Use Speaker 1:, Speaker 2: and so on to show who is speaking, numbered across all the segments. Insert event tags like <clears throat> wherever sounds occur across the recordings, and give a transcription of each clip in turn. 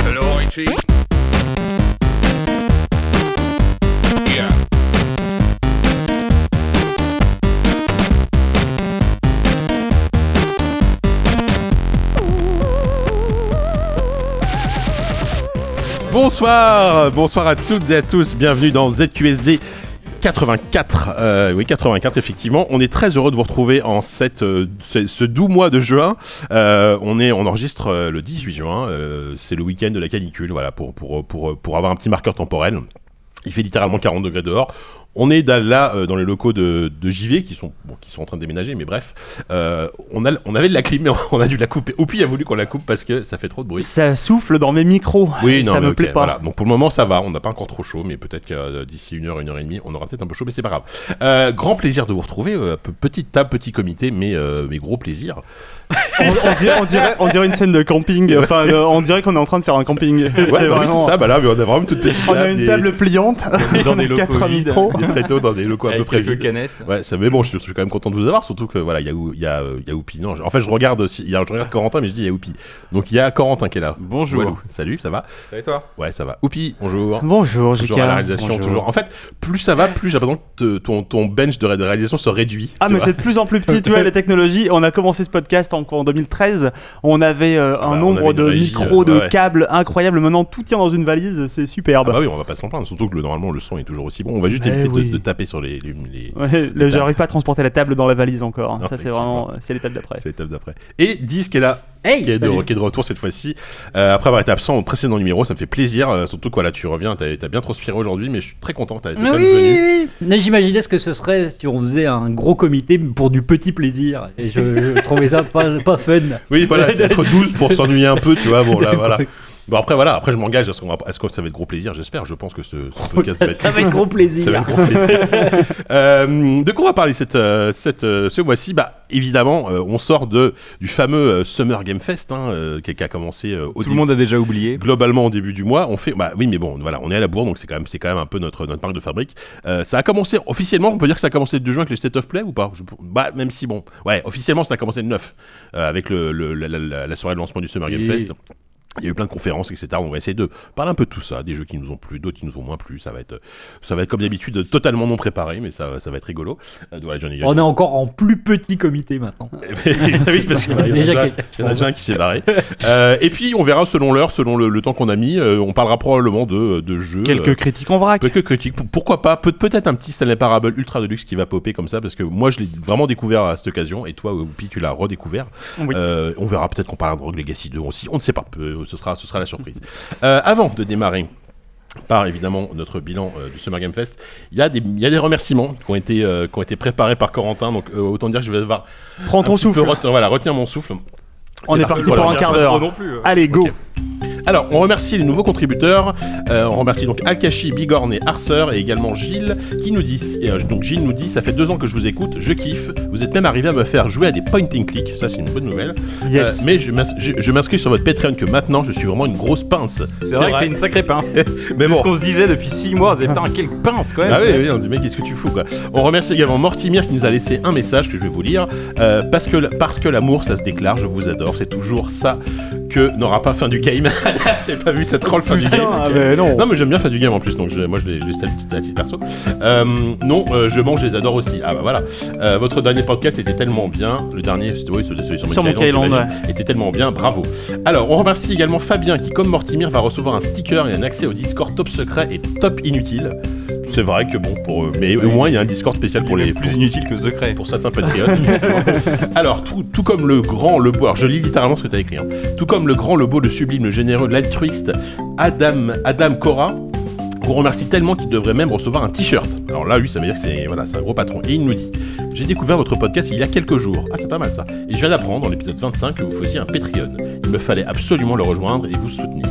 Speaker 1: Archie. Yeah.
Speaker 2: Bonsoir, bonsoir à toutes et à tous, bienvenue dans ZQSD 84, euh, oui 84 effectivement, on est très heureux de vous retrouver en cette, euh, ce, ce doux mois de juin, Euh, on, est, on enregistre euh, le 18 juin, Euh, c'est le week-end de la canicule, voilà, pour, pour, pour, pour avoir un petit marqueur temporel, il fait littéralement 40 degrés dehors, on est da- là euh, dans les locaux de, de JV qui sont, bon, qui sont en train de déménager, mais bref, Euh, on, a, on avait de la clim mais <laughs> on a dû la couper, Oupi a voulu qu'on la coupe parce que ça fait trop de bruit.
Speaker 3: Ça souffle dans mes micros.
Speaker 2: Oui, non,
Speaker 3: Ah, ça
Speaker 2: mais
Speaker 3: me
Speaker 2: ok,
Speaker 3: plaît pas.
Speaker 2: Voilà. Donc pour le moment, ça va. On n'a pas encore trop chaud, mais peut-être que euh, d'ici une heure, une heure et demie, on aura peut-être un peu chaud, mais c'est pas grave. Euh, grand plaisir de vous retrouver. euh, pe- petite table, petit comité, mais, euh, mais gros plaisir.
Speaker 3: On, on dirait, on, dirait, on dirait une scène de camping. Enfin, euh, on dirait qu'on est en train de faire un camping. <laughs> C'est
Speaker 2: Ouais, bah oui,
Speaker 3: vraiment-
Speaker 2: c'est ça. Bah là, mais on a vraiment une toute petite
Speaker 3: On
Speaker 2: table.
Speaker 3: a une
Speaker 2: des- <laughs>
Speaker 3: table pliante
Speaker 4: dans des locaux
Speaker 3: quatre
Speaker 4: vides.
Speaker 3: micros.
Speaker 2: des tréteaux dans des locaux à peu
Speaker 4: Avec
Speaker 2: près
Speaker 4: quelques
Speaker 2: vides.
Speaker 4: canettes.
Speaker 2: Ouais, ça, mais bon, je, suis- je suis quand même content de vous avoir, surtout que voilà, il y a, Ou- il y a, euh, il y a Oupi. Non, je- en fait, je regarde, si, il y a- je regarde Corentin, mais je dis il y a Oupi. Donc il y a Corentin qui est là.
Speaker 4: Bonjour.
Speaker 2: Walou. Salut, ça va
Speaker 4: Et toi
Speaker 2: Ouais, ça va. Oupi, bonjour.
Speaker 3: Bonjour,
Speaker 2: Toujours à la réalisation, toujours. En fait, plus ça va, plus j'ai l'impression que te- ton, ton bench de, ré- de réalisation se réduit.
Speaker 3: Ah,
Speaker 2: tu
Speaker 3: mais
Speaker 2: vois.
Speaker 3: c'est de plus en plus petit, tu vois, les technologies. On a commencé ce podcast en, quoi, en 2013. On avait euh,
Speaker 2: Ah bah,
Speaker 3: un
Speaker 2: on
Speaker 3: nombre
Speaker 2: avait une
Speaker 3: de
Speaker 2: régie,
Speaker 3: micros,
Speaker 2: euh,
Speaker 3: de
Speaker 2: ouais, ouais.
Speaker 3: câbles incroyables. Maintenant, tout tient dans une valise. C'est
Speaker 2: Ah
Speaker 3: superbe.
Speaker 2: bah oui, on va pas s'en plaindre, surtout que le- normalement le son est toujours aussi bon. On va juste
Speaker 3: Eh
Speaker 2: éviter de-
Speaker 3: oui.
Speaker 2: de, taper sur les, les, les-
Speaker 3: Ouais, là,
Speaker 2: Les
Speaker 3: J'arrive pas à transporter la table dans la valise encore.
Speaker 2: Non,
Speaker 3: ça, c'est
Speaker 2: effectivement.
Speaker 3: vraiment. C'est l'étape d'après.
Speaker 2: c'est l'étape d'après. Et Diz qui est là, qui, est de, qui est de retour cette fois-ci. Euh, après avoir été absent au précédent numéro, ça me fait plaisir. euh, surtout que voilà, tu reviens, t'as as bien transpiré aujourd'hui, mais je suis très content, t'as été
Speaker 5: Mais
Speaker 2: quand même
Speaker 5: oui,
Speaker 2: venu.
Speaker 5: oui, oui. Mais J'imaginais ce que ce serait si on faisait un gros comité pour du petit plaisir. Et je, je trouvais ça pas, pas fun.
Speaker 2: Oui, voilà, c'est être 12 pour s'ennuyer un peu, tu
Speaker 3: <laughs>
Speaker 2: vois. Bon, là,
Speaker 5: Donc,
Speaker 2: voilà. Bon, après, voilà, après je m'engage à ce, qu'on va- à ce que ça va être gros plaisir, j'espère. Je pense que ce, ce podcast
Speaker 5: ça, ça va être gros plaisir.
Speaker 2: Ça va être gros plaisir. Euh, de quoi on va parler cette, euh, cette, euh, ce mois-ci Bah évidemment, euh, on sort de, du fameux euh, Summer Game Fest hein, euh, qui, qui a commencé euh, au
Speaker 4: Tout
Speaker 2: début-
Speaker 4: le monde a déjà oublié.
Speaker 2: Globalement, au début du mois, on fait. Bah oui, mais bon, voilà, on est à la bourre, donc c'est quand même, c'est quand même un peu notre notre marque de fabrique. Euh, ça a commencé officiellement, on peut dire que ça a commencé le 2 juin avec les State of Play ou pas Je- Bah même si bon, ouais, officiellement ça a commencé le 9 euh, avec le, le- la, la- la soirée de lancement du Summer Game
Speaker 4: Et-
Speaker 2: Fest. Il y a eu plein de conférences, etc. On va essayer de parler un peu de tout ça, des jeux qui nous ont plu, d'autres qui nous ont moins plu. Ça va être, ça va être comme d'habitude totalement non préparé, mais ça, ça va être rigolo. Euh, voilà, j'en ai-
Speaker 5: On est encore en plus petit comité maintenant.
Speaker 2: Ah oui, parce qu'il y en a
Speaker 5: Déjà
Speaker 2: déjà-
Speaker 5: quelqu'un
Speaker 2: il y en a déjà un qui s'est barré. Euh, et puis, on verra selon l'heure, selon le, le temps qu'on a mis. euh, on parlera probablement de, de jeux.
Speaker 3: Quelques
Speaker 2: euh,
Speaker 3: critiques en vrac.
Speaker 2: Quelques critiques, P- pourquoi pas Peut- Peut-être un petit Stanley Parable Ultra Deluxe qui va popper comme ça, parce que moi je l'ai vraiment découvert à cette occasion, et toi, Oupi, tu l'as redécouvert.
Speaker 3: Oui.
Speaker 2: Euh, on verra peut-être qu'on parlera de Rogue Legacy 2 aussi, on ne sait pas, Peu- ce, sera, ce sera la surprise. Euh, avant de démarrer par évidemment notre bilan euh, du Summer Game Fest, il y, a des- il y a des remerciements qui ont été, euh, qui ont été préparés par Corentin, donc euh, autant dire que je vais devoir
Speaker 3: Prends ton
Speaker 2: un petit peu
Speaker 3: souffle.
Speaker 2: retenir- voilà, retenir mon souffle.
Speaker 3: On
Speaker 2: C'est
Speaker 3: est parti
Speaker 2: pour
Speaker 3: pour
Speaker 2: la
Speaker 3: un
Speaker 2: recherche.
Speaker 3: quart d'heure.
Speaker 4: euh.
Speaker 3: Allez, go.
Speaker 2: Ok. Alors, on remercie les nouveaux contributeurs. Euh, on remercie donc Alkashi, Bigorne et Arceur et également Gilles qui nous dit. euh, donc, Gilles nous dit Ça fait deux ans que je vous écoute, je kiffe. Vous êtes même arrivé à me faire jouer à des point and click. Ça, c'est une bonne nouvelle.
Speaker 3: Yes.
Speaker 2: Euh, mais je m'ins- je je m'inscris sur votre Patreon que maintenant, je suis vraiment une grosse pince.
Speaker 4: C'est vrai que c'est une sacrée pince.
Speaker 2: Mais
Speaker 4: C'est
Speaker 2: bon.
Speaker 4: ce qu'on se disait depuis 6 mois. On se disait, putain, quelle pince quand même.
Speaker 2: Ah oui, oui, on dit mais qu'est-ce que tu fous quoi On remercie également Mortimir qui nous a laissé un message que je vais vous lire. Euh, parce que parce que l'amour ça se déclare, je vous adore, c'est toujours ça que n'aura pas fin du game. <laughs> J'ai pas vu cette troll fin du game.
Speaker 3: Putain, ah, mais non.
Speaker 2: Non mais j'aime bien faire du game en plus donc je- moi je l'ai je l'ai salue à titre perso. Euh, non euh, je mange je les adore aussi. Ah bah voilà. Euh, votre dernier podcast était tellement bien. Le dernier c'était oui, celui sur,
Speaker 3: Sur
Speaker 2: Monkey
Speaker 3: Monkey
Speaker 2: Island,
Speaker 3: Island,
Speaker 2: j'imagine, était tellement bien. Bravo. Alors on remercie également Fabien qui comme Mortimir va recevoir un sticker et un accès au Discord top secret et top inutile. C'est vrai que bon pour eux, mais au moins il y a un Discord spécial pour
Speaker 4: Pour
Speaker 2: les
Speaker 4: les plus inutiles que
Speaker 2: <laughs>
Speaker 4: secret.
Speaker 2: pour certains patriotes. Alors, tout, tout comme le grand, le beau, alors je lis littéralement ce que tu as écrit, hein. tout comme le grand, le beau, le sublime, le généreux, l'altruiste, Adam, Adam Cora, on remercie tellement qu'il devrait même recevoir un t-shirt. Alors là, lui, ça veut dire que c'est voilà, c'est un gros patron. Et il nous dit J'ai découvert votre podcast il y a quelques jours. Ah, c'est pas mal ça. Et je viens d'apprendre dans l'épisode 25 que vous faisiez un Patreon. Il me fallait absolument le rejoindre et vous soutenir.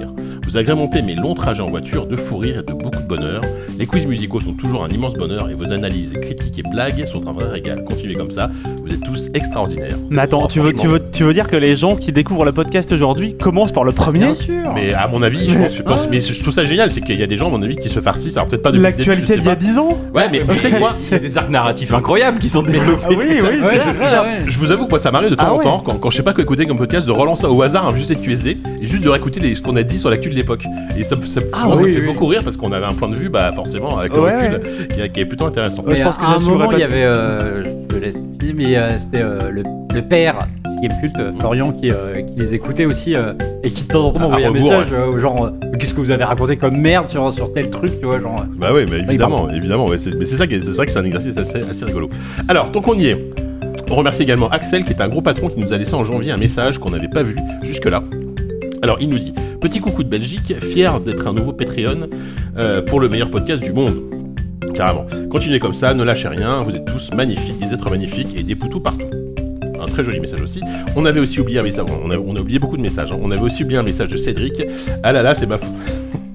Speaker 2: Vous agrémentez mes longs trajets en voiture de fou rire et de beaucoup de bonheur. Les quiz musicaux sont toujours un immense bonheur et vos analyses, critiques et blagues sont un vrai régal. Continuez comme ça, vous êtes tous extraordinaires.
Speaker 3: Mais attends,
Speaker 2: Oh,
Speaker 3: tu veux, tu,
Speaker 2: franchement.
Speaker 3: veux, tu veux dire que les gens qui découvrent le podcast aujourd'hui commencent par le premier
Speaker 5: sûr.
Speaker 2: Mais à mon avis, je pense, je pense- mais je trouve ça génial, c'est qu'il y a des gens, à mon avis, qui se farcissent. Alors peut-être pas de
Speaker 3: L'actualité d'il y a 10 ans
Speaker 2: Ouais, mais tu sais quoi
Speaker 4: Il y a des arcs narratifs incroyables qui sont
Speaker 2: Ah
Speaker 4: développés.
Speaker 3: <laughs> oui,
Speaker 4: Ça-
Speaker 3: oui,
Speaker 4: Ouais,
Speaker 3: c'est
Speaker 4: je-
Speaker 2: Je vous avoue que moi ça m'arrive de temps
Speaker 3: Ah
Speaker 2: en
Speaker 3: ouais.
Speaker 2: temps, quand, quand je sais pas quoi écouter comme podcast, de relancer au hasard un vieux QSD et juste de réécouter les- ce qu'on a dit sur l'actu de l'époque. Et ça, me- ça, me-
Speaker 5: Ah
Speaker 2: moi, ça me
Speaker 5: oui,
Speaker 2: fait
Speaker 5: oui.
Speaker 2: beaucoup rire parce qu'on avait un point de vue, bah, forcément, avec le
Speaker 3: Ouais,
Speaker 2: recul, Qui, est- qui est plutôt intéressant.
Speaker 3: Ouais, je
Speaker 5: Mais
Speaker 3: pense que
Speaker 5: à un
Speaker 3: j'assumerai
Speaker 5: moment,
Speaker 3: pas
Speaker 5: il y
Speaker 3: tout.
Speaker 5: avait, euh, je te laisse filer, mais euh, c'était euh, le, le père qui est culte, Florian, qui, euh, qui les écoutait aussi euh, et qui de temps en temps
Speaker 2: À- à
Speaker 5: m'envoyait un
Speaker 2: rebours,
Speaker 5: message, euh, genre, euh, qu'est-ce que vous avez raconté comme merde sur, sur tel truc, tu vois, genre. euh.
Speaker 2: Bah oui, mais évidemment, évidemment. ouais, c'est- mais c'est ça, qui est- c'est vrai que c'est un exercice assez, assez rigolo. Alors, tant qu'on y est, on remercie également Axel, qui est un gros patron qui nous a laissé en janvier un message qu'on n'avait pas vu jusque-là. Alors, il nous dit Petit coucou de Belgique, fier d'être un nouveau Patreon euh, pour le meilleur podcast du monde. Carrément. Continuez comme ça, ne lâchez rien, vous êtes tous magnifiques, des êtres magnifiques et des poutous partout. Un très joli message aussi. On avait aussi oublié un message, on a, on a oublié beaucoup de messages. hein. On avait aussi oublié un message de Cédric. Ah là là, c'est ma faute.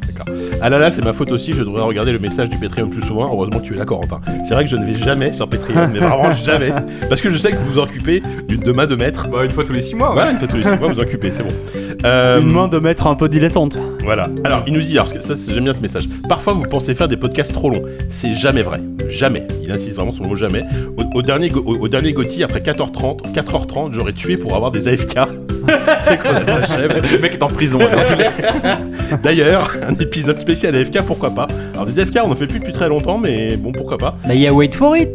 Speaker 2: D'accord. Ah là là, c'est ma faute aussi, je devrais regarder le message du Patreon plus souvent. Heureusement que tu es là, Corentin. C'est vrai que je ne vais jamais sur Patreon,
Speaker 3: <laughs>
Speaker 2: mais vraiment jamais. Parce que je sais que vous vous occupez d'une de main de maître.
Speaker 4: Bah, une fois tous les 6 mois, ouais.
Speaker 2: Voilà, une fois tous les six mois, vous vous occupez, c'est bon. Euh,
Speaker 3: Une main de maître un peu dilettante.
Speaker 2: voilà. Alors, il nous dit, alors, parce que ça, c'est- j'aime bien ce message. Parfois, vous pensez faire des podcasts trop longs. C'est jamais vrai. Jamais. Il insiste vraiment sur le mot jamais. Au, au dernier, go- au, au dernier Gotti, après 4h30, 4h30, j'aurais tué pour avoir des AFK. <laughs> c'est quoi, là, ça s'achève.
Speaker 4: Le mec est en prison. alors.
Speaker 2: D'ailleurs, un épisode spécial AFK, pourquoi pas. Alors, des AFK, on en fait plus depuis très longtemps, mais bon, pourquoi pas.
Speaker 5: Bah, il y a Wait for It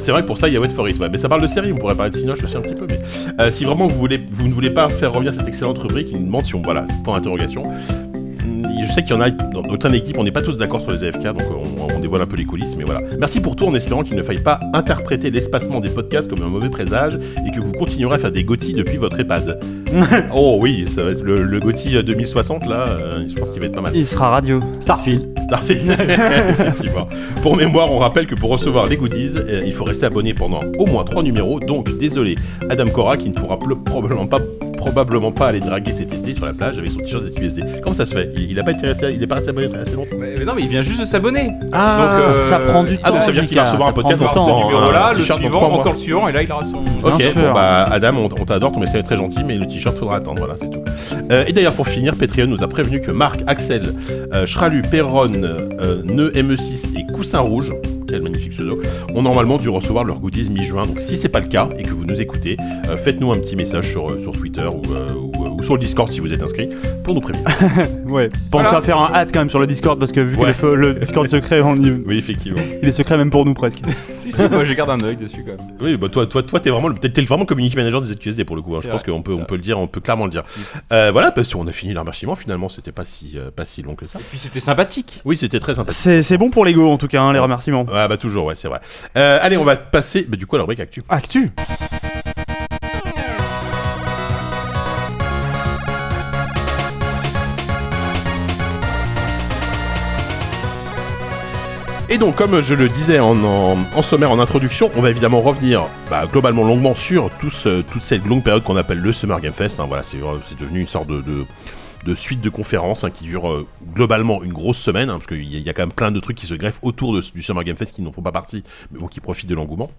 Speaker 2: C'est vrai que pour ça, il y a Wait for It. ouais. Mais ça parle de série, on pourrait parler de Sinoche aussi un petit peu. Mais euh, si vraiment vous, voulez, vous ne voulez pas faire revenir cette excellente rubrique, il nous demande si on. Voilà, point d'interrogation. Hum, Je sais qu'il y en a dans notre sein d'équipe, on n'est pas tous d'accord sur les AFK, donc on, on dévoile un peu les coulisses, mais voilà. Merci pour tout en espérant qu'il ne faille pas interpréter l'espacement des podcasts comme un mauvais présage et que vous continuerez à faire des gothis depuis votre EHPAD. oh oui, ça va être le, le gothi 2060 là, euh, je pense qu'il va être pas mal.
Speaker 3: Il sera radio.
Speaker 5: Starfield.
Speaker 2: Starfield. Effectivement. Pour mémoire, on rappelle que pour recevoir les goodies, euh, il faut rester abonné pendant au moins 3 numéros. Donc, désolé, Adam Cora qui ne pourra pl- probablement pas probablement pas aller draguer cet été sur la plage avec son t-shirt de QSD. Comment ça se fait Il n'a pas été resté, il est pas resté abonné assez longtemps.
Speaker 4: <laughs> Mais, mais non, mais il vient juste de s'abonner.
Speaker 2: Ah,
Speaker 4: Donc, euh,
Speaker 5: ça prend du temps.
Speaker 2: ah donc ça veut dire qu'il va
Speaker 5: Jika,
Speaker 2: recevoir un
Speaker 5: ça
Speaker 2: podcast
Speaker 5: prend
Speaker 2: en
Speaker 5: du temps.
Speaker 2: temps.
Speaker 4: ce numéro-là,
Speaker 2: un
Speaker 4: le
Speaker 2: t-shirt en
Speaker 4: suivant,
Speaker 2: trois mois.
Speaker 4: encore le suivant, et là, il aura son.
Speaker 2: Ok,
Speaker 3: Bien
Speaker 2: bon,
Speaker 3: sûr.
Speaker 2: bah Adam, on, on t'adore, ton message est très gentil, mais le t-shirt faudra attendre, voilà, c'est tout. Euh, et d'ailleurs, pour finir, Patreon nous a prévenu que Marc, Axel, euh, Schralu, Perron, euh, Neu, ME6 et Coussin Rouge, quel magnifique pseudo, ont normalement dû recevoir leurs goodies mi-juin. Donc si c'est pas le cas et que vous nous écoutez, euh, faites-nous un petit message sur, euh, sur Twitter ou, euh, ou, euh, ou sur le Discord si vous êtes inscrit pour nous prévenir.
Speaker 3: hein. Ouais. Pensez
Speaker 4: Voilà.
Speaker 3: à faire un hâte quand même sur le Discord parce que vu
Speaker 2: Ouais.
Speaker 3: que le feu- le, Discord secret, on y-
Speaker 2: Oui, effectivement.
Speaker 3: il est secret même pour nous presque.
Speaker 4: Si, si, moi, je garde un œil dessus, quand même.
Speaker 2: <laughs> Oui, bah toi, toi, toi, t'es vraiment, le- t'es t'es vraiment le community manager des ZQSD pour le coup. hein. Je
Speaker 4: C'est
Speaker 2: pense
Speaker 4: vrai,
Speaker 2: qu'on peut,
Speaker 4: c'est
Speaker 2: on
Speaker 4: vrai.
Speaker 2: peut le dire, on peut clairement le dire. Euh, voilà, parce qu'on a fini le remerciement. Finalement, c'était pas si, euh, pas si long que ça.
Speaker 4: Et puis, c'était sympathique.
Speaker 2: Oui, c'était très sympa.
Speaker 3: C'est c'est bon pour l'ego en tout cas, hein, les remerciements.
Speaker 2: Ah bah toujours, ouais, c'est vrai. Euh, allez, on va passer, bah, du coup, à la rubrique actu.
Speaker 3: Actu
Speaker 2: Et donc, comme je le disais en, en, en sommaire, en introduction, on va évidemment revenir bah, globalement longuement sur euh, tout ce- toute cette longue période qu'on appelle le Summer Game Fest. hein. voilà, c'est euh, c'est devenu une sorte de, de- de suite de conférences hein, qui dure euh, globalement une grosse semaine, hein, parce qu'il y, a- il y a quand même plein de trucs qui se greffent autour de- du Summer Game Fest qui n'en font pas partie, mais bon, qui profitent de l'engouement.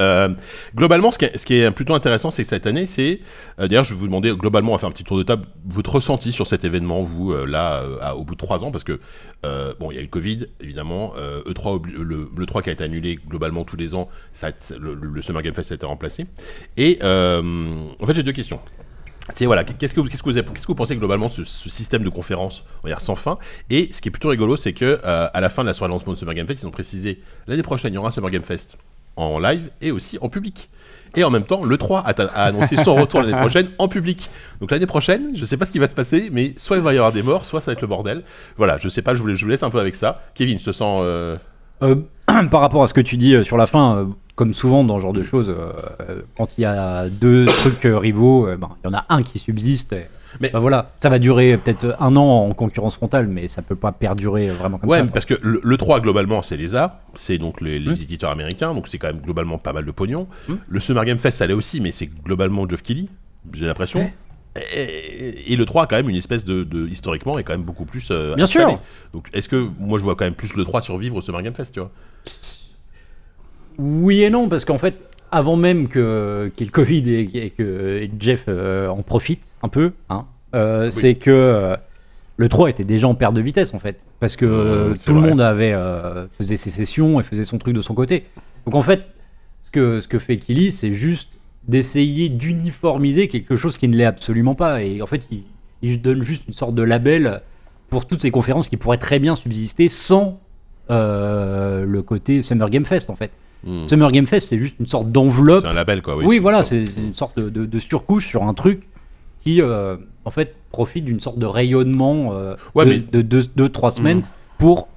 Speaker 2: Euh, globalement, ce qui, est, ce qui est plutôt intéressant, c'est que cette année, c'est euh, d'ailleurs, je vais vous demander euh, globalement, on va faire un petit tour de table, votre ressenti sur cet événement, vous euh, là, euh, à- au bout de trois ans, parce que euh, bon, il y a eu le Covid, évidemment. euh, E3, obli- euh, le, le 3 qui a été annulé globalement tous les ans, ça, a été- le, le Summer Game Fest a été remplacé. Et euh, en fait, j'ai deux questions. C'est voilà, qu'est-ce que vous, qu'est-ce que vous, avez- qu'est-ce que vous pensez globalement de ce, ce système de conférence, on va dire sans fin. Et ce qui est plutôt rigolo, c'est que euh, à la fin de la soirée de lancement de Summer Game Fest, ils ont précisé l'année prochaine, il y aura un Summer Game Fest en live et aussi en public. Et en même temps, le 3 a, a annoncé son retour l'année prochaine en public. Donc l'année prochaine, je sais pas ce qui va se passer, mais soit il va y avoir des morts, soit ça va être le bordel. Voilà, je sais pas, je vous, la- je vous laisse un peu avec ça. Kevin, je te sens. euh,
Speaker 5: Euh, <clears throat> par rapport à ce que tu dis euh, sur la fin, euh, comme souvent dans ce
Speaker 2: Mm.
Speaker 5: genre de choses, euh, euh, quand il y a deux <coughs> trucs euh, rivaux, euh, ben, il y en a un qui subsiste. et-
Speaker 2: Mais-
Speaker 5: ben voilà, ça va durer peut-être un an en concurrence frontale, mais ça peut pas perdurer euh, vraiment comme
Speaker 2: Ouais,
Speaker 5: ça. Hum.
Speaker 2: mais
Speaker 5: quoi.
Speaker 2: parce que le, le 3, globalement, c'est les A, c'est donc les, les éditeurs américains, donc c'est quand même globalement pas mal de pognon.
Speaker 5: Hum.
Speaker 2: Le Summer Game Fest, ça l'est aussi, mais c'est globalement Geoff Keighley, j'ai l'impression. Et, et- et le 3, quand même, une espèce de, de- historiquement, est quand même beaucoup plus. euh,
Speaker 5: Bien
Speaker 2: installé.
Speaker 5: sûr.
Speaker 2: Donc est-ce que moi, je vois quand même plus le 3 survivre au Summer Game Fest, tu vois
Speaker 5: Oui et non, parce qu'en fait, avant même que qu'il y ait le Covid et, et que et Jeff euh, en profite un peu, hein, euh, c'est que euh, le 3 était déjà en perte de vitesse en fait, parce que euh,
Speaker 2: Mmh, c'est
Speaker 5: tout le
Speaker 2: vrai.
Speaker 5: monde avait euh, faisait ses sessions et faisait son truc de son côté. Donc en fait, ce que ce que fait Killy, c'est juste d'essayer d'uniformiser quelque chose qui ne l'est absolument pas. Et en fait, il, il donne juste une sorte de label pour toutes ces conférences qui pourraient très bien subsister sans euh, le côté Summer Game Fest en fait.
Speaker 2: Hmm.
Speaker 5: Summer Game Fest c'est juste une sorte d'enveloppe
Speaker 2: C'est un label, quoi. Oui,
Speaker 5: oui, voilà, c'est une sorte de, de- de surcouche sur un truc qui, euh, en fait, profite d'une sorte de rayonnement euh,
Speaker 2: Ouais,
Speaker 5: de,
Speaker 2: mais- Mm.
Speaker 5: de deux, deux, trois semaines pour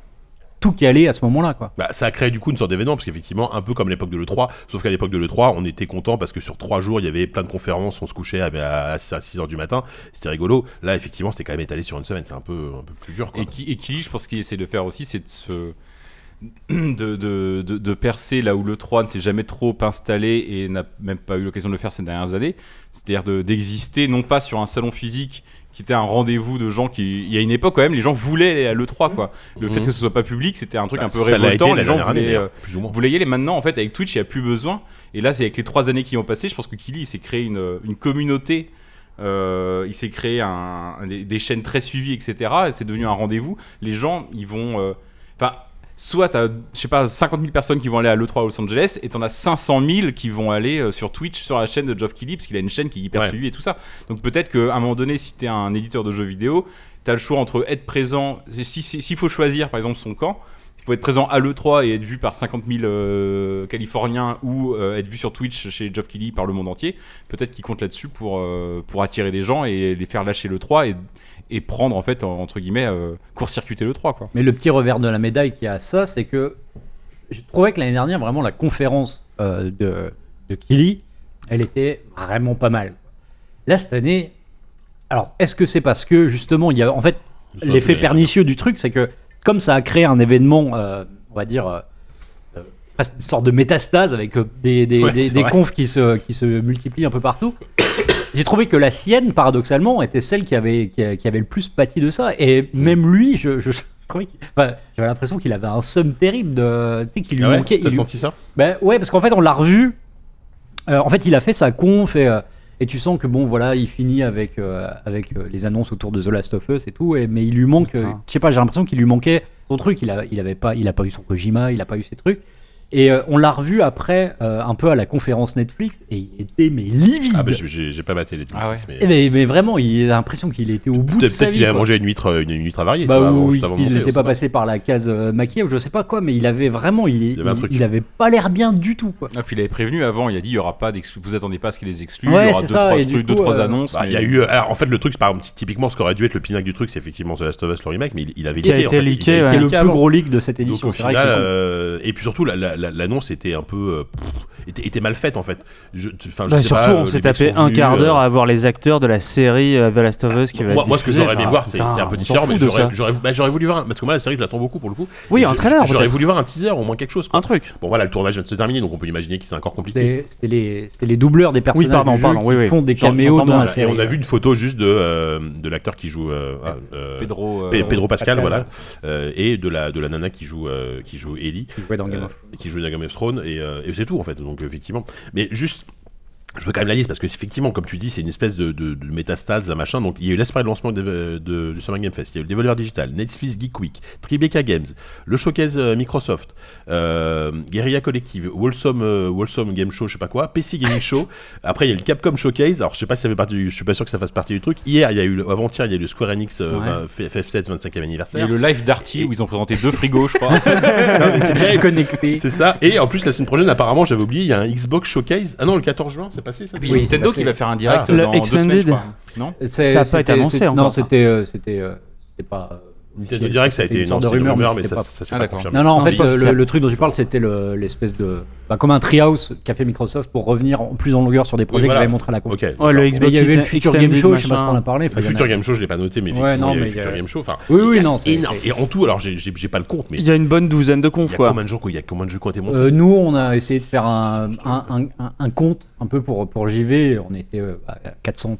Speaker 5: tout caler à ce moment-là, quoi.
Speaker 2: Bah, ça a créé du coup une sorte d'événement, parce qu'effectivement, un peu comme à l'époque de l'E3, sauf qu'à l'époque de l'E3, on était content parce que sur trois jours, il y avait plein de conférences, on se couchait à, 6h du matin, c'était rigolo. Là, effectivement, c'est quand même étalé sur une semaine, c'est un peu, un peu plus dur. Quoi.
Speaker 4: Et qui, et qui, je pense qu'il essaie de faire aussi, c'est de se. <clears throat> De, de, de, de percer là où le 3 ne s'est jamais trop installé et n'a même pas eu l'occasion de le faire ces dernières années, c'est-à-dire de- d'exister non pas sur un salon physique qui était un rendez-vous de gens qui. Il y a une époque quand même, les gens voulaient aller à l'E3 quoi. Le fait
Speaker 2: Mhm.
Speaker 4: que ce soit pas public, c'était un truc
Speaker 2: Bah,
Speaker 4: un peu
Speaker 2: ça l'a été
Speaker 4: révoltant,
Speaker 2: la
Speaker 4: les gens
Speaker 2: dernière année,
Speaker 4: voulaient. euh,
Speaker 2: d'ailleurs, plus ou moins.
Speaker 4: Vous l'ayez les maintenant en fait avec Twitch il n'y a plus besoin et là c'est avec les trois années qui ont passé je pense que Kili il s'est créé une, une communauté euh, il s'est créé un, un des, des chaînes très suivies etc et c'est devenu un rendez-vous les gens ils vont euh, enfin soit t'as je sais pas 50 000 personnes qui vont aller à l'E3 à Los Angeles et t'en as 500 000 qui vont aller euh, sur Twitch sur la chaîne de Geoff Keighley parce qu'il a une chaîne qui est hyper
Speaker 2: Ouais.
Speaker 4: suivie et tout ça donc peut-être qu'à un moment donné si t'es un éditeur de jeux vidéo t'as le choix entre être présent si- si- s'il faut choisir par exemple son camp il faut être présent à l'E3 et être vu par 50 000 euh, Californiens ou euh, être vu sur Twitch chez Geoff Keighley par le monde entier. Peut-être qu'ils comptent là-dessus pour, euh, pour attirer des gens et les faire lâcher l'E3 et, et prendre, en fait, en- entre guillemets, euh, court-circuiter l'E3. Quoi.
Speaker 5: Mais le petit revers de la médaille qu'il y a à ça, c'est que je trouvais que l'année dernière, vraiment, la conférence euh, de, de Kili, elle était vraiment pas mal. Là, cette année, alors, est-ce que c'est parce que, justement, il y a, en fait,
Speaker 2: Soit
Speaker 5: l'effet
Speaker 2: plus
Speaker 5: pernicieux du truc, c'est que, comme ça a créé un événement, euh, on va dire, euh, euh, presque une sorte de métastase avec euh, des, des,
Speaker 2: Ouais,
Speaker 5: des-
Speaker 2: c'est
Speaker 5: des
Speaker 2: vrai.
Speaker 5: confs qui se, qui se multiplient un peu partout, j'ai trouvé que la sienne, paradoxalement, était celle qui avait, qui, a- qui avait le plus pâti de ça.
Speaker 2: Mm.
Speaker 5: Et même lui, je, je, je trouvais qu'il- enfin, j'avais l'impression qu'il avait un somme terrible de. Tu sais, qu'il lui
Speaker 2: Ah ouais,
Speaker 5: manquait. il
Speaker 2: T'as
Speaker 5: lui-
Speaker 2: senti ça
Speaker 5: ben ouais, parce qu'en fait, on l'a revu. Euh, en fait, il a fait sa conf et, euh, et tu sens que bon, voilà, il finit avec, euh, avec euh, les annonces autour de The Last of Us et tout. Et, mais il lui manque, euh,
Speaker 3: Putain.
Speaker 5: je sais pas, j'ai l'impression qu'il lui manquait son truc. Il a, il avait pas, il a pas eu son Kojima, il a pas eu ses trucs. Et euh, on l'a revu après, euh, un peu à la conférence Netflix, et il était mais livide.
Speaker 2: Ah, bah, j'ai- j'ai j'ai pas maté les
Speaker 4: Ah ouais.
Speaker 2: Netflix, mais-
Speaker 5: Eh mais, mais vraiment, il a l'impression qu'il était au bout de
Speaker 2: Peut-être
Speaker 5: sa
Speaker 2: peut-être
Speaker 5: vie.
Speaker 2: qu'il a
Speaker 5: quoi.
Speaker 2: mangé une huître, euh, une, une huître avariée.
Speaker 5: Bah
Speaker 2: tu vois, avant-
Speaker 5: oui,
Speaker 2: juste avant de
Speaker 5: il
Speaker 2: monter,
Speaker 5: n'était
Speaker 2: on
Speaker 5: pas
Speaker 2: sait
Speaker 5: passé par la case euh, maquillage ou je sais pas quoi, mais il avait vraiment, il,
Speaker 2: avait un
Speaker 5: il-
Speaker 2: truc.
Speaker 5: il avait pas l'air bien du tout quoi.
Speaker 4: Ah, puis il avait prévenu avant, il a dit il y aura pas d'exclus, vous attendez pas à ce qu'il les exclue,
Speaker 5: Ouais,
Speaker 4: il y aura
Speaker 5: c'est
Speaker 4: deux,
Speaker 5: ça,
Speaker 4: trois
Speaker 5: et du
Speaker 4: trucs, deux,
Speaker 5: coup,
Speaker 4: trois
Speaker 5: euh,
Speaker 4: annonces.
Speaker 2: Bah, il y a
Speaker 4: mais-
Speaker 2: eu. alors, en fait, le truc, c'est par exemple, typiquement, ce qu'aurait dû être le pinacle du truc, c'est effectivement The Last of Us, le remake, mais il, il avait
Speaker 3: Qui a
Speaker 2: leaké, en
Speaker 3: été
Speaker 2: fait, il- il
Speaker 3: leaké,
Speaker 2: a
Speaker 3: ouais.
Speaker 5: Qui est le
Speaker 2: leaké
Speaker 5: plus
Speaker 2: avant.
Speaker 5: gros leak de cette
Speaker 2: Donc
Speaker 5: édition.
Speaker 2: au
Speaker 5: c'est vrai que
Speaker 2: final,
Speaker 5: c'est con.
Speaker 2: euh, et puis surtout, la- la- la- l'annonce était un peu. euh, pff, était, était mal faite en fait. Je, tu- enfin, je
Speaker 3: Bah,
Speaker 2: sais
Speaker 3: surtout,
Speaker 2: pas, euh,
Speaker 3: on
Speaker 2: les
Speaker 3: s'est
Speaker 2: mecs
Speaker 3: tapé
Speaker 2: sont
Speaker 3: un
Speaker 2: venus,
Speaker 3: quart
Speaker 2: euh,
Speaker 3: d'heure à voir les acteurs de la série euh, The Last of Us qui va
Speaker 2: Moi,
Speaker 3: être
Speaker 2: moi, ce que
Speaker 3: diffusée.
Speaker 2: j'aurais aimé
Speaker 3: Enfin,
Speaker 2: voir, c'est
Speaker 3: putain,
Speaker 2: c'est un peu
Speaker 3: on s'en
Speaker 2: différent,
Speaker 3: fout
Speaker 2: mais
Speaker 3: de
Speaker 2: j'aurais
Speaker 3: ça.
Speaker 2: j'aurais- bah, j'aurais voulu voir un. Parce que moi, la série, je l'attends beaucoup pour le coup.
Speaker 3: Oui,
Speaker 2: Et
Speaker 3: un
Speaker 2: je-
Speaker 3: trailer,
Speaker 2: J'aurais
Speaker 3: peut-être. Hein
Speaker 2: voulu voir un teaser, au moins quelque chose. quoi.
Speaker 3: Un truc.
Speaker 2: Bon, voilà, le tournage vient de se terminer, donc on peut imaginer que c'est encore compliqué.
Speaker 5: C'était c'était les, c'était les doubleurs des personnages
Speaker 3: pardon,
Speaker 5: du jeu
Speaker 3: pardon,
Speaker 5: qui
Speaker 3: oui, oui.
Speaker 5: font des
Speaker 3: J'en-
Speaker 5: caméos
Speaker 3: j'entends
Speaker 5: dans
Speaker 3: bien,
Speaker 5: la
Speaker 3: là,
Speaker 5: série.
Speaker 2: Et on a vu une photo juste de, euh, de l'acteur qui joue. euh, ah, euh,
Speaker 4: Pedro, euh,
Speaker 2: Pe- Pedro Pascal,
Speaker 5: Pascal,
Speaker 2: voilà,
Speaker 5: ouais.
Speaker 2: Euh, et de la de la nana qui joue euh, qui joue Ellie,
Speaker 5: Qui jouait dans Game <laughs>
Speaker 2: euh,
Speaker 5: of
Speaker 2: qui joue dans Game of Thrones, et, euh, et c'est tout en fait. Donc effectivement, mais juste. Je veux quand même la liste parce que c'est effectivement, comme tu dis, c'est une espèce de, de- de métastase, là, machin. Donc, il y a eu l'esprit de lancement de, de- du Summer Game Fest, il y a eu le Devolver Digital, Netflix Geek Week, Tribeca Games, le Showcase euh, Microsoft, euh, Guerilla Collective, Wholesome, euh, Wholesome Game Show, je sais pas quoi, PC Gaming
Speaker 5: <laughs>
Speaker 2: Show. Après, il y a eu le Capcom Showcase. Alors, je sais pas si ça fait partie du- je suis pas sûr que ça fasse partie du truc. Hier, il y a eu, le- avant-hier, il y a eu le Square Enix euh,
Speaker 5: Ouais.
Speaker 2: vingt- F- FF7 25e
Speaker 4: il y a
Speaker 2: <laughs> anniversaire.
Speaker 4: eu le live d'Arty où ils ont présenté deux frigos, je crois.
Speaker 2: Non, mais c'est terrible.
Speaker 5: Connecté.
Speaker 2: C'est ça. Et en plus, la semaine prochaine, apparemment, j'avais oublié, il y a un Xbox Showcase. Ah non, le 14 juin, c'est passé ça
Speaker 4: Puis il y a
Speaker 5: <laughs> Oui,
Speaker 4: Nintendo
Speaker 5: c'est
Speaker 4: qui va faire un direct
Speaker 2: Ah.
Speaker 4: euh,
Speaker 3: Le
Speaker 4: dans deux semaines,
Speaker 3: Extended.
Speaker 4: je crois. Non
Speaker 5: C'est-
Speaker 3: Ça a pas
Speaker 5: c'était-
Speaker 3: été annoncé
Speaker 5: c'est- Non,
Speaker 3: encore.
Speaker 5: c'était euh, c'était euh, c'était pas. euh,
Speaker 2: Nintendo
Speaker 5: officiel.
Speaker 2: Direct, ça a
Speaker 5: C'était
Speaker 2: été
Speaker 5: une sorte
Speaker 2: une
Speaker 5: de rumeur,
Speaker 2: rumeur,
Speaker 5: mais
Speaker 2: mais ça
Speaker 5: c'était pas-
Speaker 2: ça s'est
Speaker 4: Ah,
Speaker 2: pas
Speaker 4: d'accord.
Speaker 2: confirmé.
Speaker 5: Non, non, en
Speaker 3: Non, c'est
Speaker 5: fait,
Speaker 3: pas
Speaker 5: euh, le,
Speaker 3: officiel.
Speaker 5: le truc dont tu parles, c'était le- l'espèce de. bah, comme un treehouse qu'a fait Microsoft pour revenir en plus en longueur sur des projets
Speaker 2: voilà.
Speaker 5: que j'avais montrés à la conférence.
Speaker 2: Ok.
Speaker 3: Ouais, le
Speaker 5: Mais
Speaker 3: Xbox
Speaker 5: il y avait le
Speaker 3: Ex-
Speaker 5: futur
Speaker 3: Extended,
Speaker 5: Game Show, je sais pas si
Speaker 3: machin.
Speaker 5: t'en as parlé. enfin,
Speaker 2: Le
Speaker 5: il y en a-
Speaker 2: Futur Game Show, je l'ai pas noté, mais
Speaker 5: Ouais,
Speaker 2: effectivement,
Speaker 5: non,
Speaker 2: il y a eu
Speaker 5: mais
Speaker 2: le
Speaker 5: il y a-
Speaker 2: Futur Game Show. Enfin,
Speaker 5: Oui, oui,
Speaker 2: il y a
Speaker 5: non, c'est-
Speaker 2: énorme. Et en tout, alors, j'ai- j'ai j'ai pas le compte, mais
Speaker 3: Il
Speaker 2: il
Speaker 3: y a une bonne douzaine de
Speaker 2: y
Speaker 3: confs,
Speaker 2: a
Speaker 3: quoi.
Speaker 2: combien de jours qu'il y a combien de jeux qui ont été montrés
Speaker 5: Euh, nous, on a essayé de faire un, un, un- un- un compte un peu pour, pour JV. On était euh, à 400,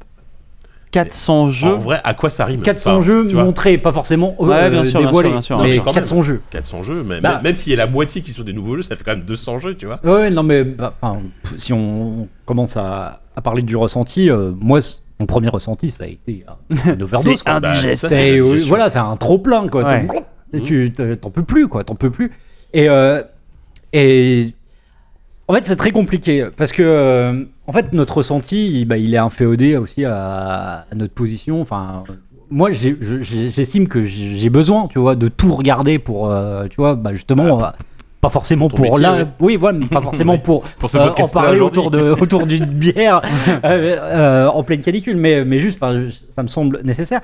Speaker 3: 400 jeux.
Speaker 2: En vrai, à quoi ça rime
Speaker 5: 400
Speaker 2: Enfin,
Speaker 5: jeux
Speaker 2: tu vois,
Speaker 5: montrés, pas forcément euh,
Speaker 3: Ouais, bien sûr, bien
Speaker 5: dévoilés,
Speaker 3: sûr, bien sûr,
Speaker 5: mais
Speaker 2: bien sûr.
Speaker 5: 400 jeux.
Speaker 2: 400 jeux, mais-
Speaker 5: Bah.
Speaker 2: même, même s'il y a la moitié qui sont des nouveaux jeux, ça fait quand même 200 jeux, tu vois.
Speaker 5: Ouais, Ouais, non, mais bah, enfin, pff, si on, on commence à, à parler du ressenti, euh, moi, c- mon premier ressenti, ça a été
Speaker 2: <laughs>
Speaker 5: un- une overdose.
Speaker 3: C'est
Speaker 5: quoi.
Speaker 2: Bah,
Speaker 3: indigeste.
Speaker 2: ça,
Speaker 5: C'est-
Speaker 2: la
Speaker 5: euh,
Speaker 2: digestion.
Speaker 5: voilà, c'est un trop plein quoi.
Speaker 3: Ouais.
Speaker 5: T'en- Tu t'en- t'en peux plus quoi, t'en peux plus. Et euh, et en fait, c'est très compliqué parce que euh, en fait, notre ressenti, il- bah, il est inféodé aussi à, à notre position, enfin moi, j'ai- je- j'ai- j'estime que j'ai j'ai besoin, tu vois, de tout regarder pour, euh, tu vois, bah, justement, euh, pas forcément
Speaker 2: Ah, ton
Speaker 5: pour,
Speaker 2: métier,
Speaker 5: là,
Speaker 2: ouais.
Speaker 5: oui, voilà,
Speaker 2: <laughs>
Speaker 5: mais pas forcément pour,
Speaker 4: Pour ce
Speaker 5: euh, en
Speaker 4: podcast-là
Speaker 5: parler
Speaker 4: aujourd'hui.
Speaker 5: autour de autour d'une bière euh, euh, en pleine canicule, mais mais juste, enfin, je- ça me semble nécessaire.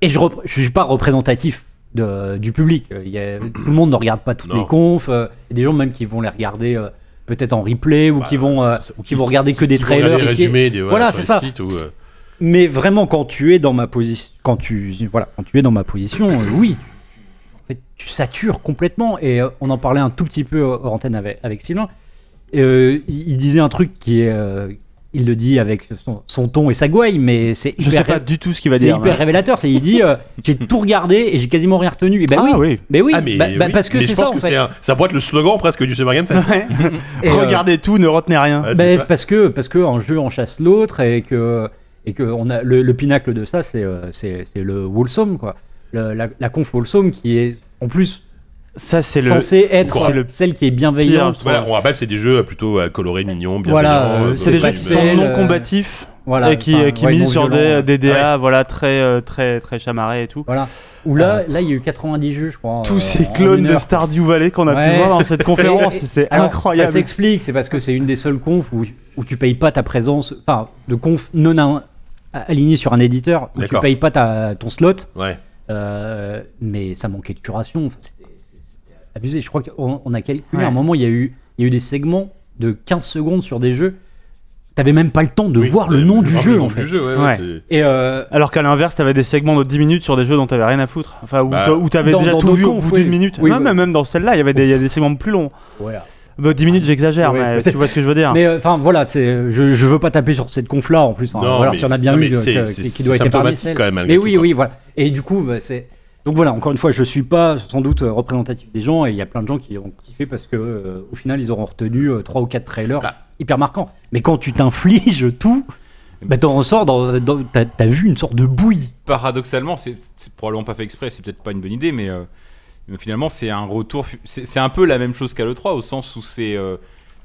Speaker 5: Et je rep- je suis pas représentatif. de- du public. Il y a- tout le monde ne regarde pas toutes
Speaker 2: Non.
Speaker 5: les confs. euh, il y a des gens même qui vont les regarder euh, peut-être en replay ou qui vont euh,
Speaker 2: Bah, ou
Speaker 5: qui vont regarder que des
Speaker 2: Qui vont regarder
Speaker 5: trailers.
Speaker 2: les
Speaker 5: ici et-
Speaker 2: résumés des-
Speaker 5: Voilà,
Speaker 2: sur
Speaker 5: c'est
Speaker 2: les
Speaker 5: ça.
Speaker 2: sites ou, euh,
Speaker 5: mais vraiment, quand tu es dans ma position, quand tu voilà, quand tu es dans ma position, euh, oui, tu, en fait, tu satures complètement. Et euh, on en parlait un tout petit peu hors antenne avec, avec Sylvain. Et, euh, il, il disait un truc qui est, euh, il le dit avec son, son ton et sa gouaille, mais c'est
Speaker 3: Je sais
Speaker 5: hyper
Speaker 3: pas
Speaker 5: ré-
Speaker 3: du tout ce qu'il va
Speaker 5: c'est
Speaker 3: dire.
Speaker 5: hyper révélateur. C'est il dit, euh, j'ai tout regardé et j'ai quasiment rien retenu. Et ben
Speaker 3: Ah
Speaker 5: oui,
Speaker 3: oui.
Speaker 5: ben oui,
Speaker 2: Ah, mais
Speaker 5: bah- bah
Speaker 2: oui.
Speaker 5: parce que
Speaker 2: Mais
Speaker 5: c'est
Speaker 2: je pense
Speaker 5: ça en
Speaker 2: que
Speaker 5: fait.
Speaker 2: c'est un- ça pourrait être le slogan presque du Summer <laughs> Game Fest.
Speaker 3: Ouais.
Speaker 5: Et, euh,
Speaker 3: Regardez tout, ne retenez rien.
Speaker 2: Ouais, c'est
Speaker 5: Ben,
Speaker 2: ça.
Speaker 5: parce que parce que un jeu en chasse l'autre et que et que on a le, le pinacle de ça c'est euh, c'est c'est le Wolsom quoi Le- la, la conf Wolsom qui est en plus
Speaker 3: Ça, c'est le.
Speaker 5: censée être
Speaker 3: c'est le
Speaker 5: celle qui est
Speaker 3: pire.
Speaker 5: bienveillante
Speaker 2: Voilà, on rappelle, c'est des jeux plutôt euh, colorés, mignons, bien
Speaker 5: Voilà, euh,
Speaker 3: C'est des
Speaker 5: pas
Speaker 3: gens qui sont
Speaker 5: le-
Speaker 3: non combatifs
Speaker 5: voilà
Speaker 3: et qui, euh,
Speaker 5: enfin,
Speaker 3: qui
Speaker 5: ouais, non
Speaker 3: misent sur
Speaker 5: violent.
Speaker 3: des, des DA voilà, très, euh, très, très chamarrés et tout.
Speaker 5: voilà où là là il y a eu 90 jeux je crois
Speaker 3: Tous
Speaker 5: euh,
Speaker 3: ces
Speaker 5: en
Speaker 3: clones
Speaker 5: une
Speaker 3: de
Speaker 5: heure.
Speaker 3: Stardew Valley qu'on a
Speaker 5: Ouais.
Speaker 3: pu voir dans <laughs> cette conférence,
Speaker 5: Et- et-
Speaker 3: c'est
Speaker 5: alors,
Speaker 3: incroyable.
Speaker 5: Ça s'explique, c'est parce que c'est une des seules confs où, où tu payes pas ta présence, enfin, de conf non in- alignée sur un éditeur, où tu
Speaker 2: D'accord.
Speaker 5: payes pas ta, ton slot,
Speaker 2: Ouais.
Speaker 5: euh, mais ça manquait de curation, enfin, c'était c'était abusé. Je crois qu'on on a calculé, à un
Speaker 3: Ouais.
Speaker 5: moment, il y, a eu, il y a eu des segments de 15 secondes sur des jeux, t'avais même pas le temps de
Speaker 2: Oui,
Speaker 5: voir le
Speaker 2: euh,
Speaker 5: nom du
Speaker 2: voir
Speaker 5: jeu,
Speaker 2: nom
Speaker 5: en
Speaker 2: du
Speaker 5: fait.
Speaker 2: jeu, ouais,
Speaker 3: Ouais.
Speaker 2: ouais, c'est-
Speaker 5: Et euh,
Speaker 3: Alors qu'à l'inverse, t'avais des segments de 10 minutes sur des jeux dont t'avais rien à foutre. Enfin, où
Speaker 2: Bah,
Speaker 3: t'a- où t'avais
Speaker 5: dans-
Speaker 3: déjà
Speaker 5: dans
Speaker 3: tout
Speaker 5: d'autres
Speaker 3: vu au
Speaker 5: confs,
Speaker 3: bout
Speaker 5: oui.
Speaker 3: d'une minute.
Speaker 5: Oui,
Speaker 3: Non,
Speaker 5: bah-
Speaker 3: mais même dans celle-là, il y avait des, il y a des segments plus longs.
Speaker 5: voilà.
Speaker 3: Bah, 10 minutes, j'exagère,
Speaker 5: Oui,
Speaker 3: mais
Speaker 5: peut-être.
Speaker 3: tu vois ce que je veux dire.
Speaker 5: Ah. Mais euh, enfin voilà, c'est je, je veux pas taper sur cette conf là en plus. Enfin,
Speaker 2: Non,
Speaker 5: voilà,
Speaker 2: mais-
Speaker 5: si on a bien
Speaker 2: non,
Speaker 5: eu
Speaker 2: mais
Speaker 5: euh,
Speaker 2: c'est-
Speaker 5: que-
Speaker 2: c'est-
Speaker 5: qui, qui
Speaker 2: c'est
Speaker 5: doit être épargné
Speaker 2: symptomatique
Speaker 5: celle.
Speaker 2: quand même, malgré
Speaker 5: Mais
Speaker 2: tout,
Speaker 5: oui,
Speaker 2: quoi.
Speaker 5: oui, voilà. Et du coup, bah, c'est donc voilà. Encore une fois, je suis pas sans doute euh, représentatif des gens et il y a plein de gens qui ont kiffé parce que euh, au final, ils auront retenu euh, trois ou quatre trailers
Speaker 2: Bah.
Speaker 5: hyper marquants. Mais quand tu t'infliges tout, bah t'en ressors dans, dans- t'as t'as vu une sorte de bouillie.
Speaker 4: paradoxalement, c'est c'est probablement pas fait exprès, c'est peut-être pas une bonne idée, mais euh, mais finalement, c'est un retour. fu- C'est c'est un peu la même chose qu'à l'E3, au sens où c'est euh,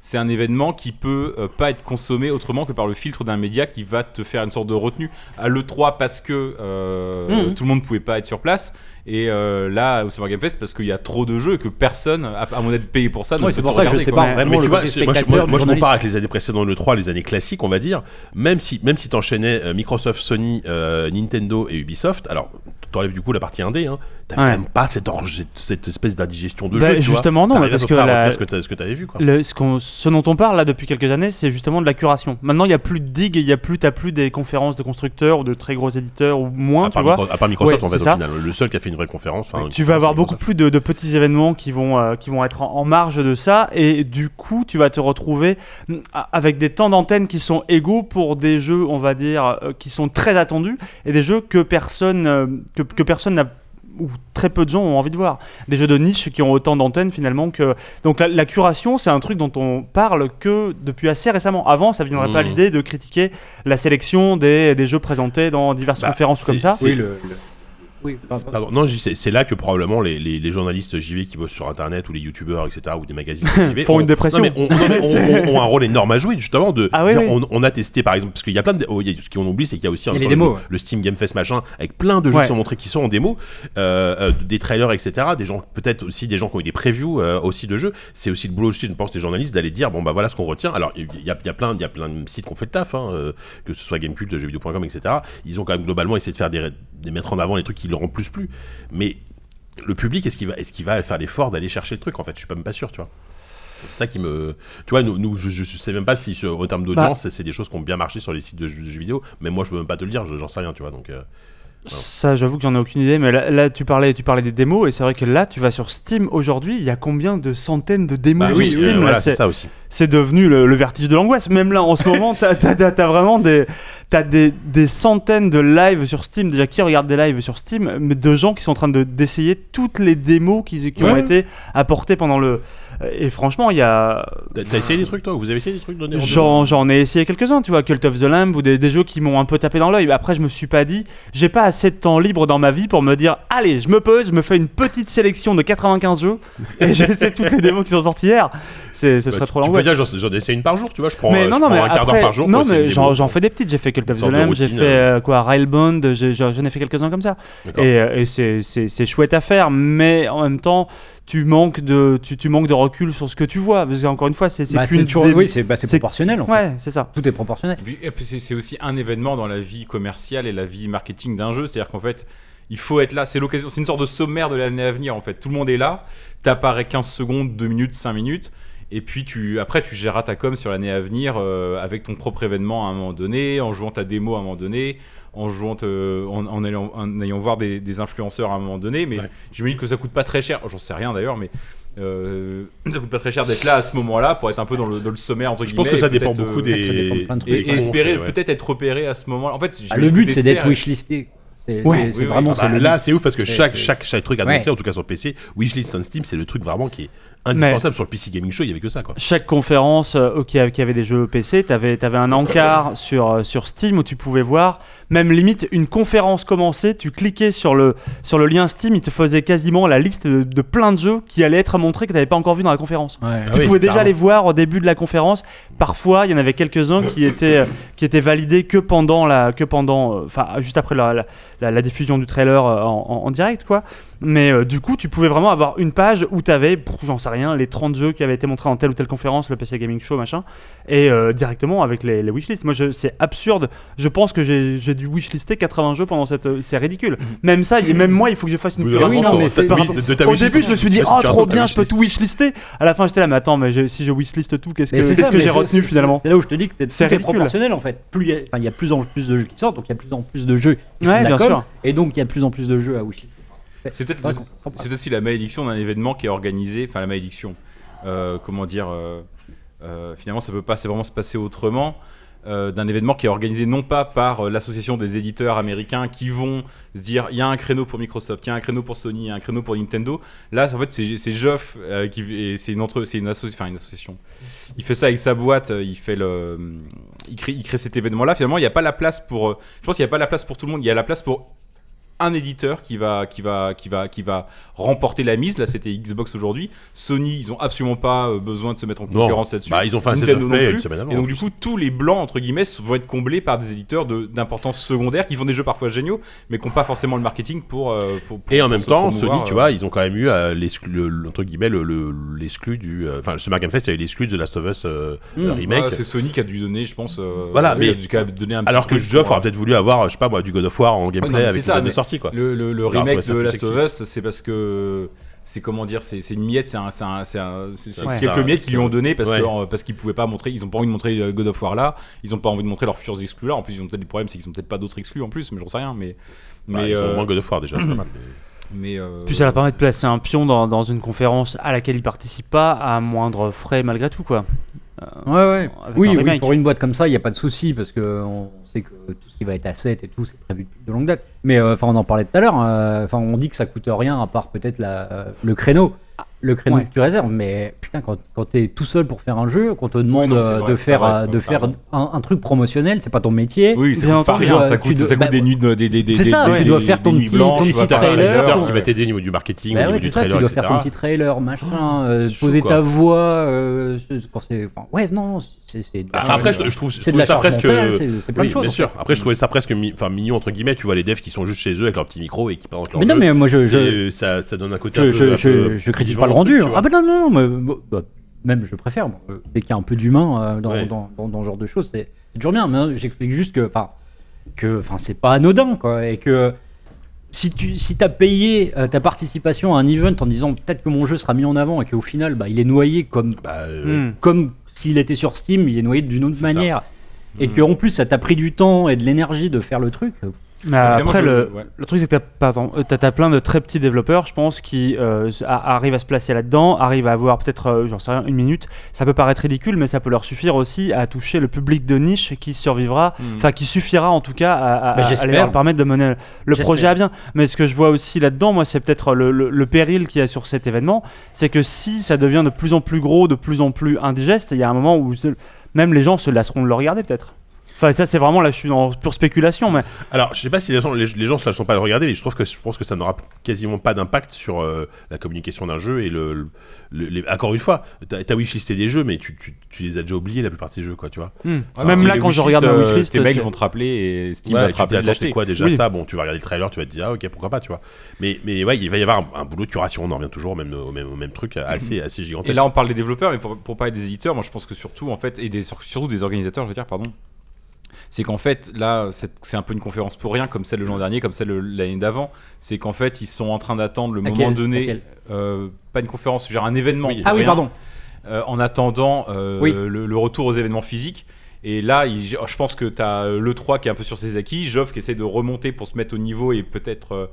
Speaker 4: c'est un événement qui peut euh, pas être consommé autrement que par le filtre d'un média qui va te faire une sorte de retenue. À l'E3, parce que euh,
Speaker 5: Mhm.
Speaker 4: tout le monde pouvait pas être sur place. Et euh, là, au Summer Game Fest, parce qu'il y a trop de jeux et que personne, à, à moins d'être payé Ah pour ça, ne
Speaker 5: Ouais,
Speaker 4: peut
Speaker 5: c'est
Speaker 4: te
Speaker 5: pour ça que je
Speaker 4: regarder,
Speaker 5: sais
Speaker 4: quoi.
Speaker 5: pas vraiment
Speaker 2: mais tu
Speaker 5: le
Speaker 2: vois,
Speaker 5: côté
Speaker 2: c'est- moi, je,
Speaker 5: spectateur
Speaker 2: moi- moi,
Speaker 5: du
Speaker 2: je
Speaker 5: journaliste.
Speaker 2: compare avec les années précédentes, le 3, les années classiques, on va dire, même si, même si t'enchaînais euh, Microsoft, Sony, euh, Nintendo et Ubisoft, alors t'enlèves du coup la partie indé, hein, t'avais
Speaker 3: Ouais.
Speaker 2: quand même pas cette, orge- cette espèce d'indigestion de
Speaker 3: Bah,
Speaker 2: jeu. tu vois.
Speaker 3: justement, non,
Speaker 2: T'arrivais
Speaker 3: parce
Speaker 2: à peu
Speaker 3: que
Speaker 2: près à
Speaker 3: la-
Speaker 2: retenir ce que t'as- ce que t'avais vu, quoi.
Speaker 3: Le- ce, qu'on- ce dont on parle là depuis quelques années, c'est justement de la curation. Maintenant, il n'y a plus de digue, et il n'y a plus, t'as plus des conférences de constructeurs ou de très gros éditeurs ou moins,
Speaker 2: à,
Speaker 3: tu
Speaker 2: part
Speaker 3: vois.
Speaker 2: Micro- à part Microsoft,
Speaker 3: Ouais,
Speaker 2: en fait,
Speaker 3: c'est
Speaker 2: au
Speaker 3: ça.
Speaker 2: final, le seul qui a fait une vraie conférence. enfin,
Speaker 3: tu
Speaker 2: une
Speaker 3: vas avoir
Speaker 2: conférence,
Speaker 3: beaucoup plus de, de petits événements qui vont, euh, qui vont être en, en marge de ça, et du coup, tu vas te retrouver mm, a- avec des temps d'antenne qui sont égaux pour des jeux, on va dire, euh, qui sont très attendus, et des jeux que personne, euh, que, que personne n'a ou très peu de gens ont envie de voir. Des jeux de niche qui ont autant d'antennes finalement que... Donc la, la curation, c'est un truc dont on parle que depuis assez récemment. Avant, ça ne viendrait pas à
Speaker 2: Mhm.
Speaker 3: l'idée de critiquer la sélection des, des jeux présentés dans diverses
Speaker 2: Bah,
Speaker 3: conférences comme
Speaker 2: c'est-
Speaker 3: ça.
Speaker 2: c'est- Oui,
Speaker 5: le, oui, pardon.
Speaker 2: Pardon, non, je- c'est c'est là que probablement les, les, les journalistes JV qui bossent sur Internet ou les youtubeurs, etc., ou
Speaker 3: <laughs>
Speaker 2: des magazines JV,
Speaker 3: Font une
Speaker 2: ont-
Speaker 3: dépression.
Speaker 2: non, mais ont- non, mais ont- ont- ont un rôle énorme à jouer, justement. De,
Speaker 3: Ah oui,
Speaker 2: dire,
Speaker 3: oui.
Speaker 2: On, on a testé, par exemple, parce qu'il y a plein de. oh, il y a- ce qu'on oublie, c'est qu'il y a aussi
Speaker 5: Il y a
Speaker 2: encore
Speaker 5: les
Speaker 2: le-
Speaker 5: démos, ouais.
Speaker 2: le, Steam Game Fest machin, avec plein de jeux
Speaker 3: Ouais.
Speaker 2: qui sont montrés qui sont en démo, euh, euh, des trailers, etc. Des gens, peut-être aussi des gens qui ont eu des previews euh, aussi de jeux. C'est aussi le boulot, aussi, je pense, des journalistes d'aller dire bon, bah voilà ce qu'on retient. Alors, il y a, il y a plein il y a plein de sites qui ont fait le taf, hein, euh, que ce soit Gamecult, jeuxvideo.com, etc. Ils ont quand même globalement essayé de faire des, de mettre en avant les trucs qui leur ont plus plu. Mais le public, est-ce qu'il va, est-ce qu'il va faire l'effort d'aller chercher le truc En fait, je suis pas même pas sûr, tu vois. C'est ça qui me. Tu vois, nous, nous, je, je sais même pas si, sur- en termes
Speaker 3: Bah.
Speaker 2: d'audience, c'est- c'est des choses qui ont bien marché sur les sites de jeux, de jeux vidéo. Mais moi, je peux même pas te le dire, je- j'en sais rien, tu vois. Donc, euh,
Speaker 3: Ça, j'avoue que j'en ai aucune idée, mais là, là, tu, parlais, tu parlais des démos, et c'est vrai que là, tu vas sur Steam aujourd'hui, il y a combien de centaines de démos
Speaker 2: bah
Speaker 3: sur
Speaker 2: oui,
Speaker 3: Steam
Speaker 2: euh,
Speaker 3: là,
Speaker 2: voilà, c'est
Speaker 3: c'est,
Speaker 2: ça aussi.
Speaker 3: c'est devenu le, le vertige de l'angoisse. Même là, en ce moment, t'as, t'as- t'as- t'as vraiment des, t'as des, des centaines de lives sur Steam. Déjà, qui regarde des lives sur Steam Mais de gens qui sont en train de, d'essayer toutes les démos qui, qui ont
Speaker 2: Ouais.
Speaker 3: été apportées pendant le. Et franchement, il y a.
Speaker 2: T'as, t'as essayé des trucs, toi Vous avez essayé des trucs donnés en
Speaker 3: J'en, j'en ai essayé quelques-uns, tu vois, Cult of the Lamb ou des, des jeux qui m'ont un peu tapé dans l'œil. Mais Après, je me suis pas dit, j'ai pas assez de temps libre dans ma vie pour me dire, allez, je me pose, je me fais une <laughs> petite sélection de 95 jeux et j'essaie toutes les démos qui sont sorties hier. C'est, ce
Speaker 2: Bah,
Speaker 3: serait
Speaker 2: tu-
Speaker 3: trop
Speaker 2: tu peux mais déjà, j'en- j'en essaie une par jour, tu vois. Je prends,
Speaker 3: mais
Speaker 2: euh,
Speaker 3: non,
Speaker 2: je
Speaker 3: non,
Speaker 2: prends
Speaker 3: mais
Speaker 2: un quart
Speaker 3: après-
Speaker 2: d'heure par jour.
Speaker 3: Non,
Speaker 2: pour essayer
Speaker 3: mais
Speaker 2: de
Speaker 3: j'en
Speaker 2: débrouiller.
Speaker 3: j'en fais des petites. J'ai fait Cult of the
Speaker 2: Sorte de
Speaker 3: Lamb, j'ai
Speaker 2: routine,
Speaker 3: fait euh, quoi Railbound, j'ai- j'en j'en ai fait quelques-uns comme ça.
Speaker 2: D'accord.
Speaker 3: Et, euh, et c'est- c'est c'est chouette à faire, mais en même temps, tu manques de, tu, tu manques de recul sur ce que tu vois. Parce qu'encore une fois, c'est c'est
Speaker 5: Bah,
Speaker 3: qu'une.
Speaker 5: c'est toujours-
Speaker 3: dé-
Speaker 5: Oui, c'est bah, c'est
Speaker 3: c'est-
Speaker 5: proportionnel. en fait.
Speaker 3: Ouais, c'est ça.
Speaker 5: Tout est proportionnel.
Speaker 4: Et puis- et puis, C'est c'est aussi un événement dans la vie commerciale et la vie marketing d'un jeu. C'est-à-dire qu'en fait, il faut être là. C'est l'occasion. C'est une sorte de sommaire de l'année à venir. En fait, tout le monde est là. T'apparais 15 secondes, 2 minutes, 5 minutes. Et puis tu, après, tu géreras ta com sur l'année à venir euh, avec ton propre événement à un moment donné, en jouant ta démo à un moment donné, en jouant, te- en, en allant, en allant voir des, des influenceurs à un moment donné. Mais
Speaker 2: Ouais.
Speaker 4: j'imagine que ça coûte pas très cher. J'en sais rien d'ailleurs, mais euh, <clears throat> ça coûte pas très cher d'être là à ce moment-là pour être un peu dans le, dans le sommaire entre
Speaker 2: Je
Speaker 4: guillemets.
Speaker 2: pense que ça
Speaker 4: et
Speaker 2: dépend
Speaker 4: peut-être,
Speaker 2: beaucoup
Speaker 4: euh,
Speaker 2: des.
Speaker 5: ça dépend de plein de trucs.
Speaker 4: et,
Speaker 2: des
Speaker 4: et espérer
Speaker 2: cons, ouais.
Speaker 4: peut-être être repéré à ce moment-là. En fait,
Speaker 5: Ah, le
Speaker 4: j'imagine
Speaker 5: but,
Speaker 4: que
Speaker 5: c'est
Speaker 4: t'espères-
Speaker 5: d'être wishlisté.
Speaker 3: Ouais.
Speaker 5: C'est c'est- c'est
Speaker 4: Oui, oui,
Speaker 5: vraiment
Speaker 4: ah
Speaker 5: c'est
Speaker 2: Bah,
Speaker 5: le
Speaker 2: là, c'est ouf parce que
Speaker 5: C'est-
Speaker 2: chaque,
Speaker 5: c'est-
Speaker 2: chaque, chaque truc annoncé,
Speaker 5: Ouais.
Speaker 2: en tout cas sur PC, Wishlist on Steam, c'est le truc vraiment qui est indispensable. Sur le PC Gaming Show, il n'y avait que ça, quoi.
Speaker 3: Chaque conférence euh, au- qui, a- qui avait des jeux PC, t'avais avais un encart sur, euh, sur Steam où tu pouvais voir, même limite une conférence commencée, tu cliquais sur le, sur le lien Steam, il te faisait quasiment la liste de, de plein de jeux qui allaient être montrés que t'avais pas encore vu dans la conférence.
Speaker 5: Ouais.
Speaker 2: Ah
Speaker 3: Tu
Speaker 2: oui,
Speaker 3: pouvais déjà
Speaker 2: clairement.
Speaker 3: les voir au début de la conférence. Parfois, il y en avait quelques-uns qui étaient euh, qui étaient validés que pendant la que pendant euh, enfin juste après la, la- la- la diffusion du trailer euh, en, en- en direct quoi. Mais euh, du coup, tu pouvais vraiment avoir une page où tu avais j'en sais rien les 30 jeux qui avaient été montrés en telle ou telle conférence, le PC Gaming Show machin et euh, directement avec les, les wishlists. Moi, je- c'est absurde. Je pense que j'ai j'ai dû wishlister 80 jeux pendant cette euh, c'est ridicule.
Speaker 2: Mmh.
Speaker 3: Même ça, et même moi, il faut que je fasse une
Speaker 2: Oui,
Speaker 5: non,
Speaker 3: curation.
Speaker 5: mais c'est-
Speaker 2: t'as- oui,
Speaker 5: par-
Speaker 2: de ta
Speaker 3: Au
Speaker 2: wishlist,
Speaker 3: début, je me suis dit,
Speaker 2: tu
Speaker 3: oh,
Speaker 2: fais
Speaker 3: trop
Speaker 2: sur ta
Speaker 3: bien, je peux tout
Speaker 2: wishlist.
Speaker 3: wishlister. À la fin, j'étais là, mais attends, mais je- si je wishliste tout, qu'est-ce que,
Speaker 5: Mais c'est
Speaker 3: qu'est-ce
Speaker 5: ça,
Speaker 3: que
Speaker 5: mais
Speaker 3: j'ai
Speaker 5: c'est-
Speaker 3: retenu
Speaker 5: c'est-
Speaker 3: finalement
Speaker 5: C'est là où je te dis que c'est tout est
Speaker 3: ridicule.
Speaker 5: proportionnel en fait. Plus il y a- enfin, il y a de plus en plus de jeux qui sortent, donc il y a de plus en plus de jeux. qui font
Speaker 3: Ouais,
Speaker 5: de la
Speaker 3: bien
Speaker 5: com,
Speaker 3: sûr.
Speaker 5: Et donc il y a de plus en plus de jeux à wishlister.
Speaker 4: C'est peut-être
Speaker 5: Ouais,
Speaker 4: c'est
Speaker 5: c'est sympa.
Speaker 4: peut-être aussi la malédiction d'un événement qui est organisé. Enfin, la malédiction. Euh, comment dire euh, euh, Finalement, ça peut pas c'est vraiment se passer autrement. euh, d'un événement qui est organisé non pas par euh, l'association des éditeurs américains qui vont se dire il y a un créneau pour Microsoft, il y a un créneau pour Sony, il y a un créneau pour Nintendo. Là, en fait, c'est c'est Geoff euh, qui et c'est une entre- c'est une, asso- enfin, une association. Il fait ça avec sa boîte, euh, il fait le, il crée, il crée cet événement-là. Finalement, il n'y a pas la place pour. euh, Je pense qu'il n'y a pas la place pour tout le monde. Il y a la place pour un éditeur qui va, qui va, qui va, qui va remporter la mise. Là, c'était Xbox aujourd'hui. Sony, ils ont absolument pas euh, besoin de se mettre en
Speaker 2: Non.
Speaker 4: concurrence là-dessus.
Speaker 2: Bah, ils ont fait un set
Speaker 4: Nintendo
Speaker 2: of
Speaker 4: non
Speaker 2: play une
Speaker 4: plus.
Speaker 2: semaine avant.
Speaker 4: Et donc du coup, tous les blancs entre guillemets vont être comblés par des éditeurs de- d'importance secondaire qui font des jeux parfois géniaux, mais qui n'ont pas forcément le marketing pour. euh, pour, pour-
Speaker 2: Et en
Speaker 4: pour
Speaker 2: même
Speaker 4: se
Speaker 2: temps,
Speaker 4: promouvoir,
Speaker 2: Sony,
Speaker 4: euh.
Speaker 2: tu vois, ils ont quand même eu euh, l'exclu, le- le- entre guillemets, le- le- l'exclu du, euh, enfin, ce Summer Game Fest, il y avait l'exclu de The Last of Us euh, le remake.
Speaker 4: Ouais, c'est Sony qui a dû donner, je pense. euh,
Speaker 2: Voilà,
Speaker 4: oui,
Speaker 2: mais-
Speaker 4: il a dû quand même donner un petit
Speaker 2: alors que
Speaker 4: truc
Speaker 2: Geoff
Speaker 4: pour, euh,
Speaker 2: aurait peut-être voulu avoir, je sais pas moi, du God of War en
Speaker 4: non,
Speaker 2: gameplay
Speaker 4: mais
Speaker 2: avec
Speaker 4: c'est
Speaker 2: une
Speaker 4: ça,
Speaker 2: date de
Speaker 4: mais-
Speaker 2: sortie, quoi.
Speaker 4: Le, le- le
Speaker 2: Ah, ouais,
Speaker 4: remake
Speaker 2: ça
Speaker 4: de
Speaker 2: peut
Speaker 4: Last of
Speaker 2: sexy.
Speaker 4: Us, c'est parce que c'est comment dire, c'est c'est une miette, c'est un, c'est un- c'est un- c'est- c'est
Speaker 3: Ouais.
Speaker 4: quelques
Speaker 2: Ça,
Speaker 4: miettes qu'ils lui
Speaker 2: ça-
Speaker 4: ont donné parce
Speaker 2: ouais.
Speaker 4: que euh, parce qu'ils pouvaient pas montrer, ils ont pas envie de montrer euh, God of War là, ils ont pas envie de montrer leurs futurs exclus là. En plus, ils ont peut-être des problèmes, c'est qu'ils ont peut-être pas d'autres exclus en plus, mais j'en sais rien. Mais mais
Speaker 2: Bah, ils ont
Speaker 4: euh,
Speaker 2: au moins God of War déjà, c'est pas mal. mais-
Speaker 4: mais euh,
Speaker 3: Puis ça leur permet de placer un pion dans, dans une conférence à laquelle ils participent pas à moindre frais malgré tout quoi. Euh,
Speaker 5: Ouais, ouais.
Speaker 3: Avec un
Speaker 5: Oui, oui,
Speaker 3: remake.
Speaker 5: pour une boîte comme ça, il n'y a pas de souci parce que on sait que tout ce qui va être asset et tout, c'est prévu depuis de longue date. Mais euh, enfin, on en parlait tout à l'heure. euh, Enfin, on dit que ça coûte rien à part peut-être la- euh, le créneau. Le créneau
Speaker 3: ouais.
Speaker 5: que tu réserves, mais putain, quand, quand t'es tout seul pour faire un jeu, qu'on te demande
Speaker 4: non, c'est
Speaker 5: euh,
Speaker 4: vrai,
Speaker 5: de
Speaker 4: c'est
Speaker 5: faire,
Speaker 4: vrai,
Speaker 5: euh,
Speaker 4: c'est
Speaker 5: de
Speaker 4: vrai,
Speaker 5: faire
Speaker 4: pardon.
Speaker 5: un, un truc promotionnel, c'est pas ton métier.
Speaker 4: oui, ça
Speaker 3: bien
Speaker 4: coûte pas
Speaker 3: entendu,
Speaker 4: rien,
Speaker 5: euh,
Speaker 4: ça
Speaker 5: tu
Speaker 4: coûte,
Speaker 5: dois-
Speaker 4: ça coûte
Speaker 5: bah,
Speaker 4: des nuits, de- des des des
Speaker 5: c'est ça,
Speaker 4: des-
Speaker 5: tu
Speaker 4: des-
Speaker 5: dois
Speaker 4: des-
Speaker 5: faire
Speaker 4: des
Speaker 5: ton
Speaker 4: nuits
Speaker 5: petit-
Speaker 4: blanches,
Speaker 5: ton
Speaker 4: tu
Speaker 5: petit
Speaker 4: vois, t'as un
Speaker 5: trailer,
Speaker 4: trailer,
Speaker 5: ton-
Speaker 2: qui va t'aider au niveau du marketing,
Speaker 5: Bah
Speaker 2: au niveau
Speaker 5: ouais,
Speaker 2: du
Speaker 5: c'est ça, tu
Speaker 2: trailer,
Speaker 5: dois
Speaker 2: etc.
Speaker 5: faire ton petit trailer, machin, euh,
Speaker 2: Oh, C'est chaud,
Speaker 5: poser
Speaker 2: quoi.
Speaker 5: ta voix. euh, c'est- quand c'est- enfin, ouais, non, c'est. c'est de la
Speaker 2: Bah,
Speaker 5: charge-
Speaker 2: après, je, je trouve, je
Speaker 5: c'est de
Speaker 2: trouve
Speaker 5: la
Speaker 2: ça
Speaker 5: charge
Speaker 2: presque. euh,
Speaker 5: mentale, c'est c'est plein
Speaker 2: oui,
Speaker 5: de choses.
Speaker 2: bien
Speaker 5: en
Speaker 2: sûr. Après, je trouvais ça presque mi- enfin, mignon, entre guillemets. Tu vois, les devs qui sont juste chez eux avec leur petit micro et qui présentent leur
Speaker 5: Mais
Speaker 2: jeu.
Speaker 5: non, mais moi je,
Speaker 2: C'est-
Speaker 5: je,
Speaker 2: ça, ça donne un côté. un
Speaker 5: je,
Speaker 2: peu- un
Speaker 5: je, je,
Speaker 2: peu
Speaker 5: je critique
Speaker 2: vivant
Speaker 5: pas le
Speaker 2: au truc,
Speaker 5: rendu.
Speaker 2: tu vois.
Speaker 5: Ah bah non, non, mais bon, bah, même je préfère. moi. Euh, Dès qu'il y a un peu d'humain euh, dans,
Speaker 2: Ouais.
Speaker 5: dans, dans, dans ce genre de choses, c'est c'est toujours bien. Mais euh, j'explique juste que, enfin, que, enfin, c'est pas anodin, quoi, et que. Si tu si as payé euh, ta participation à un event en disant peut-être que mon jeu sera mis en avant et qu'au final bah, il est noyé comme
Speaker 2: Bah, euh,
Speaker 3: Hmm.
Speaker 5: comme s'il était sur Steam, il est noyé d'une autre
Speaker 2: C'est ça. Mm.
Speaker 5: manière. Et que en plus, ça t'a pris du temps et de l'énergie de faire le truc.
Speaker 3: Mais
Speaker 5: Ah,
Speaker 4: Finalement,
Speaker 3: après,
Speaker 4: je-
Speaker 3: le,
Speaker 4: ouais.
Speaker 3: le truc, c'est que t'as- pardon, euh, t'as t'as plein de très petits développeurs, je pense, qui euh, s- a- arrivent à se placer là-dedans, arrivent à avoir peut-être, euh, j'en sais rien, une minute. Ça peut paraître ridicule, mais ça peut leur suffire aussi à toucher le public de niche qui survivra,
Speaker 4: Mhm.
Speaker 3: enfin qui suffira en tout cas à, à-
Speaker 5: Bah,
Speaker 3: à- à
Speaker 5: j'espère.
Speaker 3: leur permettre de mener le
Speaker 5: J'espère.
Speaker 3: projet à bien. Mais ce que je vois aussi là-dedans, moi, c'est peut-être le, le- le péril qu'il y a sur cet événement, c'est que si ça devient de plus en plus gros, de plus en plus indigeste, il y a un moment où se- même les gens se lasseront de le regarder peut-être. Enfin, ça, c'est vraiment là, je suis dans pure spéculation, mais
Speaker 2: Alors, je sais pas si les gens, les, les gens ne sont pas à le regarder, mais je trouve que je pense que ça n'aura quasiment pas d'impact sur euh, la communication d'un jeu et le, le- le- les- encore une fois, t'as t'as wishlisté des jeux, mais tu, tu- tu les as déjà oubliés la plupart de ces jeux, quoi, tu vois.
Speaker 3: hmm.
Speaker 4: Ah,
Speaker 3: même
Speaker 4: si
Speaker 3: là,
Speaker 4: les
Speaker 3: quand je
Speaker 4: wishlists,
Speaker 3: regarde ma
Speaker 4: euh,
Speaker 3: wishlist,
Speaker 4: tes mecs
Speaker 3: c'est-
Speaker 4: vont te rappeler et Steam
Speaker 2: Ouais,
Speaker 4: va te
Speaker 2: Bah, tu te dis,
Speaker 4: rappeler de
Speaker 2: attends, c'est
Speaker 4: l'acheter.
Speaker 2: quoi déjà
Speaker 3: Oui.
Speaker 2: ça Bon, tu vas regarder le trailer, tu vas te dire, ah, ok, pourquoi pas, tu vois. Mais, mais ouais, il va y avoir un, un boulot de curation, on en revient toujours au même, au même, au même truc assez, assez
Speaker 4: Et
Speaker 2: gigantesque.
Speaker 4: là, on parle des développeurs, mais pour, pour parler des éditeurs, moi, je pense que surtout, en fait, et des, sur- surtout des organisateurs, je veux dire, pardon, c'est qu'en fait, là, c'est c'est un peu une conférence pour rien, comme celle de l'an dernier, comme celle de l'année d'avant. C'est qu'en fait, ils sont en train d'attendre le moment
Speaker 5: Laquelle
Speaker 4: donné,
Speaker 5: Laquelle
Speaker 4: euh, pas une conférence, je veux dire un événement.
Speaker 2: Oui.
Speaker 5: Ah oui,
Speaker 4: rien,
Speaker 5: pardon.
Speaker 4: euh, en attendant euh,
Speaker 5: Oui.
Speaker 4: le, le retour aux événements physiques. Et là, il- je pense que tu as l'E3 qui est un peu sur ses acquis, Joff qui essaie de remonter pour se mettre au niveau et peut-être euh,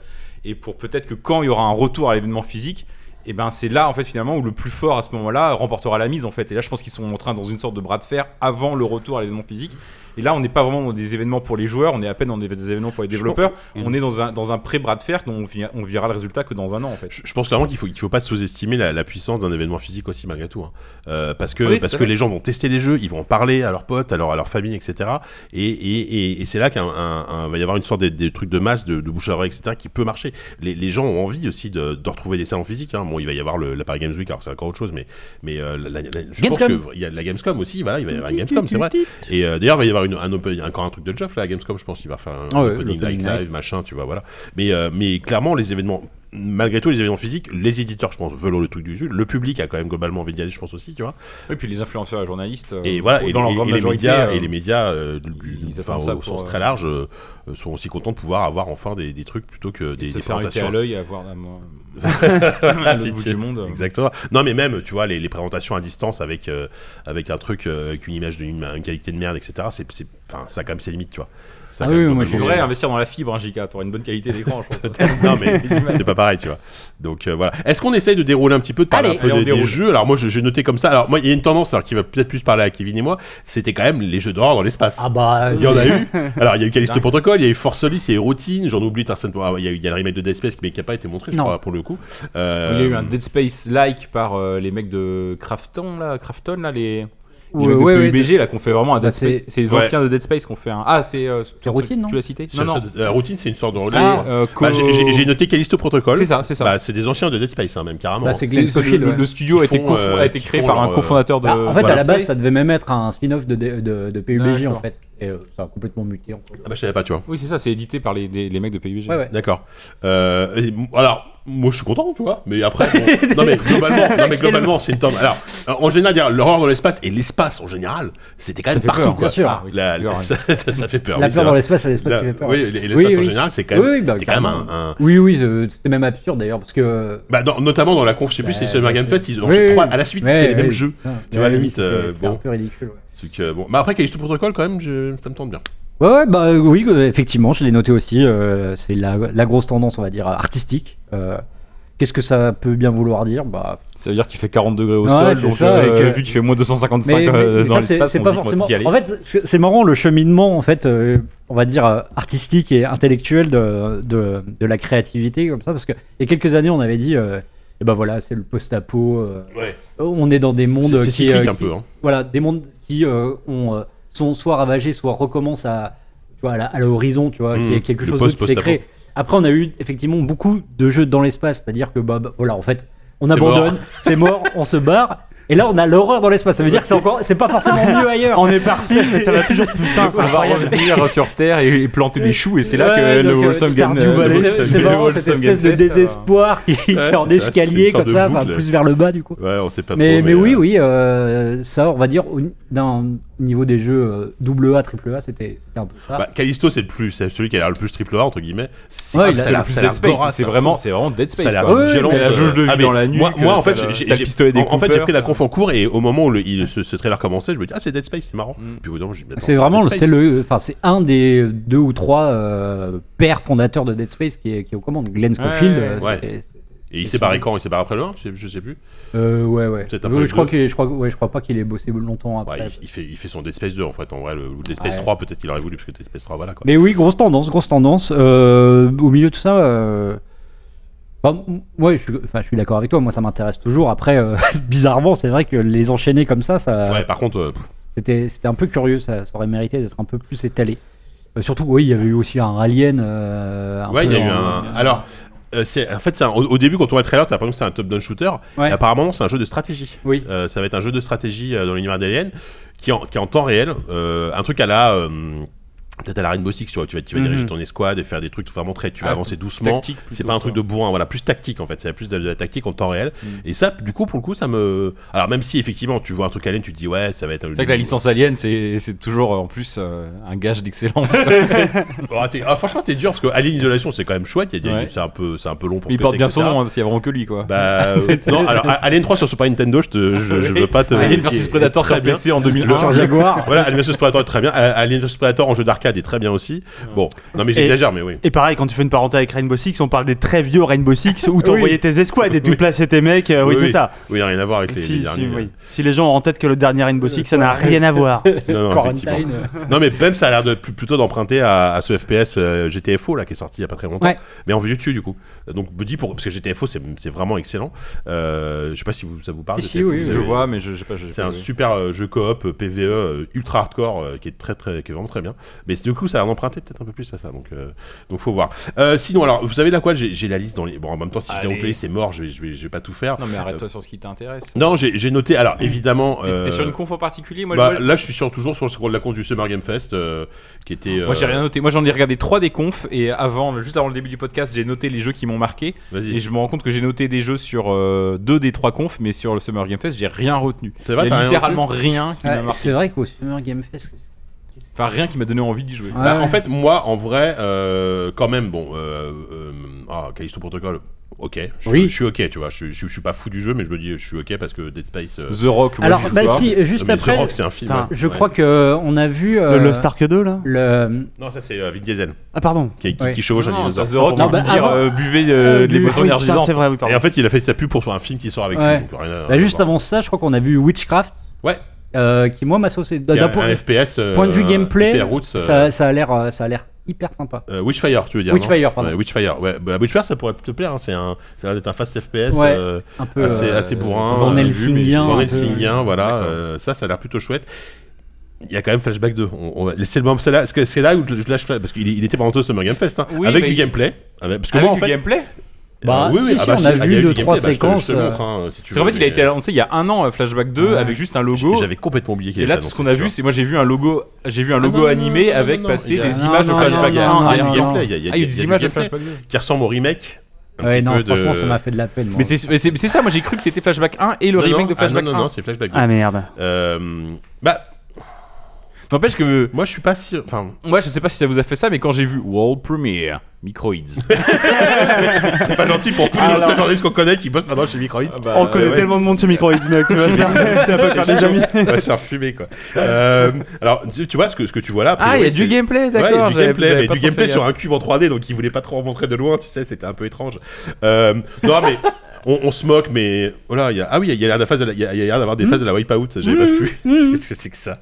Speaker 4: et pour peut-être que quand il y aura un retour à l'événement physique, et ben c'est là en fait finalement où le plus fort à ce moment-là remportera la mise en fait. Et là, je pense qu'ils sont en train dans une sorte de bras de fer avant le retour à l'événement physique. Et là, on n'est pas vraiment dans des événements pour les joueurs, on est à peine dans des des événements pour les
Speaker 2: Je
Speaker 4: développeurs.
Speaker 2: pense- Mm.
Speaker 4: On est dans un, dans un pré-bras de fer dont on, vi- on verra le résultat que dans un an en fait.
Speaker 2: Je, je pense clairement qu'il faut qu'il faut pas sous-estimer la, la puissance d'un événement physique aussi malgré tout, hein. Euh, parce que
Speaker 4: Oui, tout
Speaker 2: parce
Speaker 4: à
Speaker 2: que
Speaker 4: fait.
Speaker 2: les gens vont tester les jeux, ils vont en parler à leurs potes, à leur à leur famille, etc. Et et, et, et c'est là qu'un un- un- va y avoir une sorte des, des trucs de masse, de, de bouche à oreille, etc. qui peut marcher. Les, les gens ont envie aussi de, de retrouver des salons physiques. Hein. Bon, il va y avoir le, la Paris Games Week, alors c'est encore autre chose, mais mais euh, la- la- la- je pense
Speaker 5: Gamescom.
Speaker 2: que il y a de la Gamescom aussi. Voilà, il va y avoir une Gamescom, c'est vrai. Et euh, d'ailleurs, il va y avoir une, un open- encore un truc de Jeff là, à Gamescom, je pense qu'il va faire un
Speaker 5: Ah ouais,
Speaker 2: opening
Speaker 5: l'opening
Speaker 2: night
Speaker 5: night.
Speaker 2: live, machin, tu vois, voilà. Mais, euh, mais clairement, les événements, malgré tout, les événements physiques, les éditeurs, je pense, veulent le truc du Sud. Le public a quand même globalement envie d'y aller, je pense aussi, tu vois.
Speaker 4: Et puis les influenceurs et les journalistes, euh,
Speaker 2: Et voilà, et,
Speaker 4: dans leur
Speaker 2: et-
Speaker 4: grande
Speaker 2: et les
Speaker 4: majorité,
Speaker 2: médias,
Speaker 4: euh,
Speaker 2: et les médias euh, du-
Speaker 4: ils
Speaker 2: enfin,
Speaker 4: attendent ça
Speaker 2: au
Speaker 4: pour,
Speaker 2: sens
Speaker 4: euh,
Speaker 2: très large, euh, euh, sont aussi contents de pouvoir avoir enfin des, des trucs plutôt que
Speaker 4: et
Speaker 2: des,
Speaker 4: de se
Speaker 2: des
Speaker 4: faire arrêter à euh.
Speaker 2: présentations
Speaker 4: l'œil et avoir la
Speaker 2: <laughs>
Speaker 4: main- à <laughs> l'autre
Speaker 2: Si,
Speaker 4: bout
Speaker 2: si.
Speaker 4: du monde.
Speaker 2: Exactement. Non, mais même, tu vois, les, les présentations à distance avec, euh, avec un truc, euh, avec une image, d'une une qualité de merde, etc., c'est, c'est, enfin, ça a quand même ses limites, tu vois. Ça a
Speaker 5: Ah
Speaker 2: quand
Speaker 5: oui,
Speaker 2: même
Speaker 5: moi,
Speaker 4: Tu
Speaker 5: je
Speaker 2: globalement
Speaker 4: devrais
Speaker 2: ses-
Speaker 4: investir dans la fibre, hein, JK. T'auras une bonne qualité d'écran, je pense.
Speaker 2: <laughs> non
Speaker 4: <laughs>
Speaker 2: mais c'est pas pareil tu vois donc euh, voilà est-ce qu'on essaye de dérouler un petit peu de parler
Speaker 5: Allez.
Speaker 2: un peu
Speaker 4: Allez, on
Speaker 2: des, des
Speaker 4: déroule.
Speaker 2: jeux alors moi je- j'ai noté comme ça alors moi il y a une tendance alors qui va peut-être plus parler à Kevin et moi c'était quand même les jeux d'horreur dans l'espace
Speaker 5: Ah bah.
Speaker 2: il y en a eu. Alors, il y a eu Callisto
Speaker 4: dingue.
Speaker 2: Protocol, il y a eu Force Solis, il y a eu Routine, j'en oublie certainement. Ah, Il y, a eu- il y a le remake de Dead Space mais qui n'a pas été montré, je
Speaker 5: Non.
Speaker 2: crois, pour le coup. Euh,
Speaker 4: Il y a eu un Dead Space like par euh, les mecs de Crafton, là, Crafton, là, les, les
Speaker 5: Ouais,
Speaker 4: mecs de
Speaker 5: ouais, ouais,
Speaker 4: PUBG, là, qu'on fait vraiment un Dead
Speaker 5: Bah, c'est-
Speaker 4: Space. C'est les
Speaker 2: Ouais.
Speaker 4: anciens de Dead Space qu'on fait un. Ah, c'est. euh, ton truc,
Speaker 5: Routine, non
Speaker 4: Tu l'as cité
Speaker 2: c'est-
Speaker 4: Non, non.
Speaker 2: c'est- euh, Routine, c'est une sorte de
Speaker 4: C'est,
Speaker 2: relais.
Speaker 4: euh,
Speaker 2: Bah,
Speaker 4: Co-
Speaker 2: j'ai- j'ai j'ai noté Callisto Protocol.
Speaker 4: C'est ça, c'est ça.
Speaker 2: Bah, c'est des anciens de Dead Space, hein, même carrément.
Speaker 5: Bah, c'est-
Speaker 4: C'est- c'est- le,
Speaker 5: Sophie,
Speaker 4: le-
Speaker 5: ouais.
Speaker 4: le studio a
Speaker 2: Qui
Speaker 4: été,
Speaker 2: font,
Speaker 4: confo-
Speaker 2: euh,
Speaker 4: a été
Speaker 2: qui
Speaker 4: créé
Speaker 2: font
Speaker 4: par un
Speaker 2: leur, euh,
Speaker 4: cofondateur de.
Speaker 5: Bah, en fait,
Speaker 4: voilà.
Speaker 5: à la base,
Speaker 4: Space.
Speaker 5: ça devait même être un spin-off de, de, de, de PUBG en
Speaker 4: D'accord.
Speaker 5: fait. Et euh, ça a complètement muté. En fait.
Speaker 2: Ah, bah, je savais pas, tu vois.
Speaker 4: Oui, c'est ça, c'est édité par les, des- les mecs de PUBG.
Speaker 5: Ouais, ouais.
Speaker 2: D'accord. Euh, et m- alors, moi je suis content, tu vois, mais après,
Speaker 5: <laughs>
Speaker 2: on- non mais globalement, non, mais globalement c'est une tendance. Alors, euh, en général, dire l'horreur dans l'espace et l'espace en général, c'était quand même
Speaker 4: fait
Speaker 2: partout,
Speaker 4: peur,
Speaker 2: quoi.
Speaker 5: bien sûr.
Speaker 4: Ah, oui,
Speaker 2: La-
Speaker 4: peur,
Speaker 2: la- <laughs>
Speaker 4: hein.
Speaker 2: ça, ça- ça fait peur.
Speaker 5: la
Speaker 2: oui,
Speaker 5: peur
Speaker 2: c'est
Speaker 5: dans
Speaker 2: vrai.
Speaker 5: l'espace, c'est l'espace
Speaker 2: La-
Speaker 5: qui fait peur.
Speaker 2: Oui, et l'espace
Speaker 5: Oui,
Speaker 2: en
Speaker 5: oui.
Speaker 2: général, c'est quand même,
Speaker 5: Oui, oui, bah,
Speaker 2: c'était quand même un,
Speaker 5: carrément.
Speaker 2: un-
Speaker 5: Oui, oui, c'est- c'était même absurde d'ailleurs, parce que.
Speaker 2: Bah, dans- notamment dans la conf, je sais plus,
Speaker 5: Bah,
Speaker 2: c'est Summer
Speaker 5: bah,
Speaker 2: Game
Speaker 5: c'est-
Speaker 2: Fest, ils ont
Speaker 5: Oui,
Speaker 2: fait
Speaker 5: oui.
Speaker 2: trois- à la suite, c'était les mêmes jeux. Tu vois,
Speaker 5: la
Speaker 2: limite, euh,
Speaker 5: Ah. C'était un
Speaker 2: bon.
Speaker 5: peu ridicule. Ouais.
Speaker 2: C'est que, bon. Bah, après, Callisto Protocol, quand même, je- ça me tente bien.
Speaker 5: Ouais, ouais, bah euh, oui, euh, effectivement, je l'ai noté aussi. euh, c'est la, la grosse tendance, on va dire, artistique. Euh, Qu'est-ce que ça peut bien vouloir dire bah,
Speaker 4: Ça veut dire qu'il fait 40 degrés au
Speaker 5: Ouais,
Speaker 4: sol,
Speaker 5: c'est
Speaker 4: donc
Speaker 5: ça,
Speaker 4: euh,
Speaker 5: et que-
Speaker 4: vu qu'il fait moins 255
Speaker 5: mais-
Speaker 4: euh,
Speaker 5: mais- mais
Speaker 4: dans
Speaker 5: ça, c'est-
Speaker 4: l'espace,
Speaker 5: c'est
Speaker 4: on
Speaker 5: pas
Speaker 4: se dit qu'on va
Speaker 5: forcément.
Speaker 4: y aller.
Speaker 5: En fait, c'est c'est marrant le cheminement, en fait, euh, on va dire euh, artistique et intellectuel de, de, de la créativité comme ça, parce que il y a quelques années, on avait dit, euh, eh ben voilà, c'est le post-apo. euh,
Speaker 2: Ouais.
Speaker 5: on est dans des mondes
Speaker 2: C'est c'est
Speaker 5: qui,
Speaker 2: cyclique
Speaker 5: euh,
Speaker 2: un
Speaker 5: qui-
Speaker 2: peu. hein.
Speaker 5: voilà, des mondes qui euh, ont, euh, sont soit ravagés, soit recommencent à, tu vois, à la- à l'horizon, tu vois,
Speaker 2: Mmh,
Speaker 5: qu'il y a quelque
Speaker 2: le
Speaker 5: chose d'autre qui s'est
Speaker 2: post-post-apo.
Speaker 5: créé. Après, on a eu effectivement beaucoup de jeux dans l'espace, c'est-à-dire que, bah, bah, voilà, en fait, on
Speaker 2: C'est
Speaker 5: abandonne, c'est mort, on se barre, et là, on a l'horreur dans l'espace. Ça veut dire que c'est encore, c'est pas forcément mieux ailleurs.
Speaker 3: on est parti, mais ça va toujours putain,
Speaker 4: <laughs>
Speaker 3: c'est
Speaker 4: on va
Speaker 3: incroyable.
Speaker 4: revenir sur Terre et, et planter des choux et c'est là
Speaker 5: Ouais,
Speaker 4: que le
Speaker 5: donc, euh,
Speaker 4: Wholesome Game
Speaker 5: Stardew Valley,
Speaker 4: le
Speaker 5: c'est-
Speaker 4: Wholesome-
Speaker 5: C'est
Speaker 4: le
Speaker 5: marrant
Speaker 4: Wholesome
Speaker 5: cette espèce
Speaker 4: Game
Speaker 5: de
Speaker 4: Fest, euh,
Speaker 5: désespoir qui qui
Speaker 2: c'est
Speaker 5: est
Speaker 2: ça,
Speaker 5: en
Speaker 2: c'est une
Speaker 5: escalier
Speaker 2: sorte
Speaker 5: comme
Speaker 2: de
Speaker 5: ça, enfin,
Speaker 2: boucle.
Speaker 5: plus vers le bas du coup.
Speaker 2: Ouais, on sait pas
Speaker 5: Mais,
Speaker 2: trop.
Speaker 5: mais oui,
Speaker 2: euh,
Speaker 5: oui, euh, ça, on va dire, au, d'un au niveau des jeux euh, double A, triple A, c'était c'était un peu ça.
Speaker 2: Bah, Callisto, c'est le plus, c'est celui qui a l'air le plus triple A entre guillemets. C'est
Speaker 5: Ouais, il
Speaker 4: c'est
Speaker 5: a
Speaker 2: ça a
Speaker 4: le
Speaker 2: l'air-
Speaker 4: plus
Speaker 2: ça a l'air
Speaker 4: Dead Space,
Speaker 2: Gorath,
Speaker 4: c'est
Speaker 2: hein.
Speaker 4: vraiment, c'est vraiment Dead
Speaker 2: Ça a
Speaker 4: Space.
Speaker 2: l'air
Speaker 4: quoi.
Speaker 5: Ouais,
Speaker 2: violent.
Speaker 5: mais
Speaker 4: la jauge de vie dans la nuque,
Speaker 2: ah, Moi, moi, en
Speaker 4: t'as
Speaker 2: fait,
Speaker 4: la-
Speaker 2: j'ai-
Speaker 4: t'as
Speaker 2: j'ai-
Speaker 4: pistolet des
Speaker 2: en- en fait, j'ai
Speaker 4: Cooper,
Speaker 2: pris la
Speaker 4: t'as-
Speaker 2: conf en cours et au moment où le- il- ce, ce trailer commençait, je me dis ah c'est Dead Space, c'est marrant.
Speaker 4: Mm.
Speaker 2: Puis au bout d'un moment, je me dis, attends,
Speaker 5: C'est vraiment le,
Speaker 2: Dead
Speaker 5: c'est
Speaker 2: Space.
Speaker 5: le, enfin c'est un des deux ou trois euh, pères fondateurs de Dead Space qui est, qui est aux commandes. Glenn Schofield.
Speaker 4: Ouais,
Speaker 5: euh,
Speaker 2: ouais.
Speaker 5: c'était-
Speaker 2: Et il s'est barré quand Il s'est barré après le 1 je, sais- je sais plus.
Speaker 5: Euh, ouais, ouais.
Speaker 2: Peut-être
Speaker 5: Euh,
Speaker 2: après les
Speaker 5: je crois
Speaker 2: deux.
Speaker 5: que, je crois, ouais, je crois pas qu'il ait bossé longtemps
Speaker 2: Ouais,
Speaker 5: après.
Speaker 2: Bah, il, il fait, il fait son Dead Space 2 en fait. En vrai, le, ou Dead Space
Speaker 5: Ouais.
Speaker 2: 3 peut-être qu'il aurait voulu parce que Dead Space 3 voilà quoi.
Speaker 5: Mais oui, grosse tendance, grosse tendance. Euh, au milieu de tout ça, euh, enfin, m- ouais, je suis, enfin, je suis d'accord <laughs> avec toi. Moi, ça m'intéresse toujours. Après, euh, bizarrement, c'est vrai que les enchaîner comme ça, ça,
Speaker 2: Ouais, par contre, euh, pff,
Speaker 5: c'est- C'était c'était un peu curieux, ça, ça aurait mérité d'être un peu plus étalé. Euh, surtout, oui, il y avait eu aussi un Alien. euh, un
Speaker 2: Ouais, il y a
Speaker 5: peu
Speaker 2: eu
Speaker 5: en-
Speaker 2: un. Alors, euh, c'est en fait, c'est un- au, au début, quand on voit le trailer, t'as l'impression que c'est un top-down shooter.
Speaker 5: Ouais.
Speaker 2: Et apparemment, non, c'est un jeu de stratégie.
Speaker 5: Oui.
Speaker 2: Euh, ça va être un jeu de stratégie euh, dans l'univers d'Alien qui, en- qui est en temps réel. euh, un truc à la. euh, Peut-être à la Rainbow Six, tu vois, tu vas, tu vas
Speaker 3: Mhm.
Speaker 2: diriger ton escouade et faire des trucs vraiment très. Tu vas
Speaker 4: Ah,
Speaker 2: avancer doucement.
Speaker 4: Tactique plutôt,
Speaker 2: C'est pas un truc
Speaker 4: quoi.
Speaker 2: de bourrin, voilà, plus tactique en fait, c'est plus de, de la tactique en temps réel.
Speaker 4: Mm.
Speaker 2: Et ça, du coup, pour le coup, ça me. Alors, même si effectivement, tu vois un truc Alien, tu te dis, ouais, ça va être un.
Speaker 4: C'est vrai que la licence Alien, c'est c'est toujours euh, en plus euh, un gage d'excellence.
Speaker 2: Oh, t'es- ah, franchement, t'es dur parce que Alien Isolation, c'est quand même chouette, il y a des-
Speaker 4: Ouais.
Speaker 2: c'est un, peu- c'est un peu long pour
Speaker 4: Mais
Speaker 2: ce
Speaker 4: il
Speaker 2: que
Speaker 4: porte
Speaker 2: c'est,
Speaker 4: bien son
Speaker 2: etc.
Speaker 4: nom, hein, parce qu'il n'y a vraiment que lui, quoi.
Speaker 5: <laughs>
Speaker 2: Bah, euh, non, alors A- Alien 3 sur Super Nintendo, je, te, je, je veux pas te.
Speaker 4: Alien
Speaker 2: qui
Speaker 4: versus
Speaker 2: est
Speaker 4: Predator
Speaker 2: très
Speaker 4: sur
Speaker 2: bien.
Speaker 4: PC en 2001.
Speaker 2: Le-
Speaker 5: Sur Jaguar.
Speaker 2: Voilà, Alien versus Predator est très bien. A- Alien versus Predator en jeu d'arcade est très bien aussi. Bon, non mais j'exagère, mais oui.
Speaker 3: Et pareil, quand tu fais une parenthèse avec Rainbow Six, on parle des très vieux Rainbow Six où t'envoyais tes escouades et tu plaçais tes mecs. euh, oui,
Speaker 2: Oui,
Speaker 3: c'est ça.
Speaker 2: Oui, il n'a rien à voir avec les, les
Speaker 3: Si, si,
Speaker 2: derniers. euh.
Speaker 3: oui. si les gens ont en tête que le dernier Rainbow Six, ça n'a rien à
Speaker 4: <laughs>
Speaker 3: voir.
Speaker 2: Non, non, effectivement.
Speaker 5: Quarantine.
Speaker 2: Non, mais même ça a l'air de plus- plutôt d'emprunter à, à ce FPS euh, GTFO là qui est sorti il y a pas très longtemps,
Speaker 5: Ouais.
Speaker 2: mais en vieux dessus du coup. Donc me dis pour parce que GTFO c'est c'est vraiment excellent. Euh, je sais pas si vous, ça vous parle.
Speaker 5: Si, si,
Speaker 2: GTFO,
Speaker 5: oui,
Speaker 2: vous
Speaker 5: oui.
Speaker 4: Je
Speaker 2: avez-
Speaker 4: vois, mais je sais pas. j'ai
Speaker 2: C'est
Speaker 4: pas
Speaker 2: un
Speaker 4: vu.
Speaker 2: super euh, jeu coop euh, PVE euh, ultra hardcore euh, qui est très très qui est vraiment très bien. Mais du coup ça a l'air d'emprunter peut-être un peu plus à ça donc euh, donc faut voir. Euh, sinon alors vous savez là quoi j'ai j'ai la liste dans les bon en même temps si je
Speaker 4: Allez.
Speaker 2: déroule c'est mort je vais, je vais je vais pas tout faire.
Speaker 4: Non, mais arrête-toi sur ce qui t'intéresse.
Speaker 2: Non j'ai j'ai noté alors évidemment.
Speaker 4: T'es t'es
Speaker 2: euh,
Speaker 4: sur une conf en particulier Moi,
Speaker 2: bah,
Speaker 4: je-
Speaker 2: là je suis sur- toujours sur le score de la course du Summer Game Fest euh, qui était.
Speaker 4: moi, j'ai
Speaker 2: euh,
Speaker 4: rien noté. Moi, j'en ai regardé trois des confs et avant, juste avant le début du podcast, j'ai noté les jeux qui m'ont marqué. Et
Speaker 2: Vas-y.
Speaker 4: je me rends compte que j'ai noté des jeux sur euh, deux des trois confs, mais sur le Summer Game Fest, j'ai rien retenu.
Speaker 2: C'est vrai,
Speaker 4: Il y
Speaker 2: t'as
Speaker 4: a
Speaker 2: rien
Speaker 4: littéralement rien qui m'a
Speaker 5: Ouais,
Speaker 4: marqué.
Speaker 5: C'est vrai qu'au Summer Game Fest.
Speaker 4: Enfin, rien qui m'a donné envie d'y jouer.
Speaker 2: Bah,
Speaker 5: Ouais.
Speaker 2: En fait, moi, en vrai, euh, quand même, bon, euh, euh, ah, Callisto Protocol, ok, je,
Speaker 5: Oui.
Speaker 2: je suis ok, tu vois, je, je- je suis pas fou du jeu, mais je me dis, je suis ok parce que Dead Space. euh,
Speaker 4: The Rock, moi,
Speaker 5: Alors,
Speaker 4: j'y joue
Speaker 5: bah
Speaker 4: pas.
Speaker 5: si,
Speaker 2: non, Ah,
Speaker 5: juste
Speaker 2: mais
Speaker 5: après,
Speaker 2: The Rock, c'est un film.
Speaker 3: Putain,
Speaker 2: ouais.
Speaker 5: je
Speaker 2: Ouais.
Speaker 5: crois que euh, on a vu
Speaker 3: Le
Speaker 5: euh,
Speaker 3: Lost Ark 2, là
Speaker 5: le-
Speaker 2: Non, ça c'est euh, Vin Diesel
Speaker 3: Ah, pardon. Ah,
Speaker 2: qui, qui,
Speaker 5: Ouais.
Speaker 2: qui chevauche
Speaker 4: Non,
Speaker 2: un
Speaker 4: non,
Speaker 2: dinosaure.
Speaker 4: The Rock,
Speaker 5: Non,
Speaker 4: on
Speaker 5: bah,
Speaker 4: peut dire
Speaker 5: avant-
Speaker 4: euh, buvez euh, des
Speaker 3: Oui,
Speaker 4: boissons
Speaker 3: putain,
Speaker 4: énergisantes.
Speaker 3: C'est vrai, oui, pardon.
Speaker 2: Et en fait, il a fait sa pub pour un film qui sort avec
Speaker 5: Ouais.
Speaker 2: lui. donc rien à-
Speaker 5: Bah,
Speaker 2: rien
Speaker 5: juste
Speaker 2: à voir.
Speaker 5: avant ça, je crois qu'on a vu Witchcraft.
Speaker 2: Ouais.
Speaker 5: euh, qui moi m'a saucé. D'un
Speaker 2: Qui est
Speaker 5: point,
Speaker 2: un, un FPS. euh,
Speaker 5: point de vue gameplay,
Speaker 2: hyper roots, euh,
Speaker 5: ça, ça a l'air, euh, ça a l'air hyper sympa.
Speaker 2: euh, Witchfire, tu veux dire non
Speaker 5: Witchfire, pardon.
Speaker 2: Ouais, Witchfire, ouais. Bah, Witchfire, ça pourrait te plaire. hein, C'est un, ça a l'air d'être un fast FPS.
Speaker 5: Ouais.
Speaker 2: euh,
Speaker 5: Un peu.
Speaker 2: assez,
Speaker 5: euh,
Speaker 2: assez bourrin.
Speaker 5: Van
Speaker 2: euh,
Speaker 5: Helsingien,
Speaker 2: Van
Speaker 5: un peu.
Speaker 2: Helsingien, voilà.
Speaker 4: D'accord.
Speaker 2: euh, ça, ça a l'air plutôt chouette. Il y a quand même Flashback 2. On, on va laisser le moment. C'est là, est-ce que c'est là où je lâche Flash- Parce qu'il il était pendant au Summer Game Fest. hein,
Speaker 4: Oui,
Speaker 2: avec
Speaker 4: mais
Speaker 2: du
Speaker 4: il-
Speaker 2: gameplay. Avec- parce que
Speaker 4: Avec
Speaker 2: moi, en
Speaker 4: du
Speaker 2: fait.
Speaker 4: gameplay
Speaker 2: Euh,
Speaker 5: Bah, si, si, on a
Speaker 2: Ah il y
Speaker 5: vu
Speaker 2: eu
Speaker 5: deux,
Speaker 2: du gameplay,
Speaker 5: trois
Speaker 2: bah, je te-
Speaker 5: séquences,
Speaker 2: je te le
Speaker 5: euh.
Speaker 2: montre, hein, si tu
Speaker 4: Parce qu'en
Speaker 2: veux,
Speaker 4: fait, il a
Speaker 2: mais-
Speaker 4: été annoncé il y a un an, euh, Flashback 2, avec juste un logo.
Speaker 2: J'avais complètement oublié qu'il
Speaker 4: Et là,
Speaker 2: était
Speaker 4: tout ce
Speaker 2: annoncé,
Speaker 4: qu'on a
Speaker 2: tu
Speaker 4: vu,
Speaker 2: vois.
Speaker 4: c'est moi j'ai vu un logo, j'ai vu un
Speaker 2: Ah, non,
Speaker 4: logo
Speaker 2: non, non,
Speaker 4: animé
Speaker 2: non, non,
Speaker 4: avec
Speaker 2: non,
Speaker 4: passer
Speaker 2: il y a-
Speaker 4: des
Speaker 5: non,
Speaker 4: images de
Speaker 5: non, non,
Speaker 4: Flashback 1.
Speaker 2: Ah, Il y a-
Speaker 5: non,
Speaker 2: il y a
Speaker 5: non,
Speaker 2: du
Speaker 5: non.
Speaker 2: gameplay. il y a- il y a-
Speaker 4: Ah, il y a
Speaker 2: il y
Speaker 4: des
Speaker 2: a du
Speaker 4: images de
Speaker 2: gameplay
Speaker 4: Flashback 2.
Speaker 2: Qui ressemble au remake. un
Speaker 5: Ouais,
Speaker 2: petit
Speaker 5: non,
Speaker 2: peu de-
Speaker 5: franchement, ça m'a fait de la peine. moi.
Speaker 4: Mais t'es- mais c'est mais c'est ça, moi j'ai cru que c'était Flashback 1 et le
Speaker 2: Non, non,
Speaker 4: remake de
Speaker 2: ah,
Speaker 4: Flashback
Speaker 2: Non,
Speaker 4: 1.
Speaker 2: non, non, c'est Flashback 2.
Speaker 3: Ah, merde.
Speaker 2: Euh, Bah,
Speaker 4: N'empêche que
Speaker 2: moi, je suis pas si. Enfin,
Speaker 4: moi je sais pas si ça vous a fait ça, mais quand j'ai vu World Premiere,
Speaker 3: <laughs>
Speaker 4: Microids.
Speaker 2: c'est pas gentil pour tous les anciens journalistes qu'on connaît qui bossent maintenant chez Euh, Microhit.
Speaker 5: Ah bah,
Speaker 3: On connaît
Speaker 2: ouais.
Speaker 3: tellement de monde sur Microïd, mec.
Speaker 4: <laughs>
Speaker 3: Tu vas te faire- tu vas pas te faire des amis.
Speaker 2: On va se faire fumer quoi. Euh, alors tu, tu vois ce que, ce que tu vois là. a
Speaker 4: Ah,
Speaker 2: priori,
Speaker 4: il y a
Speaker 2: c'est-
Speaker 4: du
Speaker 3: <laughs>
Speaker 4: gameplay,
Speaker 2: Ouais, il y a
Speaker 4: d'accord.
Speaker 2: du
Speaker 4: j'avais-
Speaker 2: gameplay,
Speaker 4: j'avais
Speaker 2: mais
Speaker 4: pas
Speaker 2: du
Speaker 4: trop
Speaker 2: gameplay
Speaker 4: fait
Speaker 2: sur
Speaker 4: gaffe.
Speaker 2: un cube en 3D, donc il voulait pas trop montrer de loin, tu sais, c'était un peu étrange. Euh, non, mais on, on se moque, mais oh là, il y a, ah oui, il y a l'air d'avoir il y a- il y a l'air d'avoir
Speaker 3: Mm.
Speaker 2: des phases à la wipeout, j'avais pas vu. <laughs> Qu'est-ce que c'est que ça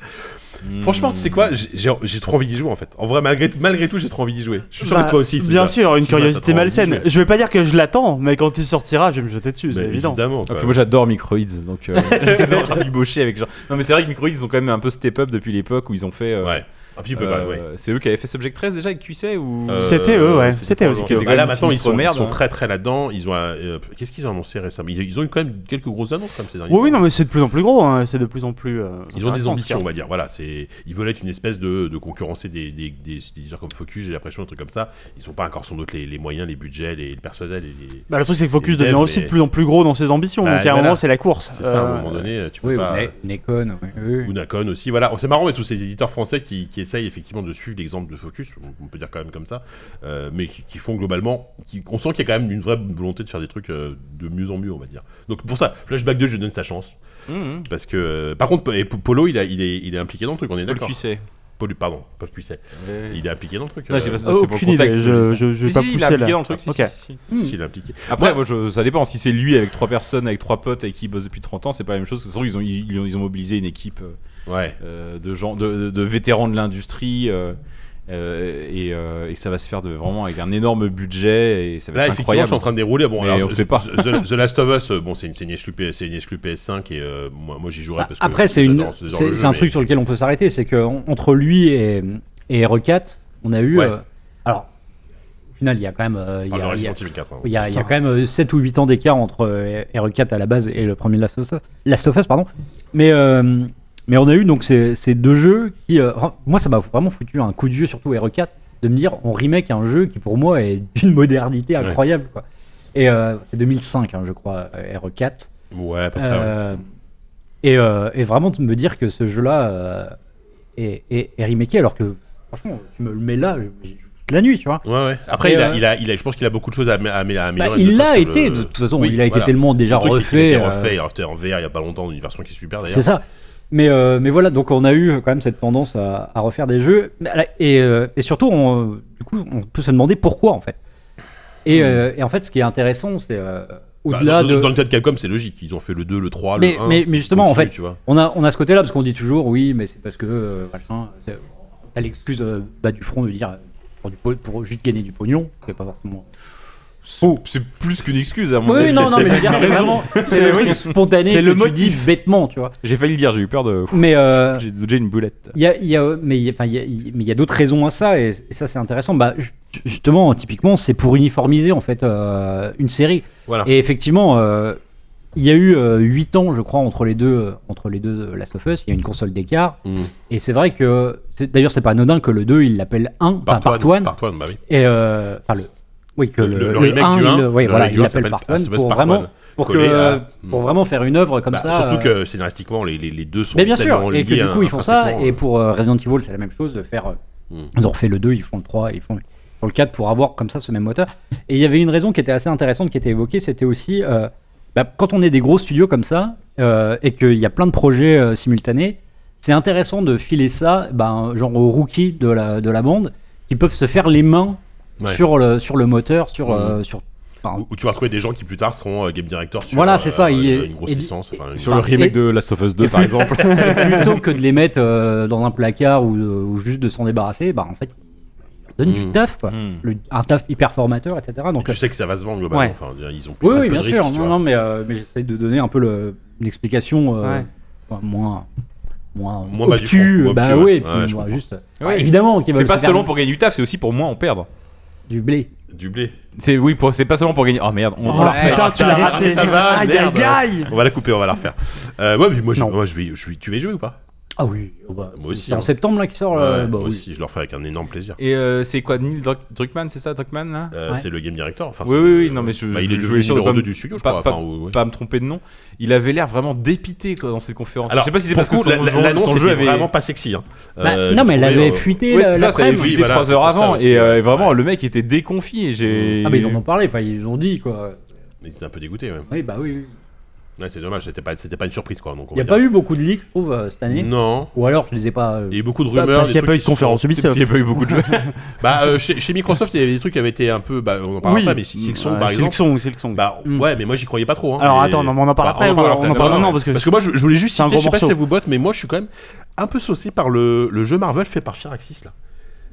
Speaker 3: Hmm.
Speaker 4: Mm.
Speaker 2: Franchement, tu sais quoi, j'ai- j'ai j'ai trop envie d'y jouer en fait. En vrai, malgré, malgré tout, j'ai trop envie d'y jouer. Je suis sûr
Speaker 3: Bah,
Speaker 2: que toi aussi.
Speaker 3: Bien
Speaker 2: Sylvain.
Speaker 3: sûr, une
Speaker 2: Sylvain,
Speaker 3: curiosité
Speaker 2: t'as trop envie d'y
Speaker 3: malsaine.
Speaker 2: jouer.
Speaker 3: Je vais pas dire que je l'attends, mais quand il sortira, je vais me jeter dessus,
Speaker 2: Bah,
Speaker 3: <laughs> c'est évident.
Speaker 2: Évidemment.
Speaker 4: Ah,
Speaker 2: quoi.
Speaker 4: puis moi j'adore Microids, donc
Speaker 2: <laughs>
Speaker 4: euh, j'essaie d'en rabibocher avec genre. Non, mais c'est vrai que Microids ils ont quand même un peu step up depuis l'époque où ils ont fait. euh,
Speaker 2: Ouais. Ah, puis, il peut
Speaker 4: euh,
Speaker 2: pas, ouais.
Speaker 4: C'est eux qui avaient fait Subject 13 déjà avec Cuisset ou.
Speaker 2: Euh,
Speaker 3: C'était eux, ouais. C'était eux,
Speaker 2: pas
Speaker 4: c'était
Speaker 2: loin.
Speaker 4: eux.
Speaker 2: Bah là
Speaker 4: C'était
Speaker 2: maintenant ils sont,
Speaker 4: une
Speaker 2: ils
Speaker 4: merde,
Speaker 2: sont
Speaker 4: hein.
Speaker 2: très très là-dedans. Ils ont un- euh, qu'est-ce qu'ils ont annoncé récemment ils, ils ont eu quand même quelques grosses annonces comme ces derniers.
Speaker 3: Oui, oui,
Speaker 2: temps.
Speaker 3: non, mais c'est de plus en plus gros, hein, c'est de plus en plus. euh,
Speaker 2: Ils ont des
Speaker 3: intéressant,
Speaker 2: ambitions, on va dire. Voilà, c'est ils veulent être une espèce de, de concurrencer des, des, des utilisateurs comme Focus. J'ai l'impression un truc comme ça. Ils ont pas encore sans doute les, les moyens, les budgets, les, le personnel. Et les...
Speaker 3: Bah, le truc, c'est que
Speaker 2: Les
Speaker 3: Focus
Speaker 2: devs,
Speaker 3: devient aussi
Speaker 2: mais-
Speaker 3: de plus en plus gros dans ses ambitions.
Speaker 2: Bah,
Speaker 3: donc, à un
Speaker 2: voilà.
Speaker 3: moment, c'est la course.
Speaker 2: C'est ça. À un
Speaker 3: Euh,
Speaker 2: moment donné, tu peux
Speaker 5: Oui,
Speaker 2: pas. euh,
Speaker 5: oui, Nekon. oui, oui.
Speaker 2: Ou Nakon aussi, voilà. C'est marrant, mais tous ces éditeurs français qui, qui essayent effectivement de suivre l'exemple de Focus, on- on peut dire quand même comme ça, euh, mais qui, qui font globalement. Qui, on sent qu'il y a quand même une vraie volonté de faire des trucs euh, de mieux en mieux, on va dire. Donc pour ça, Flashback 2, je lui donne sa chance.
Speaker 4: Mmh, mmh.
Speaker 2: Parce que. euh, par contre, et P- Polo, il, a- il est, il est impliqué dans le truc, on est
Speaker 4: Paul
Speaker 2: d'accord.
Speaker 4: Cuisset.
Speaker 2: Polo, pardon, Paul Cuisset. Il est impliqué dans le truc.
Speaker 4: Non,
Speaker 2: euh,
Speaker 4: je sais pas ça,
Speaker 3: aucune
Speaker 4: c'est pour le
Speaker 3: idée,
Speaker 4: contexte.
Speaker 3: je-
Speaker 4: dis ça.
Speaker 3: je- je vais
Speaker 4: Si,
Speaker 3: pas
Speaker 4: si, il
Speaker 3: pousser
Speaker 4: a appliqué
Speaker 3: là.
Speaker 4: dans le truc. si,
Speaker 3: Ok.
Speaker 4: si, si,
Speaker 5: Hmm.
Speaker 4: si.
Speaker 2: si, il est impliqué.
Speaker 4: Après,
Speaker 2: Ouais.
Speaker 4: moi, je- ça dépend. Si c'est lui avec trois personnes, avec trois potes avec qui il bosse depuis 30 ans, c'est pas la même chose. Parce que Ils ont, ils, ils ont, ils ont mobilisé une équipe
Speaker 2: Ouais.
Speaker 4: euh, de, gens, de, de- de vétérans de l'industrie. euh, Euh, et, euh, et ça va se faire de, vraiment avec un énorme budget et ça va
Speaker 2: Là,
Speaker 4: être
Speaker 2: effectivement, je
Speaker 4: incroyable.
Speaker 2: suis en train de dérouler. Bon,
Speaker 4: Mais on
Speaker 2: alors,
Speaker 4: sait pas.
Speaker 2: The, The Last of Us, euh, bon, c'est une, c'est une exclu PS, c'est une exclu PS5 et euh, moi, moi j'y jouerai
Speaker 5: Bah,
Speaker 2: parce que
Speaker 5: Après, c'est une,
Speaker 2: j'adore- j'adore le
Speaker 5: c'est
Speaker 2: jeu,
Speaker 5: c'est un
Speaker 2: mais-
Speaker 5: truc sur lequel on peut s'arrêter, c'est que en- entre lui et, et R4, on a eu.
Speaker 2: Ouais.
Speaker 5: euh, alors, au final, il y a quand même, euh, il y
Speaker 2: Ah,
Speaker 5: a-
Speaker 2: le
Speaker 5: il y a-
Speaker 2: Resident Evil 4. hein.
Speaker 5: il y a, il y a quand même euh, 7 ou 8 ans d'écart entre euh, R4 à la base et le premier Last of Us. Last of Us, pardon. Mais, euh, mais on a eu donc ces, ces deux jeux qui. euh, ra- moi, ça m'a vraiment foutu un coup de vieux, surtout R4, de me dire on remake un jeu qui pour moi est d'une modernité incroyable. Quoi. Et euh, c'est 2005, hein, je crois, euh, R4.
Speaker 2: Ouais, à peu près, ouais.
Speaker 5: Euh, et, euh, et vraiment de me dire que ce jeu-là euh, est, est, est remaké alors que franchement, tu me le mets là, je- j'y joue toute la nuit, tu vois.
Speaker 2: Ouais, ouais. Après,
Speaker 5: et
Speaker 2: il, a,
Speaker 5: euh,
Speaker 2: il, a, il a, je pense qu'il a beaucoup de choses à, amé- à amé- à
Speaker 5: Bah,
Speaker 2: améliorer. de
Speaker 5: il
Speaker 2: toute
Speaker 5: l'a
Speaker 2: façon,
Speaker 5: été,
Speaker 2: le-
Speaker 5: de toute façon,
Speaker 2: Oui,
Speaker 5: il a été
Speaker 2: voilà.
Speaker 5: tellement déjà
Speaker 2: Le truc, c'est qu'il a
Speaker 5: refait.
Speaker 2: été
Speaker 5: euh,
Speaker 2: refait, refait en VR il y a pas longtemps, une version qui est super d'ailleurs.
Speaker 5: C'est ça. Mais, euh, mais voilà, donc on a eu quand même cette tendance à, à refaire des jeux. Mais à la- Et, euh, et surtout, on, euh, du coup, on peut se demander pourquoi en fait. Et, euh, et en fait, ce qui est intéressant, c'est euh,
Speaker 2: Hmm. Bah,
Speaker 5: au-delà
Speaker 2: dans,
Speaker 5: de.
Speaker 2: dans le cas de Capcom, c'est logique. Ils ont fait le 2, le 3,
Speaker 5: Mais-
Speaker 2: le 1.
Speaker 5: mais- mais justement,
Speaker 2: continue,
Speaker 5: en fait,
Speaker 2: tu vois.
Speaker 5: On a, on a ce côté-là parce qu'on dit toujours oui, mais c'est parce que euh, machin. c'est- T'as l'excuse euh, bas du front de dire euh, pour, du, po- pour juste gagner du pognon, c'est pas forcément.
Speaker 4: C'est c'est plus qu'une excuse à mon
Speaker 5: Oui, <laughs>
Speaker 4: avis.
Speaker 5: non, non,
Speaker 4: C'est-
Speaker 5: mais je veux dire, c'est vraiment <laughs> c'est le truc spontané
Speaker 3: C'est
Speaker 5: que
Speaker 3: le
Speaker 5: tu
Speaker 3: motif.
Speaker 5: dis bêtement, tu vois.
Speaker 4: J'ai failli le dire, j'ai eu peur de.
Speaker 5: Mais euh,
Speaker 4: J'ai dodgé une boulette.
Speaker 5: il y a, il y a- mais il y a- enfin, il y a- il- mais il y a d'autres raisons à ça et, et ça c'est intéressant. Bah, ju- justement, typiquement, c'est pour uniformiser en fait euh, une série.
Speaker 2: Voilà.
Speaker 5: Et effectivement, euh, il y a eu 8 ans, je crois, entre les deux, euh, entre les deux Last of Us. Il y a une console d'écart.
Speaker 2: Mm.
Speaker 5: Et c'est vrai que, c'est- d'ailleurs, c'est pas anodin que le 2, il l'appelle 1, enfin, Part 1.
Speaker 2: Part One, bah oui.
Speaker 5: Et euh, enfin, le, oui, que le,
Speaker 2: Le- le
Speaker 5: le
Speaker 2: remake
Speaker 5: 1,
Speaker 2: du un,
Speaker 5: le- ouais,
Speaker 2: le
Speaker 5: voilà,
Speaker 2: remake
Speaker 5: il
Speaker 2: du un
Speaker 5: l'appelle
Speaker 2: s'appelle
Speaker 5: Part
Speaker 2: Part
Speaker 5: 1
Speaker 2: One,
Speaker 5: pour
Speaker 2: Part
Speaker 5: vraiment,
Speaker 2: One,
Speaker 5: pour,
Speaker 2: collé
Speaker 5: que,
Speaker 2: à-
Speaker 5: pour vraiment faire une œuvre comme
Speaker 2: Bah,
Speaker 5: ça.
Speaker 2: surtout
Speaker 5: euh,
Speaker 2: que scénaristiquement, les, les, les deux sont.
Speaker 5: mais bien
Speaker 2: tellement
Speaker 5: sûr, et que
Speaker 2: liés
Speaker 5: du coup ils font ça,
Speaker 2: intrinsèquement,
Speaker 5: et
Speaker 2: euh.
Speaker 5: pour euh, Resident Evil c'est la même chose, de faire, euh,
Speaker 2: Mm.
Speaker 5: ils ont refait le 2, ils font le 3, ils font, ils font le 4 pour avoir comme ça ce même moteur. Et il y avait une raison qui était assez intéressante qui était évoquée, c'était aussi, euh, bah, quand on est des gros studios comme ça, euh, et qu'il y a plein de projets euh, simultanés, c'est intéressant de filer ça, ben, genre aux rookies de la, de la bande, qui peuvent se faire les mains
Speaker 2: Ouais. Mm.
Speaker 5: sur, le, sur le moteur, sur... euh, sur enfin,
Speaker 2: Où, où tu vas retrouver des gens qui plus tard seront euh, game director sur
Speaker 5: Voilà, c'est ça,
Speaker 2: euh,
Speaker 5: il est-
Speaker 2: une grosse
Speaker 5: et-
Speaker 2: licence. enfin, une-
Speaker 4: Sur le
Speaker 5: Bah,
Speaker 4: remake
Speaker 5: et-
Speaker 4: de Last of Us 2, <laughs> par exemple.
Speaker 5: plutôt que de les mettre euh, dans un placard ou, euh, ou juste de s'en débarrasser, bah en fait, ils leur donnent du
Speaker 2: Mm.
Speaker 5: taf, quoi.
Speaker 4: Mm.
Speaker 5: Le- un taf hyper formateur, etc. Donc,
Speaker 2: Tu
Speaker 5: euh,
Speaker 2: sais que ça va se vendre globalement.
Speaker 3: Ouais.
Speaker 2: Enfin, ils ont plus
Speaker 5: oui, oui,
Speaker 2: peu
Speaker 5: bien
Speaker 2: de
Speaker 5: sûr.
Speaker 2: risques, tu
Speaker 5: non,
Speaker 2: vois.
Speaker 5: non, mais, euh, mais j'essaie de donner un peu le- une explication euh,
Speaker 3: Ouais.
Speaker 5: enfin, moins, moins,
Speaker 2: Moins bas du
Speaker 5: obtue,
Speaker 2: front, moins
Speaker 5: bah
Speaker 2: obtue, ouais.
Speaker 5: oui, et puis,
Speaker 2: Ouais, je
Speaker 5: moi,
Speaker 2: comprends.
Speaker 5: juste.
Speaker 4: Oui.
Speaker 5: bah, évidemment, qu'ils
Speaker 4: C'est
Speaker 5: veulent
Speaker 4: pas
Speaker 5: se faire
Speaker 4: seulement pour gagner du taf, c'est aussi pour moi en perdre.
Speaker 5: du blé.
Speaker 2: Du blé.
Speaker 4: C'est oui, pour- c'est pas seulement pour gagner. Oh merde, on, on
Speaker 3: Oh,
Speaker 4: la refait.
Speaker 3: putain, tu
Speaker 2: Ah,
Speaker 3: l'as
Speaker 2: t'as
Speaker 3: raté.
Speaker 2: raté ta vanne,
Speaker 3: Aïe
Speaker 2: merde.
Speaker 3: aïe aïe.
Speaker 2: On va la couper, on va la refaire. Euh, ouais, mais moi, je,
Speaker 5: Non.
Speaker 2: moi, je vais, je vais- tu vas y jouer ou pas
Speaker 5: Ah oui, oh, bah,
Speaker 2: Moi
Speaker 5: c'est-
Speaker 2: aussi,
Speaker 5: C'est en
Speaker 2: hein.
Speaker 5: septembre là qui sort.
Speaker 2: Ouais,
Speaker 5: là, bah,
Speaker 2: Moi
Speaker 5: oui.
Speaker 2: aussi, je leur fais avec un énorme plaisir.
Speaker 4: Et euh, c'est quoi Neil Druck- Druckmann, c'est ça Druckmann là
Speaker 2: Euh,
Speaker 5: Ouais.
Speaker 2: C'est le game director. Enfin,
Speaker 4: Oui,
Speaker 2: c'est
Speaker 4: oui,
Speaker 2: le-
Speaker 4: oui, non, mais je-
Speaker 2: Bah, il est
Speaker 4: je
Speaker 2: le
Speaker 4: voulais sûr de
Speaker 2: numéro
Speaker 4: pas me-
Speaker 2: 2 du studio, je
Speaker 4: pas-
Speaker 2: crois.
Speaker 4: pas-
Speaker 2: Enfin, ouais, ouais.
Speaker 4: Pas à me tromper de nom. Il avait l'air vraiment dépité quoi, dans cette conférence.
Speaker 2: Alors,
Speaker 4: je sais pas si c'est
Speaker 2: pour
Speaker 4: parce que
Speaker 2: le coup,
Speaker 4: son,
Speaker 2: la- la-
Speaker 4: son-
Speaker 2: l'annonce
Speaker 4: son jeu
Speaker 2: était
Speaker 4: avait
Speaker 2: vraiment pas sexy. hein.
Speaker 5: Bah,
Speaker 2: Euh,
Speaker 5: non,
Speaker 2: j'ai
Speaker 5: mais elle
Speaker 2: trouvé,
Speaker 5: avait
Speaker 2: euh,
Speaker 5: fuité
Speaker 4: Ouais,
Speaker 5: la-
Speaker 4: c'est ça, ça avait
Speaker 5: l'après-midi.
Speaker 2: Oui,
Speaker 4: fuité
Speaker 2: voilà,
Speaker 4: 3
Speaker 2: c'est
Speaker 4: heures
Speaker 2: pour ça
Speaker 4: avant
Speaker 2: aussi,
Speaker 4: et euh,
Speaker 2: ouais.
Speaker 4: vraiment le mec était déconfit et j'ai.
Speaker 5: Ah, mais ils en ont parlé, enfin, ils ont dit quoi.
Speaker 2: Ils étaient un peu dégoûtés, ouais.
Speaker 5: Oui, bah oui. oui.
Speaker 2: Ouais, c'est dommage, c'était pas, c'était pas une surprise, quoi. Donc, on
Speaker 5: Il n'y a
Speaker 2: va
Speaker 5: pas
Speaker 2: dire.
Speaker 5: eu beaucoup de leaks, je trouve, euh, cette année.
Speaker 2: Non.
Speaker 5: Ou alors, je les ai pas. euh,
Speaker 2: Il y a eu beaucoup de
Speaker 3: Bah,
Speaker 2: rumeurs.
Speaker 3: Parce
Speaker 2: des
Speaker 3: qu'il n'y a
Speaker 2: trucs
Speaker 3: pas eu
Speaker 2: qui
Speaker 3: de
Speaker 2: se sont-
Speaker 3: conférence Ubisoft.
Speaker 4: Il n'y a pas eu beaucoup de jeux.
Speaker 2: Bah, euh, chez, chez Microsoft, il y avait des trucs qui avaient été un peu. Bah, on en parlera
Speaker 3: Oui.
Speaker 2: pas, mais Silksong,
Speaker 3: Ouais,
Speaker 2: par exemple.
Speaker 3: Silksong, Silksong.
Speaker 2: Bah,
Speaker 5: Mm.
Speaker 2: ouais, mais moi, j'y croyais pas trop. hein.
Speaker 3: Alors
Speaker 2: Et-
Speaker 3: attends, non, mais on en parle
Speaker 2: Bah,
Speaker 3: après.
Speaker 2: on en
Speaker 3: ou alors
Speaker 2: parle
Speaker 3: On
Speaker 2: après,
Speaker 3: en parle
Speaker 2: ouais.
Speaker 3: maintenant parce que.
Speaker 2: que moi, je, je voulais juste
Speaker 3: C'est un
Speaker 2: citer, je
Speaker 3: gros
Speaker 2: sais pas si
Speaker 3: morceau.
Speaker 2: ça vous botte, mais moi, je suis quand même un peu saucé par le, le jeu Marvel fait par Firaxis, là.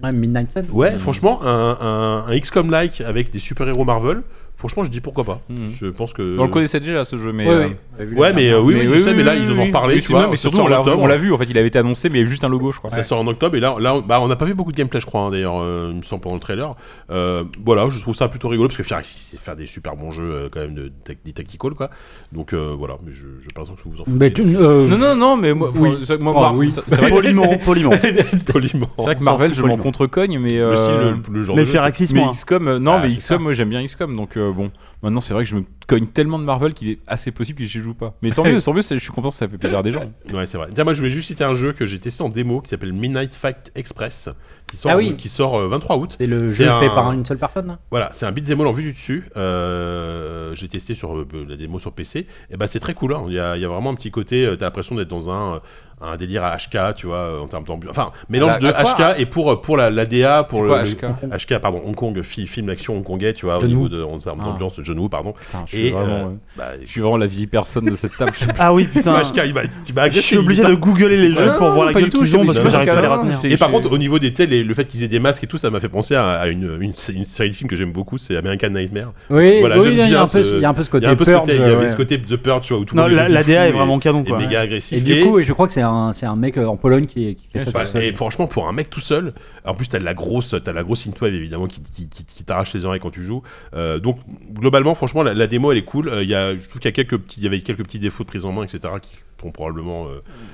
Speaker 5: Ouais, Midnight Sun.
Speaker 3: Hmm.
Speaker 2: Ouais, franchement, un, un, un XCOM-like avec des super-héros Marvel, franchement, je dis pourquoi pas.
Speaker 3: Hmm.
Speaker 4: Mhm.
Speaker 2: Je pense que.
Speaker 4: On le connaissait déjà ce jeu, mais.
Speaker 5: Euh, Ouais,
Speaker 4: euh,
Speaker 5: ouais.
Speaker 2: Ouais, mais euh, oui, oui, je sais, mais là, ils
Speaker 4: oui,
Speaker 2: en ont
Speaker 4: oui.
Speaker 2: reparlé,
Speaker 4: Mais
Speaker 2: tu
Speaker 4: c'est
Speaker 2: vois.
Speaker 4: vrai, Mais
Speaker 2: ça
Speaker 4: surtout,
Speaker 2: sort
Speaker 4: on
Speaker 2: en
Speaker 4: l'a-
Speaker 2: octobre.
Speaker 4: on l'a vu, en fait, il avait été annoncé, mais il y avait juste un logo, je crois.
Speaker 2: Ça sort en octobre et là, là on- bah, on n'a pas vu beaucoup de gameplay, je crois, hein, d'ailleurs, euh, il me semble, pendant le trailer. Euh, voilà, je trouve ça plutôt rigolo parce que Firaxis c'est faire des super bons jeux, euh, quand même, de, tac- des tactical, quoi. Donc euh, voilà, mais je, je pense que vous vous en foutez.
Speaker 5: Mais tu- euh,
Speaker 4: Non, non, non, mais moi, moi, ça- moi,
Speaker 5: Ah,
Speaker 4: Mar-
Speaker 5: oui.
Speaker 4: ça-
Speaker 5: <laughs>
Speaker 4: c'est vrai que-
Speaker 3: Poliment, poliment.
Speaker 2: <laughs> poliment.
Speaker 4: c'est vrai que
Speaker 3: On s'en
Speaker 4: Marvel,
Speaker 3: fout
Speaker 4: je m'en
Speaker 3: poliment.
Speaker 4: contrecogne, mais.
Speaker 2: Le
Speaker 4: euh,
Speaker 2: style, le, le genre
Speaker 3: Mais
Speaker 2: de jeu.
Speaker 3: Firaxis,
Speaker 4: Mais
Speaker 3: moi.
Speaker 4: XCOM, euh, non,
Speaker 2: Ah,
Speaker 4: mais
Speaker 2: c'est
Speaker 4: XCOM, moi j'aime bien XCOM, donc euh, bon, maintenant c'est vrai que je me cogne tellement de Marvel qu'il est assez possible que j'y joue pas. Mais tant mieux, tant mieux, c'est- je suis content, ça fait plaisir à des gens.
Speaker 2: Ouais, c'est vrai. Tiens, moi, je voulais juste citer un jeu que j'ai testé en démo qui s'appelle Midnight Fact Express, qui sort,
Speaker 5: Ah oui.
Speaker 2: qui sort euh, 23 août.
Speaker 5: C'est le
Speaker 2: C'est
Speaker 5: jeu
Speaker 2: un-
Speaker 5: fait par une seule personne. là
Speaker 2: Voilà, c'est un beat'em all en vue du dessus. Euh, j'ai testé sur euh, la démo sur PC. Et bah c'est très cool. hein. Il y, a, il y a vraiment un petit côté. euh, T'as l'impression d'être dans un, euh, un délire à HK, tu vois, euh, en termes d'ambiance. Enfin, mélange
Speaker 6: À
Speaker 2: de
Speaker 6: la- à quoi
Speaker 2: HK et pour, euh, pour la, la DA, pour
Speaker 4: C'est
Speaker 2: le,
Speaker 4: quoi,
Speaker 2: le-
Speaker 4: HK?
Speaker 2: HK, pardon, Hong Kong, fi- film d'action hongkongais, tu vois, au
Speaker 5: John
Speaker 2: niveau
Speaker 5: Woo.
Speaker 2: de, en termes
Speaker 4: Ah.
Speaker 2: d'ambiance de John Woo, pardon.
Speaker 4: Putain, je
Speaker 2: Et,
Speaker 4: suis vraiment,
Speaker 2: euh,
Speaker 4: euh,
Speaker 2: Bah,
Speaker 4: je suis vraiment la vieille personne de cette table.
Speaker 2: <laughs>
Speaker 4: Je sais pas.
Speaker 3: Ah oui, putain.
Speaker 2: HK, il m'a il m'a
Speaker 3: Je
Speaker 2: agressé.
Speaker 3: suis
Speaker 2: il
Speaker 3: obligé
Speaker 2: m'a-
Speaker 3: de googler les
Speaker 4: Non,
Speaker 3: jeux pour voir la
Speaker 4: pas
Speaker 3: gueule
Speaker 4: du tout,
Speaker 3: qu'ils ont
Speaker 4: j'étais
Speaker 3: parce que
Speaker 4: pas
Speaker 3: j'arrive pas à les
Speaker 4: câlin,
Speaker 3: retenir.
Speaker 4: j'étais-
Speaker 2: Et par
Speaker 4: j'étais-
Speaker 2: contre, au niveau des, tu sais, les- le fait qu'ils aient des masques et tout, ça m'a fait penser à, à une, une, une série de films que j'aime beaucoup, c'est American Nightmare.
Speaker 5: Oui,
Speaker 2: Voilà,
Speaker 5: oui,
Speaker 2: j'aime
Speaker 5: il y a
Speaker 2: bien
Speaker 5: un
Speaker 2: ce-
Speaker 5: peu ce- il y a un peu ce
Speaker 2: il y a
Speaker 5: côté
Speaker 2: un peu ce
Speaker 5: purge.
Speaker 2: côté, il y avait
Speaker 5: ouais.
Speaker 2: ce côté The Purge, tu vois, où tout le
Speaker 3: Non,
Speaker 2: monde
Speaker 3: la,
Speaker 2: de
Speaker 3: la
Speaker 2: fou
Speaker 3: DA est
Speaker 2: et-
Speaker 3: vraiment canon
Speaker 2: et
Speaker 3: quoi.
Speaker 2: méga agressif.
Speaker 5: Et du coup, oui, je crois que c'est un, c'est un mec euh, en Pologne qui, qui fait ça
Speaker 2: Ouais,
Speaker 5: tout seul.
Speaker 2: et franchement, pour un mec tout seul, en plus t'as de la grosse, t'as de la grosse synthwave évidemment qui, qui, qui- qui t'arrache les oreilles quand tu joues. Euh, donc globalement, franchement, la, la démo elle est cool. Euh, Il y a, je trouve qu'il y a quelques petits, il y avait quelques petits défauts de prise en main, etc. qui sont probablement euh,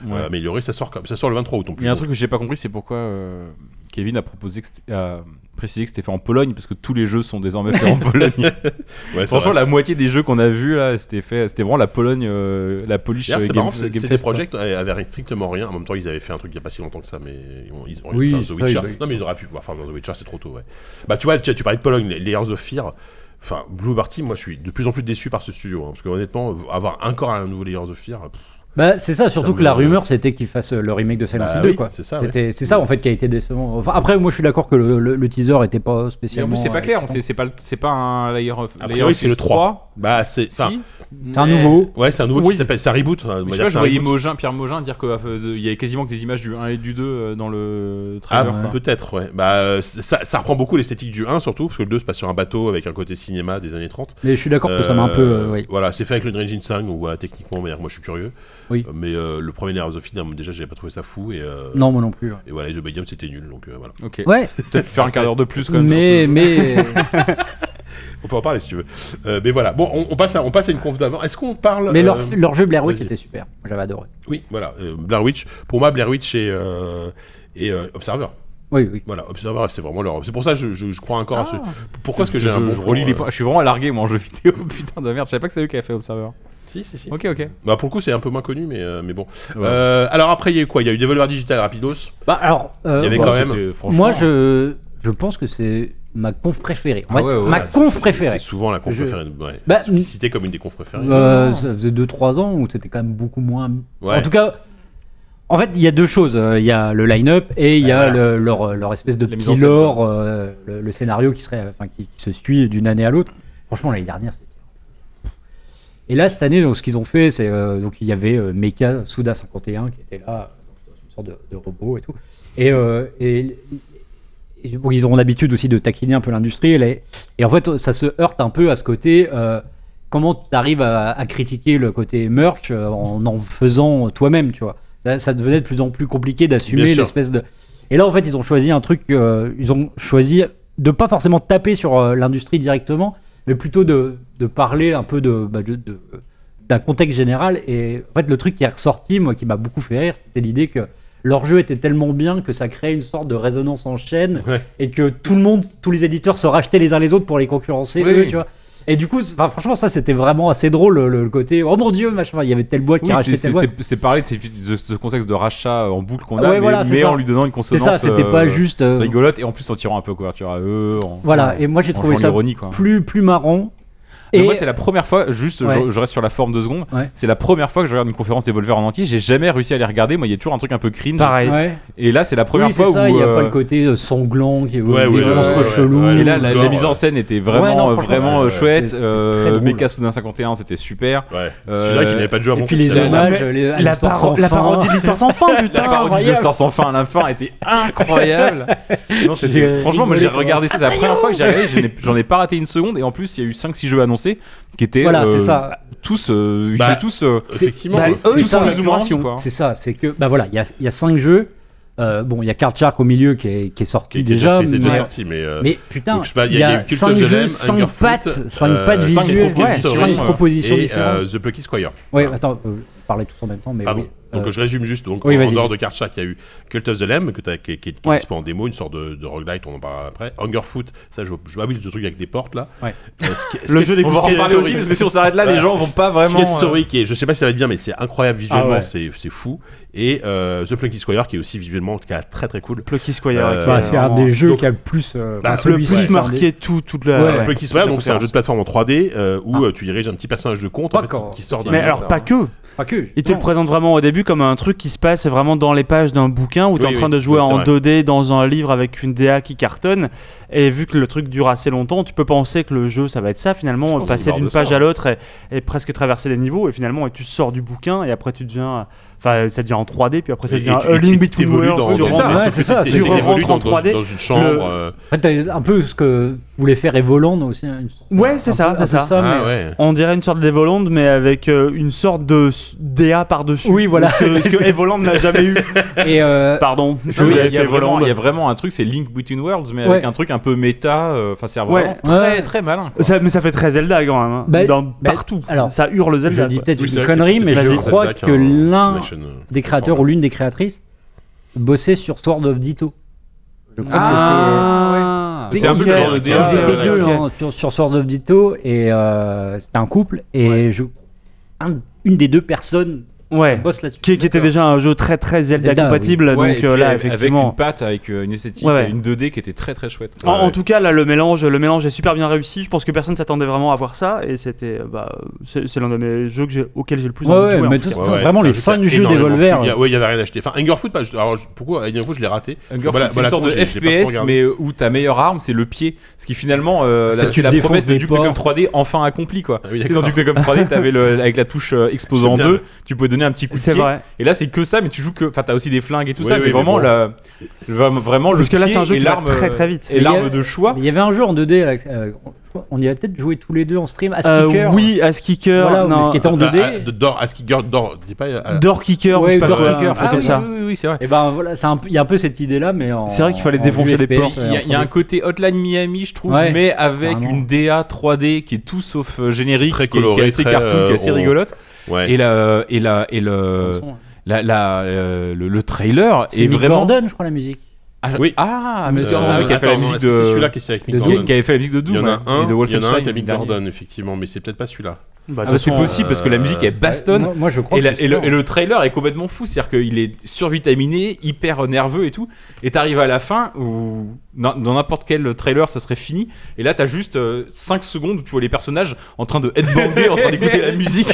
Speaker 4: Ouais.
Speaker 2: euh, améliorés. Ça sort, comme- ça sort le 23 août en plus.
Speaker 4: Il y a un
Speaker 2: donc.
Speaker 4: truc que j'ai pas compris, c'est pourquoi euh, Kevin a proposé que c'était- a précisé que c'était fait en Pologne parce que tous les jeux sont désormais
Speaker 2: <laughs>
Speaker 4: faits en Pologne.
Speaker 2: Ouais, c'est
Speaker 4: Franchement,
Speaker 2: vrai.
Speaker 4: la moitié des jeux qu'on a vus là, c'était fait, c'était vraiment la Pologne, euh, la Polish
Speaker 2: D'ailleurs,
Speaker 4: euh,
Speaker 2: c'est
Speaker 4: Game-
Speaker 2: marrant, c'est-
Speaker 4: Game
Speaker 2: CD
Speaker 4: Fest,
Speaker 2: Projekt euh, avait strictement rien. En même temps, ils avaient fait un truc il n'y a pas si longtemps que ça, mais ils ont, ils ont
Speaker 5: Oui,
Speaker 2: enfin,
Speaker 4: ah
Speaker 5: ça,
Speaker 2: The
Speaker 4: bah
Speaker 2: Witcher.
Speaker 5: ils-
Speaker 2: Non, mais ils auraient pu. Enfin, non, The Witcher, c'est trop tôt, ouais. Bah, tu vois, tu, tu parlais de Pologne, les Layers of Fear. Enfin, Blue Team, moi, je suis de plus en plus déçu par ce studio. hein, parce que honnêtement, avoir encore un nouveau Layers of Fear, pff,
Speaker 5: Bah, c'est ça, surtout
Speaker 2: me-
Speaker 5: que la rumeur c'était qu'il fasse euh, le remake de Silent
Speaker 2: Bah
Speaker 5: Hill
Speaker 2: oui,
Speaker 5: 2, quoi.
Speaker 2: c'est ça,
Speaker 5: C'était- C'est ça en fait qui a été décevant. Enfin, après, moi je suis d'accord que le, le- le teaser était
Speaker 4: Et
Speaker 5: pas
Speaker 4: en
Speaker 5: spécialement. euh,
Speaker 4: plus, c'est pas clair,
Speaker 5: excitant.
Speaker 4: c'est c'est pas, le- c'est pas un Layer of.
Speaker 2: A
Speaker 4: Layer
Speaker 2: priori,
Speaker 4: of
Speaker 2: c'est le
Speaker 4: 3.
Speaker 2: bah, c'est.
Speaker 4: Si,
Speaker 2: enfin,
Speaker 5: C'est un nouveau.
Speaker 2: Ouais, c'est un nouveau
Speaker 4: Oui.
Speaker 2: qui s'appelle. C'est un reboot. hein, on va
Speaker 4: mais je sais
Speaker 2: dire
Speaker 4: pas,
Speaker 2: que c'est
Speaker 4: je
Speaker 2: un
Speaker 4: voyais
Speaker 2: reboot.
Speaker 4: Mogin, Pierre Mogin dire qu'il il y avait quasiment que des images du 1 et du 2 euh, dans le
Speaker 2: Ah,
Speaker 4: trailer. quoi.
Speaker 2: peut-être, ouais. Bah, euh, c'est- ça, ça reprend beaucoup l'esthétique du 1, surtout, parce que le 2 se passe sur un bateau avec un côté cinéma des années 30.
Speaker 5: Mais je suis d'accord que ça m'a un peu.
Speaker 2: Euh,
Speaker 5: euh, oui.
Speaker 2: Voilà, c'est fait avec le Unreal Engine 5, donc voilà, techniquement, mais moi je suis curieux.
Speaker 5: Oui.
Speaker 2: Euh, Mais euh, le premier Layers of Fear, déjà, j'avais pas trouvé ça fou. Et, euh,
Speaker 5: Non, moi non plus.
Speaker 2: <laughs> Et voilà, les The Medium, c'était nul, donc euh, voilà.
Speaker 4: Ok.
Speaker 5: Ouais,
Speaker 4: <laughs> Peut-être faire un quart d'heure de plus quand même.
Speaker 5: mais. mais...
Speaker 2: <laughs> On peut en parler si tu veux. Euh, mais voilà, bon, on, on passe à, on passe à une conf d'avant. Est-ce qu'on parle.
Speaker 5: Mais
Speaker 2: euh,
Speaker 5: leur, leur jeu Blair Witch
Speaker 2: vas-y.
Speaker 5: était super. Moi, J'avais adoré.
Speaker 2: Oui, voilà, euh, Blair Witch. Pour moi, Blair Witch et, euh, et euh, Observer.
Speaker 5: Oui, oui.
Speaker 2: Voilà, Observer, c'est vraiment leur. C'est pour ça que je, je- je crois encore à ce.
Speaker 5: Ah.
Speaker 2: Pourquoi est-ce que
Speaker 4: je,
Speaker 2: j'ai un bon
Speaker 4: je relis
Speaker 2: plan,
Speaker 4: les
Speaker 2: euh,
Speaker 4: points. Je suis vraiment largué moi en jeu vidéo, <laughs> putain de merde. Je savais pas que c'est eux qui avaient fait Observer.
Speaker 2: Si, si, si.
Speaker 4: Ok, ok.
Speaker 2: Bah, pour le coup, c'est un peu moins connu, mais, euh, mais bon.
Speaker 4: Ouais.
Speaker 2: Euh, alors après, il y a eu quoi Il y a eu des valeurs digitales rapidos.
Speaker 5: Bah, alors. euh,
Speaker 2: Il y avait
Speaker 5: bah,
Speaker 2: quand même-
Speaker 4: C'était- franchement,
Speaker 5: Moi je, je pense que c'est ma conf préférée.
Speaker 4: Ah
Speaker 5: Ma,
Speaker 4: ouais, ouais,
Speaker 5: ma
Speaker 2: Voilà, c'est-
Speaker 5: conf
Speaker 2: c'est-
Speaker 5: préférée.
Speaker 2: C'est souvent la conf
Speaker 5: Je-
Speaker 2: préférée. Ouais.
Speaker 5: Bah,
Speaker 2: Citée comme une des confs préférées.
Speaker 5: Euh, ça faisait 2-3 ans où c'était quand même beaucoup moins.
Speaker 2: Ouais.
Speaker 5: En tout cas, en fait, il y a deux choses. Euh, Il y a le line-up et il y a le- leur, euh, leur espèce de
Speaker 4: La mise
Speaker 5: petit
Speaker 4: en scène,
Speaker 5: lore, euh, le, le scénario qui, serait, enfin, qui, qui se suit d'une année à l'autre. Franchement, l'année dernière, c'était. Et là, cette année, donc, ce qu'ils ont fait, c'est. euh, donc, il y avait euh, Mecha Suda 51 qui était là, euh, une sorte de, de robot et tout. Et, euh, et- et- bon, ils ont l'habitude aussi de taquiner un peu l'industrie. Et, là- et en fait, ça se heurte un peu à ce côté. euh, comment tu arrives à, à critiquer le côté merch euh, en en faisant toi-même, tu vois. Ça, ça devenait de plus en plus compliqué
Speaker 2: Bien
Speaker 5: d'assumer
Speaker 2: sûr.
Speaker 5: l'espèce de. Et là, en fait, ils ont choisi un truc. euh, ils ont choisi de pas forcément taper sur euh, l'industrie directement, mais plutôt de, de parler un peu de. bah, de- de- d'un contexte général et en fait le truc qui est ressorti moi qui m'a beaucoup fait rire c'était l'idée que leur jeu était tellement bien que ça créait une sorte de résonance en chaîne
Speaker 2: Ouais.
Speaker 5: et que tout le monde tous les éditeurs se rachetaient les uns les autres pour les concurrencer
Speaker 4: Oui,
Speaker 5: eux
Speaker 4: oui.
Speaker 5: tu vois et du coup, c'est- enfin, franchement, ça c'était vraiment assez drôle le, le côté oh mon dieu, machin. Il y avait telle boîte qui
Speaker 4: Oui,
Speaker 5: a
Speaker 4: c'est-
Speaker 5: racheté
Speaker 4: c'est
Speaker 5: telle boîte.
Speaker 4: c'est- c'est parler de, ces- de ce contexte de rachat en boucle qu'on a,
Speaker 5: Ouais,
Speaker 4: mais,
Speaker 5: voilà, c'est
Speaker 4: mais
Speaker 5: ça.
Speaker 4: en lui donnant une
Speaker 5: C'est
Speaker 4: consonance.
Speaker 5: ça, c'était pas
Speaker 4: euh,
Speaker 5: juste. euh,
Speaker 4: rigolote et en plus en tirant un peu couverture à eux. En,
Speaker 5: voilà, et moi j'ai
Speaker 4: j'ai
Speaker 5: trouvé ça
Speaker 4: l'ironie quoi.
Speaker 5: plus, plus marrant.
Speaker 4: Mais
Speaker 5: Et
Speaker 4: moi c'est la première fois, juste je,
Speaker 5: Ouais.
Speaker 4: je reste sur la forme deux secondes,
Speaker 5: Ouais.
Speaker 4: c'est la première fois que je regarde une conférence d'Evolver en entier, j'ai jamais réussi à les regarder, moi il y a toujours un truc un peu cringe.
Speaker 3: Pareil.
Speaker 5: ouais.
Speaker 4: Et là c'est la première
Speaker 5: oui, c'est
Speaker 4: fois
Speaker 5: ça,
Speaker 4: où...
Speaker 5: il n'y a
Speaker 4: euh,
Speaker 5: pas le côté euh, sanglant, qui est
Speaker 2: Ouais,
Speaker 5: des
Speaker 2: ouais, ouais,
Speaker 5: monstres
Speaker 2: ouais,
Speaker 5: chelous.
Speaker 2: ouais, ouais.
Speaker 4: Et là, la,
Speaker 2: Gore,
Speaker 4: la mise en
Speaker 2: ouais.
Speaker 4: scène était vraiment,
Speaker 5: Ouais, non,
Speaker 4: euh,
Speaker 5: franchement,
Speaker 4: vraiment euh,
Speaker 2: c'est-
Speaker 4: chouette.
Speaker 5: c'était très
Speaker 4: Euh,
Speaker 5: drôle.
Speaker 4: Mecha Soudain 51, c'était super.
Speaker 2: Ouais.
Speaker 4: Euh,
Speaker 2: Celui-là qui n'avait pas de jeu à
Speaker 5: Et
Speaker 2: mon
Speaker 5: puis
Speaker 2: compte,
Speaker 5: les
Speaker 2: finalement.
Speaker 5: hommages,
Speaker 3: la-
Speaker 5: les,
Speaker 3: La,
Speaker 5: l'histoire
Speaker 3: paro-
Speaker 5: sans
Speaker 3: la
Speaker 5: fin.
Speaker 3: parodie de l'histoire sans fin, putain.
Speaker 4: La parodie de
Speaker 3: incroyable.
Speaker 4: 200 sans fin à la fin était incroyable. non, c'était-
Speaker 5: <laughs> J'ai euh,
Speaker 4: Franchement, moi
Speaker 5: rigolé
Speaker 4: j'ai
Speaker 5: pendant-
Speaker 4: regardé, c'est la première fois que j'ai regardé, je n'ai- j'en ai pas raté une seconde. Et en plus, il y a eu 5-6 jeux annoncés qui étaient
Speaker 5: Voilà,
Speaker 4: euh,
Speaker 5: c'est ça.
Speaker 4: tous, euh,
Speaker 2: Bah,
Speaker 4: ils étaient tous, euh,
Speaker 5: E, C'est-
Speaker 2: Effectivement.
Speaker 5: bah,
Speaker 2: ouais.
Speaker 5: eux, ils
Speaker 4: tous
Speaker 5: sont
Speaker 4: en
Speaker 5: à
Speaker 4: plus ou moins
Speaker 5: l'exploration.
Speaker 2: hein.
Speaker 4: rapides, quoi.
Speaker 5: C'est ça, c'est que, bah voilà, il y a, il y a cinq jeux. Euh, bon, il y a Card Shark au milieu qui est, qui est
Speaker 2: Qui
Speaker 5: sorti
Speaker 2: était
Speaker 5: déjà.
Speaker 2: qui était déjà
Speaker 5: mais-
Speaker 2: sorti, mais. euh,
Speaker 5: Mais putain,
Speaker 2: donc, je sais pas,
Speaker 5: il y a
Speaker 2: eu Cult
Speaker 5: 5
Speaker 2: of the
Speaker 5: jeux,
Speaker 2: Lamb,
Speaker 5: 5
Speaker 2: Hunger
Speaker 5: pattes,
Speaker 2: Foot,
Speaker 5: 5
Speaker 2: euh,
Speaker 5: pattes
Speaker 2: cinq
Speaker 5: visuelles,
Speaker 2: propositions
Speaker 5: 5
Speaker 2: différentes.
Speaker 5: propositions
Speaker 2: et
Speaker 5: différentes.
Speaker 2: euh, The Plucky Squire.
Speaker 5: Ouais, attends, euh, je parlais tous en même temps, mais
Speaker 2: Pardon.
Speaker 5: oui.
Speaker 2: Donc
Speaker 5: Euh,
Speaker 2: je résume juste. Donc
Speaker 5: oui,
Speaker 2: en
Speaker 5: vas-y.
Speaker 2: dehors de Karchak, il y a eu Cult of the Lamb que t'as- qui, qui, qui
Speaker 3: Ouais.
Speaker 2: est dispo en démo, une sorte de, de roguelite, on en parlera après. Hunger Foot, ça je, je m'habille de ce truc avec des portes là.
Speaker 5: Ouais.
Speaker 2: Euh, ce qui- ce
Speaker 4: Le
Speaker 2: qui-
Speaker 4: jeu des
Speaker 2: ce qui est historique.
Speaker 4: si on s'arrête là,
Speaker 2: Voilà.
Speaker 4: gens vont pas
Speaker 2: Skate Story, qui est, je sais pas si ça va être bien, mais c'est incroyable visuellement,
Speaker 5: euh, Ah ouais.
Speaker 2: c'est c'est fou. Et euh, The Plucky Squire, qui est aussi visuellement qui est très très cool.
Speaker 3: Plucky Squire.
Speaker 2: Euh,
Speaker 3: qui est
Speaker 5: bah, c'est un
Speaker 3: vraiment-
Speaker 5: des jeux
Speaker 2: donc-
Speaker 5: qui a le plus. euh,
Speaker 2: Bah,
Speaker 5: enfin,
Speaker 2: le
Speaker 3: Il
Speaker 5: celui-ci,
Speaker 2: plus
Speaker 5: c'est un des-
Speaker 3: marqué tout, toute la.
Speaker 5: Ouais.
Speaker 2: Plucky Euh, Squire, donc c'est un jeu de plateforme en 3D euh, où
Speaker 5: Ah.
Speaker 2: euh, tu diriges un petit personnage de conte en
Speaker 5: Pas
Speaker 2: fait,
Speaker 5: encore.
Speaker 2: qui sort d'un
Speaker 3: Mais
Speaker 4: bien,
Speaker 3: alors,
Speaker 4: ça,
Speaker 3: pas
Speaker 4: hein.
Speaker 3: que.
Speaker 5: Pas que. Ah,
Speaker 3: Il te le présente vraiment au début début comme un truc qui se passe vraiment dans les pages d'un bouquin où tu es
Speaker 2: Oui,
Speaker 3: en train
Speaker 2: oui.
Speaker 3: de jouer
Speaker 2: Oui, c'est
Speaker 3: en
Speaker 2: vrai.
Speaker 3: 2D dans un livre avec une DA qui cartonne. Et vu que le truc dure assez longtemps, tu peux penser que le jeu ça va être ça
Speaker 2: Je
Speaker 3: finalement,
Speaker 2: pense qu'il
Speaker 3: passer
Speaker 2: parle
Speaker 3: d'une
Speaker 2: de ça,
Speaker 3: page
Speaker 2: hein.
Speaker 3: à l'autre et, et presque traverser les niveaux. Et finalement, et tu sors du bouquin et après tu deviens. Enfin, ça devient en 3D, puis après ça
Speaker 2: Et-
Speaker 3: devient
Speaker 2: et tu-
Speaker 3: A
Speaker 2: et
Speaker 3: Link
Speaker 2: tu
Speaker 3: Between
Speaker 2: t'évolues
Speaker 3: Worlds,
Speaker 2: dans-
Speaker 3: tu
Speaker 2: c'est ça,
Speaker 3: rentres-
Speaker 5: ouais,
Speaker 2: sauf
Speaker 5: c'est
Speaker 2: que
Speaker 5: ça,
Speaker 2: t'es-
Speaker 3: c'est-
Speaker 2: t'es
Speaker 3: tu
Speaker 2: évolué
Speaker 3: rentres en
Speaker 2: dans, dans-
Speaker 3: 3D,
Speaker 2: dans une chambre.
Speaker 3: le-
Speaker 2: euh,
Speaker 5: En fait, t'as un peu ce que voulait faire Evoland aussi. hein, une sorte-
Speaker 3: Ouais, c'est
Speaker 5: un
Speaker 3: ça,
Speaker 5: peu-
Speaker 3: c'est
Speaker 5: un peu
Speaker 3: ça.
Speaker 2: Ah
Speaker 5: mais-
Speaker 2: ouais.
Speaker 3: On dirait une sorte d'Evoland, mais avec euh, une sorte de s- DA par-dessus.
Speaker 5: Oui, voilà.
Speaker 3: Ce
Speaker 4: <laughs>
Speaker 3: que, ce que Evoland n'a jamais eu.
Speaker 5: Et euh,
Speaker 3: Pardon.
Speaker 4: Je- Il y, a- il y a
Speaker 3: fait
Speaker 4: vraiment-
Speaker 3: Evoland.
Speaker 4: il y a vraiment un truc, c'est Link Between Worlds, mais
Speaker 5: Ouais.
Speaker 4: avec un truc un peu méta. euh, Enfin, c'est vraiment
Speaker 3: Ouais.
Speaker 5: Ouais.
Speaker 4: très très malin. quoi.
Speaker 3: Ça- mais ça fait très Zelda quand même. hein.
Speaker 5: Bah,
Speaker 3: Dans-
Speaker 5: bah,
Speaker 3: partout.
Speaker 5: alors,
Speaker 3: ça hurle
Speaker 5: je
Speaker 3: Zelda.
Speaker 5: dis
Speaker 3: quoi.
Speaker 5: peut-être
Speaker 2: Oui, c'est
Speaker 5: une
Speaker 2: vrai que
Speaker 5: connerie,
Speaker 2: c'est
Speaker 5: mais
Speaker 2: peut-être
Speaker 5: je
Speaker 2: plus
Speaker 5: crois
Speaker 2: Zelda
Speaker 5: que
Speaker 2: qu'un
Speaker 5: l'un
Speaker 2: Dimension, euh,
Speaker 5: des créateurs ou
Speaker 2: format.
Speaker 5: l'une des créatrices bossait sur Sword of Ditto. Je crois
Speaker 3: Ah,
Speaker 4: C'est un peu
Speaker 5: Ok.
Speaker 4: le genre de euh,
Speaker 5: Parce qu'ils
Speaker 4: DA,
Speaker 5: étaient
Speaker 4: ouais,
Speaker 5: deux
Speaker 4: ok.
Speaker 5: hein, sur, sur Swords of Ditto et euh, c'était un couple et je un- une des deux personnes
Speaker 3: Ouais.
Speaker 5: bosse là-dessus.
Speaker 3: Qui, qui était déjà un jeu très très Zelda,
Speaker 5: euh, Zelda,
Speaker 3: compatible.
Speaker 4: Ouais,
Speaker 3: donc
Speaker 4: et
Speaker 3: euh,
Speaker 4: puis
Speaker 3: là,
Speaker 4: avec- Avec
Speaker 3: effectivement.
Speaker 4: une patte, avec euh, une esthétique,
Speaker 3: Ouais, Bah, ouais.
Speaker 4: et une 2D qui était très très chouette. quoi.
Speaker 3: En, en
Speaker 2: Ouais.
Speaker 3: tout cas, là, le mélange, le mélange est super bien réussi. Je pense que personne s'attendait vraiment à voir ça, et c'était, euh, bah, c'est c'est l'un de mes jeux que j'ai- auquel j'ai le plus
Speaker 5: Ouais,
Speaker 3: envie
Speaker 5: ouais,
Speaker 3: de jouer. en
Speaker 5: mais
Speaker 3: tout
Speaker 5: tout-
Speaker 3: cas.
Speaker 5: Enfin, vraiment,
Speaker 2: ça,
Speaker 5: les
Speaker 2: je
Speaker 5: cinq
Speaker 2: sais
Speaker 5: jeux
Speaker 2: énormément
Speaker 5: d'Evolver.
Speaker 2: plu. Il y a- Ouais, il y avait rien acheté. Enfin, Hungerfoot, pas- je- alors, je- pourquoi Hungerfoot, je l'ai raté.
Speaker 4: Hunger
Speaker 2: Voilà-
Speaker 4: Force, c'est
Speaker 2: voilà
Speaker 4: une sorte de
Speaker 2: pourquoi j'ai- j'ai pas trop
Speaker 4: FPS,
Speaker 2: regardé.
Speaker 4: mais où ta meilleure arme, c'est le pied. Ce qui finalement, euh,
Speaker 5: Ça,
Speaker 4: la-
Speaker 5: tu
Speaker 4: c'est la
Speaker 5: défonces
Speaker 4: promesse de
Speaker 5: des
Speaker 4: Duke Nukem
Speaker 5: portes.
Speaker 4: 3D enfin accomplie, quoi.
Speaker 2: Ah oui,
Speaker 4: Tu sais, dans
Speaker 2: d'accord.
Speaker 4: Duke Nukem 3D, t'avais le, avec la touche euh, exposant en
Speaker 2: J'aime bien.
Speaker 4: deux, tu pouvais donner un petit coup de
Speaker 3: C'est
Speaker 4: pied.
Speaker 3: vrai.
Speaker 4: Et là, c'est que ça, mais tu joues que. Enfin, t'as aussi des flingues et tout
Speaker 2: Oui,
Speaker 4: ça,
Speaker 2: oui,
Speaker 4: mais
Speaker 2: mais
Speaker 4: vraiment,
Speaker 2: bon.
Speaker 4: la- le- vraiment le
Speaker 3: Parce que là,
Speaker 4: pied
Speaker 3: c'est un jeu
Speaker 4: et
Speaker 3: qui va
Speaker 4: l'arme,
Speaker 3: très, très vite.
Speaker 4: Et
Speaker 5: Mais il y a-
Speaker 4: l'arme de choix.
Speaker 5: Il y avait un jeu en 2D, là, euh, on y a peut-être joué tous les deux en stream, à
Speaker 3: Euh,
Speaker 5: Kicker.
Speaker 3: oui, à Kicker.
Speaker 5: Voilà, mais ce qui était en
Speaker 2: Ah, ah,
Speaker 5: 2D.
Speaker 2: de- D'or, Askigirl, d'or, dis pas. euh,
Speaker 3: Door Kicker, ou
Speaker 5: Ouais,
Speaker 3: je sais pas
Speaker 5: Door
Speaker 3: quoi, un
Speaker 5: Kicker,
Speaker 3: truc
Speaker 5: ah
Speaker 3: comme
Speaker 5: oui,
Speaker 3: ça.
Speaker 4: oui, oui, c'est vrai.
Speaker 5: Et ben voilà, c'est un peu- il y a un peu cette idée-là, mais en-
Speaker 3: C'est vrai qu'il fallait
Speaker 5: en
Speaker 3: défoncer
Speaker 5: vue
Speaker 3: des
Speaker 5: FPS,
Speaker 3: portes.
Speaker 5: ouais,
Speaker 4: Il y a, il y a
Speaker 5: en
Speaker 4: un côté Hotline Miami, je trouve,
Speaker 5: Ouais,
Speaker 4: mais avec
Speaker 5: vraiment.
Speaker 4: une DA 3D qui est tout sauf euh, générique,
Speaker 2: Très
Speaker 4: qui est-
Speaker 2: coloré,
Speaker 4: qui est assez
Speaker 2: très,
Speaker 4: cartoon, qui
Speaker 2: euh,
Speaker 4: est assez
Speaker 2: on-
Speaker 4: rigolote.
Speaker 2: Ouais.
Speaker 4: Et la, et la, euh, et le,
Speaker 5: façon, ouais.
Speaker 4: la, la- euh, le, le trailer est,
Speaker 5: C'est Nick
Speaker 4: vraiment.
Speaker 5: Gordon, je crois, la musique.
Speaker 4: Ah, je-
Speaker 2: Oui.
Speaker 4: ah, mais
Speaker 2: Euh,
Speaker 4: c'est celui qui a fait la
Speaker 2: attends,
Speaker 4: musique
Speaker 2: est-ce que
Speaker 4: de.
Speaker 2: C'est celui-là qui est avec Mick
Speaker 5: de
Speaker 2: Gordon.
Speaker 4: qui avait fait la musique de Doom
Speaker 2: Il y en a
Speaker 4: ouais,
Speaker 2: un,
Speaker 4: et de
Speaker 2: il euh, y en a un
Speaker 4: Wolfenstein.
Speaker 2: qui a Mick
Speaker 4: le dernier.
Speaker 2: Gordon, effectivement, mais c'est peut-être pas celui-là.
Speaker 3: Bah,
Speaker 4: Ah,
Speaker 3: de
Speaker 4: bah,
Speaker 3: toute
Speaker 4: c'est
Speaker 3: façon,
Speaker 4: possible parce que la musique elle
Speaker 5: Ouais,
Speaker 4: bastonne.
Speaker 5: moi- Moi, je crois
Speaker 4: Et,
Speaker 5: que
Speaker 4: la-
Speaker 5: c'est hein.
Speaker 4: et le,
Speaker 2: hein.
Speaker 5: celui-là.
Speaker 4: et le trailer est complètement fou, c'est-à-dire qu'il est survitaminé, hyper nerveux et tout. Et t'arrives à la fin où na- dans n'importe quel trailer ça serait fini. Et là t'as juste 5 secondes où tu vois les personnages en train de headbander, en train d'écouter la musique.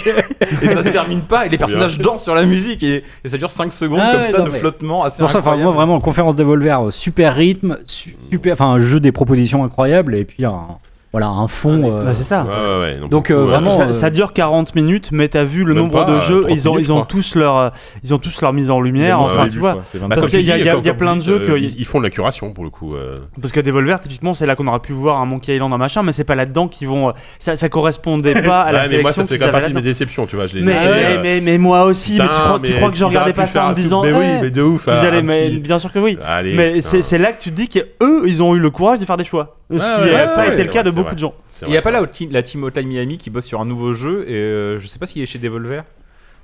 Speaker 4: et ça se termine pas. Et les personnages dansent sur la musique. Et, et ça dure 5 secondes
Speaker 5: Ah
Speaker 4: comme
Speaker 5: ouais,
Speaker 4: ça
Speaker 5: non,
Speaker 4: de
Speaker 5: mais-
Speaker 4: flottement assez
Speaker 5: C'est pour ça, enfin,
Speaker 4: incroyable.
Speaker 5: moi vraiment, conférence d'Evolver, euh, super rythme, su- super, enfin, un jeu des propositions incroyables et puis un, voilà, un fond. euh,
Speaker 3: Bah, c'est ça.
Speaker 2: Ouais, ouais, ouais. non,
Speaker 5: Donc,
Speaker 2: pour le coup,
Speaker 5: euh, vraiment,
Speaker 3: Ça,
Speaker 5: euh,
Speaker 3: ça dure 40 minutes, mais t'as vu le
Speaker 2: Même
Speaker 3: nombre
Speaker 2: pas,
Speaker 3: de
Speaker 2: euh,
Speaker 3: jeux,
Speaker 2: 30
Speaker 3: ils ont,
Speaker 2: minutes,
Speaker 3: ils
Speaker 2: je
Speaker 3: ont
Speaker 2: crois.
Speaker 3: tous leur, euh, ils ont tous leur mise en lumière.
Speaker 2: Ils ont
Speaker 3: Enfin,
Speaker 2: eu
Speaker 3: tu vois,
Speaker 2: Bah,
Speaker 3: Parce
Speaker 2: comme
Speaker 3: qu'il y a-
Speaker 2: tu
Speaker 3: il y a-
Speaker 2: dis,
Speaker 3: il y a
Speaker 2: comme
Speaker 3: plein de
Speaker 2: vous
Speaker 3: jeux
Speaker 2: dites,
Speaker 3: que-
Speaker 2: euh, Ils ils font de la curation pour le coup. euh.
Speaker 3: parce que Devolver, typiquement, c'est là qu'on aurait pu voir un Monkey Island, un machin, mais c'est pas là-dedans qu'ils vont. euh, Ça, ça correspondait pas
Speaker 2: <laughs>
Speaker 3: à la
Speaker 2: Ouais, mais moi,
Speaker 3: sélection
Speaker 2: ça fait
Speaker 3: qu'ils
Speaker 2: quand même
Speaker 3: avaient
Speaker 2: partie de mes
Speaker 3: là-dedans.
Speaker 2: déceptions, tu vois. Je l'ai
Speaker 3: mais,
Speaker 2: noté,
Speaker 3: mais,
Speaker 2: euh,
Speaker 3: mais- mais moi aussi, mais tu
Speaker 2: putain,
Speaker 3: crois, tu
Speaker 2: mais
Speaker 3: crois que je
Speaker 2: ils auraient
Speaker 3: regardais
Speaker 2: pu
Speaker 3: pas ça
Speaker 2: faire
Speaker 3: en
Speaker 2: un
Speaker 3: me
Speaker 2: truc-
Speaker 3: disant.
Speaker 2: Mais oui,
Speaker 3: eh,
Speaker 2: mais de ouf.
Speaker 3: ils
Speaker 2: un
Speaker 3: allaient, mais
Speaker 2: petit-
Speaker 3: bien sûr que oui.
Speaker 2: Allez,
Speaker 3: Mais
Speaker 2: putain.
Speaker 3: c'est c'est là que tu te dis qu'eux, ils ont eu le courage de faire des choix. Ce
Speaker 2: Ah
Speaker 3: qui
Speaker 2: ouais,
Speaker 3: n'a
Speaker 2: ouais,
Speaker 3: pas
Speaker 2: ouais,
Speaker 3: été le
Speaker 2: c'est
Speaker 3: cas de
Speaker 2: vrai,
Speaker 3: beaucoup
Speaker 2: c'est
Speaker 3: de gens.
Speaker 2: C'est
Speaker 4: Il n'y a
Speaker 2: vrai,
Speaker 4: pas la, hot- la team Hotline Miami qui bosse sur un nouveau jeu et euh, je sais pas s'il est chez Devolver.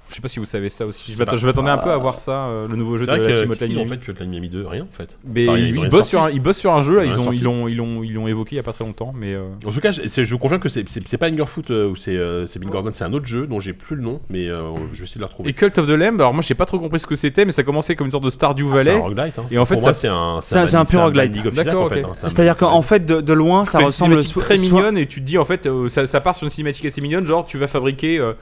Speaker 4: Je sais pas si vous savez ça aussi.
Speaker 2: Je
Speaker 4: Je
Speaker 2: sais
Speaker 4: m'atta-
Speaker 2: pas. Bah.
Speaker 4: je m'attendais un peu à voir ça, euh, le nouveau jeu de
Speaker 2: C'est
Speaker 4: la
Speaker 2: vrai que
Speaker 4: team
Speaker 2: qu'est-ce
Speaker 4: Hotline
Speaker 2: qu'ils ont
Speaker 4: Miami.
Speaker 2: fait que Hotline Miami 2 Rien, en fait.
Speaker 4: Mais
Speaker 2: Enfin,
Speaker 4: ils,
Speaker 2: ont
Speaker 4: ils
Speaker 2: rien
Speaker 4: bossent
Speaker 2: sorti.
Speaker 4: sur un, ils bossent sur un jeu, là,
Speaker 2: Ils
Speaker 4: ils
Speaker 2: ont
Speaker 4: ont-
Speaker 2: sorti.
Speaker 4: ils l'ont ils l'ont- ils l'ont évoqué il y a pas très longtemps, mais euh,
Speaker 2: En tout cas, je, c'est- je vous confirme que c'est- c'est c'est pas Hungerfoot euh, ou c'est euh, c'est Bill Gordon, c'est un autre jeu dont j'ai plus le nom, mais euh, je vais essayer de le retrouver.
Speaker 4: et Cult of the Lamb. Alors moi j'ai pas trop compris ce que c'était, mais ça commençait comme une sorte de Stardew
Speaker 2: Ah, c'est un
Speaker 4: Valley.
Speaker 2: roguelite. hein.
Speaker 4: Et en fait,
Speaker 2: Pour
Speaker 4: ça-
Speaker 2: moi, c'est un
Speaker 3: c'est un- c'est un pur roguelite.
Speaker 2: League of Isaac,
Speaker 4: D'accord,
Speaker 2: en fait.
Speaker 4: ok.
Speaker 2: hein. C'est un-
Speaker 3: C'est-à-dire qu'en fait, de, de loin, ça
Speaker 4: Fait une
Speaker 3: ressemble
Speaker 4: cinématique
Speaker 3: soit-
Speaker 4: très
Speaker 3: soit-
Speaker 4: mignonne et tu te dis en fait euh, ça, ça part sur une cinématique assez mignonne, genre tu vas fabriquer. euh,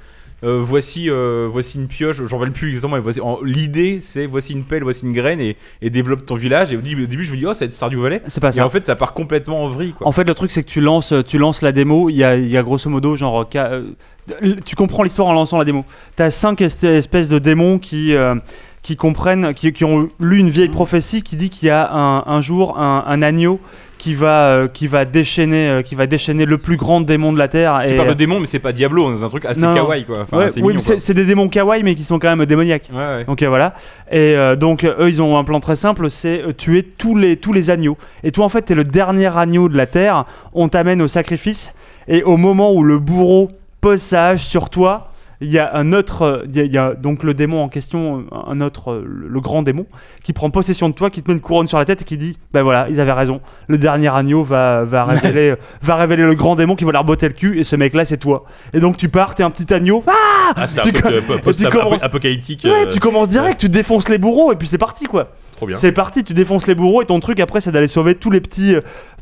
Speaker 4: euh, voici, euh, voici une pioche, j'en rappelle plus exactement, mais voici- en- l'idée c'est voici une pelle, voici une graine et, et développe ton village. Et au début, au début, je me dis, oh, ça va être Stardew Valley.
Speaker 3: C'est pas
Speaker 4: Et
Speaker 3: Ah, ça.
Speaker 4: en fait, ça part complètement en vrille. Quoi.
Speaker 3: En fait, le truc, c'est que tu lances, euh, tu lances la démo. Il y a, il y a grosso modo, genre, ca- euh, tu comprends l'histoire en lançant la démo. T'as cinq est- espèces de démons qui, euh, qui comprennent, qui, qui ont lu une
Speaker 4: Mmh.
Speaker 3: vieille prophétie qui dit qu'il y a un, un jour un, un agneau qui va, euh, qui va déchaîner, euh, qui va déchaîner le plus grand démon de la terre.
Speaker 4: tu
Speaker 3: et, euh,
Speaker 4: parles de démon, mais c'est pas Diablo, c'est un truc assez
Speaker 3: Non.
Speaker 4: kawaii. Quoi. Enfin,
Speaker 3: Ouais,
Speaker 4: assez
Speaker 3: oui,
Speaker 4: mignon,
Speaker 3: mais c'est
Speaker 4: quoi.
Speaker 3: c'est des démons kawaii, mais qui sont quand même démoniaques.
Speaker 4: Ouais, ouais.
Speaker 3: Donc euh, voilà. Et euh, donc euh, eux, ils ont un plan très simple, c'est euh, tuer tous les, tous les agneaux. Et toi, en fait, t'es le dernier agneau de la Terre. On t'amène au sacrifice. Et au moment où le bourreau pose sa hache sur toi, il y a un autre, euh, il y a- il y a donc le démon en question, euh, un autre, euh, le le grand démon, qui prend possession de toi, qui te met une couronne sur la tête et qui dit, ben voilà, ils avaient raison. Le dernier agneau va, va révéler, euh, va révéler le grand démon qui va leur botter le cul. Et ce mec-là, c'est toi. Et donc tu pars, t'es un petit agneau.
Speaker 2: Ah, c'est un
Speaker 3: Tu
Speaker 2: truc
Speaker 3: com-
Speaker 2: euh, po- post-ap-
Speaker 3: tu commences-
Speaker 2: apocalyptique.
Speaker 3: Ouais,
Speaker 2: euh,
Speaker 3: tu commences direct, tu défonces les bourreaux et puis c'est parti quoi.
Speaker 2: Trop bien.
Speaker 3: C'est parti, tu défonces les bourreaux et ton truc après c'est d'aller sauver tous les petits.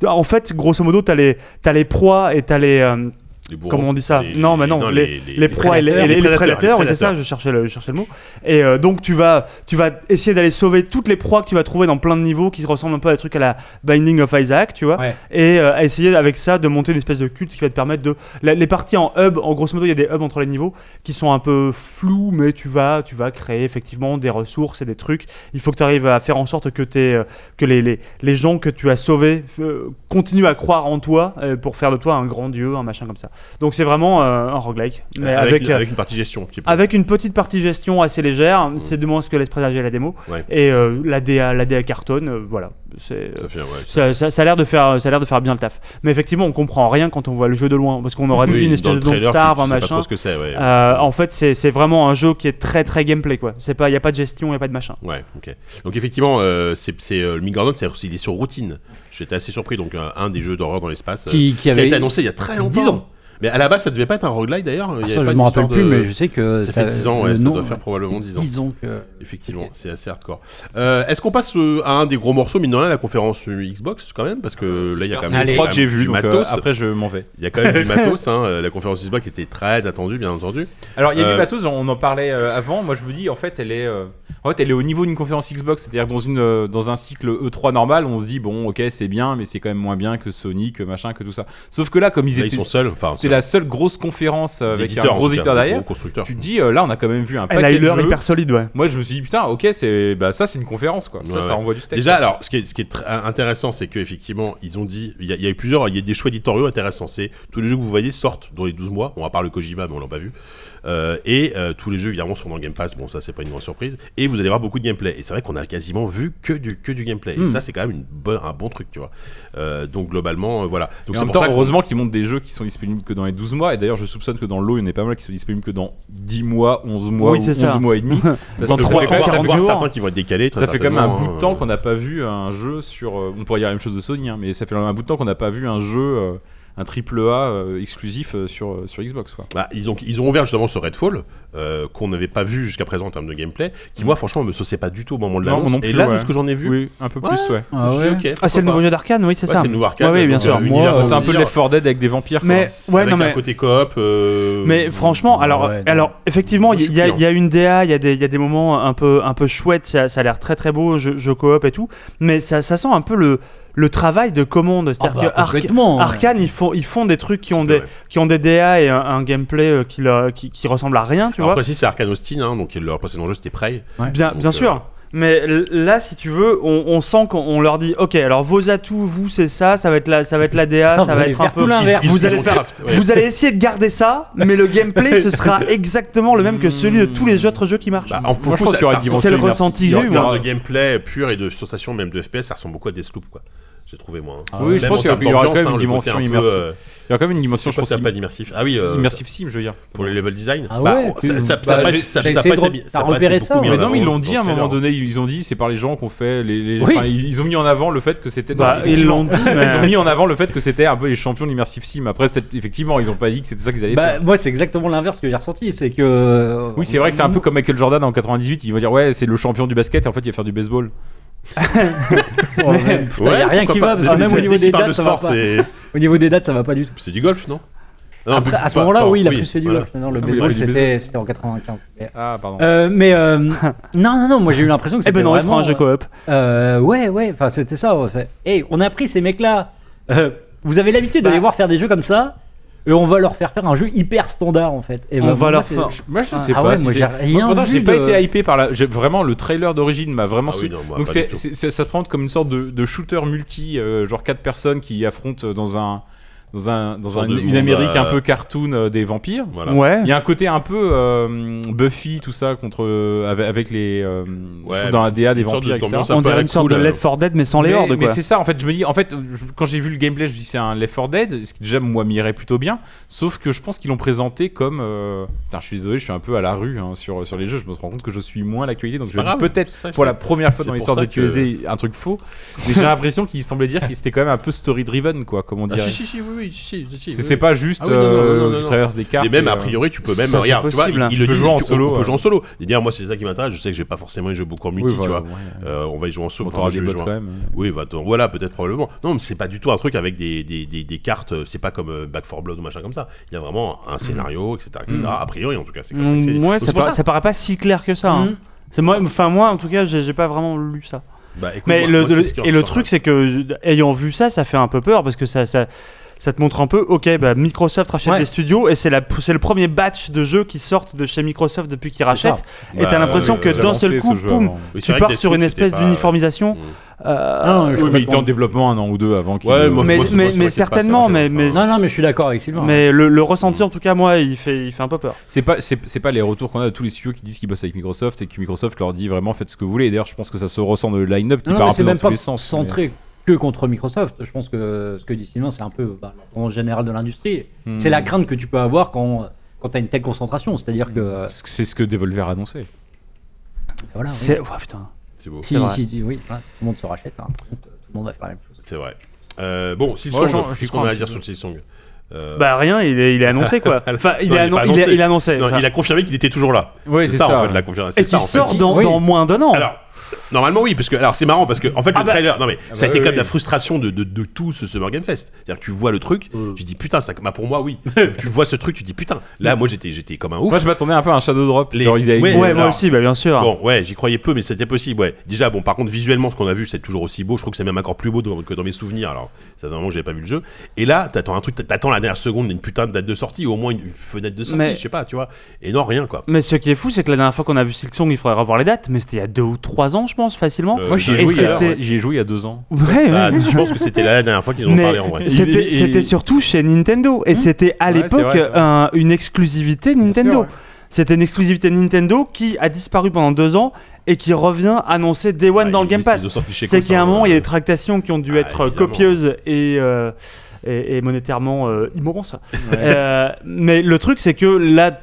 Speaker 3: En fait, grosso modo, t'as les, t'as les proies et t'as les. euh,
Speaker 2: Les bourreaux.
Speaker 3: Comment on dit ça
Speaker 2: Les-
Speaker 3: Non, mais non,
Speaker 2: les,
Speaker 3: les, proies et les, et les- les prédateurs, oui, c'est ça,
Speaker 2: prédateurs.
Speaker 3: je cherchais le, je cherchais le mot. Et euh, donc tu vas, tu vas essayer d'aller sauver toutes les proies que tu vas trouver dans plein de niveaux qui ressemblent un peu à des trucs à la Binding of Isaac, tu vois.
Speaker 5: Ouais.
Speaker 3: Et euh, à essayer avec ça de monter une espèce de culte qui va te permettre de... la- les parties en hub, en grosso modo, il y a des hubs entre les niveaux qui sont un peu flous, mais tu vas, tu vas créer effectivement des ressources et des trucs. Il faut que tu arrives à faire en sorte que, t'aies, euh, que les, les, les gens que tu as sauvés euh, continuent à croire en toi euh, pour faire de toi un grand dieu, un machin comme ça. Donc c'est vraiment euh, un roguelike, mais
Speaker 2: avec,
Speaker 3: avec,
Speaker 2: une-
Speaker 3: euh,
Speaker 2: avec une partie gestion. un petit peu.
Speaker 3: avec une petite partie gestion assez légère. C'est du moins ce que laisse présager la démo.
Speaker 2: Ouais.
Speaker 3: Et euh, la, DA, la DA cartonne, euh, voilà. C'est,
Speaker 2: Tout à fait, ouais.
Speaker 3: ça, ça- ça a l'air de faire, ça a l'air de faire bien le taf. Mais effectivement, on comprend rien quand on voit le jeu de loin, parce qu'on aura
Speaker 2: Oui,
Speaker 3: dit une
Speaker 2: dans
Speaker 3: espèce
Speaker 2: le
Speaker 3: de Don't
Speaker 2: trailer, tu-
Speaker 3: Starve,
Speaker 2: tu
Speaker 3: un
Speaker 2: sais pas trop
Speaker 3: machin.
Speaker 2: ce que c'est, ouais.
Speaker 3: Euh, en fait, c'est c'est vraiment un jeu qui est très très gameplay quoi. C'est pas, y a pas de gestion, y a pas de machin.
Speaker 2: Ouais, ok. Donc effectivement, euh, c'est c'est, euh, le Mid-Gordon, c'est il est sur routine. J'étais assez surpris, donc un, un des jeux d'horreur dans l'espace euh,
Speaker 5: Qui, qui
Speaker 2: a
Speaker 5: avait.
Speaker 2: été annoncé il y a très longtemps.
Speaker 5: 10 ans.
Speaker 2: Mais à la base, ça devait pas être un roguelite d'ailleurs. Il y
Speaker 5: Ah,
Speaker 2: avait
Speaker 5: ça,
Speaker 2: pas
Speaker 5: je
Speaker 2: une
Speaker 5: me rappelle
Speaker 2: histoire
Speaker 5: plus,
Speaker 2: de-
Speaker 5: mais je sais que.
Speaker 2: Ça fait 10 ans,
Speaker 5: le
Speaker 2: ouais, ça
Speaker 5: nom,
Speaker 2: doit faire probablement 10 ans.
Speaker 5: 10 ans que.
Speaker 2: Effectivement,
Speaker 5: Ok.
Speaker 2: c'est assez hardcore. Euh, Est-ce qu'on passe euh, à un des gros morceaux, mine de rien, la conférence euh, Xbox quand même Parce
Speaker 4: Ah,
Speaker 2: que là, il y a quand même
Speaker 4: les
Speaker 2: du-
Speaker 4: trois
Speaker 2: quand
Speaker 4: que j'ai
Speaker 2: même du
Speaker 4: vu, donc euh,
Speaker 2: matos.
Speaker 4: après je m'en vais.
Speaker 2: Il y a quand même
Speaker 4: <laughs>
Speaker 2: du matos. hein. Euh, La conférence Xbox était très attendue, bien entendu.
Speaker 4: Alors il y a
Speaker 2: Euh,
Speaker 4: du matos, on en parlait euh, avant. Moi je vous dis en fait elle est, euh, en fait elle est au niveau d'une conférence Xbox, c'est-à-dire dans une euh, dans un cycle E3 normal, on se dit bon ok c'est bien, mais c'est quand même moins bien que Sony, que machin, que tout ça. Sauf que là comme ils
Speaker 2: Là, ils
Speaker 4: étaient,
Speaker 2: sont seuls. Enfin,
Speaker 4: c'était la seule grosse conférence euh,
Speaker 2: seuls.
Speaker 4: avec un
Speaker 2: L'éditeur, en
Speaker 4: gros
Speaker 2: tout cas,
Speaker 4: éditeur
Speaker 2: le
Speaker 4: derrière.
Speaker 2: gros constructeur.
Speaker 4: Tu te dis euh, là on a quand même vu un
Speaker 3: Elle a
Speaker 4: paquet
Speaker 3: eu
Speaker 4: de
Speaker 3: l'heure
Speaker 4: jeux.
Speaker 3: hyper solide, ouais.
Speaker 4: Moi je me suis dit putain ok c'est bah ça c'est une conférence quoi.
Speaker 2: Ouais,
Speaker 4: ça
Speaker 2: ouais.
Speaker 4: ça renvoie du steak.
Speaker 2: Déjà, alors, ce qui est, ce qui est tr- euh, intéressant, c'est qu'effectivement, ils ont dit. Il y, a- il y a eu plusieurs. Il y a eu des choix éditoriaux intéressants. C'est tous les jeux que vous voyez sortent dans les 12 mois. Bon, à part le Kojima, mais on l'a pas vu. Euh, et euh, tous les jeux, évidemment, sont dans le Game Pass. Bon, ça, c'est pas une grande surprise. Et vous allez voir beaucoup de gameplay. Et c'est vrai qu'on a quasiment vu que du, que du gameplay. Et
Speaker 5: Hmm.
Speaker 2: ça, c'est quand même une bonne, un bon truc, tu vois. Euh, donc, globalement, euh, voilà. Donc,
Speaker 4: Et en
Speaker 2: c'est
Speaker 4: même
Speaker 2: pour
Speaker 4: temps,
Speaker 2: ça qu'on-
Speaker 4: heureusement qu'ils montrent des jeux qui sont disponibles que dans les 12 mois. Et d'ailleurs, je soupçonne que dans l'eau, il y en a pas mal qui sont disponibles que dans 10 mois, 11 mois,
Speaker 3: Oui,
Speaker 4: ou
Speaker 3: c'est
Speaker 4: 11
Speaker 3: ça.
Speaker 4: mois et
Speaker 3: <laughs>
Speaker 4: demi. Parce
Speaker 2: Dans
Speaker 4: que ça
Speaker 2: trois
Speaker 4: fait quand même-
Speaker 2: ans,
Speaker 4: ça fait-
Speaker 2: ça
Speaker 3: jours.
Speaker 2: certains qui vont être décalés. très
Speaker 4: Ça fait quand même un
Speaker 2: certainement,
Speaker 4: bout de temps
Speaker 2: hein.
Speaker 4: qu'on n'a pas vu un jeu sur. euh, on pourrait dire la même chose de Sony, hein, mais ça fait un bout de temps qu'on n'a pas vu un jeu, euh, un triple A euh, exclusif euh, sur, euh, sur Xbox. Quoi.
Speaker 2: Bah, ils, ont, ils ont ouvert justement ce Redfall euh, qu'on n'avait pas vu jusqu'à présent en termes de gameplay, qui moi franchement me sauçait pas du tout au moment de
Speaker 4: Non,
Speaker 2: l'annonce.
Speaker 4: non plus,
Speaker 2: Et là, de
Speaker 4: ouais.
Speaker 2: ce que j'en ai vu,
Speaker 4: Oui, un peu
Speaker 2: Ouais.
Speaker 4: plus, ouais.
Speaker 5: Ah
Speaker 2: je me
Speaker 5: ouais.
Speaker 2: suis dit, ok,
Speaker 3: Ah, c'est le
Speaker 2: pourquoi
Speaker 3: nouveau jeu d'arcane, oui, c'est
Speaker 2: pas. Ouais,
Speaker 3: ça.
Speaker 2: c'est le nouveau arcade.
Speaker 3: Ouais, oui, bien
Speaker 2: donc,
Speaker 3: sûr.
Speaker 2: euh,
Speaker 4: Moi,
Speaker 2: univers
Speaker 4: euh, c'est un peu
Speaker 2: dans
Speaker 4: de
Speaker 2: le
Speaker 4: Left 4 Dead avec des vampires.
Speaker 3: Mais-
Speaker 4: quoi.
Speaker 2: désert,
Speaker 3: ouais,
Speaker 2: avec
Speaker 3: non,
Speaker 2: un
Speaker 3: mais-
Speaker 2: côté coop. euh,
Speaker 3: Mais franchement, alors,
Speaker 5: ouais, non.
Speaker 3: alors effectivement,
Speaker 2: Moi, je
Speaker 3: il
Speaker 2: suis
Speaker 3: y, a-
Speaker 2: client.
Speaker 3: y a une DA, il y, a des- y a des moments un peu, un peu chouettes, ça, ça a l'air très très beau, je, je coop et tout, mais ça, ça sent un peu le, le travail de commande.
Speaker 5: Ah
Speaker 3: C'est-à-dire
Speaker 5: bah,
Speaker 3: que Arca-
Speaker 5: complètement.
Speaker 3: Arkane, ils font, ils font des trucs qui ont,
Speaker 2: peu,
Speaker 3: des,
Speaker 2: ouais.
Speaker 3: qui ont des DA et un, un gameplay euh, qui, leur- qui, qui ressemble à rien, tu
Speaker 2: alors,
Speaker 3: vois.
Speaker 2: après, si c'est Arkane Austin, hein, donc leur précédent jeu c'était Prey.
Speaker 3: Bien,
Speaker 2: donc,
Speaker 3: bien
Speaker 2: euh,
Speaker 3: sûr. Mais l- là, si tu veux, on, on sent qu'on on leur dit, ok, alors vos atouts, vous, c'est ça, ça va être la, ça va être la DA,
Speaker 5: Non,
Speaker 3: ça
Speaker 5: vous
Speaker 3: va
Speaker 5: allez
Speaker 3: être un
Speaker 5: faire
Speaker 3: peu.
Speaker 5: tout l'inverse.
Speaker 2: Ils-
Speaker 3: Vous
Speaker 2: ils
Speaker 3: allez
Speaker 2: ont
Speaker 3: faire-
Speaker 2: Craft, <laughs> ouais.
Speaker 3: Vous allez essayer de garder ça, mais le gameplay, ce
Speaker 2: <laughs>
Speaker 3: sera exactement le même que celui de tous les autres jeux qui marchent.
Speaker 2: Bah, en pour
Speaker 4: Moi, je pense
Speaker 2: ça-
Speaker 4: qu'il y aura
Speaker 2: ça
Speaker 4: une dimension
Speaker 2: ressemble-
Speaker 3: C'est le
Speaker 4: immersive.
Speaker 3: ressenti que
Speaker 2: en
Speaker 3: j'ai eu,
Speaker 2: termes
Speaker 3: moi.
Speaker 2: de gameplay pur et de sensation même de FPS, ça ressemble beaucoup à Deathloop, quoi. J'ai trouvé moi. hein.
Speaker 5: Ah
Speaker 4: Oui,
Speaker 5: ouais.
Speaker 4: je
Speaker 2: Même
Speaker 4: pense
Speaker 2: en
Speaker 4: qu'il y aura-
Speaker 2: termes
Speaker 4: il y aura quand
Speaker 2: d'ambiance,
Speaker 4: même
Speaker 2: hein,
Speaker 4: une
Speaker 2: le côté
Speaker 4: dimension
Speaker 2: peu,
Speaker 4: immersive.
Speaker 2: euh,
Speaker 4: Il y aura quand même une dimension,
Speaker 2: c'est
Speaker 4: je pense,
Speaker 2: quoi, ça, pas
Speaker 4: immersive.
Speaker 2: d'immersif. Ah oui, euh,
Speaker 4: Immersive sim, je veux dire.
Speaker 2: pour les level design.
Speaker 5: Ah
Speaker 2: Bah,
Speaker 5: ouais,
Speaker 2: ça-
Speaker 5: tu-
Speaker 2: ça-
Speaker 5: bah,
Speaker 2: ça a pas-
Speaker 4: j'ai-
Speaker 2: ça-
Speaker 5: j'ai
Speaker 2: ça a
Speaker 5: essayé
Speaker 2: pas
Speaker 5: de
Speaker 2: été-
Speaker 5: re-
Speaker 2: ça a
Speaker 5: t'as
Speaker 2: pas été
Speaker 5: repéré
Speaker 2: beaucoup mis
Speaker 5: ça, ouais.
Speaker 4: Mais
Speaker 2: en
Speaker 4: non, mais ils
Speaker 2: avant
Speaker 4: l'ont
Speaker 2: dans
Speaker 4: dit
Speaker 2: le
Speaker 4: à un moment
Speaker 2: trailer.
Speaker 4: donné. Ils ont dit, c'est par les gens qu'on fait. Les, les-
Speaker 5: Oui.
Speaker 4: enfin, ils, ils ont mis en avant le fait que c'était. non,
Speaker 3: Bah, ils l'ont dit, mais-
Speaker 4: <laughs>
Speaker 2: <laughs>
Speaker 4: Ils ont mis en avant le fait que c'était un peu les champions d'immersive sim. Après, c'était- effectivement, ils ont pas dit que c'était ça qu'ils allaient
Speaker 5: Bah,
Speaker 4: faire.
Speaker 5: moi, c'est exactement l'inverse que euh, j'ai ressenti. C'est que.
Speaker 4: Oui, c'est vrai que c'est un
Speaker 5: <laughs>
Speaker 4: peu comme Michael Jordan en 98. Ils vont dire, ouais, c'est le champion du basket. Et en fait, il va faire du baseball.
Speaker 5: Oh, même, putain, y a rien
Speaker 2: pourquoi
Speaker 5: qui
Speaker 2: pas.
Speaker 5: va, parce que
Speaker 2: Dès-
Speaker 5: même au
Speaker 2: dès
Speaker 5: niveau
Speaker 2: qu'il
Speaker 5: des
Speaker 2: parle de
Speaker 5: dates, ça va
Speaker 2: sport,
Speaker 5: pas.
Speaker 2: c'est-
Speaker 5: Au niveau des dates, ça va pas du tout.
Speaker 2: C'est du golf, non Non,
Speaker 5: Après,
Speaker 2: pas-
Speaker 5: à ce moment-là,
Speaker 2: pas-
Speaker 5: oui, il a plus fait du golf. Non, le
Speaker 4: Ah, mais il a
Speaker 5: baseball,
Speaker 4: fait du
Speaker 5: c'était c'était en 95. Mais,
Speaker 4: Ah, pardon.
Speaker 5: euh, mais euh, non, non, non, moi j'ai eu l'impression que
Speaker 3: Eh
Speaker 5: c'était
Speaker 3: ben non, on
Speaker 5: vraiment.
Speaker 3: fera un jeu coop.
Speaker 5: euh, ouais, ouais, enfin c'était ça. en fait. Hey, on a pris ces mecs-là. Euh, vous avez l'habitude de les voir faire des jeux comme ça, et on va leur faire faire un jeu hyper standard en fait. Et
Speaker 3: On
Speaker 5: bah,
Speaker 3: va
Speaker 5: moi,
Speaker 3: leur
Speaker 5: c'est-
Speaker 3: faire-
Speaker 4: Moi, je sais
Speaker 5: Ah
Speaker 4: pas.
Speaker 5: ouais,
Speaker 4: si
Speaker 5: moi,
Speaker 4: c'est-
Speaker 5: j'ai rien
Speaker 4: Moi, pourtant,
Speaker 5: vu
Speaker 4: j'ai pas
Speaker 5: de-
Speaker 4: été hypé par la. j'ai- Vraiment, le trailer d'origine m'a vraiment.
Speaker 2: Ah oui,
Speaker 4: su-
Speaker 2: non, moi,
Speaker 4: Donc,
Speaker 2: pas
Speaker 4: c'est,
Speaker 2: du tout.
Speaker 4: c'est- c'est- ça se présente comme une sorte de, de shooter multi, euh, genre quatre personnes qui affrontent euh, dans un dans un dans
Speaker 2: Genre
Speaker 4: un-
Speaker 2: de
Speaker 4: une
Speaker 2: monde,
Speaker 4: Amérique
Speaker 2: euh,
Speaker 4: un peu cartoon euh, des vampires.
Speaker 2: Voilà.
Speaker 3: Ouais.
Speaker 4: Il y a un côté un peu euh, Buffy, tout ça, contre euh, avec, avec les euh, je
Speaker 2: Ouais,
Speaker 4: trouve dans la DA des
Speaker 2: une sorte
Speaker 4: vampires,
Speaker 2: de
Speaker 4: etc.
Speaker 2: tendance
Speaker 3: On
Speaker 2: un peu à
Speaker 3: dirait
Speaker 2: la
Speaker 3: une sorte
Speaker 2: cool,
Speaker 3: de
Speaker 2: euh,
Speaker 3: Left 4 Dead, mais sans les
Speaker 4: Mais-
Speaker 3: hordes,
Speaker 4: mais
Speaker 3: quoi.
Speaker 4: c'est ça, en fait, je me dis, en fait, je- quand j'ai vu le gameplay, je me dis c'est un Left 4 Dead, ce qui déjà moi m'irait plutôt bien, sauf que je pense qu'ils l'ont présenté comme, euh, putain, je suis désolé, je suis un peu à la rue hein, sur sur les jeux, je me rends compte que je suis moins à l'actualité, donc
Speaker 2: C'est
Speaker 4: je
Speaker 2: pas
Speaker 4: vais
Speaker 2: grave.
Speaker 4: peut-être
Speaker 2: Ça,
Speaker 4: pour
Speaker 2: c'est-
Speaker 4: la première fois
Speaker 2: c'est
Speaker 4: dans
Speaker 2: pour
Speaker 4: l'histoire
Speaker 2: ça
Speaker 4: de QSD un truc faux, mais j'ai l'impression qu'ils semblaient dire que c'était quand même un peu story driven, quoi, comme on
Speaker 2: Ah,
Speaker 4: dirait.
Speaker 2: si, si, si, oui, oui, oui, si, si, si,
Speaker 4: C'est
Speaker 2: oui.
Speaker 4: c'est pas juste
Speaker 2: Ah oui, non, non,
Speaker 4: euh,
Speaker 2: non, non,
Speaker 4: tu
Speaker 2: non.
Speaker 4: traverses des cartes.
Speaker 2: Et même,
Speaker 4: euh,
Speaker 2: a priori, tu peux même.
Speaker 3: ça, c'est
Speaker 2: regarde, tu vois,
Speaker 3: possible, hein.
Speaker 2: il, il le
Speaker 4: Tu peux
Speaker 2: dit,
Speaker 4: jouer en
Speaker 2: tu- on-
Speaker 4: solo,
Speaker 2: On peut
Speaker 4: ouais.
Speaker 2: jouer en solo. Et dire, moi, c'est ça qui m'intéresse. Je sais que je vais pas forcément y jouer beaucoup en multi,
Speaker 4: oui, voilà,
Speaker 2: tu vois.
Speaker 4: ouais.
Speaker 2: Euh, on va y jouer en solo.
Speaker 4: Bon, t'auras
Speaker 2: moi, je
Speaker 4: des
Speaker 2: vais
Speaker 4: bots
Speaker 2: jouer en-
Speaker 4: quand même.
Speaker 2: Oui, bah, donc, voilà, peut-être probablement. Non, mais c'est pas du tout un truc avec des, des, des, des cartes. euh, C'est pas comme euh, Back 4 Blood ou machin comme ça. Il y a vraiment un scénario, etc. etc. A priori, en tout cas, c'est comme ça. que c'est-
Speaker 3: Mm,
Speaker 2: Donc,
Speaker 3: Ouais,
Speaker 2: c'est
Speaker 3: ça,
Speaker 2: pour
Speaker 3: para- ça paraît pas si clair que ça. hein.
Speaker 5: Mhm.
Speaker 3: C'est moi, enfin moi en tout cas, j'ai j'ai pas vraiment lu ça.
Speaker 2: Bah, écoute,
Speaker 3: Mais
Speaker 2: moi-
Speaker 3: le,
Speaker 2: moi, c'est
Speaker 3: le-
Speaker 2: ce qui
Speaker 3: et le
Speaker 2: ressort, hein.
Speaker 3: truc, c'est que je- ayant vu ça, ça fait un peu peur parce que ça, ça, ça te montre un peu. Ok, bah, Microsoft rachète
Speaker 5: Ouais.
Speaker 3: des studios et c'est la, c'est le premier batch de jeux qui sortent de chez Microsoft depuis qu'ils
Speaker 5: C'est ça.
Speaker 3: rachètent.
Speaker 2: ouais.
Speaker 3: Et
Speaker 2: Bah,
Speaker 4: Ah,
Speaker 3: t'as l'impression
Speaker 2: oui,
Speaker 3: que
Speaker 2: oui,
Speaker 3: d'un seul coup, poum,
Speaker 2: oui, c'est
Speaker 3: tu
Speaker 2: vrai
Speaker 3: pars
Speaker 2: que
Speaker 3: sur une
Speaker 2: Deathloop, c'était
Speaker 3: espèce
Speaker 2: pas-
Speaker 3: d'uniformisation.
Speaker 2: Mm.
Speaker 3: euh,
Speaker 5: Ah non, je
Speaker 4: Oui, mais il était en
Speaker 5: complètement-
Speaker 4: développement un an ou deux avant qu'il.
Speaker 2: Ouais, moi,
Speaker 3: mais-
Speaker 2: je pense-
Speaker 3: mais-
Speaker 2: moi, je
Speaker 3: mais
Speaker 2: pense que c'est pas ça,
Speaker 3: certainement,
Speaker 2: la
Speaker 3: mais-
Speaker 2: fin.
Speaker 3: mais-
Speaker 5: Non, non, mais je suis d'accord avec Sylvain.
Speaker 3: mais le, le ressenti, en tout cas, moi, il fait, il fait un peu peur.
Speaker 5: Ah,
Speaker 4: C'est pas, c'est, c'est pas les retours qu'on a de tous les studios qui disent qu'ils bossent avec Microsoft et que Microsoft leur dit vraiment faites ce que vous voulez. Et d'ailleurs, je pense que ça se ressent dans le line-up qui
Speaker 5: Non, non,
Speaker 4: part
Speaker 5: mais
Speaker 4: un peu
Speaker 5: c'est
Speaker 4: dans
Speaker 5: même
Speaker 4: tous
Speaker 5: pas
Speaker 4: les sens. mais-
Speaker 5: centré que contre Microsoft. Je pense que ce que dit Sylvain, c'est un peu bah, en général de l'industrie.
Speaker 4: Hmm.
Speaker 5: C'est la crainte que tu peux avoir quand, quand tu as une telle concentration. C'est-à-dire que. euh,
Speaker 4: C'est ce que- C'est ce que Devolver a annoncé.
Speaker 5: Voilà, oui.
Speaker 3: C'est. ouah, putain.
Speaker 2: C'est oh, beau.
Speaker 5: Si,
Speaker 3: vrai.
Speaker 5: si, si, oui, voilà, tout le monde se rachète. hein. Tout le monde va faire la même chose.
Speaker 2: C'est vrai. Euh, bon,
Speaker 3: Ouais,
Speaker 2: Silsong,
Speaker 3: j'en- j'y
Speaker 2: qu'est-ce
Speaker 3: crois
Speaker 2: qu'on a
Speaker 3: un
Speaker 2: à
Speaker 3: petit
Speaker 2: dire
Speaker 3: peu.
Speaker 2: sur le Silsong Euh,
Speaker 3: Bah rien, il est, il est annoncé quoi. Enfin, il,
Speaker 2: <laughs> Non,
Speaker 3: est
Speaker 2: il est
Speaker 3: annon- il
Speaker 2: pas
Speaker 3: est-
Speaker 2: annoncé.
Speaker 3: il est annoncé.
Speaker 2: non,
Speaker 3: Enfin,
Speaker 2: il a confirmé qu'il était toujours là.
Speaker 4: Ouais,
Speaker 2: c'est
Speaker 4: c'est
Speaker 2: ça, en
Speaker 4: ça,
Speaker 2: fait
Speaker 4: ouais.
Speaker 2: la confirmation.
Speaker 3: bah. Et
Speaker 2: C'est
Speaker 3: qui
Speaker 2: ça en fait.
Speaker 3: sort dans,
Speaker 5: Oui.
Speaker 3: dans moins d'un an.
Speaker 2: Alors, normalement oui, parce que alors c'est marrant parce que en fait
Speaker 3: Oh. Ah
Speaker 2: le
Speaker 3: bah-
Speaker 2: trailer, non mais ça
Speaker 4: bah
Speaker 2: a été
Speaker 4: oui,
Speaker 2: comme
Speaker 4: oui.
Speaker 2: la frustration de, de, de tout ce Summer Game Fest. C'est-à-dire que tu vois le truc, tu dis putain ça, bah pour moi oui. tu vois ce truc, tu dis putain. Là moi j'étais j'étais comme un ouf.
Speaker 4: Moi, je m'attendais un peu à un Shadow Drop.
Speaker 2: Les-
Speaker 4: Genre, ils avaient- euh,
Speaker 2: Ouais,
Speaker 3: ouais, moi
Speaker 2: alors-
Speaker 3: aussi, bah bien sûr.
Speaker 2: Bon, ouais, j'y croyais peu, mais c'était possible, ouais. Déjà, bon, par contre, visuellement, ce qu'on a vu, c'est toujours aussi beau. Je trouve que c'est même encore plus beau dans- que dans mes souvenirs. Alors, ça fait vraiment que j'avais pas vu le jeu. Et là, t'attends un truc, t'attends la dernière seconde d'une putain de date de sortie, ou au moins une fenêtre de sortie,
Speaker 3: Mais-
Speaker 2: je sais pas, tu vois. Et non, rien, quoi.
Speaker 3: Mais ce qui est fou, c'est que la dernière fois qu'on a vu Silksong, il faudrait revoir les dates, mais c'était il y a deux ou trois ans, je pense, facilement.
Speaker 2: Euh,
Speaker 4: Moi, j'y ai
Speaker 2: bah,
Speaker 3: Et
Speaker 4: joué il y a-
Speaker 3: c'était-
Speaker 4: j'y ai joué il y a deux ans.
Speaker 3: ouais,
Speaker 2: bah,
Speaker 3: ouais.
Speaker 2: je pense que c'était la dernière fois qu'ils en ont
Speaker 3: Mais
Speaker 2: parlé en vrai.
Speaker 3: c'était
Speaker 4: Il- il-
Speaker 3: c'était surtout chez Nintendo et c'était à
Speaker 4: Ouais, c'est
Speaker 3: l'époque
Speaker 4: vrai, c'est vrai.
Speaker 3: un- une exclusivité Nintendo.
Speaker 4: sûr, ouais.
Speaker 3: C'était une exclusivité Nintendo qui a disparu pendant deux ans et qui revient annoncée Day One
Speaker 2: Ah,
Speaker 3: dans
Speaker 2: ils-
Speaker 3: le Game
Speaker 2: ils
Speaker 3: Pass.
Speaker 2: ont sorti chez
Speaker 3: C'est
Speaker 2: Costa,
Speaker 3: qu'il y a un moment, il y a
Speaker 2: euh,
Speaker 3: des tractations qui ont dû
Speaker 2: Ah,
Speaker 3: être euh,
Speaker 2: évidemment.
Speaker 3: copieuses et, euh, et, et monétairement euh, immenses. Euh, mais le truc, c'est que là,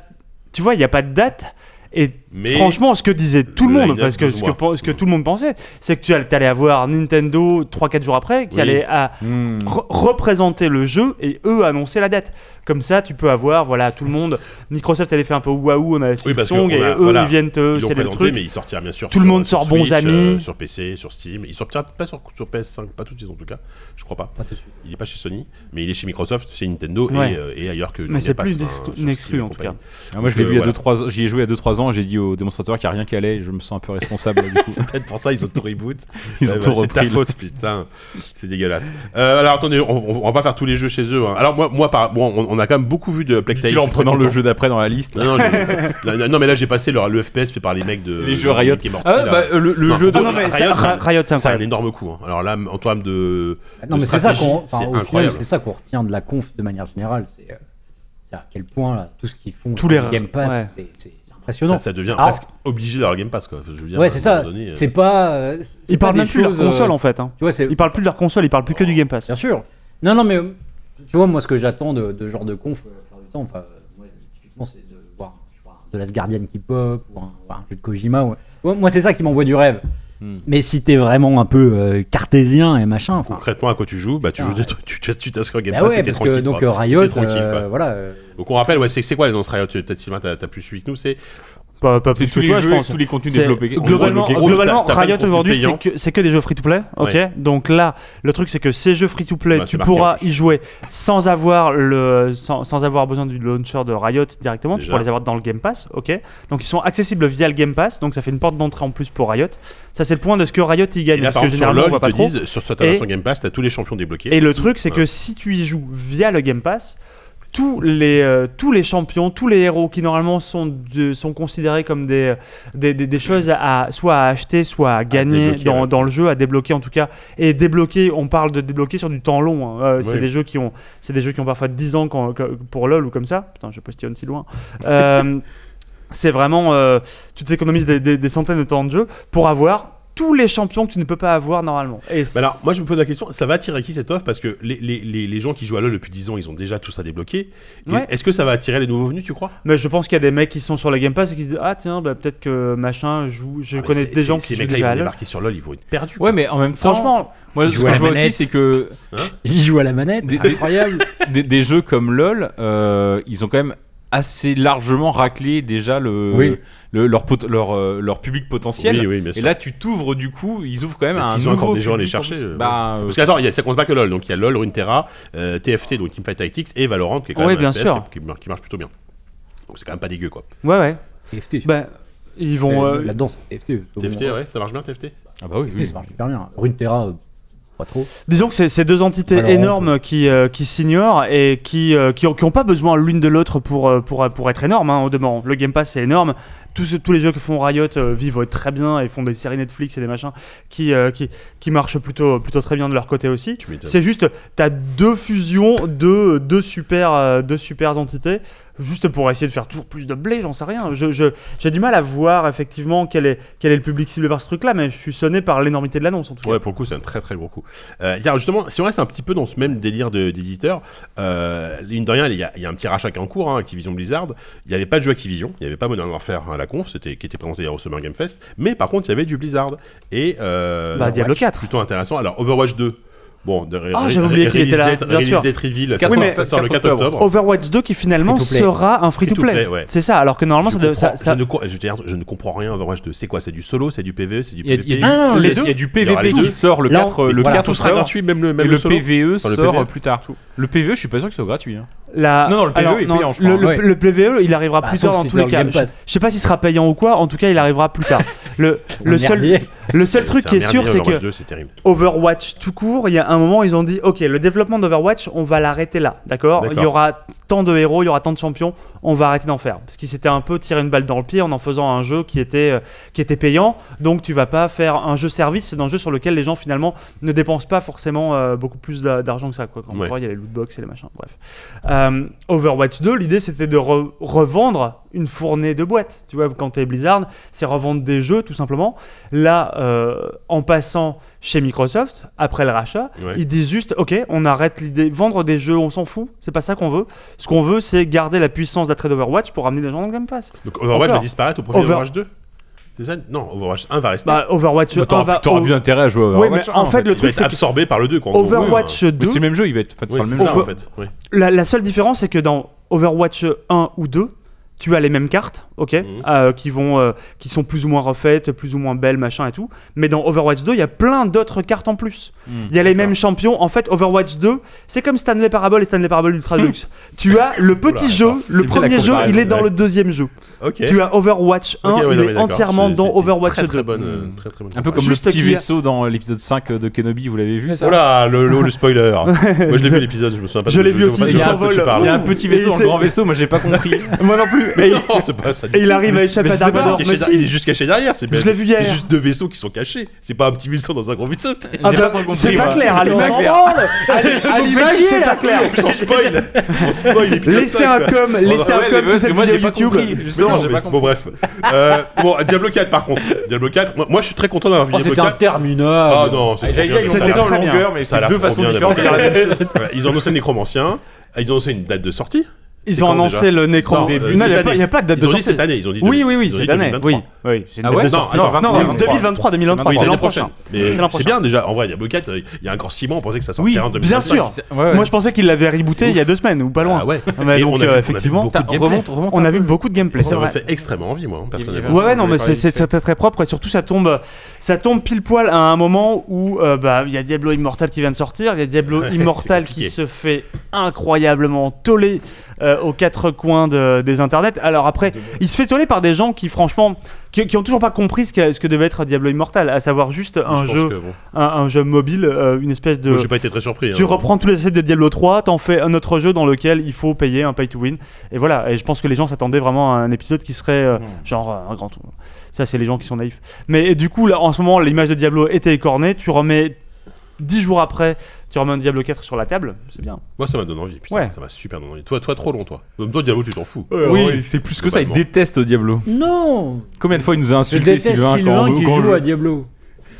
Speaker 3: tu vois, il n'y a pas de date. Et
Speaker 2: Mais-
Speaker 3: franchement, ce que disait tout le
Speaker 2: Le
Speaker 3: monde,
Speaker 2: line-up
Speaker 3: enfin, ce que,
Speaker 2: douze
Speaker 3: ce, que,
Speaker 2: mois.
Speaker 3: pen- ce que tout le monde pensait, c'est que tu allais avoir Nintendo 3-4 jours après qui
Speaker 2: Oui. Mm.
Speaker 3: allait à
Speaker 4: Hmm.
Speaker 3: re- représenter le jeu et eux annoncer la date. Comme ça, tu peux avoir voilà tout le monde. Microsoft avait fait un peu waouh, on a
Speaker 2: Oui, parce
Speaker 3: Silksong
Speaker 2: qu'on
Speaker 3: et
Speaker 2: a-
Speaker 3: eux
Speaker 2: voilà,
Speaker 3: ils viennent te
Speaker 2: Ils l'ont
Speaker 3: c'est le
Speaker 2: présenté,
Speaker 3: truc.
Speaker 2: mais il sortira bien sûr.
Speaker 3: Tout le monde sort bons
Speaker 2: Switch, euh,
Speaker 3: amis.
Speaker 2: sur PC, sur Steam. Il sortira pas sur, sur PS5, pas tout de suite en tout cas. Je crois pas.
Speaker 5: Pas tout de suite.
Speaker 2: Il est pas chez Sony, mais il est chez Microsoft, chez Nintendo et,
Speaker 3: Ouais.
Speaker 2: euh, et ailleurs que. dans
Speaker 3: Mais
Speaker 2: le
Speaker 3: c'est
Speaker 2: Game Pass,
Speaker 3: plus une
Speaker 2: hein,
Speaker 3: ex-
Speaker 2: sur
Speaker 3: une
Speaker 2: Steam et
Speaker 3: exclu, en tout
Speaker 2: compagnie.
Speaker 4: Ah, moi, je
Speaker 2: Donc,
Speaker 4: l'ai
Speaker 2: euh,
Speaker 4: vu il y a deux,
Speaker 2: voilà.
Speaker 4: trois ans. J'y ai joué il y a deux, trois ans. J'ai dit au démonstrateur qu'il n'y a rien qui allait. Je me sens un peu responsable <laughs> du coup.
Speaker 2: Peut-être pour ça ils ont
Speaker 3: <laughs>
Speaker 2: tout reboot.
Speaker 4: Ils ont
Speaker 2: Ouais,
Speaker 4: tout
Speaker 2: bah, C'est ta
Speaker 4: repris.
Speaker 2: faute, putain. C'est dégueulasse. Euh, alors attendez, on, on- on va pas faire tous les jeux chez eux. hein. Alors moi, moi par, bon, on, on a quand même beaucoup vu de Plague Tale.
Speaker 4: Si en
Speaker 2: je suis très
Speaker 4: prenant le
Speaker 2: content.
Speaker 4: jeu d'après dans la liste.
Speaker 2: Non, non, je- <laughs> là, non, mais là j'ai passé le, le FPS fait par les mecs de.
Speaker 4: Euh, Les jeux Riot.
Speaker 2: qui est morti,
Speaker 4: Ah,
Speaker 2: là.
Speaker 4: bah, euh, le, le
Speaker 2: Non.
Speaker 4: jeu de.
Speaker 3: Ah non mais c'est-
Speaker 2: Riot, c'est un-
Speaker 3: Ra- Riot c'est
Speaker 2: c'est un
Speaker 3: incroyable.
Speaker 2: énorme coup. hein. Alors là, en termes de.
Speaker 5: Ah Non,
Speaker 2: de
Speaker 5: mais c'est ça
Speaker 2: stratégie,
Speaker 5: qu'on enfin,
Speaker 2: c'est
Speaker 5: au final,
Speaker 2: incroyable.
Speaker 5: c'est ça qu'on retient de la conf de manière générale. C'est euh, c'est à quel point là, tout ce qu'ils font,
Speaker 3: Tous les
Speaker 5: sur le Game Pass,
Speaker 3: ouais.
Speaker 5: c'est- c'est c'est
Speaker 2: Ça,
Speaker 5: impressionnant.
Speaker 2: ça devient
Speaker 5: Alors-
Speaker 2: presque obligé d'avoir le Game Pass quoi. Je veux dire, à
Speaker 5: ouais,
Speaker 2: un
Speaker 5: c'est ça.
Speaker 2: moment donné, euh,
Speaker 5: C'est pas. euh, c'est
Speaker 3: Ils
Speaker 5: pas
Speaker 3: parlent
Speaker 5: des
Speaker 3: même plus de leur
Speaker 5: choses, euh,
Speaker 3: console en fait. hein.
Speaker 5: Tu vois, c'est
Speaker 3: Ils parlent plus de leur console, ils parlent plus que du Game Pass.
Speaker 5: Bien sûr. Non, non, mais euh, tu vois, moi, ce que j'attends de, de ce genre de conf, euh, la plupart du temps, enfin, euh, moi, typiquement, c'est de voir je sais pas, un The Last Guardian qui pop, ou un, ou un jeu de Kojima. ou- Ouais, moi, c'est ça qui m'envoie du rêve.
Speaker 4: Hmm.
Speaker 5: Mais si t'es vraiment un peu euh, cartésien et machin, enfin.
Speaker 2: Concrètement, à quoi tu joues Bah, tu
Speaker 5: Ah,
Speaker 2: joues des trucs, tu- tu tu t'inscris au Game
Speaker 5: Bah
Speaker 2: Pass,
Speaker 5: ouais,
Speaker 2: et t'es
Speaker 5: parce
Speaker 2: tranquille.
Speaker 5: que donc
Speaker 2: quoi.
Speaker 5: euh, Riot,
Speaker 2: T'es tranquille,
Speaker 5: euh,
Speaker 2: quoi.
Speaker 5: voilà. euh,
Speaker 2: Donc on rappelle, ouais, c'est c'est quoi les annonces Riot Peut-être Sylvain, t'as t'as plus suivi que nous, c'est
Speaker 3: Pas, pas
Speaker 4: C'est
Speaker 3: plus
Speaker 4: tous
Speaker 3: que
Speaker 4: les
Speaker 3: toi je
Speaker 4: jeux,
Speaker 3: pense.
Speaker 4: tous les contenus
Speaker 3: C'est-
Speaker 4: développés.
Speaker 3: Globalement,
Speaker 2: En gros,
Speaker 3: globalement,
Speaker 2: Oh, t'as- t'as pas de
Speaker 3: Riot
Speaker 2: contenu
Speaker 3: aujourd'hui,
Speaker 2: payant.
Speaker 3: c'est que, c'est que des jeux free-to-play, ok
Speaker 2: Ouais.
Speaker 3: Donc là, le truc, c'est que ces jeux free-to-play,
Speaker 2: Bah, c'est
Speaker 3: tu
Speaker 2: marqué, en
Speaker 3: pourras
Speaker 2: plus.
Speaker 3: y jouer sans avoir, le, sans, sans avoir besoin du launcher de Riot directement, tu
Speaker 2: Déjà.
Speaker 3: pourras les avoir dans le Game Pass, ok Donc ils sont accessibles via le Game Pass, donc ça fait une porte d'entrée en plus pour Riot. Ça, c'est le point de ce que Riot y
Speaker 2: Et
Speaker 3: gagne,
Speaker 2: là,
Speaker 3: parce
Speaker 2: par
Speaker 3: que
Speaker 2: exemple, sur
Speaker 3: généralement,
Speaker 2: LoL,
Speaker 3: on voit
Speaker 2: ils
Speaker 3: pas
Speaker 2: te
Speaker 3: trop.
Speaker 2: disent, sur cette version Game Pass, t'as tous les champions débloqués.
Speaker 3: Et le truc, c'est
Speaker 2: Ouais.
Speaker 3: que si tu y joues via le Game Pass, tous les, euh, tous les champions, tous les héros qui normalement sont, de- sont considérés comme des, des, des- des choses à soit à acheter, soit à gagner
Speaker 2: débloquer,
Speaker 3: dans,
Speaker 2: ouais.
Speaker 3: dans le jeu, à débloquer en tout cas. Et débloquer, on parle de débloquer sur du temps long. hein. Euh, C'est
Speaker 2: Oui.
Speaker 3: des jeux qui ont, c'est des jeux qui ont parfois 10 ans quand- quand- pour LoL ou comme ça. Putain, je postillonne si loin. <laughs> Euh, c'est vraiment, euh, tu t'économises des, des- des centaines de temps de jeu pour avoir tous les champions que tu ne peux pas avoir normalement. Et
Speaker 2: Mais Bah alors, moi, je me pose la question, ça va attirer qui cette offre Parce que les, les, les, les gens qui jouent à LoL depuis 10 ans, ils ont déjà tout ça débloqué. Et
Speaker 3: Ouais.
Speaker 2: Est-ce que ça va attirer les nouveaux venus, tu crois
Speaker 3: Mais je pense qu'il y a des mecs qui sont sur la Game Pass et qui se disent Ah, tiens, bah, peut-être que machin joue. Je
Speaker 2: Ah, mais
Speaker 3: connais
Speaker 2: c'est-
Speaker 3: des gens qui
Speaker 2: c'est- Ces
Speaker 3: jouent
Speaker 2: mecs-là, ils
Speaker 3: déjà
Speaker 2: vont
Speaker 3: à LoL.
Speaker 2: débarquer sur LoL, ils vont être perdus.
Speaker 4: Ouais, mais en même temps.
Speaker 3: Franchement,
Speaker 4: moi, ce
Speaker 5: jouer
Speaker 4: que
Speaker 5: à
Speaker 4: je
Speaker 5: la
Speaker 4: vois aussi,
Speaker 5: manette.
Speaker 4: c'est que
Speaker 5: Il joue à la manette,
Speaker 4: Des- des- <laughs>
Speaker 5: incroyable.
Speaker 4: des, des jeux comme LoL, euh, ils ont quand même assez largement raclé déjà le,
Speaker 5: Oui.
Speaker 4: le- leur, pot- leur, euh, leur public potentiel.
Speaker 2: Oui, oui, bien
Speaker 4: Et
Speaker 2: sûr.
Speaker 4: là, tu t'ouvres du coup, ils ouvrent quand même
Speaker 2: Mais
Speaker 4: un
Speaker 2: s'ils ont
Speaker 4: nouveau
Speaker 2: encore des gens à
Speaker 4: public
Speaker 2: les chercher,
Speaker 4: pour-
Speaker 2: euh,
Speaker 4: Bah, euh,
Speaker 2: Parce que attends, il y a- ça compte pas que LoL. Donc il y a LoL, Runeterra, euh, TFT, donc Teamfight Tactics, et Valorant, qui est quand
Speaker 3: Ouais,
Speaker 2: même
Speaker 3: bien
Speaker 2: un FPS
Speaker 3: sûr.
Speaker 2: Qui, qui mar- qui marche plutôt bien. Donc c'est quand même pas dégueu, quoi.
Speaker 3: ouais, ouais.
Speaker 5: TFT,
Speaker 3: Bah, ils vont. euh,
Speaker 5: La danse, TFT.
Speaker 2: TFT, ouais, ça marche bien, TFT
Speaker 4: ah bah oui, oui.
Speaker 5: TFT, ça marche super bien. Runeterra, euh, pas trop.
Speaker 3: Disons que c'est c'est deux entités
Speaker 5: Valorant,
Speaker 3: énormes qui, euh, qui s'ignorent et qui n'ont qui ont, qui ont pas besoin l'une de l'autre pour, euh, pour, pour être énormes, hein, au demeurant. Le Game Pass, c'est énorme. Tous, ceux- tous les jeux que font Riot euh, vivent très bien et font des séries Netflix et des machins qui, euh, qui, qui marchent plutôt, plutôt très bien de leur côté aussi.
Speaker 2: Tu m'étonnes.
Speaker 3: C'est juste, t'as deux fusions, deux, deux, super, euh, deux super entités, juste pour essayer de faire toujours plus de blé, j'en sais rien. Je- je- J'ai du mal à voir effectivement quel est, quel est le public ciblé par ce truc-là, mais je suis sonné par l'énormité de l'annonce en tout cas.
Speaker 2: Ouais, pour le coup, c'est un très très gros coup. Euh, tiens, justement, si on reste un petit peu dans ce même délire de- d'éditeur, euh, mine de rien, il y, a, il y a un petit rachat qui est en cours, hein, Activision Blizzard. Il n'y avait pas de jeu Activision, il n'y avait pas Modern Warfare à la conf, c'était qui était présenté hier au Summer Game Fest, mais par contre, il y avait du Blizzard. Et. Euh,
Speaker 3: bah, Diablo 4.
Speaker 2: Plutôt intéressant. Alors, Overwatch 2. Bon, de,
Speaker 3: Ah, j'avais oublié qu'il était là,
Speaker 2: Release date-
Speaker 3: bien
Speaker 2: release
Speaker 3: sûr.
Speaker 2: date reveal, ça,
Speaker 4: Quatre-
Speaker 2: sort,
Speaker 3: oui, mais- Oh,
Speaker 2: ça sort le 4
Speaker 4: quatre
Speaker 2: octobre.
Speaker 3: Overwatch 2 qui finalement
Speaker 5: Free to play.
Speaker 3: sera un free-to-play.
Speaker 2: Free to play, ouais.
Speaker 3: C'est ça, alors que normalement ça,
Speaker 2: je,
Speaker 3: doit- ça-
Speaker 2: comprends-
Speaker 3: ça-
Speaker 2: Je, ne, co- je veux dire, je ne comprends rien à Overwatch 2. C'est quoi C'est du solo C'est du PVE C'est du
Speaker 4: Il y a-
Speaker 2: PVP
Speaker 4: il y a,
Speaker 3: Ah,
Speaker 4: du-
Speaker 3: les
Speaker 4: il y a
Speaker 3: deux.
Speaker 4: du
Speaker 2: E. Il y aura les
Speaker 4: PVP
Speaker 2: deux.
Speaker 4: qui sort le
Speaker 5: Là,
Speaker 4: 4 euh,
Speaker 5: mais
Speaker 4: le
Speaker 5: voilà,
Speaker 4: 4
Speaker 2: Tout sera
Speaker 4: octobre,
Speaker 2: gratuit, même le, même
Speaker 4: et
Speaker 2: le,
Speaker 4: le
Speaker 2: solo.
Speaker 4: PVE
Speaker 2: Enfin, le E.
Speaker 4: sort
Speaker 2: PVE.
Speaker 4: plus tard. Le PVE, je suis pas sûr que ce soit gratuit. hein.
Speaker 3: la-
Speaker 4: Non, non, le PVE est payant, je
Speaker 3: le,
Speaker 4: crois.
Speaker 3: le-
Speaker 5: Ouais.
Speaker 3: le PVE, il arrivera
Speaker 5: Bah,
Speaker 3: plus
Speaker 5: sauf
Speaker 3: tard dans
Speaker 5: si
Speaker 3: tous
Speaker 5: c'est
Speaker 3: les
Speaker 5: dans
Speaker 3: cas.
Speaker 5: le Game
Speaker 3: Je,
Speaker 5: Pass.
Speaker 3: je sais pas s'il sera payant ou quoi, en tout cas, il arrivera plus tard. le, le seul,
Speaker 5: Merdier.
Speaker 3: E, le seul truc
Speaker 2: <laughs> C'est un
Speaker 3: qui est sûr,
Speaker 2: merdier,
Speaker 3: c'est
Speaker 2: Overwatch
Speaker 3: que
Speaker 2: 2, c'est terrible.
Speaker 3: Overwatch tout court, il y a un moment, ils ont dit Ok, le développement d'Overwatch, on va l'arrêter là, d'accord Il y
Speaker 2: D'accord.
Speaker 3: aura tant de héros, il y aura tant de champions, on va arrêter d'en faire. Parce qu'ils s'étaient un peu tiré une balle dans le pied en en faisant un jeu qui était, euh, qui était payant, donc tu vas pas faire un jeu service, c'est un jeu sur lequel les gens finalement ne dépensent pas forcément euh, beaucoup plus d'a- d'argent que ça. Quoi. Quand on
Speaker 2: Ouais.
Speaker 3: voit, il y a les lootbox et les machins, bref. Euh, Overwatch 2, l'idée c'était de re- revendre une fournée de boîtes. Tu vois, quand t'es Blizzard, c'est revendre des jeux tout simplement. Là, euh, en passant chez Microsoft, après le rachat,
Speaker 2: Ouais.
Speaker 3: ils disent juste, ok, on arrête l'idée, vendre des jeux, on s'en fout, c'est pas ça qu'on veut. Ce qu'on veut, c'est garder la puissance d'attrait d'Overwatch pour amener des gens dans le Game Pass.
Speaker 2: Donc Overwatch
Speaker 3: Encore.
Speaker 2: va disparaître au profit
Speaker 3: Over-
Speaker 2: d'Overwatch 2 C'est ça Non, Overwatch 1 va rester.
Speaker 3: Bah, Overwatch 1
Speaker 4: T'auras
Speaker 3: va...
Speaker 4: t'auras
Speaker 3: au-
Speaker 4: plus d'intérêt à jouer à
Speaker 3: Oui,
Speaker 4: Euh, Overwatch.
Speaker 3: mais
Speaker 4: un,
Speaker 3: en fait, le
Speaker 2: il va
Speaker 3: truc,
Speaker 2: être
Speaker 3: c'est que
Speaker 2: absorbé par le 2. Quoi, en gros.
Speaker 3: Overwatch
Speaker 4: Mais
Speaker 3: 2,
Speaker 4: c'est le même jeu, il va être enfin,
Speaker 2: Oui,
Speaker 4: c'est le
Speaker 2: c'est
Speaker 4: même
Speaker 2: ça
Speaker 4: jeu.
Speaker 2: en fait. Oui.
Speaker 3: La, la seule différence, c'est que dans Overwatch 1 ou 2, tu as les mêmes cartes, ok,
Speaker 2: Mhm.
Speaker 3: euh, qui vont, euh, qui sont plus ou moins refaites, plus ou moins belles, machin et tout. Mais dans Overwatch 2, il y a plein d'autres cartes en plus.
Speaker 4: Mhm,
Speaker 3: il y a les mêmes champions. En fait, Overwatch 2, c'est comme Stanley Parable et Stanley Parable
Speaker 2: <laughs>
Speaker 3: Ultra Deluxe. tu as le petit
Speaker 2: Oula,
Speaker 3: jeu, le
Speaker 4: C'est bien
Speaker 3: premier
Speaker 4: la
Speaker 3: jeu, il est
Speaker 2: comparaison,
Speaker 3: dans
Speaker 2: ouais.
Speaker 3: le deuxième jeu.
Speaker 2: Ok.
Speaker 3: Tu as Overwatch 1,
Speaker 2: Ok, ouais,
Speaker 3: il
Speaker 2: non, mais
Speaker 3: est
Speaker 2: d'accord,
Speaker 3: entièrement
Speaker 2: c'est-
Speaker 3: dans
Speaker 2: c'est une
Speaker 3: Overwatch Hmm.
Speaker 2: très,
Speaker 3: 2.
Speaker 2: Très bonne, euh, très, très bonne.
Speaker 4: Un peu comme le
Speaker 3: Juste
Speaker 4: petit
Speaker 3: qu'il y a-
Speaker 4: vaisseau dans l'épisode 5 de Kenobi, vous l'avez vu ça
Speaker 2: Oh là, le, le,
Speaker 3: <laughs>
Speaker 2: le spoiler. Moi je l'ai vu l'épisode, je me souviens pas.
Speaker 3: Je l'ai vu aussi,
Speaker 2: Il
Speaker 3: il
Speaker 2: y a
Speaker 3: s'envole.
Speaker 4: Ah, Il y a un
Speaker 3: Ouh,
Speaker 4: petit
Speaker 3: et
Speaker 4: vaisseau dans
Speaker 3: c'est-
Speaker 4: le grand vaisseau, moi j'ai pas compris.
Speaker 3: <laughs> Moi non plus. Et,
Speaker 2: <laughs> Non, c'est pas ça. du
Speaker 3: et il arrive à
Speaker 4: Mais-
Speaker 3: échapper
Speaker 4: mais
Speaker 3: à
Speaker 4: je sais pas,
Speaker 3: Darvador.
Speaker 2: tout. Il est
Speaker 3: Mais
Speaker 2: caché derrière-
Speaker 3: si.
Speaker 2: il est juste caché derrière, c'est
Speaker 3: Je l'ai vu hier.
Speaker 2: C'est juste deux vaisseaux qui sont cachés. C'est pas un petit vaisseau dans un gros vaisseau.
Speaker 3: Ah
Speaker 4: J'ai
Speaker 3: bah,
Speaker 4: pas trop compris,
Speaker 3: c'est pas
Speaker 4: moi.
Speaker 3: clair, allez,
Speaker 4: C'est
Speaker 3: on
Speaker 4: pas
Speaker 3: s'en
Speaker 4: clair.
Speaker 3: branle Allez, à l'image, c'est pas clair
Speaker 2: <laughs> En plus, on spoil. On spoil. les pilotes,
Speaker 3: Laissez un
Speaker 2: quoi.
Speaker 3: com,
Speaker 4: Ouais,
Speaker 3: laissez un
Speaker 4: mais
Speaker 3: com sur
Speaker 4: parce que
Speaker 3: cette
Speaker 4: moi
Speaker 3: vidéo
Speaker 4: j'ai pas
Speaker 3: YouTube.
Speaker 4: compris.
Speaker 2: Mais
Speaker 4: Justement,
Speaker 2: non,
Speaker 4: j'ai
Speaker 2: mais
Speaker 4: pas
Speaker 2: c'est-
Speaker 4: compris.
Speaker 2: bon bref. Euh, bon, Diablo 4 par contre. Diablo 4, moi, moi, je suis très content d'avoir vu
Speaker 5: Oh,
Speaker 2: Diablo
Speaker 5: c'était
Speaker 2: 4.
Speaker 5: interminable.
Speaker 2: Ah non, c'est
Speaker 4: J'allais dire, ils
Speaker 2: trop
Speaker 4: ont
Speaker 2: bien.
Speaker 3: C'était
Speaker 4: fait ça en
Speaker 3: très bien.
Speaker 4: longueur, mais
Speaker 2: Ça a
Speaker 4: c'est
Speaker 2: l'air
Speaker 4: deux
Speaker 2: trop
Speaker 4: façons
Speaker 2: bien,
Speaker 4: différentes de dire
Speaker 2: Diablo
Speaker 4: la même chose.
Speaker 2: <laughs> 4. Ouais, Ils ont annoncé Nécromancien, ils ont annoncé une date de sortie. C'est
Speaker 3: Ils ont
Speaker 2: quand, déjà
Speaker 3: annoncé le Necron
Speaker 2: Non,
Speaker 3: au début.
Speaker 2: euh,
Speaker 3: Non, il
Speaker 2: cette
Speaker 3: n'y a, pas-
Speaker 2: année.
Speaker 3: il y a pas de date
Speaker 2: Ils
Speaker 3: de
Speaker 2: ont dit
Speaker 3: sortie.
Speaker 2: cette année, ils ont dit
Speaker 3: Oui,
Speaker 2: deux-
Speaker 3: oui, oui,
Speaker 2: ils ont dit
Speaker 3: cette année.
Speaker 2: 2023.
Speaker 3: Oui, oui. c'est une
Speaker 4: Ah
Speaker 3: date
Speaker 4: ouais
Speaker 3: de
Speaker 2: Non,
Speaker 3: sortie.
Speaker 2: attends,
Speaker 3: Non, non,
Speaker 2: 2023.
Speaker 3: 2023, 2023,
Speaker 2: Oui,
Speaker 3: c'est
Speaker 2: c'est
Speaker 3: l'an
Speaker 2: l'année
Speaker 3: prochain.
Speaker 2: prochaine.
Speaker 3: C'est
Speaker 2: Mais
Speaker 3: l'an
Speaker 2: c'est
Speaker 3: prochain.
Speaker 2: bien déjà. En vrai, Diablo 4, euh, il y a encore 6 mois, on pensait que ça
Speaker 3: Oui,
Speaker 2: sortirait en
Speaker 3: bien
Speaker 2: 2025.
Speaker 3: sûr.
Speaker 4: Ouais,
Speaker 3: Moi,
Speaker 4: ouais.
Speaker 3: je pensais qu'il l'avait rebooté il y a deux semaines, ou pas
Speaker 2: Ah
Speaker 3: loin.
Speaker 2: ouais.
Speaker 3: Mais
Speaker 2: Et
Speaker 3: donc,
Speaker 2: on a vu-
Speaker 3: euh,
Speaker 2: on a vu
Speaker 3: effectivement,
Speaker 2: beaucoup de gameplay.
Speaker 4: Remonte, remonte.
Speaker 3: on a vu beaucoup de gameplay.
Speaker 2: Et
Speaker 3: c'est
Speaker 2: ça m'a
Speaker 3: vrai.
Speaker 2: fait extrêmement envie, moi, hein, personnellement.
Speaker 3: Ouais, ouais,
Speaker 4: Je
Speaker 3: non,
Speaker 4: voulais
Speaker 3: mais
Speaker 4: parler
Speaker 3: c'est-
Speaker 4: vite
Speaker 3: c'est
Speaker 4: fait.
Speaker 3: très, très très propre et surtout ça tombe, ça tombe pile poil à un moment où euh, bah, il y a Diablo Immortal qui vient de sortir, il y a Diablo
Speaker 2: <laughs> Ouais,
Speaker 3: Immortal
Speaker 2: c'est compliqué.
Speaker 3: qui se fait incroyablement toller euh, aux quatre coins de- des internets. Alors après, il se fait toller par des gens qui, franchement, qui, qui ont toujours pas compris ce que, ce que devait être Diablo Immortal, à savoir juste
Speaker 2: Je
Speaker 3: un
Speaker 2: pense
Speaker 3: jeu,
Speaker 2: que, bon,
Speaker 3: un, un jeu mobile, euh, une espèce de.
Speaker 2: Moi, j'ai pas été très surpris.
Speaker 3: Tu
Speaker 2: hein.
Speaker 3: reprends tous les assets de Diablo 3, t'en fais un autre jeu dans lequel il faut payer un pay to win. Et voilà, et je pense que les gens s'attendaient vraiment à un épisode qui serait euh,
Speaker 4: Non.
Speaker 2: Hmm.
Speaker 3: genre euh, un grand tour. Ça, c'est les gens qui sont naïfs. Mais et du coup, là, en ce moment, l'image de Diablo était écornée. Tu remets 10 jours après, tu remets un Diablo 4 sur la table. C'est bien.
Speaker 2: Moi, ça m'a donné envie. putain,
Speaker 3: Ouais.
Speaker 2: Ça m'a super donné envie. Toi, toi, trop long, toi. Même toi, Diablo, tu t'en fous.
Speaker 4: Oui, c'est plus que ça, il
Speaker 2: Globalement.
Speaker 4: déteste Diablo.
Speaker 5: Non
Speaker 4: Combien de fois il nous a
Speaker 5: Je
Speaker 4: insulté
Speaker 5: déteste
Speaker 4: Sylvain
Speaker 5: Sylvain
Speaker 4: quand
Speaker 5: qui
Speaker 4: quand
Speaker 5: joue
Speaker 4: je-
Speaker 5: à Diablo.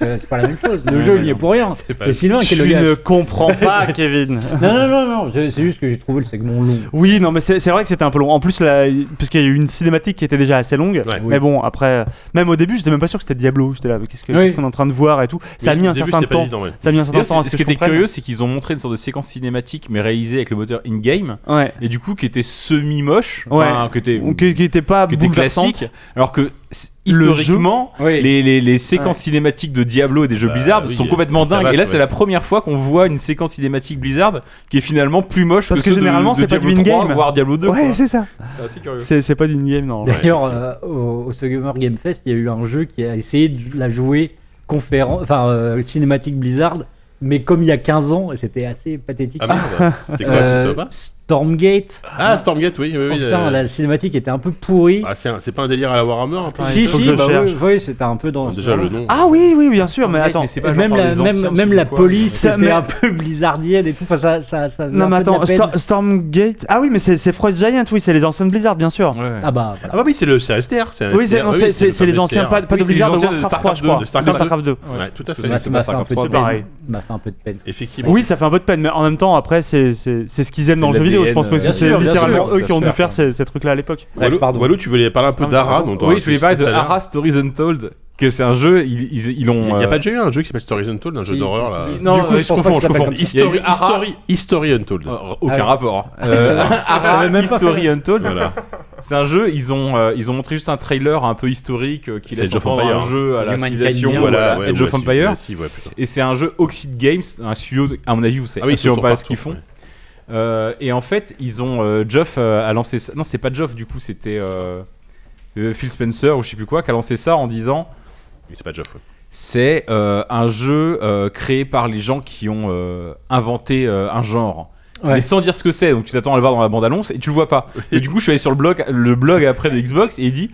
Speaker 5: Euh, c'est pas la même chose. <laughs> Le
Speaker 4: Ouais,
Speaker 5: jeu, il
Speaker 4: ouais,
Speaker 5: y est
Speaker 4: non.
Speaker 5: pour rien.
Speaker 2: pas-
Speaker 5: C'est Sylvain qui
Speaker 3: Tu
Speaker 5: est le
Speaker 3: ne
Speaker 5: gars.
Speaker 3: comprends
Speaker 5: <laughs>
Speaker 3: pas, Kevin.
Speaker 5: Non, non, non, non. je- C'est juste que j'ai trouvé le segment long.
Speaker 3: Oui, non, mais c'est c'est vrai que c'était un peu long. En plus, là, y- parce qu'il y a eu une cinématique qui était déjà assez longue.
Speaker 2: Ouais.
Speaker 3: Mais bon, après, euh, même au début, j'étais même pas sûr que c'était Diablo. J'étais là, mais qu'est-ce que-
Speaker 5: Oui.
Speaker 3: qu'est-ce qu'on est en train de voir et tout. Ça a
Speaker 2: Oui,
Speaker 3: mis
Speaker 2: au
Speaker 3: un
Speaker 2: début,
Speaker 3: certain
Speaker 2: c'était pas
Speaker 3: temps.
Speaker 2: évident, ouais.
Speaker 3: Ça a mis un certain
Speaker 4: D'ailleurs,
Speaker 3: temps à
Speaker 4: c'est-
Speaker 3: ce
Speaker 4: Ce
Speaker 3: que
Speaker 4: qui
Speaker 3: je
Speaker 4: était
Speaker 3: comprenne.
Speaker 4: curieux, c'est qu'ils ont montré une sorte de séquence cinématique, mais réalisée avec le moteur in-game,
Speaker 3: Ouais.
Speaker 4: et du coup qui était semi-moche, enfin, qui était,
Speaker 3: Ou Qui, qui était pas
Speaker 4: qui était
Speaker 3: bouleversante.
Speaker 4: classique, alors que s-
Speaker 3: Le jeu-
Speaker 4: historiquement,
Speaker 5: Oui.
Speaker 4: les, les- les séquences cinématiques de Diablo et des jeux
Speaker 2: Bah,
Speaker 4: Blizzard
Speaker 2: oui,
Speaker 4: sont
Speaker 2: euh,
Speaker 4: complètement dingues. Et là,
Speaker 2: tabasse,
Speaker 4: c'est
Speaker 2: ouais.
Speaker 4: la première fois qu'on voit une séquence cinématique Blizzard qui est finalement plus moche
Speaker 3: Parce que
Speaker 4: ceux de-
Speaker 3: généralement,
Speaker 4: de
Speaker 3: c'est pas du
Speaker 4: Diablo 3,
Speaker 3: in-game.
Speaker 4: voire Diablo 2.
Speaker 3: Ouais,
Speaker 4: quoi.
Speaker 3: c'est ça.
Speaker 4: C'était assez curieux.
Speaker 3: C'est c'est pas d'une game, non.
Speaker 5: D'ailleurs, euh, au, au Summer Game Fest, il y a eu un jeu qui a essayé de la jouer conférence, enfin euh, cinématique Blizzard, mais comme il y a 15 ans, et c'était assez pathétique.
Speaker 2: Ah
Speaker 4: <laughs>
Speaker 2: merde, c'était quoi,
Speaker 5: Euh,
Speaker 2: tu savais pas
Speaker 5: Stormgate.
Speaker 2: Ah, Stormgate, oui, oui,
Speaker 5: Oh,
Speaker 2: oui.
Speaker 5: putain,
Speaker 2: euh,
Speaker 5: la cinématique était un peu pourrie.
Speaker 2: Ah, c'est un- c'est pas un délire à la Warhammer un peu
Speaker 3: Ah,
Speaker 5: si,
Speaker 3: il faut que
Speaker 5: si,
Speaker 3: je
Speaker 5: bah
Speaker 3: cherche.
Speaker 5: oui, oui, c'était un peu dans.
Speaker 2: Déjà, le nom.
Speaker 3: Ah oui, oui, bien sûr, mais
Speaker 4: Mec,
Speaker 3: attends.
Speaker 4: c'est pas genre
Speaker 5: même
Speaker 4: par
Speaker 5: la,
Speaker 4: des
Speaker 5: même,
Speaker 4: anciens, je
Speaker 5: même
Speaker 4: sais
Speaker 5: la
Speaker 4: plus quoi.
Speaker 5: police
Speaker 3: Ça, mais-
Speaker 5: c'était un peu blizzardienne et tout. Enfin, ça, ça, ça faisait
Speaker 3: Non,
Speaker 5: un
Speaker 3: mais
Speaker 5: peu de la
Speaker 3: attends,
Speaker 5: peine.
Speaker 3: Stor- Stormgate. Ah oui, mais c'est c'est Frost Giant, oui, c'est les anciennes Blizzard, bien sûr.
Speaker 4: Ouais.
Speaker 5: Ah bah, voilà.
Speaker 2: Ah bah oui, c'est le c'est un STR, c'est un
Speaker 3: Oui, c'est
Speaker 2: STR,
Speaker 3: non, c'est- c'est-
Speaker 2: le
Speaker 3: c'est les
Speaker 2: fameux
Speaker 3: anciens,
Speaker 2: STR.
Speaker 3: pas, pas
Speaker 4: Oui,
Speaker 3: de
Speaker 4: c'est les
Speaker 3: Blizzard, de
Speaker 4: anciens de
Speaker 3: Warcraft 3, je
Speaker 4: Starcraft
Speaker 3: crois.
Speaker 4: 2,
Speaker 3: De
Speaker 2: de
Speaker 3: Starcraft,
Speaker 2: Starcraft
Speaker 3: 2.
Speaker 2: Ouais, tout à
Speaker 4: Parce que
Speaker 2: fait.
Speaker 5: Ça,
Speaker 4: c'est
Speaker 5: ça
Speaker 4: pas
Speaker 5: m'a fait un peu de
Speaker 4: Starcraft,
Speaker 5: peine.
Speaker 4: c'est
Speaker 3: pareil.
Speaker 5: Ça m'a fait un peu de peine.
Speaker 2: Effectivement.
Speaker 3: Oui, ça fait un peu de peine, mais en même temps, après, c'est c'est- c'est ce qu'ils aiment
Speaker 4: C'est
Speaker 3: dans le jeu
Speaker 4: de
Speaker 3: vidéo, je
Speaker 4: l'ADN,
Speaker 3: pense, parce que
Speaker 5: bien
Speaker 3: c'est
Speaker 5: sûr, bien
Speaker 3: littéralement
Speaker 4: sûr.
Speaker 3: eux qui ont dû faire ces, ces trucs-là à l'époque.
Speaker 5: Bref,
Speaker 2: Walou,
Speaker 5: pardon.
Speaker 2: Walou, tu voulais parler un peu
Speaker 3: Non, mais
Speaker 2: d'Ara
Speaker 3: pardon.
Speaker 2: dont on a
Speaker 4: Ah, Oui, je voulais
Speaker 2: discuté
Speaker 4: parler de
Speaker 2: tout à l'heure.
Speaker 4: Hara Stories Untold, que c'est un jeu, ils, ils, ils
Speaker 2: Il
Speaker 4: l'ont.
Speaker 2: n'y
Speaker 4: euh,
Speaker 2: a pas déjà eu un jeu qui s'appelle Stories Untold, un jeu
Speaker 5: Si.
Speaker 2: d'horreur là
Speaker 5: Du
Speaker 4: Non,
Speaker 5: coup,
Speaker 4: euh,
Speaker 5: je
Speaker 4: je
Speaker 5: pense pas
Speaker 4: confonds,
Speaker 5: que
Speaker 4: je
Speaker 5: ça
Speaker 4: confonds.
Speaker 5: s'appelle comme ça.
Speaker 2: History,
Speaker 4: Il y a eu Hara-
Speaker 2: History, History Untold.
Speaker 4: Euh,
Speaker 5: Ah oui.
Speaker 4: Aucun rapport.
Speaker 5: c'est
Speaker 4: Euh,
Speaker 5: vrai.
Speaker 4: Hara
Speaker 5: J'avais même pas
Speaker 4: History Untold.
Speaker 2: Voilà.
Speaker 4: <laughs> C'est un jeu, ils ont, euh, ils ont montré juste un trailer un peu historique euh, qui
Speaker 2: C'est
Speaker 4: laisse
Speaker 2: Age of
Speaker 4: entendre un
Speaker 2: Empire.
Speaker 4: jeu à la
Speaker 5: Humankind
Speaker 4: civilisation,
Speaker 5: Bien,
Speaker 4: voilà,
Speaker 2: ouais,
Speaker 4: Age
Speaker 2: ou
Speaker 4: of
Speaker 2: la civ-
Speaker 4: Empire.
Speaker 2: la civ, ouais, putain.
Speaker 4: Et c'est un jeu Oxide Games, un studio, de- à mon avis, vous savez
Speaker 2: Ah oui, c'est
Speaker 4: absolument
Speaker 2: autour
Speaker 4: pas
Speaker 2: par
Speaker 4: ce qu'ils
Speaker 2: tour,
Speaker 4: font.
Speaker 2: ouais.
Speaker 4: Euh, et en fait, ils ont. euh, Geoff euh, a lancé ça. Non, c'est pas Geoff, du coup, c'était euh, euh, Phil Spencer ou je sais plus quoi, qui a lancé ça en disant
Speaker 2: Mais C'est pas Geoff. ouais.
Speaker 4: c'est euh, un jeu euh, créé par les gens qui ont euh, inventé euh, un genre.
Speaker 5: Ouais.
Speaker 4: Mais sans dire ce que c'est, donc tu t'attends à le voir dans la bande-annonce et tu le vois pas. Et du coup, je suis allé sur le blog, le blog après de Xbox et il dit,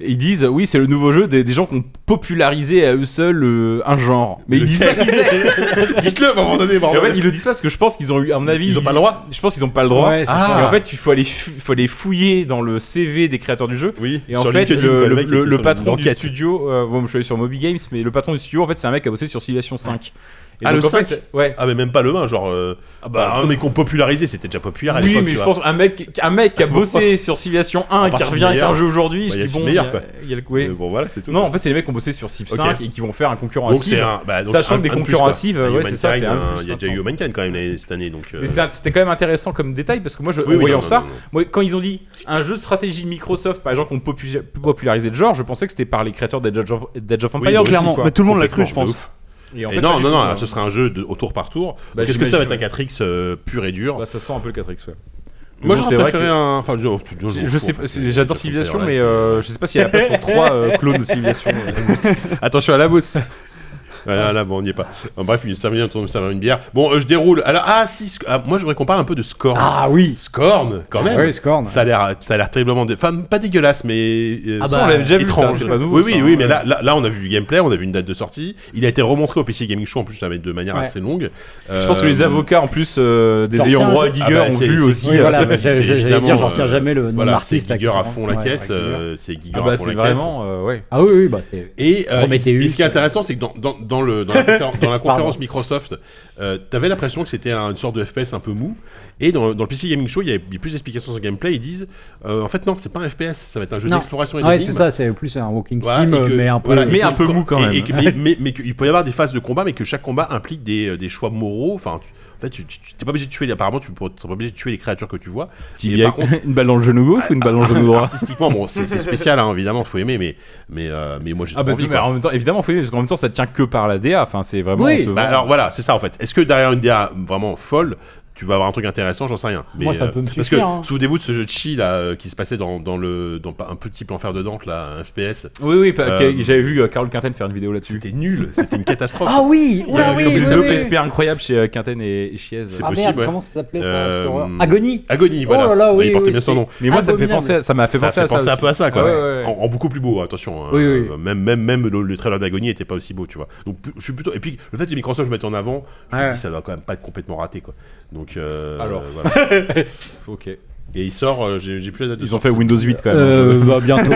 Speaker 4: ils disent oui, c'est le nouveau jeu des, des gens qui ont popularisé à eux seuls euh, un genre. Mais ils disent pas qui c'est.
Speaker 2: <laughs> Dites-le à un moment donné,
Speaker 4: Et en fait,
Speaker 2: bordel.
Speaker 4: ils le disent pas parce que je pense qu'ils ont eu, à mon avis,
Speaker 2: Ils ont
Speaker 4: ils-
Speaker 2: pas le droit.
Speaker 4: je pense qu'ils ont pas le droit.
Speaker 5: Ouais, c'est
Speaker 2: Ah.
Speaker 4: Et en fait, il faut aller, fou- faut aller fouiller dans le CV des créateurs du jeu.
Speaker 2: Oui.
Speaker 4: Et en
Speaker 2: sur
Speaker 4: fait,
Speaker 2: LinkedIn,
Speaker 4: le,
Speaker 2: quoi,
Speaker 4: le-
Speaker 2: mec
Speaker 4: le-
Speaker 2: était
Speaker 4: le
Speaker 2: sur
Speaker 4: patron
Speaker 2: une
Speaker 4: du
Speaker 2: enquête.
Speaker 4: studio, euh, bon, je suis allé sur Moby Games, mais le patron du studio, en fait, c'est un mec qui a bossé sur Civilization 5. Et
Speaker 2: Ah,
Speaker 4: donc,
Speaker 2: le
Speaker 4: en fait, Ouais.
Speaker 2: Ah, mais même pas le main, genre. euh,
Speaker 4: Ah
Speaker 2: bah,
Speaker 4: bah,
Speaker 2: on est qu'on popularisait, c'était déjà populaire à
Speaker 4: oui,
Speaker 2: l'époque,
Speaker 4: mais
Speaker 2: tu
Speaker 4: je
Speaker 2: vois.
Speaker 4: pense un mec, un mec qui a bossé sur Civilization 1
Speaker 2: À
Speaker 4: et
Speaker 2: part
Speaker 4: qui
Speaker 2: si
Speaker 4: revient avec
Speaker 2: meilleur.
Speaker 4: un jeu aujourd'hui,
Speaker 2: Bah, y
Speaker 4: je
Speaker 2: a
Speaker 4: dis
Speaker 2: si
Speaker 4: bon,
Speaker 2: meilleur,
Speaker 4: il y a-
Speaker 2: quoi.
Speaker 4: il y a le
Speaker 2: Mais
Speaker 4: ouais.
Speaker 2: Bon, voilà, c'est tout.
Speaker 4: Non, en fait, c'est les mecs qui ont bossé sur Civ 5 et qui vont faire un concurrent à
Speaker 2: Donc,
Speaker 4: Civ.
Speaker 2: c'est un. bah, donc,
Speaker 4: Sachant
Speaker 2: un-
Speaker 4: que des
Speaker 2: un de plus,
Speaker 4: concurrents
Speaker 2: quoi.
Speaker 4: civ, euh, ouais, c'est ça, c'est un de
Speaker 2: Humankind,
Speaker 4: plus
Speaker 2: Il y a déjà eu
Speaker 4: maintenant.
Speaker 2: Humankind quand même l'année- cette année, donc. euh,
Speaker 4: Mais c'est- c'était quand même intéressant comme détail parce que moi, je,
Speaker 2: oui,
Speaker 4: en
Speaker 2: oui,
Speaker 4: voyant
Speaker 2: non, non,
Speaker 4: ça,
Speaker 2: non, non.
Speaker 4: moi, quand ils ont dit un jeu de stratégie Microsoft, par exemple, qu'on popu- popularisé le genre, je pensais que c'était par les créateurs d'Age of, d'Age of
Speaker 2: Oui,
Speaker 4: Empire.
Speaker 2: moi
Speaker 4: aussi,
Speaker 3: clairement.
Speaker 4: quoi.
Speaker 3: Mais tout le monde l'a cru, je
Speaker 2: Complètement,
Speaker 3: pense.
Speaker 2: de ouf.
Speaker 4: Et en
Speaker 2: Et
Speaker 4: fait, pas
Speaker 2: non,
Speaker 4: du
Speaker 2: non,
Speaker 4: tout,
Speaker 2: non,
Speaker 4: quoi.
Speaker 2: ce sera un jeu de, au tour par tour.
Speaker 4: Bah,
Speaker 2: Donc, Est-ce que ça va être un
Speaker 4: j'imagine,
Speaker 2: 4X euh, pur et dur
Speaker 4: Bah, ça sent un peu le 4X, ouais. Mais
Speaker 2: Moi,
Speaker 4: bon,
Speaker 2: j'aurais
Speaker 4: c'est vrai
Speaker 2: préféré
Speaker 4: que-
Speaker 2: un. Enfin, je, oh, je- je-
Speaker 4: Je,
Speaker 2: je-
Speaker 4: sais
Speaker 2: je-
Speaker 4: pas,
Speaker 2: je-
Speaker 4: c'est- j'adore
Speaker 2: je-
Speaker 4: Civilization,
Speaker 2: je-
Speaker 4: mais euh, je sais pas s'il y a la place pour 3 <laughs> clones de Civilization. euh,
Speaker 2: Attention à la bosse Ah, là, là, bon, on n'y est pas. En bref, ça vient de servir une bière. Bon, euh, je déroule. Alors, ah, si, Sc- ah, moi, je voudrais qu'on parle un peu de Scorn.
Speaker 5: Ah oui.
Speaker 2: Scorn, quand
Speaker 4: Ah
Speaker 2: même.
Speaker 5: Oui, Scorn.
Speaker 2: Ça a l'air, ça a l'air terriblement, dé- enfin pas dégueulasse, mais euh,
Speaker 5: Ah
Speaker 4: ça, on l'avait déjà bah, vu, ça,
Speaker 2: étrange.
Speaker 4: c'est pas nouveau.
Speaker 2: oui, oui,
Speaker 4: ça,
Speaker 2: oui,
Speaker 4: hein.
Speaker 2: mais là, là, là, on a vu du gameplay, on a vu une date de sortie. Il a été remontré au PC Gaming Show en plus ça va être de manière
Speaker 5: Ouais.
Speaker 2: assez longue. Euh,
Speaker 4: Je pense que les avocats, en plus, euh, des
Speaker 5: Sortir
Speaker 4: ayants
Speaker 5: un
Speaker 4: droit à
Speaker 5: jeu-
Speaker 4: Giger,
Speaker 2: Ah bah,
Speaker 4: ont
Speaker 2: c'est-
Speaker 4: vu
Speaker 2: c'est-
Speaker 4: aussi.
Speaker 5: Oui,
Speaker 4: euh,
Speaker 5: voilà,
Speaker 2: c'est-
Speaker 5: j'allais-
Speaker 2: c'est
Speaker 5: j'allais
Speaker 2: évidemment,
Speaker 5: dire, j'en retiens
Speaker 2: euh,
Speaker 5: jamais le nom
Speaker 2: voilà,
Speaker 5: d'artiste,
Speaker 2: C'est
Speaker 5: là, qui
Speaker 2: Giger à
Speaker 5: s'en-
Speaker 2: fond la
Speaker 5: ouais,
Speaker 2: caisse.
Speaker 5: ouais,
Speaker 2: euh, C'est Giger
Speaker 4: Ah
Speaker 2: à
Speaker 4: bah,
Speaker 2: fond la
Speaker 4: c'est
Speaker 2: caisse.
Speaker 4: vraiment. euh, ouais.
Speaker 5: Ah oui, oui, bah c'est.
Speaker 2: Et, euh,
Speaker 5: Prometheus.
Speaker 2: et ce qui est intéressant, c'est que dans, dans, dans
Speaker 4: <laughs>
Speaker 2: le, dans, la, conféren- dans la conférence Microsoft, euh, t'avais l'impression que c'était un- une sorte de FPS un peu mou. Et dans, dans le PC Gaming Show, il y a il y a plus d'explications sur le gameplay. Ils disent, euh, en fait, non, c'est pas un FPS, ça va être un jeu
Speaker 5: Non.
Speaker 2: d'exploration et
Speaker 5: Ouais,
Speaker 2: d'énigmes.
Speaker 5: c'est ça, c'est plus un walking
Speaker 2: Voilà,
Speaker 5: sim, euh,
Speaker 2: et que-
Speaker 5: mais un peu.
Speaker 2: voilà,
Speaker 4: Mais
Speaker 2: et
Speaker 4: un
Speaker 2: que-
Speaker 4: peu mou quand
Speaker 2: et- et
Speaker 4: même.
Speaker 2: que- mais mais- mais qu'il peut y avoir des phases de combat, mais que chaque combat implique des, des choix moraux. Enfin, tu, en fait, tu tu- tu- t'es pas obligé de tuer. les- Apparemment, tu peux- t'es pas obligé de tuer les créatures que tu vois. Et
Speaker 4: Tibia,
Speaker 2: par contre,
Speaker 4: <laughs> une balle dans le genou gauche ou une balle dans le genou droit
Speaker 2: artistiquement, bon, c'est
Speaker 5: <laughs>
Speaker 2: c'est spécial, hein, évidemment, faut aimer, mais mais euh, mais moi j'ai
Speaker 4: <laughs> Ah
Speaker 2: trop
Speaker 4: bah,
Speaker 2: envie,
Speaker 4: tu- mais
Speaker 2: quoi.
Speaker 4: en même temps, évidemment, faut aimer, parce qu'en même temps, ça tient que par la DA. Enfin, c'est vraiment.
Speaker 5: Oui.
Speaker 4: on te
Speaker 2: Bah,
Speaker 4: vend.
Speaker 2: alors voilà, c'est ça en fait. Est-ce que derrière une DA vraiment folle, tu vas avoir un truc intéressant J'en sais rien. Mais,
Speaker 5: Moi, ça
Speaker 2: euh,
Speaker 5: peut me
Speaker 2: Parce que
Speaker 5: suffire, hein.
Speaker 2: souvenez-vous de ce jeu de chi là euh, qui se passait dans, dans le dans un petit plan fer de Dante là, un FPS.
Speaker 4: Oui, oui, pa-
Speaker 2: Euh,
Speaker 4: que- j'avais vu euh, Carl Quinten faire une vidéo là-dessus.
Speaker 2: C'était nul, c'était
Speaker 5: <laughs>
Speaker 2: une catastrophe.
Speaker 5: Ah oui,
Speaker 4: Il y
Speaker 5: oula,
Speaker 4: avait
Speaker 5: oui,
Speaker 4: comme
Speaker 5: oui,
Speaker 4: des
Speaker 5: oui, oui.
Speaker 4: OPSP incroyables chez euh, Quinten et, et Chiez.
Speaker 2: C'est
Speaker 5: Ah
Speaker 2: possible,
Speaker 5: merde,
Speaker 2: ouais.
Speaker 5: comment ça s'appelait ça
Speaker 2: Euh,
Speaker 5: cette horreur Agonie
Speaker 2: Agonie, voilà.
Speaker 5: Oh
Speaker 2: Bah,
Speaker 5: là là, oui,
Speaker 2: il portait
Speaker 5: oui,
Speaker 2: bien son
Speaker 5: c'est-
Speaker 2: nom.
Speaker 4: Mais moi, ça me fait
Speaker 5: Abominable.
Speaker 4: penser, à- ça m'a fait Bah, penser à ça.
Speaker 2: un peu à ça, quoi.
Speaker 4: Ah ouais, ouais, ouais.
Speaker 2: En, en beaucoup plus beau, attention. hein.
Speaker 5: Oui, oui.
Speaker 2: Euh, Même, même, même le, le trailer d'Agonie était pas aussi beau, tu vois. Donc, pu- je suis plutôt. Et puis, le fait que Microsoft mette en avant, je me
Speaker 5: Ouais.
Speaker 2: dis, ça doit quand même pas être complètement raté, quoi. Donc, euh,
Speaker 4: Alors.
Speaker 2: voilà.
Speaker 4: aussi. Ok.
Speaker 2: Et il sort, euh, j'ai j'ai plus la date. de
Speaker 4: Ils ont fait
Speaker 2: sortie.
Speaker 4: Windows 8 quand même. hein,
Speaker 5: Euh, bah, bientôt.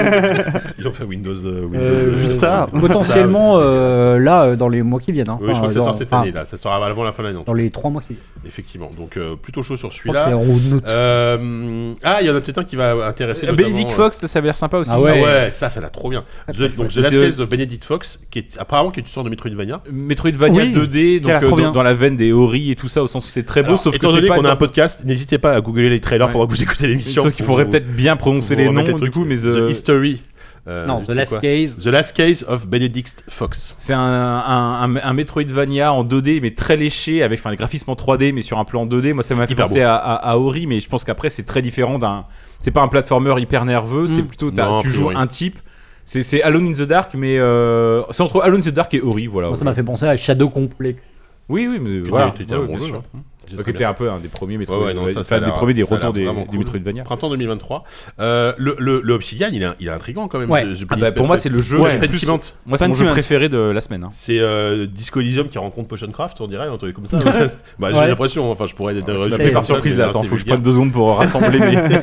Speaker 2: Ils ont fait Windows, euh, Windows
Speaker 5: Euh,
Speaker 3: Vista.
Speaker 5: <laughs> Potentiellement
Speaker 2: Vista aussi.
Speaker 5: euh, là, euh, dans les mois qui viennent. hein.
Speaker 2: Oui, je crois
Speaker 5: Enfin,
Speaker 2: que ça
Speaker 5: dans-
Speaker 2: sort cette
Speaker 5: enfin,
Speaker 2: année là. Ça sort avant la fin de l'année. en tout
Speaker 5: Dans les trois mois qui viennent.
Speaker 2: cas. Effectivement. Donc euh, plutôt chaud sur
Speaker 5: Je crois que c'est
Speaker 2: celui-là.
Speaker 5: en août.
Speaker 2: Euh, ah, il y en a peut-être un qui va intéresser.
Speaker 4: je-
Speaker 2: notamment,
Speaker 4: Benedict
Speaker 2: euh,
Speaker 4: Fox, là, ça avait l'air sympa aussi.
Speaker 5: Ah
Speaker 2: Ah
Speaker 5: ouais.
Speaker 2: ouais, ça, ça l'a trop bien. The, donc The
Speaker 4: C'est-
Speaker 2: Last Case of Benedict Fox, qui est apparemment qui est une sorte de Metroidvania.
Speaker 4: Metroidvania
Speaker 3: Oui,
Speaker 4: 2D,
Speaker 3: a
Speaker 4: donc
Speaker 3: l'air
Speaker 4: euh,
Speaker 3: trop
Speaker 4: dans,
Speaker 3: bien.
Speaker 4: dans la veine des Ori et tout ça, au sens où c'est très beau,
Speaker 2: Alors,
Speaker 4: sauf que
Speaker 2: étant
Speaker 4: c'est
Speaker 2: donné
Speaker 4: pas.
Speaker 2: qu'on a un podcast, n'hésitez pas à googler les trailers
Speaker 4: Ouais.
Speaker 2: pendant que vous écoutez l'émission.
Speaker 4: Sauf qu'il
Speaker 2: pour
Speaker 4: faudrait
Speaker 2: vous-
Speaker 4: peut-être bien prononcer
Speaker 2: vous
Speaker 4: les
Speaker 2: remettre
Speaker 4: noms,
Speaker 2: trucs.
Speaker 4: du coup, mais.
Speaker 2: The
Speaker 4: euh,
Speaker 2: History. euh,
Speaker 5: Non,
Speaker 2: je
Speaker 5: The
Speaker 2: sais
Speaker 5: Last
Speaker 2: quoi.
Speaker 5: Case.
Speaker 2: The Last Case of Benedict Fox.
Speaker 4: C'est un, un, un- un Metroidvania en 2D, mais très léché, avec enfin, les graphismes en 3D, mais sur un plan 2D. Moi, ça m'a fait
Speaker 2: Hyper
Speaker 4: penser à, à- à Ori, mais je pense qu'après, c'est très différent d'un. C'est pas un platformer hyper nerveux, c'est plutôt. t'as-
Speaker 2: Non, a
Speaker 4: tu joues
Speaker 2: priori.
Speaker 4: un type. C'est c'est Alone in the Dark, mais. euh, c'est entre Alone in the Dark et Ori, voilà.
Speaker 5: Moi, ça m'a fait penser à Shadow Complex.
Speaker 4: Oui, oui, mais voilà.
Speaker 2: était- était un
Speaker 4: Ouais,
Speaker 2: bon
Speaker 4: bien
Speaker 2: jeu,
Speaker 4: sûr.
Speaker 2: hein.
Speaker 4: Donc, Qui était un peu un des premiers
Speaker 2: Ouais, ouais,
Speaker 4: Metroidvania.
Speaker 2: non, ça, ça a
Speaker 4: enfin, des
Speaker 2: l'air-
Speaker 4: premiers des
Speaker 2: ça a l'air
Speaker 4: retours des,
Speaker 2: vraiment
Speaker 4: des
Speaker 2: cool.
Speaker 4: Metroidvania.
Speaker 2: Printemps 2023. Euh, le, le, le Obsidian, il est, il est intriguant quand même.
Speaker 5: Ouais.
Speaker 2: The- The-
Speaker 4: Ah bah, pour moi, c'est le jeu.
Speaker 3: Ouais.
Speaker 4: le plus-
Speaker 2: Pentiment.
Speaker 4: Moi, c'est mon jeu
Speaker 3: Pentiment.
Speaker 4: préféré de la semaine. hein.
Speaker 2: C'est euh, Disco Elysium qui rencontre Potion Craft, on dirait, un truc comme ça. bah, j'ai
Speaker 5: Ouais.
Speaker 2: l'impression, enfin, je pourrais être
Speaker 4: Tu m'as
Speaker 5: c'est-
Speaker 4: pris par
Speaker 5: c'est-
Speaker 4: surprise là, attends, faut que je prenne
Speaker 2: deux.
Speaker 4: deux secondes
Speaker 2: <laughs>
Speaker 4: pour rassembler mes.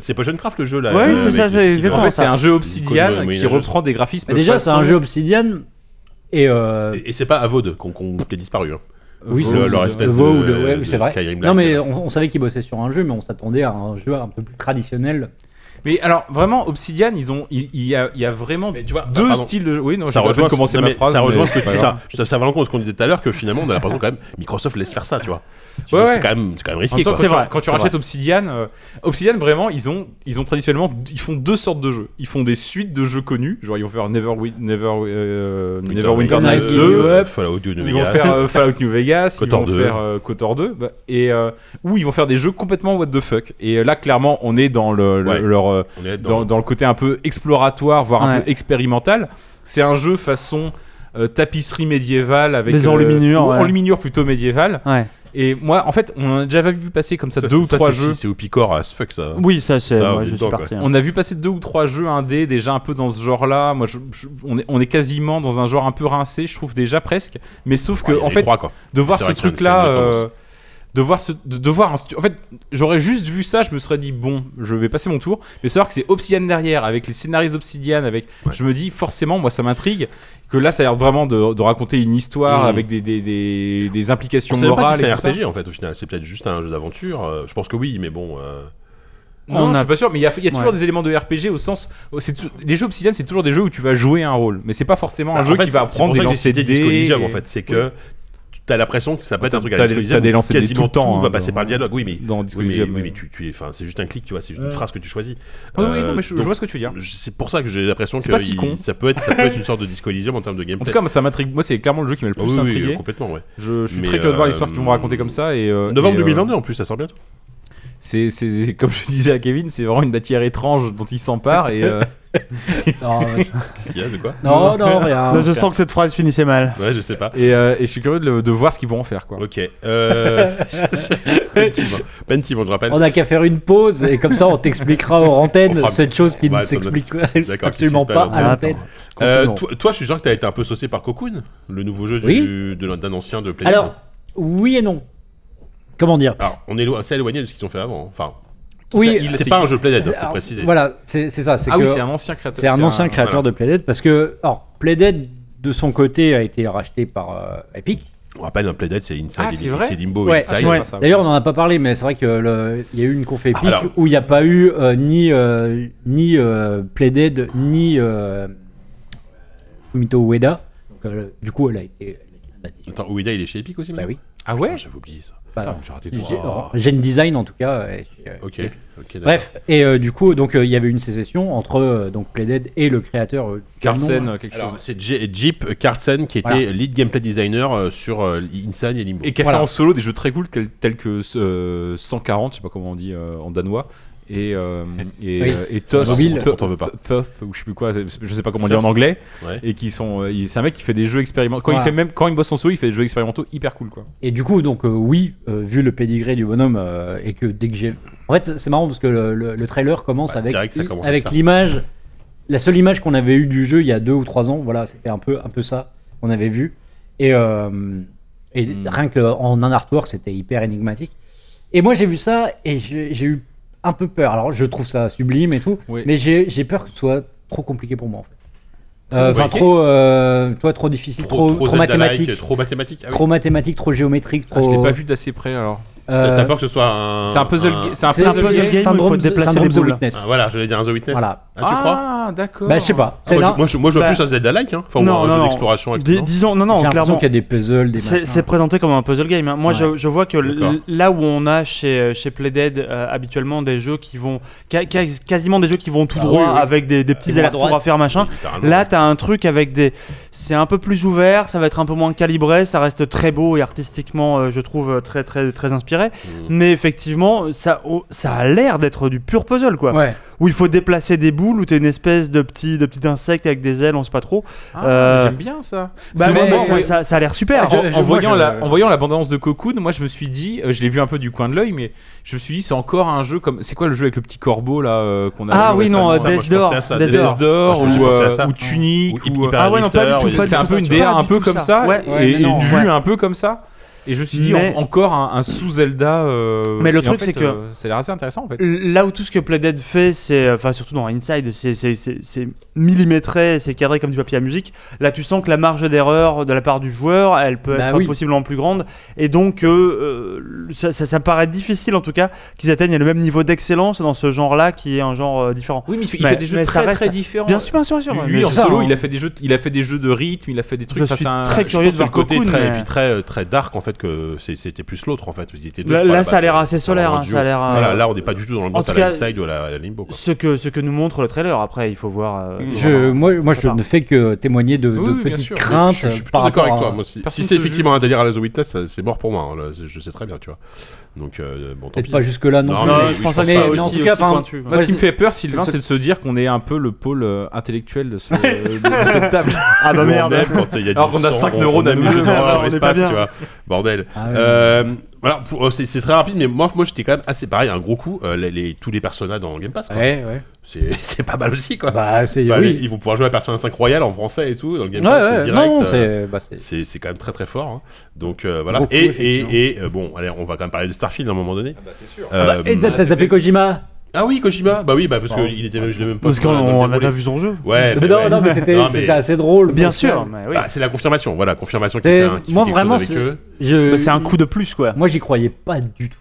Speaker 2: C'est Potion Craft le jeu là.
Speaker 3: Ouais,
Speaker 2: euh,
Speaker 3: c'est
Speaker 2: avec
Speaker 3: ça,
Speaker 2: les
Speaker 3: c'est-
Speaker 2: petits-
Speaker 3: c'est
Speaker 4: En fait,
Speaker 3: Comment
Speaker 4: c'est
Speaker 3: ça
Speaker 4: un jeu
Speaker 2: Une
Speaker 4: Obsidian
Speaker 2: conne
Speaker 4: qui
Speaker 2: moyenâgeuse.
Speaker 4: reprend des graphismes.
Speaker 5: Bah, déjà, c'est
Speaker 4: façon-
Speaker 5: un jeu Obsidian. Et euh,
Speaker 2: Et, et c'est pas Avod qu'on qu'on- qui est disparu. Hein.
Speaker 5: oui,
Speaker 2: le- leur espèce de-
Speaker 5: Vaud, ouais,
Speaker 2: de
Speaker 5: c'est vrai.
Speaker 2: Skyrim Black.
Speaker 5: non, mais on, on savait qu'ils bossaient sur un jeu, mais on s'attendait à un jeu un peu plus traditionnel.
Speaker 2: <laughs>
Speaker 4: Mais alors, vraiment, Obsidian, ils ont, il il y a, il y a vraiment
Speaker 2: Mais tu vois,
Speaker 4: deux
Speaker 2: pardon.
Speaker 4: styles de. Oui, non,
Speaker 2: Ça
Speaker 4: j'ai pas
Speaker 2: rejoint,
Speaker 4: commencé
Speaker 2: non,
Speaker 4: ma
Speaker 2: mais
Speaker 4: phrase.
Speaker 2: ça rejoint
Speaker 4: mais
Speaker 2: ce que
Speaker 4: c'est pas
Speaker 2: tu
Speaker 4: grave.
Speaker 2: ça, je- ça va à l'encontre de ce qu'on disait tout à l'heure que finalement on a l'impression quand même Microsoft laisse faire ça tu vois Tu
Speaker 4: Ouais,
Speaker 2: vois,
Speaker 4: ouais.
Speaker 2: c'est quand même c'est quand même
Speaker 4: En
Speaker 2: risqué
Speaker 4: même temps,
Speaker 2: quoi.
Speaker 4: quand
Speaker 3: C'est
Speaker 4: tu-
Speaker 3: vrai,
Speaker 4: quand tu
Speaker 3: c'est
Speaker 4: rachètes Obsidian, euh, Obsidian vraiment, ils ont, ils ont traditionnellement, ils font deux sortes de jeux. Ils font des suites de jeux connus, genre ils vont faire Never, Win- Never, euh, Never Winter
Speaker 5: Nights
Speaker 4: Nights
Speaker 5: Nights
Speaker 4: 2,
Speaker 5: New
Speaker 2: euh,
Speaker 5: Up.
Speaker 2: Fallout New
Speaker 4: Ils vont
Speaker 2: Vegas.
Speaker 4: faire euh, Fallout New Vegas,
Speaker 2: Kotor
Speaker 4: ils vont
Speaker 2: 2.
Speaker 4: faire euh, Kotor 2, bah, et euh, ou ils vont faire des jeux complètement what the fuck. Et euh, là, clairement, on est dans le, le-
Speaker 2: Ouais.
Speaker 4: leur, euh,
Speaker 2: On est
Speaker 4: dans,
Speaker 2: dans
Speaker 4: dans le côté un peu exploratoire, voire un
Speaker 3: Ouais.
Speaker 4: peu expérimental. C'est un jeu façon euh, tapisserie médiévale avec
Speaker 3: Des
Speaker 4: euh,
Speaker 3: enluminures,
Speaker 4: ou
Speaker 3: ouais.
Speaker 4: enluminures plutôt médiévale.
Speaker 3: Ouais.
Speaker 4: Et moi, en fait, on en a déjà vu passer comme ça, deux ou
Speaker 2: ça,
Speaker 4: trois
Speaker 2: c'est-
Speaker 4: jeux.
Speaker 2: c'est au picor as fuck ça.
Speaker 3: Oui, ça, c'est.
Speaker 2: Ça,
Speaker 3: ouais,
Speaker 2: on est
Speaker 3: je
Speaker 2: dedans,
Speaker 3: suis parti. hein.
Speaker 4: On a vu passer deux ou trois jeux indés déjà un peu dans ce genre-là. Moi, je- je- on, est, on est quasiment dans un genre un peu rincé, je trouve déjà presque. Mais sauf que,
Speaker 2: Ouais, il y
Speaker 4: en
Speaker 2: les
Speaker 4: fait,
Speaker 2: trois, quoi.
Speaker 4: de voir
Speaker 2: C'est
Speaker 4: ce
Speaker 2: vrai que c'est une-
Speaker 4: truc-là,
Speaker 2: c'est une bonne
Speaker 4: euh, de voir ce, de, de voir un stu- en fait, j'aurais juste vu ça, je me serais dit bon, je vais passer mon tour, mais savoir que c'est Obsidian derrière, avec les scénaristes Obsidian, avec,
Speaker 2: Ouais.
Speaker 4: je me dis forcément, moi ça m'intrigue, que là ça a l'air vraiment de, de raconter une histoire
Speaker 2: Mhm.
Speaker 4: avec des des, des, des implications
Speaker 2: On sait même pas
Speaker 4: morales
Speaker 2: si c'est
Speaker 4: et
Speaker 2: un
Speaker 4: tout ça.
Speaker 2: RPG en fait au final, c'est peut-être juste un jeu d'aventure. euh, je pense que oui, mais bon. euh,
Speaker 4: Non,
Speaker 3: On
Speaker 4: je
Speaker 3: a-
Speaker 4: suis pas sûr, mais il y a, il y a toujours
Speaker 3: Ouais.
Speaker 4: des éléments de RPG au sens, oh, c'est tout- les jeux Obsidian, c'est toujours des jeux où tu vas jouer un rôle, mais c'est pas forcément un
Speaker 2: bah,
Speaker 4: jeu
Speaker 2: en fait,
Speaker 4: qui va
Speaker 2: c'est- c'est pour
Speaker 4: prendre des
Speaker 2: ça que j'ai
Speaker 4: lancers de
Speaker 2: cité
Speaker 4: dés.
Speaker 2: Disco Elysium,
Speaker 4: et-
Speaker 2: en fait, c'est que t'as l'impression que ça peut être un truc à
Speaker 4: t'as
Speaker 2: Disco
Speaker 4: des-
Speaker 2: Elysium
Speaker 4: t'as des
Speaker 2: où
Speaker 4: lancers de dés
Speaker 2: quasiment
Speaker 4: tout le temps,
Speaker 2: tout va
Speaker 4: hein,
Speaker 2: passer
Speaker 4: dans-
Speaker 2: par le dialogue. Oui, mais
Speaker 4: dans Disco
Speaker 2: oui, mais,
Speaker 4: Elysium,
Speaker 2: oui,
Speaker 4: ouais.
Speaker 2: mais tu, tu es, enfin, c'est juste un clic, tu vois, c'est juste une
Speaker 5: Ouais.
Speaker 2: phrase que tu choisis.
Speaker 4: Ah Oui, oui,
Speaker 2: Euh,
Speaker 4: non, mais je, je
Speaker 2: donc,
Speaker 4: vois ce que tu veux dire.
Speaker 2: je- C'est pour ça que j'ai l'impression que
Speaker 4: C'est pas si
Speaker 2: il-
Speaker 4: con.
Speaker 2: ça peut être, ça peut
Speaker 4: <laughs>
Speaker 2: être une sorte de Disco Elysium en termes de gameplay.
Speaker 4: En tout cas, moi, ça m'intrigue. Moi, c'est clairement le jeu qui m'a le
Speaker 2: Ah
Speaker 4: plus
Speaker 2: oui, oui,
Speaker 4: intrigué.
Speaker 2: euh, complètement, ouais.
Speaker 4: Je, je suis
Speaker 2: Mais,
Speaker 4: très curieux de voir
Speaker 2: euh,
Speaker 4: l'histoire qu'ils vont raconter comme ça. Et, euh,
Speaker 2: Novembre
Speaker 4: et, euh,
Speaker 2: 2022 en plus, ça sort bientôt.
Speaker 4: c'est, c'est- <laughs> c'est- comme je disais à Kevin, c'est vraiment une matière étrange dont il s'empare. Et
Speaker 2: <laughs>
Speaker 4: euh,
Speaker 5: Non,
Speaker 2: Qu'est-ce qu'il y a de quoi
Speaker 5: euh, non, non, rien.
Speaker 3: je sens que cette phrase finissait mal.
Speaker 2: Ouais, je sais pas.
Speaker 4: et, euh, et je suis curieux de, le- de voir ce qu'ils vont en faire. Quoi.
Speaker 2: Ok.
Speaker 4: <laughs>
Speaker 2: Euh... Pentiment. Pentiment, je rappelle.
Speaker 5: On n'a qu'à faire une pause et comme ça on t'expliquera hors
Speaker 2: On
Speaker 5: antenne
Speaker 2: fera-
Speaker 5: cette chose qui
Speaker 2: on va
Speaker 5: ne
Speaker 2: attendre
Speaker 5: s'explique <laughs>
Speaker 2: D'accord,
Speaker 5: absolument
Speaker 2: qui se
Speaker 5: pas
Speaker 2: passe
Speaker 5: à
Speaker 3: pas.
Speaker 5: l'antenne.
Speaker 2: Euh,
Speaker 5: Continuons.
Speaker 2: toi, toi, je suis sûr que t'as été un peu saucé par Cocoon, le nouveau jeu du- de l'un- d'un ancien de PlayStation.
Speaker 5: Alors, oui et non. Comment dire
Speaker 2: Alors, on est lo- assez éloigné de ce qu'ils ont fait avant. hein. Enfin,
Speaker 5: Oui,
Speaker 2: il-
Speaker 4: c'est-
Speaker 2: c'est pas un jeu Playdead,
Speaker 5: c'est-
Speaker 2: faut
Speaker 5: alors,
Speaker 2: préciser.
Speaker 5: voilà, c'est c'est ça. C'est
Speaker 4: Ah
Speaker 5: que
Speaker 4: oui, c'est un ancien créateur.
Speaker 5: c'est un ancien créateur
Speaker 2: voilà.
Speaker 5: de Playdead parce que, alors, Playdead de son côté a été racheté par euh, Epic.
Speaker 2: On rappelle, un Playdead, c'est Inside,
Speaker 4: Ah, c'est vrai
Speaker 2: c'est Limbo,
Speaker 5: Ouais.
Speaker 4: Ah, je
Speaker 2: Inside.
Speaker 4: savais
Speaker 3: Ouais.
Speaker 4: pas ça.
Speaker 5: D'ailleurs, on n'en a pas parlé, mais c'est vrai que le- il y a eu une conf Epic
Speaker 2: Alors-
Speaker 5: où il n'y a pas eu euh, ni euh, ni euh, Playdead ni euh, Fumito Ueda. Donc, euh, du coup, elle a été. elle a été-
Speaker 2: Attends, Ouida, il est chez Epic aussi
Speaker 5: Bah
Speaker 2: maintenant
Speaker 5: oui.
Speaker 4: Ah ouais
Speaker 2: J'avais oublié ça.
Speaker 5: Bah,
Speaker 4: Putain, j'ai raté tout.
Speaker 5: Gen- Gen Design en tout cas. euh, chez, euh,
Speaker 2: Ok, ok, d'accord.
Speaker 5: Bref, et euh, du coup, donc euh, il y avait une sécession entre euh, donc Playdead et le créateur euh,
Speaker 4: Carlsen,
Speaker 5: nom, hein.
Speaker 4: euh, quelque
Speaker 2: Alors,
Speaker 4: chose.
Speaker 2: c'est J- Jeep Carlsen qui était
Speaker 5: Voilà.
Speaker 2: lead gameplay designer euh, sur euh, Inside et Limbo.
Speaker 4: Et qui a
Speaker 5: Voilà.
Speaker 4: fait en solo des jeux très cool quel- tels que euh, 140, je sais pas comment on dit euh, en danois. Et, euh, et,
Speaker 5: Oui.
Speaker 4: euh, et Toth,
Speaker 5: Mobile.
Speaker 4: Toth-
Speaker 2: On t'en veut pas.
Speaker 4: Toth, ou je sais plus quoi, c'est- je sais pas comment
Speaker 2: Toth.
Speaker 4: dire en anglais.
Speaker 2: Ouais.
Speaker 4: Et qui sont, euh, il- c'est un mec qui fait des jeux expérimentaux. Quand il
Speaker 5: Voilà.
Speaker 4: fait même, quand il bosse en solo, il fait des jeux expérimentaux hyper cool quoi.
Speaker 5: Et du coup, donc euh, oui, euh, vu le pédigré du bonhomme euh, et que dès que j'ai, en fait, c'est marrant parce que le, le- le trailer commence
Speaker 2: Ouais,
Speaker 5: avec
Speaker 2: direct, ça commence
Speaker 5: avec
Speaker 2: comme ça.
Speaker 5: l'image, la seule image qu'on avait eue du jeu il y a deux ou trois ans. Voilà, c'était un peu un peu ça qu'on avait vu. Et euh, et
Speaker 4: Hmm.
Speaker 5: rien que en un artwork, c'était hyper énigmatique. Et moi, j'ai vu ça et j'ai j'ai eu un peu peur. Alors, je trouve ça sublime et tout,
Speaker 4: Oui.
Speaker 5: mais j'ai j'ai peur que ce soit trop compliqué pour moi, en fait. Euh, Enfin,
Speaker 2: compliqué
Speaker 5: trop, euh, tu vois, trop difficile, trop, trop,
Speaker 2: Zelda-like,
Speaker 5: mathématique,
Speaker 2: Trop mathématique. Ah oui.
Speaker 5: trop mathématique, trop géométrique,
Speaker 4: Ah, je
Speaker 5: trop.
Speaker 4: l'ai pas vu d'assez près alors.
Speaker 5: euh,
Speaker 2: T'as peur que ce soit un.
Speaker 4: C'est un puzzle. ga- C'est un
Speaker 5: c'est un
Speaker 4: puzzle.
Speaker 5: peu
Speaker 4: game.
Speaker 3: game où il faut
Speaker 5: syndrome,
Speaker 3: déplacer
Speaker 5: syndrome
Speaker 3: les
Speaker 5: The
Speaker 3: boules.
Speaker 5: Witness.
Speaker 2: Ah, voilà, j'allais dire un The Witness.
Speaker 5: Voilà.
Speaker 2: Ah, tu crois
Speaker 4: Ah, d'accord.
Speaker 5: Bah, je sais pas.
Speaker 2: Ah,
Speaker 5: C'est
Speaker 2: moi,
Speaker 5: là.
Speaker 2: je, moi, je- moi, je vois
Speaker 3: Bah,
Speaker 2: plus un Zelda-like, hein. enfin, ou
Speaker 3: non,
Speaker 2: un
Speaker 3: non,
Speaker 2: jeu
Speaker 3: non.
Speaker 2: d'exploration,
Speaker 3: Dis-
Speaker 2: etc.
Speaker 3: disons, non, non,
Speaker 5: J'ai l'impression
Speaker 3: clairement.
Speaker 5: qu'il y a des puzzles, des
Speaker 3: C'est
Speaker 5: machins.
Speaker 3: c'est présenté comme un puzzle game. hein. Moi, je, je vois que l-
Speaker 2: D'accord.
Speaker 3: là où on a chez, chez Playdead euh, habituellement des jeux qui vont. ca- ca- quasiment des jeux qui vont tout
Speaker 2: Ah
Speaker 3: droit
Speaker 2: oui, oui.
Speaker 3: avec des, des petits
Speaker 5: vont à
Speaker 3: allers-retours à
Speaker 5: droite.
Speaker 3: faire machin.
Speaker 2: Littéralement.
Speaker 3: Là, t'as un truc avec des. C'est un peu plus ouvert, ça va être un peu moins calibré, ça reste très beau et artistiquement, euh, je trouve, euh, très, très, très inspiré.
Speaker 2: Mmh.
Speaker 3: Mais effectivement, ça, oh, ça a l'air d'être du pur puzzle, quoi.
Speaker 5: Ouais.
Speaker 3: Où il faut déplacer des boules, où t'es une espèce de petit, de petit insecte avec des ailes, on sait pas trop.
Speaker 4: Ah,
Speaker 3: Euh,
Speaker 4: J'aime bien ça.
Speaker 3: Bah,
Speaker 4: Parce que
Speaker 5: mais-
Speaker 4: moi,
Speaker 3: moi,
Speaker 4: moi,
Speaker 3: ça, ça- ça a l'air super.
Speaker 5: Ah, je-
Speaker 4: en, en
Speaker 5: vois,
Speaker 4: voyant
Speaker 5: je-
Speaker 4: la, en voyant l'abondance de Cocoon, moi je me suis dit, euh, je l'ai vu un peu du coin de l'œil, mais je me suis dit c'est encore un jeu comme, c'est quoi le jeu avec le petit corbeau là euh, qu'on a
Speaker 3: Ah
Speaker 4: joué
Speaker 3: oui, non,
Speaker 2: ça,
Speaker 3: euh,
Speaker 2: ça, moi,
Speaker 3: Death
Speaker 2: je pensais
Speaker 3: Door.
Speaker 2: à ça,
Speaker 3: Death
Speaker 2: Death
Speaker 3: Door.
Speaker 4: Death Door
Speaker 2: Moi, je
Speaker 4: ou,
Speaker 2: pensais à
Speaker 4: euh,
Speaker 2: ça.
Speaker 4: ou Tunic
Speaker 2: Ou
Speaker 4: ou,
Speaker 2: Hyper
Speaker 4: euh,
Speaker 3: Ah ouais, non, pas
Speaker 2: Lifter,
Speaker 3: du tout,
Speaker 2: oui.
Speaker 3: pas
Speaker 4: c'est
Speaker 3: du
Speaker 4: un
Speaker 3: tout
Speaker 4: peu une
Speaker 3: ça, tu vois,
Speaker 4: DA un
Speaker 3: du
Speaker 4: peu
Speaker 3: tout
Speaker 4: comme
Speaker 3: ça.
Speaker 4: ça,
Speaker 3: Ouais.
Speaker 4: et,
Speaker 5: Ouais, mais
Speaker 4: et
Speaker 5: non,
Speaker 4: une vue
Speaker 3: ouais.
Speaker 4: un peu comme ça. Et je me suis dit
Speaker 3: Mais-
Speaker 4: en- encore un, un sous Zelda. euh,
Speaker 3: Mais le
Speaker 4: et en
Speaker 3: truc,
Speaker 4: fait,
Speaker 3: c'est que-
Speaker 4: euh, ça a l'air assez intéressant en fait.
Speaker 3: Là où tout ce que Playdead fait, c'est, euh, enfin surtout dans Inside, c'est- c'est c'est- c'est millimétré, c'est cadré comme du papier à musique. Là, tu sens que la marge d'erreur de la part du joueur, elle peut
Speaker 5: Bah
Speaker 3: être
Speaker 5: oui.
Speaker 3: possiblement plus grande, et donc euh, euh, ça, ça, ça me paraît difficile en tout cas qu'ils atteignent le même niveau d'excellence dans ce genre-là, qui est un genre euh, différent.
Speaker 4: Oui, mais il fait,
Speaker 3: Mais-
Speaker 4: fait des jeux
Speaker 3: mais ça
Speaker 4: très
Speaker 3: reste-
Speaker 4: très différents.
Speaker 3: Bien sûr, bien sûr, bien sûr.
Speaker 4: Lui,
Speaker 3: mais
Speaker 4: en
Speaker 3: je-
Speaker 4: solo,
Speaker 3: ça,
Speaker 4: il a fait des jeux, il a fait des jeux de rythme, il a fait des trucs.
Speaker 3: Je
Speaker 4: enfin,
Speaker 3: suis
Speaker 4: c'est un-
Speaker 3: très
Speaker 2: Je
Speaker 3: curieux
Speaker 2: pense
Speaker 3: de voir
Speaker 2: que le côté
Speaker 3: Cocoon,
Speaker 2: très,
Speaker 3: mais-
Speaker 2: et puis très, euh, très dark en fait que c'est- c'était plus l'autre en fait. Vous étiez deux, je
Speaker 3: Ah, Là,
Speaker 2: crois, à
Speaker 3: là,
Speaker 2: la
Speaker 3: ça a
Speaker 2: base,
Speaker 3: l'air
Speaker 2: euh,
Speaker 3: assez solaire.
Speaker 2: en
Speaker 3: hein,
Speaker 2: duo.
Speaker 3: ça a l'air. euh,
Speaker 2: Voilà, là on n'est pas du tout dans l'ambiance
Speaker 3: en
Speaker 2: à
Speaker 3: tout
Speaker 2: la
Speaker 3: cas-
Speaker 2: Inside ou à la, à la Limbo. Quoi.
Speaker 3: ce que ce que nous montre le trailer. Après, il faut voir. euh,
Speaker 4: Je-
Speaker 5: Je, moi, moi, je
Speaker 3: Voilà.
Speaker 5: ne fais que témoigner de, de
Speaker 4: Oui, oui, bien
Speaker 5: petites
Speaker 4: sûr.
Speaker 5: craintes.
Speaker 2: je, je suis plutôt
Speaker 5: par
Speaker 2: d'accord avec
Speaker 5: rapport
Speaker 2: toi.
Speaker 5: à-
Speaker 2: Moi, si
Speaker 4: Personne
Speaker 2: si
Speaker 4: te
Speaker 2: c'est
Speaker 4: juge.
Speaker 2: effectivement un délire à la The Witness, ça- c'est mort pour moi. hein, là, c'est- je sais très bien, tu vois. Donc euh, bon, tant
Speaker 5: Peut-être
Speaker 2: pis.
Speaker 5: pas jusque-là non,
Speaker 2: Non,
Speaker 5: plus.
Speaker 2: mais
Speaker 3: Non,
Speaker 2: oui,
Speaker 3: Ah, je pense
Speaker 2: je
Speaker 3: pas
Speaker 2: pense
Speaker 5: mais,
Speaker 2: pas
Speaker 3: ça
Speaker 5: mais en
Speaker 3: aussi-
Speaker 5: tout cas,
Speaker 3: aussi
Speaker 5: enfin,
Speaker 3: pointu.
Speaker 4: Moi, ce qui me
Speaker 5: c'est-
Speaker 4: fait peur, Sylvain,
Speaker 5: c'est-
Speaker 4: c'est de se dire qu'on est un peu le pôle euh, intellectuel de, ce- de cette
Speaker 5: <laughs>
Speaker 4: table.
Speaker 3: Ah bah
Speaker 2: Nous, on
Speaker 3: merde.
Speaker 2: aime quand il y a du
Speaker 4: Alors qu'on a
Speaker 2: sang,
Speaker 4: cinq
Speaker 2: on-
Speaker 4: neurones
Speaker 2: on
Speaker 4: à
Speaker 2: aime
Speaker 4: nous
Speaker 2: les
Speaker 4: deux.
Speaker 3: <laughs>
Speaker 2: jeux d'horreur
Speaker 3: Ah,
Speaker 2: dans
Speaker 3: on est
Speaker 2: l'espace,
Speaker 3: pas bien.
Speaker 2: tu vois. Bordel.
Speaker 5: Ah ouais.
Speaker 2: Euh, voilà, pour- c'est c'est très rapide, mais moi, moi j'étais quand même assez pareil, un gros coup. euh, les, les- tous les personnages dans Game Pass, quoi.
Speaker 5: Ouais, ouais.
Speaker 2: C'est <laughs> c'est pas mal aussi, quoi.
Speaker 5: Bah, c'est
Speaker 2: Enfin, les-
Speaker 5: oui.
Speaker 2: Ils vont pouvoir jouer à Persona 5 Royal en français et tout, dans le Game
Speaker 5: Ouais,
Speaker 2: Pass
Speaker 5: ouais.
Speaker 2: c'est direct.
Speaker 5: non, non,
Speaker 2: euh,
Speaker 5: c'est. bah, c'est-
Speaker 2: c'est c'est quand même très très fort. hein. Donc euh, voilà.
Speaker 5: Beaucoup,
Speaker 2: et
Speaker 5: effectivement.
Speaker 2: et, et, euh, bon, allez, on va quand même parler de Starfield à un moment donné.
Speaker 5: Ah bah,
Speaker 2: Euh,
Speaker 5: et t'as
Speaker 4: bah,
Speaker 5: t'as zappé
Speaker 4: c'était-
Speaker 5: Kojima
Speaker 2: ah oui, Kojima. Bah oui, bah parce que
Speaker 5: Bon.
Speaker 2: il était, je l'ai même pas.
Speaker 3: Parce
Speaker 2: dans le
Speaker 3: qu'on n'a
Speaker 2: déroulé.
Speaker 3: pas vu son jeu.
Speaker 2: Ouais.
Speaker 5: mais non,
Speaker 2: ouais.
Speaker 5: non, mais c'était
Speaker 2: Non, mais-
Speaker 5: c'était assez drôle.
Speaker 3: Bien
Speaker 5: parce
Speaker 3: sûr.
Speaker 5: que-
Speaker 3: mais oui.
Speaker 2: Bah, c'est la confirmation. Voilà, confirmation qui
Speaker 5: C'est-
Speaker 2: fait, un, qui
Speaker 5: moi,
Speaker 2: fait quelque
Speaker 5: vraiment,
Speaker 2: chose
Speaker 5: c'est-
Speaker 2: avec eux.
Speaker 5: Je-
Speaker 3: Bah, c'est un coup de plus, quoi.
Speaker 5: Moi, j'y croyais pas du tout.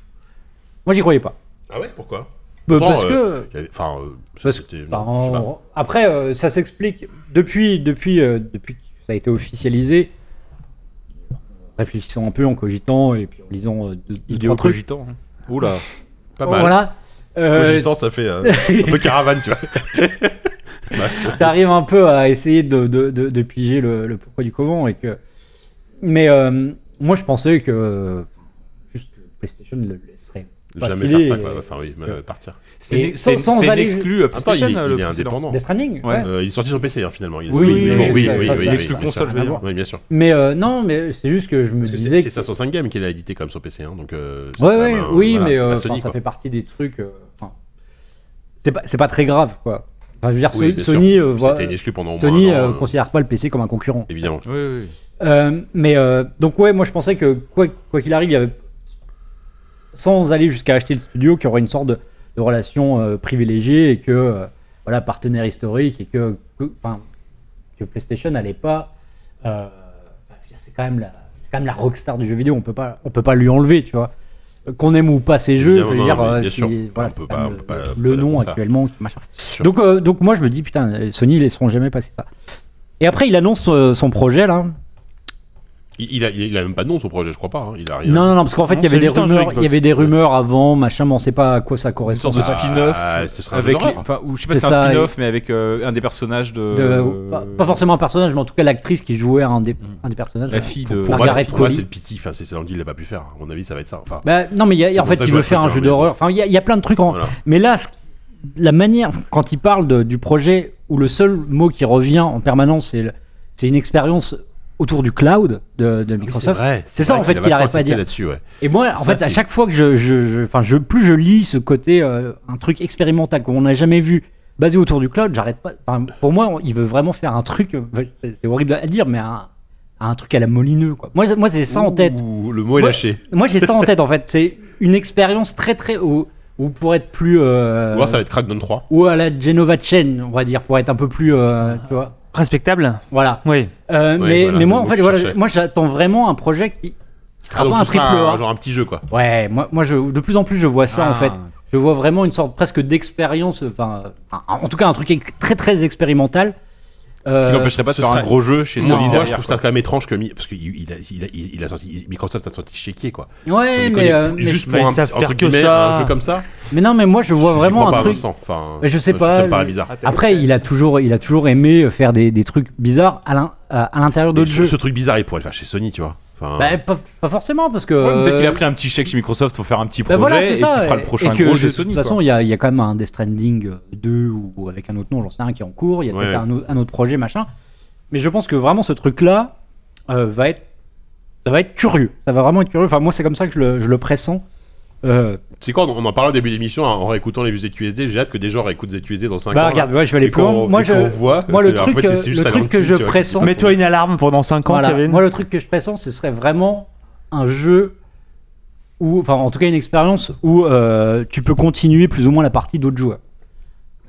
Speaker 5: Moi, j'y croyais pas.
Speaker 2: Ah ouais, pourquoi
Speaker 5: Bah,
Speaker 2: Pourtant,
Speaker 5: parce
Speaker 2: euh,
Speaker 5: que.
Speaker 2: Il y avait- Enfin, euh, ça,
Speaker 5: Parce-
Speaker 2: c'était-
Speaker 5: Bah,
Speaker 2: non, je sais
Speaker 5: en-
Speaker 2: pas.
Speaker 5: Après, euh, ça s'explique depuis, depuis, euh, depuis que ça a été officialisé. Réfléchissant un peu, en cogitant et puis en lisant euh, deux, deux, trois trucs.
Speaker 4: cogitant. hein. Oula.
Speaker 2: Pas mal.
Speaker 5: Voilà. Euh,
Speaker 2: Cogitant, ça fait euh, un peu caravane, tu vois.
Speaker 5: <laughs> T'arrives un peu à essayer de, de, de- de piger le, le pourquoi du comment et que. Mais euh, moi, je pensais que juste que PlayStation le laisserait. pas
Speaker 2: Jamais
Speaker 5: filer
Speaker 2: faire ça,
Speaker 5: et-
Speaker 2: quoi. Enfin, oui, mais, euh, partir.
Speaker 4: C'est
Speaker 5: Et
Speaker 4: une-
Speaker 5: sans-
Speaker 4: c'est-
Speaker 5: sans
Speaker 4: c'est une
Speaker 5: aller-
Speaker 4: exclue euh,
Speaker 2: Attends, il,
Speaker 4: PlayStation
Speaker 2: est-
Speaker 4: euh,
Speaker 2: il
Speaker 4: le
Speaker 2: est
Speaker 4: précédent.
Speaker 2: indépendant.
Speaker 5: Death Stranding
Speaker 4: Ouais.
Speaker 2: Euh, il est sorti sur PC, hein, finalement. Il est
Speaker 5: Oui,
Speaker 2: sorti-
Speaker 5: oui,
Speaker 2: mais bon,
Speaker 5: oui,
Speaker 2: oui,
Speaker 5: ça-
Speaker 2: oui,
Speaker 5: ça-
Speaker 2: oui,
Speaker 5: ça-
Speaker 2: oui,
Speaker 5: ça-
Speaker 2: bien
Speaker 4: console,
Speaker 2: sûr.
Speaker 4: je veux dire.
Speaker 2: Oui, bien sûr.
Speaker 5: Mais euh, non, mais c'est juste que je me
Speaker 2: Parce que
Speaker 5: disais.
Speaker 2: c'est c'est 505 Game qui l'a édité comme sur PC, hein, donc. euh, c'est
Speaker 5: Ouais,
Speaker 2: quand
Speaker 5: ouais,
Speaker 2: même un-
Speaker 5: oui,
Speaker 2: voilà,
Speaker 5: mais
Speaker 2: c'est pas
Speaker 5: euh,
Speaker 2: Sony,
Speaker 5: enfin, ça
Speaker 2: quoi.
Speaker 5: fait partie des trucs. euh, enfin, c'est pas, c'est pas très grave, quoi. Enfin, je veux dire,
Speaker 2: Oui,
Speaker 5: So-
Speaker 2: bien sûr.
Speaker 5: Sony, euh, voit-
Speaker 2: C'était une exclu pendant. au moins
Speaker 5: Sony
Speaker 2: un an,
Speaker 5: euh,
Speaker 2: euh,
Speaker 5: considère pas le PC comme un concurrent.
Speaker 2: Évidemment.
Speaker 4: Oui, oui.
Speaker 5: Euh, mais euh, donc ouais, moi je pensais que quoi quoi qu'il arrive, il y avait sans aller jusqu'à acheter le studio, qu'il y aurait une sorte de, de relation euh, privilégiée et que euh, voilà partenaire historique et que que, enfin, que PlayStation n'allait pas. euh, enfin, je veux dire, c'est quand même la c'est quand même la rockstar du jeu vidéo. On peut pas on peut pas lui enlever, tu vois. Qu'on aime ou pas ses jeux, je veux
Speaker 2: Évidemment,
Speaker 5: dire,
Speaker 2: non, mais
Speaker 5: euh,
Speaker 2: bien
Speaker 5: si-
Speaker 2: sûr.
Speaker 5: voilà,
Speaker 2: On
Speaker 5: c'est
Speaker 2: peut
Speaker 5: quand
Speaker 2: pas-
Speaker 5: même
Speaker 2: on peut pas- on peut
Speaker 5: le
Speaker 2: pas
Speaker 5: nom
Speaker 2: l'apprendre.
Speaker 5: actuellement, machin.
Speaker 2: Sûr.
Speaker 5: Donc, euh, donc moi je me dis putain, euh, Sony ils laisseront jamais passer ça. Et après il annonce euh, son projet là.
Speaker 2: Il, il a, il a même pas de nom son projet, je crois pas. hein, Il a rien.
Speaker 5: Non non non parce qu'en fait
Speaker 3: Non,
Speaker 5: il y avait
Speaker 3: c'est
Speaker 5: des
Speaker 3: juste un jeu
Speaker 5: rumeurs,
Speaker 3: Xbox.
Speaker 5: il y avait des rumeurs avant machin, mais on sait pas à quoi ça
Speaker 4: Une
Speaker 5: correspond.
Speaker 4: sorte de
Speaker 5: on sait pas.
Speaker 4: spin-off.
Speaker 2: Ah, ce serait un jeu
Speaker 4: avec
Speaker 2: d'horreur.
Speaker 4: les- enfin, ou je sais pas,
Speaker 5: Bah, C'est
Speaker 4: c'est un
Speaker 5: ça,
Speaker 4: spin-off, mais avec euh, un des personnages de.
Speaker 5: De-
Speaker 4: euh,
Speaker 5: pas, pas forcément un personnage, mais en tout cas l'actrice qui jouait un des, un des personnages.
Speaker 4: La fille de.
Speaker 2: Pour moi,
Speaker 5: Margaret
Speaker 2: c'est- pour moi,
Speaker 5: Qualley.
Speaker 2: c'est le pity. Enfin, c'est Silent Hill, il a pas pu faire. hein. À mon avis, ça va être ça. Enfin,
Speaker 5: Bah, non mais il y a-
Speaker 2: C'est
Speaker 5: en
Speaker 2: pour ça
Speaker 5: fait
Speaker 2: que
Speaker 5: il
Speaker 2: je
Speaker 5: veut
Speaker 2: vois
Speaker 5: faire un
Speaker 2: Twitter, mais
Speaker 5: jeu
Speaker 2: bon.
Speaker 5: d'horreur. Enfin il y, a- il y a plein de trucs. en-
Speaker 2: voilà.
Speaker 5: Mais là, ce- la manière quand il parle de- du projet où le seul mot qui revient en permanence c'est le- c'est une expérience autour du cloud de, de Microsoft.
Speaker 2: vrai,
Speaker 5: c'est ça,
Speaker 2: vrai
Speaker 5: en fait,
Speaker 2: a
Speaker 5: qu'il
Speaker 2: vachement
Speaker 5: arrête pas de
Speaker 2: insisté
Speaker 5: dire.
Speaker 2: là-dessus, ouais.
Speaker 5: Et moi, en
Speaker 2: Ça,
Speaker 5: fait, à
Speaker 2: c'est-
Speaker 5: chaque fois que je, je, je- enfin, je- plus je lis ce côté, euh, un truc expérimental qu'on n'a jamais vu, basé autour du cloud, j'arrête pas. Enfin, pour moi, on- il veut vraiment faire un truc. euh, C'est c'est horrible à dire, mais un, un truc à la Molineux, quoi. Moi, c'est- moi, c'est ça en tête.
Speaker 2: Ouh, le mot est
Speaker 5: Moi-
Speaker 2: lâché.
Speaker 5: Moi, j'ai ça en tête, en fait. C'est une expérience très, très au, ou pour être plus euh,
Speaker 2: Ou alors ça va être Crackdown 3.
Speaker 5: ou à la Genova Chain, on va dire, pour être un peu plus, euh, tu vois,
Speaker 3: Respectable
Speaker 5: voilà.
Speaker 3: Oui.
Speaker 5: Euh,
Speaker 2: Oui, voilà,
Speaker 5: mais, mais
Speaker 2: c'est
Speaker 5: moi,
Speaker 2: le
Speaker 5: en
Speaker 2: mot que
Speaker 5: fait,
Speaker 2: je
Speaker 5: voilà,
Speaker 2: cherchais.
Speaker 5: moi, j'attends vraiment un projet qui, qui sera
Speaker 2: Ah, donc
Speaker 5: pas un euh,
Speaker 2: ce
Speaker 5: triple
Speaker 2: sera
Speaker 5: A.
Speaker 2: genre un petit jeu quoi.
Speaker 5: Ouais, moi, moi, je, de plus en plus, je vois ça en
Speaker 3: Ah.
Speaker 5: fait. Je vois vraiment une sorte presque d'expérience, enfin, euh, en tout cas, un truc ex- très très expérimental.
Speaker 4: Ce qui
Speaker 5: Euh,
Speaker 4: n'empêcherait pas de
Speaker 2: ce
Speaker 4: faire un
Speaker 2: serait-
Speaker 4: gros jeu chez
Speaker 2: Moi,
Speaker 4: Sony
Speaker 2: moi, je
Speaker 4: derrière.
Speaker 2: trouve ça quand même étrange que Mi- parce qu'il il a, il a- il a sorti Microsoft a sorti chéquier quoi.
Speaker 5: Ouais,
Speaker 2: Sans
Speaker 5: mais,
Speaker 2: déconner,
Speaker 5: euh, mais-
Speaker 2: juste
Speaker 3: mais
Speaker 2: pour un,
Speaker 3: ils savent
Speaker 2: petit- entre
Speaker 3: faire que
Speaker 2: guillemets,
Speaker 3: ça.
Speaker 2: un jeu comme ça.
Speaker 5: mais non, mais moi, je vois
Speaker 2: j'y
Speaker 5: vraiment
Speaker 2: crois pas
Speaker 5: un
Speaker 2: à
Speaker 5: truc.
Speaker 2: l'instant. Enfin,
Speaker 5: Mais je sais pas,
Speaker 2: Ça me paraît
Speaker 5: le-
Speaker 2: bizarre.
Speaker 5: Après, il a toujours, il a toujours aimé euh, faire des, des trucs bizarres à l'in- à à l'intérieur
Speaker 2: Mais
Speaker 5: d'autres
Speaker 2: ce,
Speaker 5: jeux.
Speaker 2: ce truc bizarre, il pourrait le faire chez Sony, tu vois. Enfin,
Speaker 5: Bah, pas, pas forcément, parce que.
Speaker 4: Ouais, Peut-être qu'il a
Speaker 5: euh,
Speaker 4: pris un petit chèque chez Microsoft pour faire un petit
Speaker 5: bah
Speaker 4: projet
Speaker 5: voilà, c'est
Speaker 4: et
Speaker 5: ça.
Speaker 4: qu'il fera
Speaker 5: et-
Speaker 4: le prochain
Speaker 5: et que,
Speaker 4: gros
Speaker 5: de
Speaker 4: chez
Speaker 5: toute
Speaker 4: Sony. quoi.
Speaker 5: façon, il y, a- il y a quand même un Death Stranding euh, 2 ou, ou avec un autre nom, j'en sais rien, qui est en cours. Il y a
Speaker 2: Ouais.
Speaker 5: peut-être un, au- un autre projet, machin. Mais je pense que vraiment, ce truc-là euh, va être. Ça va être curieux. Ça va vraiment être curieux. Enfin, moi, c'est comme ça que je le, je le pressens. Euh,
Speaker 2: c'est quoi On en parlait au début d'émission hein, en réécoutant les vues ZQSD. J'ai hâte que des gens réécoutent ZQSD dans 5 ans.
Speaker 5: bah,
Speaker 2: là.
Speaker 5: regarde, ouais, je vais
Speaker 2: Et
Speaker 5: aller plus
Speaker 2: qu'on-
Speaker 5: loin. Moi,
Speaker 2: et
Speaker 5: je.
Speaker 2: qu'on voit,
Speaker 5: moi, le
Speaker 2: euh, en
Speaker 5: truc,
Speaker 2: fait, c'est
Speaker 5: euh,
Speaker 2: juste
Speaker 5: le
Speaker 2: Silent
Speaker 5: truc que
Speaker 2: Hill,
Speaker 5: je
Speaker 2: tu vois, qui
Speaker 5: pressens-
Speaker 2: dit,
Speaker 3: Mets-toi une alarme pendant 5 ans,
Speaker 5: Voilà.
Speaker 3: Kevin.
Speaker 5: Moi, le truc que je pressens, ce serait vraiment un jeu ou, enfin, en tout cas, une expérience où euh, tu peux continuer plus ou moins la partie d'autres joueurs.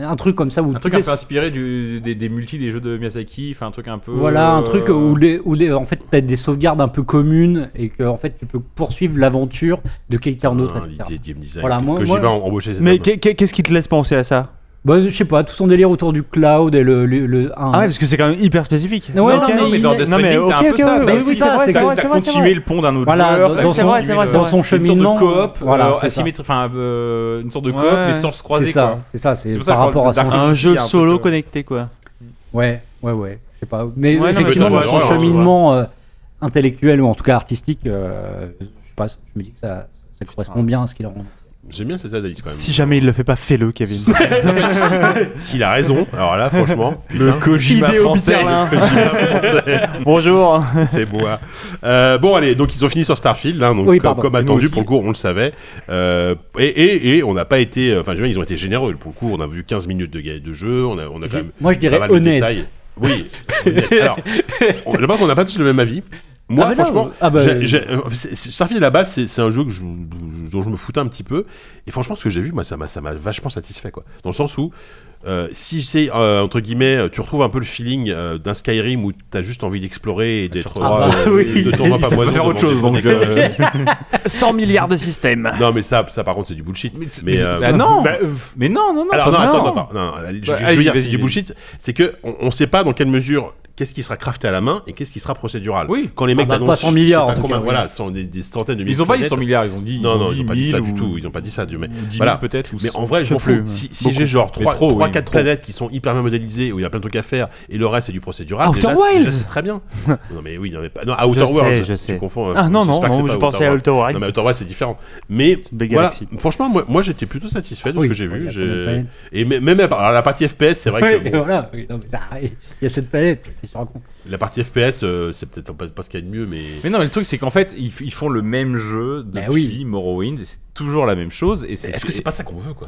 Speaker 5: Un truc comme ça où
Speaker 4: Un truc
Speaker 5: tous
Speaker 4: un
Speaker 5: les-
Speaker 4: peu inspiré du, des, des multis des jeux de Miyazaki, enfin un truc un peu.
Speaker 5: voilà, un
Speaker 4: euh,
Speaker 5: truc où, les, où les- en fait, t'as des sauvegardes un peu communes et que, en fait, tu peux poursuivre l'aventure de quelqu'un d'autre,
Speaker 2: Ah,
Speaker 5: etc.
Speaker 2: l'idée de game design,
Speaker 5: Voilà,
Speaker 2: que-
Speaker 5: moi-
Speaker 2: que
Speaker 5: moi-
Speaker 2: Jiba a embauché, cet
Speaker 3: Mais
Speaker 2: homme.
Speaker 3: qu'est- qu'est- qu'est-ce qui te laisse penser à ça
Speaker 5: Bah, je sais pas, tout son délire autour du cloud et le, le, le- un-
Speaker 3: Ah ouais, parce que c'est quand même hyper spécifique.
Speaker 5: Non, ouais,
Speaker 3: Ok.
Speaker 4: Non, mais
Speaker 5: il-
Speaker 4: dans Death
Speaker 3: non,
Speaker 4: Stranding,
Speaker 3: mais
Speaker 4: t'as
Speaker 3: ok,
Speaker 4: un peu
Speaker 3: ok,
Speaker 4: ça. t'as
Speaker 3: ouais, ouais,
Speaker 4: aussi-
Speaker 3: oui, c'est vrai, c'est
Speaker 4: t'as-
Speaker 3: vrai,
Speaker 4: t'as
Speaker 3: c'est vrai,
Speaker 4: continué
Speaker 3: c'est
Speaker 4: le pont d'un autre
Speaker 5: Voilà,
Speaker 4: joueur.
Speaker 5: dans-
Speaker 4: t'as
Speaker 5: dans
Speaker 3: son-
Speaker 4: continué
Speaker 3: c'est vrai,
Speaker 4: le-
Speaker 3: c'est
Speaker 5: dans son
Speaker 4: une sorte de
Speaker 5: cheminement,
Speaker 4: coop,
Speaker 5: voilà,
Speaker 4: euh,
Speaker 5: c'est ça.
Speaker 4: asymétrique, enfin euh, une sorte de coop
Speaker 3: Ouais.
Speaker 4: mais sans se croiser.
Speaker 5: c'est ça,
Speaker 4: quoi.
Speaker 5: c'est ça, c'est
Speaker 4: C'est
Speaker 5: par
Speaker 4: pour ça que je
Speaker 5: rapport
Speaker 4: parle
Speaker 5: à
Speaker 4: de
Speaker 5: son
Speaker 4: Dark
Speaker 3: un
Speaker 4: Souls
Speaker 3: jeu
Speaker 4: aussi, un peu
Speaker 3: solo
Speaker 4: que-
Speaker 3: connecté, quoi.
Speaker 5: Ouais, ouais, ouais. Je sais pas. Mais
Speaker 3: Ouais, non,
Speaker 5: effectivement,
Speaker 2: mais
Speaker 5: dans
Speaker 2: t'as
Speaker 5: son
Speaker 2: raison, hein,
Speaker 5: cheminement euh, intellectuel ou en tout cas artistique, euh, je sais pas, je me dis que ça, ça correspond bien à ce qu'il en
Speaker 2: J'aime bien cette analyse quand même.
Speaker 3: Euh, Si jamais il le fait pas, fais-le, Kevin.
Speaker 2: S'il a
Speaker 5: <laughs>
Speaker 2: raison, alors là, franchement,
Speaker 4: Le
Speaker 3: hein.
Speaker 2: putain,
Speaker 4: Kojima
Speaker 3: Hideo
Speaker 4: français.
Speaker 3: Bitterlin.
Speaker 4: le Kojima-
Speaker 3: <laughs>
Speaker 5: <laughs>
Speaker 3: Bonjour.
Speaker 2: c'est beau. hein. Euh, bon, allez, donc ils ont fini sur Starfield, hein, donc,
Speaker 5: Oui,
Speaker 2: comme,
Speaker 5: pardon.
Speaker 2: comme
Speaker 5: Nous
Speaker 2: attendu,
Speaker 5: aussi.
Speaker 2: pour le coup, on le savait. Euh, et, et, et on n'a pas été. euh, Enfin, je veux dire, ils ont été généreux. Pour le coup, on a vu 15 minutes de, ga- de jeu, on a, on a quand
Speaker 5: Je-
Speaker 2: même.
Speaker 5: moi, je dirais
Speaker 2: pas mal de
Speaker 5: honnête.
Speaker 2: détails. Oui. <laughs> honnête. Alors, on- je pense qu'on n'a pas tous le même avis. Moi,
Speaker 5: Ah, mais non,
Speaker 2: franchement,
Speaker 5: ah, bah,
Speaker 2: j'ai- j'ai- euh, c'est- c'est- Starfield à la base, c'est- c'est un jeu que je- dont je me foutais un petit peu. Et franchement, ce que j'ai vu, moi, ça m'a ça m'a vachement satisfait, quoi. Dans le sens où, euh, si c'est euh, entre guillemets, tu retrouves un peu le feeling euh, d'un Skyrim où t'as juste envie d'explorer et d'être
Speaker 4: retrouves,
Speaker 2: euh,
Speaker 5: Ah bah oui.
Speaker 2: de tournoi
Speaker 4: Ça peut
Speaker 2: pamoison
Speaker 4: faire autre
Speaker 2: devant des-
Speaker 4: chose. Donc. euh,
Speaker 3: 100 milliards de systèmes.
Speaker 2: Non, mais ça, ça par contre, c'est du bullshit. Mais, euh,
Speaker 4: Bah non. Mais non, non, non.
Speaker 2: alors
Speaker 4: pas
Speaker 2: non, attends,
Speaker 4: vraiment.
Speaker 2: attends, attends, non, je, je
Speaker 4: allez-y,
Speaker 2: veux dire,
Speaker 4: vas-y,
Speaker 2: c'est du
Speaker 4: vas-y.
Speaker 2: bullshit. C'est que on, on sait pas dans quelle mesure qu'est-ce qui sera crafté à la main et qu'est-ce qui sera procédural.
Speaker 4: Oui.
Speaker 2: Quand les mecs
Speaker 5: bah,
Speaker 2: annoncent,
Speaker 5: pas 100
Speaker 2: je
Speaker 5: milliards,
Speaker 2: sais
Speaker 5: en tout
Speaker 2: combien,
Speaker 5: cas, oui.
Speaker 2: voilà, sont des, des centaines de milliers.
Speaker 4: Ils ont pas dit 100 milliards, ils ont dit.
Speaker 2: Non, non,
Speaker 4: dit
Speaker 2: ils ont pas dit ça
Speaker 4: 1000
Speaker 2: du
Speaker 4: ou-
Speaker 2: tout. Ils ont pas dit ça du
Speaker 4: ou
Speaker 2: même.
Speaker 4: 10 000
Speaker 2: Voilà.
Speaker 4: peut-être. ou
Speaker 2: Mais
Speaker 4: c-
Speaker 2: en vrai,
Speaker 4: je
Speaker 2: je m'en
Speaker 4: sais plus,
Speaker 2: fous.
Speaker 4: ouais.
Speaker 2: Si, si
Speaker 4: Beaucoup.
Speaker 2: j'ai genre
Speaker 4: Mais
Speaker 2: 3,
Speaker 4: trop, oui,
Speaker 2: 4
Speaker 4: trop.
Speaker 2: planètes qui sont hyper bien modélisées, où il y a plein de trucs à faire, et le reste c'est du procédural,
Speaker 3: Outer
Speaker 2: déjà, c'est-
Speaker 3: Wilds.
Speaker 2: déjà, c'est très bien. non mais oui, non, mais pas... non, à Outer
Speaker 3: sais,
Speaker 2: Worlds,
Speaker 3: je
Speaker 2: tu
Speaker 3: sais.
Speaker 2: confonds. euh,
Speaker 3: Ah non, non,
Speaker 2: j'espère que c'est
Speaker 3: non,
Speaker 2: pas
Speaker 3: je pensais à
Speaker 2: Worlds.
Speaker 3: Outer
Speaker 2: Non mais
Speaker 3: Worlds.
Speaker 2: Outer Worlds c'est différent. Mais
Speaker 3: Big
Speaker 2: voilà,
Speaker 3: Galaxy.
Speaker 2: franchement, moi, moi j'étais plutôt satisfait de
Speaker 5: Oui,
Speaker 2: ce que j'ai
Speaker 5: il y a
Speaker 2: vu.
Speaker 5: plein
Speaker 2: j'ai-
Speaker 5: de planètes.
Speaker 2: Et mê- même la par- alors, la partie FPS, c'est vrai que
Speaker 5: Ouais,
Speaker 2: bon,
Speaker 5: voilà, oui, non, mais ça- il y a cette palette, qu'est-ce que tu racontes
Speaker 2: la partie FPS, euh, c'est peut-être pas, pas ce qu'il y a de mieux, mais.
Speaker 4: Mais non, mais le truc, c'est qu'en fait, ils, ils font le même jeu depuis
Speaker 5: Bah oui.
Speaker 4: Morrowind, et c'est toujours la même chose. Et c'est
Speaker 2: Est-ce que c'est pas ça qu'on veut quoi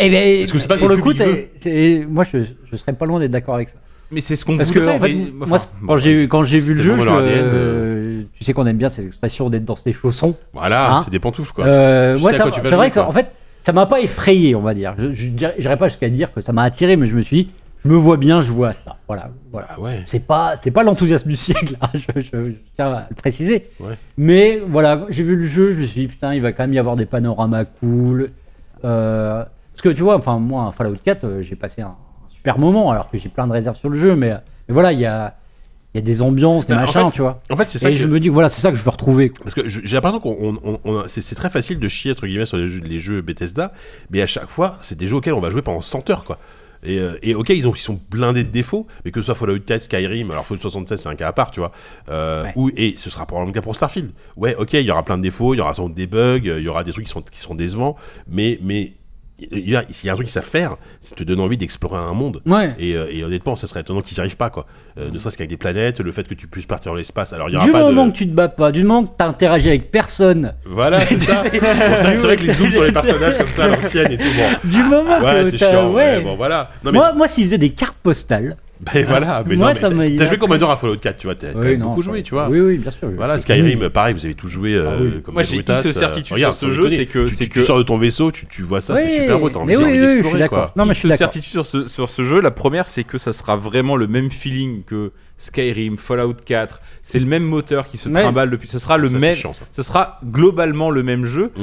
Speaker 5: Eh ben,
Speaker 2: Parce que c'est pas
Speaker 5: pour
Speaker 2: que
Speaker 5: le
Speaker 2: le hein.
Speaker 5: coup,
Speaker 2: public
Speaker 5: t'es- c'est- moi, je, je serais pas loin d'être d'accord avec ça.
Speaker 4: Mais c'est ce qu'on
Speaker 5: Parce que,
Speaker 4: voudrait.
Speaker 5: en fait,
Speaker 4: mais-
Speaker 5: moi,
Speaker 4: enfin,
Speaker 5: quand
Speaker 4: bon,
Speaker 5: j'ai quand j'ai vu le
Speaker 2: c'est
Speaker 5: jeu,
Speaker 2: tellement
Speaker 5: je,
Speaker 2: leur ADN,
Speaker 5: euh, tu sais qu'on aime bien ces expressions d'être dans ses chaussons.
Speaker 2: Voilà,
Speaker 5: Hein
Speaker 2: c'est des pantoufles quoi.
Speaker 5: Euh,
Speaker 2: Tu
Speaker 5: moi,
Speaker 2: sais à
Speaker 5: ça-
Speaker 2: quoi tu vas
Speaker 5: c'est vrai
Speaker 2: jouer,
Speaker 5: que, ça-
Speaker 2: quoi.
Speaker 5: en fait, ça m'a pas effrayé, on va dire. Je, je dirais- j'irais pas jusqu'à dire que ça m'a attiré, mais je me suis dit, je me vois bien, je vois ça. Voilà, voilà.
Speaker 2: Ah ouais.
Speaker 5: C'est pas, c'est pas l'enthousiasme du <laughs> siècle, hein, je, je- je tiens à le préciser.
Speaker 2: Ouais.
Speaker 5: Mais voilà, j'ai vu le jeu, je me suis dit, putain, il va quand même y avoir des panoramas cool. Euh, parce que tu vois, enfin, moi, un Fallout 4, euh, j'ai passé un, un super moment, alors que j'ai plein de réserves sur le jeu, mais, mais voilà, il y a, il y a des ambiances, des
Speaker 2: Bah, en
Speaker 5: machins,
Speaker 2: fait,
Speaker 5: tu vois.
Speaker 2: En fait, c'est ça
Speaker 5: Et
Speaker 2: que
Speaker 5: je me dis, voilà, c'est ça que je veux retrouver. quoi.
Speaker 2: Parce que je- j'ai l'impression qu'on, on- on- on- c'est c'est très facile de chier entre guillemets sur les jeux, les jeux Bethesda, mais à chaque fois, c'est des jeux auxquels on va jouer pendant 100 heures, quoi. Et, euh, et ok, ils, ont, ils sont blindés de défauts, mais que ce soit Fallout 4, Skyrim, alors Fallout 76 c'est un cas à part, tu vois. Euh,
Speaker 5: Ouais.
Speaker 2: ou- et ce sera probablement le cas pour Starfield. Ouais, ok, il y aura plein de défauts, il y aura sans doute des bugs, euh, il y aura des trucs qui, sont, qui seront décevants, mais mais il y a- s'il y a un truc qu'ils savent faire, c'est te donner envie d'explorer un monde.
Speaker 5: Ouais.
Speaker 2: Et, euh, et honnêtement, ce serait étonnant qu'ils n'y arrivent pas, quoi. Euh, ne serait-ce qu'avec des planètes, le fait que tu puisses partir dans l'espace. Alors, il y aura
Speaker 5: Du
Speaker 2: pas
Speaker 5: moment
Speaker 2: de...
Speaker 5: que tu te bats pas, du moment que t'as interagi avec personne,
Speaker 2: Voilà, c'est
Speaker 5: <laughs>
Speaker 2: ça. Bon, c'est vrai que- c'est vrai que les zooms sur les personnages comme ça, à l'ancienne et tout, bon.
Speaker 5: du moment
Speaker 2: Ah, Ouais,
Speaker 5: Ah, que
Speaker 2: c'est
Speaker 5: t'as-
Speaker 2: chiant. Ouais.
Speaker 5: ouais.
Speaker 2: bon, voilà. Non, mais
Speaker 5: Moi, moi s'ils faisaient des cartes postales,
Speaker 2: Ben voilà, mais
Speaker 5: Moi,
Speaker 2: non, mais
Speaker 5: ça
Speaker 2: t'as-
Speaker 5: m'a- il
Speaker 2: t'as
Speaker 5: a
Speaker 2: joué combien d'heures à Fallout 4, tu vois T'as t'as
Speaker 5: Oui, non,
Speaker 2: beaucoup
Speaker 5: ça-
Speaker 2: joué, tu vois
Speaker 5: Oui, oui, bien sûr.
Speaker 2: Voilà,
Speaker 5: j'ai-
Speaker 2: Skyrim, pareil, vous avez tout joué euh,
Speaker 5: Ah oui.
Speaker 2: comme
Speaker 4: Moi,
Speaker 2: des
Speaker 4: j'ai
Speaker 2: brutasses,
Speaker 4: X
Speaker 2: euh,
Speaker 4: certitude
Speaker 2: regarde,
Speaker 4: sur ce
Speaker 2: sans
Speaker 4: jeu,
Speaker 2: déconner.
Speaker 4: c'est que-
Speaker 2: Tu-
Speaker 4: c'est
Speaker 2: tu-
Speaker 4: que-
Speaker 2: Tu sors de ton vaisseau, tu, tu vois ça,
Speaker 5: Oui,
Speaker 2: c'est super beau, t'as envie,
Speaker 5: mais
Speaker 2: j'ai
Speaker 5: oui,
Speaker 2: envie
Speaker 5: oui, je suis
Speaker 2: d'explorer,
Speaker 5: d'accord.
Speaker 2: quoi.
Speaker 5: Non, mais
Speaker 4: X
Speaker 5: je suis d'accord.
Speaker 4: certitude sur ce, sur ce jeu, la première c'est que ça sera vraiment le même feeling que Skyrim, Fallout 4. C'est le même moteur qui se
Speaker 5: Ouais.
Speaker 4: trimballe depuis. Ça sera Ah, le hmm.
Speaker 2: Ça, c'est
Speaker 4: même.
Speaker 2: chiant, ça.
Speaker 4: Ça sera globalement le même jeu.
Speaker 2: Mm.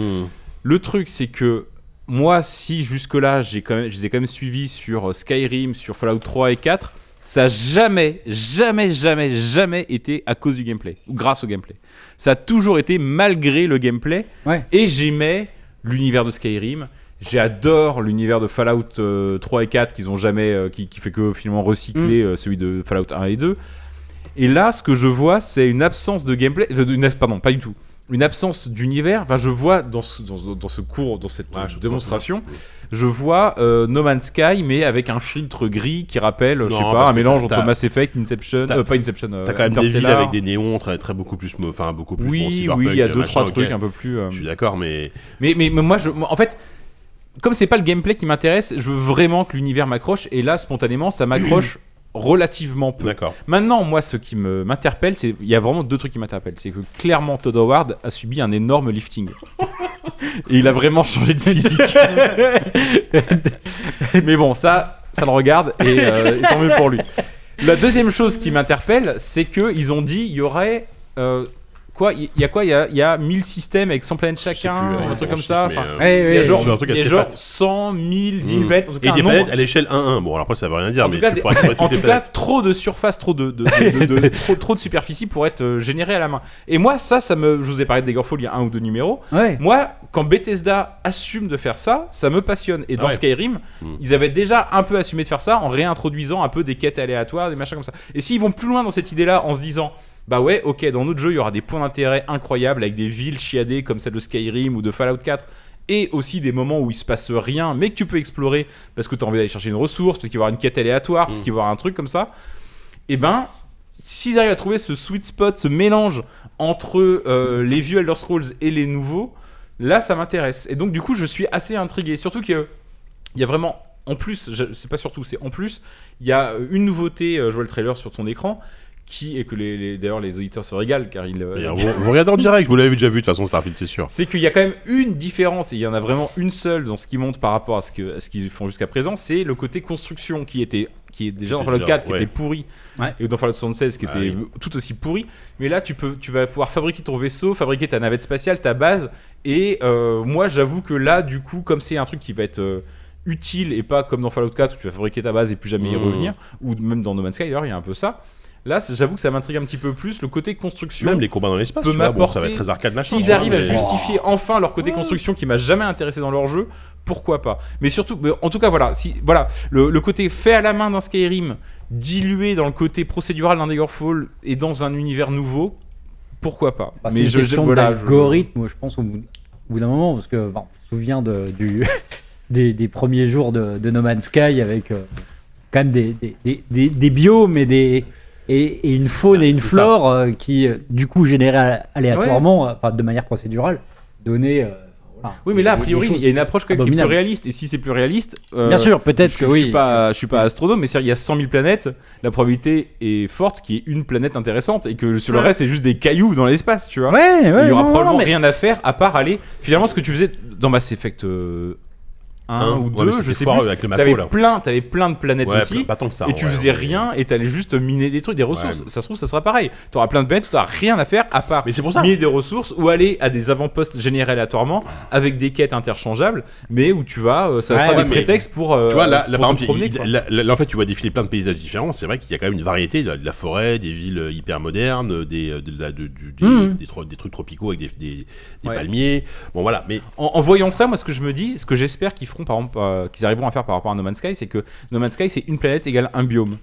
Speaker 4: Le truc, c'est que moi, si jusque-là, j'ai quand même, je les ai quand même suivis sur euh, Skyrim, sur Fallout 3 et 4, ça a jamais, jamais, jamais, jamais été à cause du gameplay, ou grâce au gameplay. Ça a toujours été malgré le gameplay,
Speaker 5: Ouais.
Speaker 4: et j'aimais l'univers de Skyrim. J'adore l'univers de Fallout euh, 3 et 4 qu'ils ont jamais, euh, qui, qui fait que finalement recycler euh, celui de Fallout 1 et 2. Et là, ce que je vois, c'est une absence de gameplay. euh, d'une- pardon, pas du tout. Une absence d'univers. Enfin, je vois dans ce, dans, dans ce cours, dans cette euh, démonstration, je vois euh, No Man's Sky, mais avec un filtre gris qui rappelle, euh, je
Speaker 2: Non,
Speaker 4: sais pas,
Speaker 2: parce
Speaker 4: un
Speaker 2: que
Speaker 4: mélange
Speaker 2: t'as-
Speaker 4: entre Mass Effect, Inception,
Speaker 2: t'as-
Speaker 4: euh, pas Inception, euh,
Speaker 2: T'as quand même des villes
Speaker 4: Interstellar.
Speaker 2: avec des néons, très, très beaucoup plus, mo- enfin beaucoup plus. bon,
Speaker 4: Oui, oui,
Speaker 2: cyberpunk, euh,
Speaker 4: il y a deux
Speaker 2: machin,
Speaker 4: trois
Speaker 2: ok.
Speaker 4: trucs un peu plus. euh,
Speaker 2: Je suis d'accord, mais
Speaker 4: mais, mais, mais moi, je, moi, en fait, comme c'est pas le gameplay qui m'intéresse, je veux vraiment que l'univers m'accroche. Et là, spontanément, ça m'accroche <clears throat> relativement peu.
Speaker 2: d'accord.
Speaker 4: Maintenant, moi, ce qui me- m'interpelle, c'est il y a vraiment deux trucs qui m'interpellent. C'est que clairement, Todd Howard a subi un énorme
Speaker 2: <laughs>
Speaker 4: lifting. Et il a vraiment changé de physique. Mais bon, ça, ça le regarde et, euh, et tant mieux pour lui. La deuxième chose qui m'interpelle, c'est que ils ont dit il y aurait euh, quoi Il y a quoi Il y a, il y a 1000 systèmes avec 100 planètes
Speaker 2: Je sais
Speaker 4: chacun,
Speaker 2: plus, euh,
Speaker 4: un truc
Speaker 2: comment
Speaker 4: comme
Speaker 2: je
Speaker 4: ça.
Speaker 2: chiffre,
Speaker 4: enfin,
Speaker 2: mais, euh,
Speaker 5: Ouais,
Speaker 4: il y a
Speaker 5: ouais,
Speaker 4: genre,
Speaker 2: c'est un truc
Speaker 4: il y a
Speaker 2: assez
Speaker 4: genre
Speaker 2: fat.
Speaker 4: 100 000, 10 000
Speaker 2: Mm.
Speaker 4: planètes, en tout cas,
Speaker 2: Et
Speaker 4: un
Speaker 2: des
Speaker 4: nombre.
Speaker 2: planètes à l'échelle 1-1. Bon, alors après, ça veut rien dire,
Speaker 4: En
Speaker 2: mais
Speaker 4: tout cas,
Speaker 2: tu
Speaker 4: des-
Speaker 2: pourras trouver
Speaker 4: en
Speaker 2: toutes les
Speaker 4: tout cas,
Speaker 2: planètes.
Speaker 4: trop de surface, trop de, de- de-
Speaker 2: <laughs>
Speaker 4: de- de- trop, trop de superficie pour être euh, générée à la main. Et moi, ça, ça me, je vous ai parlé de Daggerfall, il y a un ou deux numéros.
Speaker 5: Ouais.
Speaker 4: Moi, quand Bethesda assume de faire ça, ça me passionne. Et dans
Speaker 2: Ouais.
Speaker 4: Skyrim,
Speaker 2: Mm.
Speaker 4: ils avaient déjà un peu assumé de faire ça en réintroduisant un peu des quêtes aléatoires, des machins comme ça. Et s'ils vont plus loin dans cette idée-là en se disant. Bah ouais, ok, dans notre jeu, il y aura des points d'intérêt incroyables avec des villes chiadées comme celle de Skyrim ou de Fallout 4 et aussi des moments où il se passe rien mais que tu peux explorer parce que tu as envie d'aller chercher une ressource, parce qu'il va y avoir une quête aléatoire, parce
Speaker 2: Mm.
Speaker 4: qu'il va y avoir un truc comme ça. Et ben, s'ils arrivent à trouver ce sweet spot, ce mélange entre euh, les vieux Elder Scrolls et les nouveaux, là ça m'intéresse. Et donc du coup je suis assez intrigué. Surtout qu'il y a vraiment, en plus, je- c'est pas surtout, c'est en plus, il y a une nouveauté, euh, je vois le trailer sur ton écran, qui, et que les, les- d'ailleurs les auditeurs se régalent car ils... euh,
Speaker 2: Et alors, Vous vous regardez en direct, vous l'avez déjà vu de toute façon, Starfield, c'est sûr.
Speaker 4: c'est qu'il y a quand même une différence, et il y en a vraiment une seule dans ce qui monte par rapport à ce que- à ce qu'ils font jusqu'à présent, c'est le côté construction qui était qui est déjà dans
Speaker 2: était
Speaker 4: Fallout
Speaker 2: déjà-
Speaker 4: 4 qui
Speaker 2: ouais.
Speaker 4: était pourri
Speaker 5: Ouais.
Speaker 4: et dans Fallout 76 qui
Speaker 2: Ah
Speaker 4: était
Speaker 2: oui.
Speaker 4: tout aussi pourri mais là tu peux tu vas pouvoir fabriquer ton vaisseau fabriquer ta navette spatiale ta base et euh, moi j'avoue que là du coup comme c'est un truc qui va être euh, utile et pas comme dans Fallout 4 où tu vas fabriquer ta base et plus jamais y
Speaker 2: Mmh.
Speaker 4: revenir ou même dans No Man's Sky d'ailleurs il y a un peu ça là c'est- j'avoue que ça m'intrigue un petit peu plus le côté construction
Speaker 2: Même les combats dans l'espace,
Speaker 4: Peut
Speaker 2: tu vois, bon, ça
Speaker 4: m'apporter-
Speaker 2: va être très arcade machin.
Speaker 4: S'ils
Speaker 2: hein,
Speaker 4: arrivent à
Speaker 2: mais-
Speaker 4: justifier enfin leur côté construction qui m'a jamais intéressé dans leur jeu, pourquoi pas Mais surtout, mais en tout cas, voilà, si, voilà le, le côté fait à la main d'un Skyrim, dilué dans le côté procédural d'un Daggerfall et dans un univers nouveau, pourquoi pas
Speaker 5: Bah, c'est une
Speaker 4: je- je-
Speaker 5: question
Speaker 4: voilà, je-
Speaker 5: d'algorithme, je... pense, au bout, au bout d'un moment, parce que bon, je me souviens de- du, <laughs> des, des premiers jours de, de No Man's Sky avec euh, quand même des, des, des, des- des biomes et, des, et, et une faune et une
Speaker 4: ça.
Speaker 5: flore euh, qui, euh, du coup, généraient alé- aléatoirement, euh, enfin, de manière procédurale, donnaient. euh, voilà,
Speaker 4: Oui, mais là, a
Speaker 5: des- des
Speaker 4: priori, il
Speaker 5: choses.
Speaker 4: y a une approche quand même qui est plus
Speaker 5: abominables.
Speaker 4: réaliste. Et si c'est plus réaliste, euh,
Speaker 5: Bien sûr, peut-être
Speaker 4: je,
Speaker 5: que
Speaker 4: je
Speaker 5: oui.
Speaker 4: suis pas, je suis pas astronome, mais c'est- il y a 100 000 planètes. La probabilité est forte qu'il y ait une planète intéressante et que sur le
Speaker 3: Ouais.
Speaker 4: reste, c'est juste des cailloux dans l'espace, tu vois.
Speaker 5: Ouais, ouais,
Speaker 4: il y aura
Speaker 5: non, non,
Speaker 4: probablement
Speaker 5: mais-
Speaker 4: rien à faire à part aller. Finalement, ce que tu faisais dans Mass Effect euh, 1
Speaker 2: Hein,
Speaker 4: ou 2,
Speaker 2: ouais, mais
Speaker 4: je
Speaker 2: c'était
Speaker 4: sais
Speaker 2: foireux
Speaker 4: plus.
Speaker 2: avec le
Speaker 4: T'avais
Speaker 2: macro là.
Speaker 4: plein, t'avais plein de planètes
Speaker 2: Ouais,
Speaker 4: aussi.
Speaker 2: pas tant que ça.
Speaker 4: et tu
Speaker 2: ouais,
Speaker 4: faisais
Speaker 2: ouais.
Speaker 4: rien et t'allais juste miner des trucs, des ressources.
Speaker 2: Ouais.
Speaker 4: Ça se trouve, ça sera pareil. T'auras plein de planètes où t'auras rien à faire à part
Speaker 2: Mais c'est pour ça.
Speaker 4: miner des ressources ou aller à des avant-postes générés aléatoirement avec des quêtes interchangeables, mais où tu vas, euh, ça
Speaker 2: Ouais,
Speaker 4: sera
Speaker 2: ouais,
Speaker 4: des
Speaker 2: mais-
Speaker 4: prétextes pour. euh,
Speaker 2: Tu vois, là, là,
Speaker 4: pour
Speaker 2: par
Speaker 4: te
Speaker 2: exemple,
Speaker 4: promener,
Speaker 2: il-
Speaker 4: quoi.
Speaker 2: là- là, en fait, tu vois défiler plein de paysages différents. C'est vrai qu'il y a quand même une variété de la, de la forêt, des villes hyper modernes, des, euh, de la- de- du- des,
Speaker 5: Mhm.
Speaker 2: des tro- des trucs tropicaux avec des, des- des
Speaker 4: Ouais.
Speaker 2: palmiers. Bon, voilà. Mais
Speaker 4: En, en voyant ça, moi, ce que je me dis, ce que j'espère qu'ils feront, par exemple, euh, qu'ils arriveront à faire par rapport à No Man's Sky, c'est que No Man's Sky, c'est une planète égale un biome.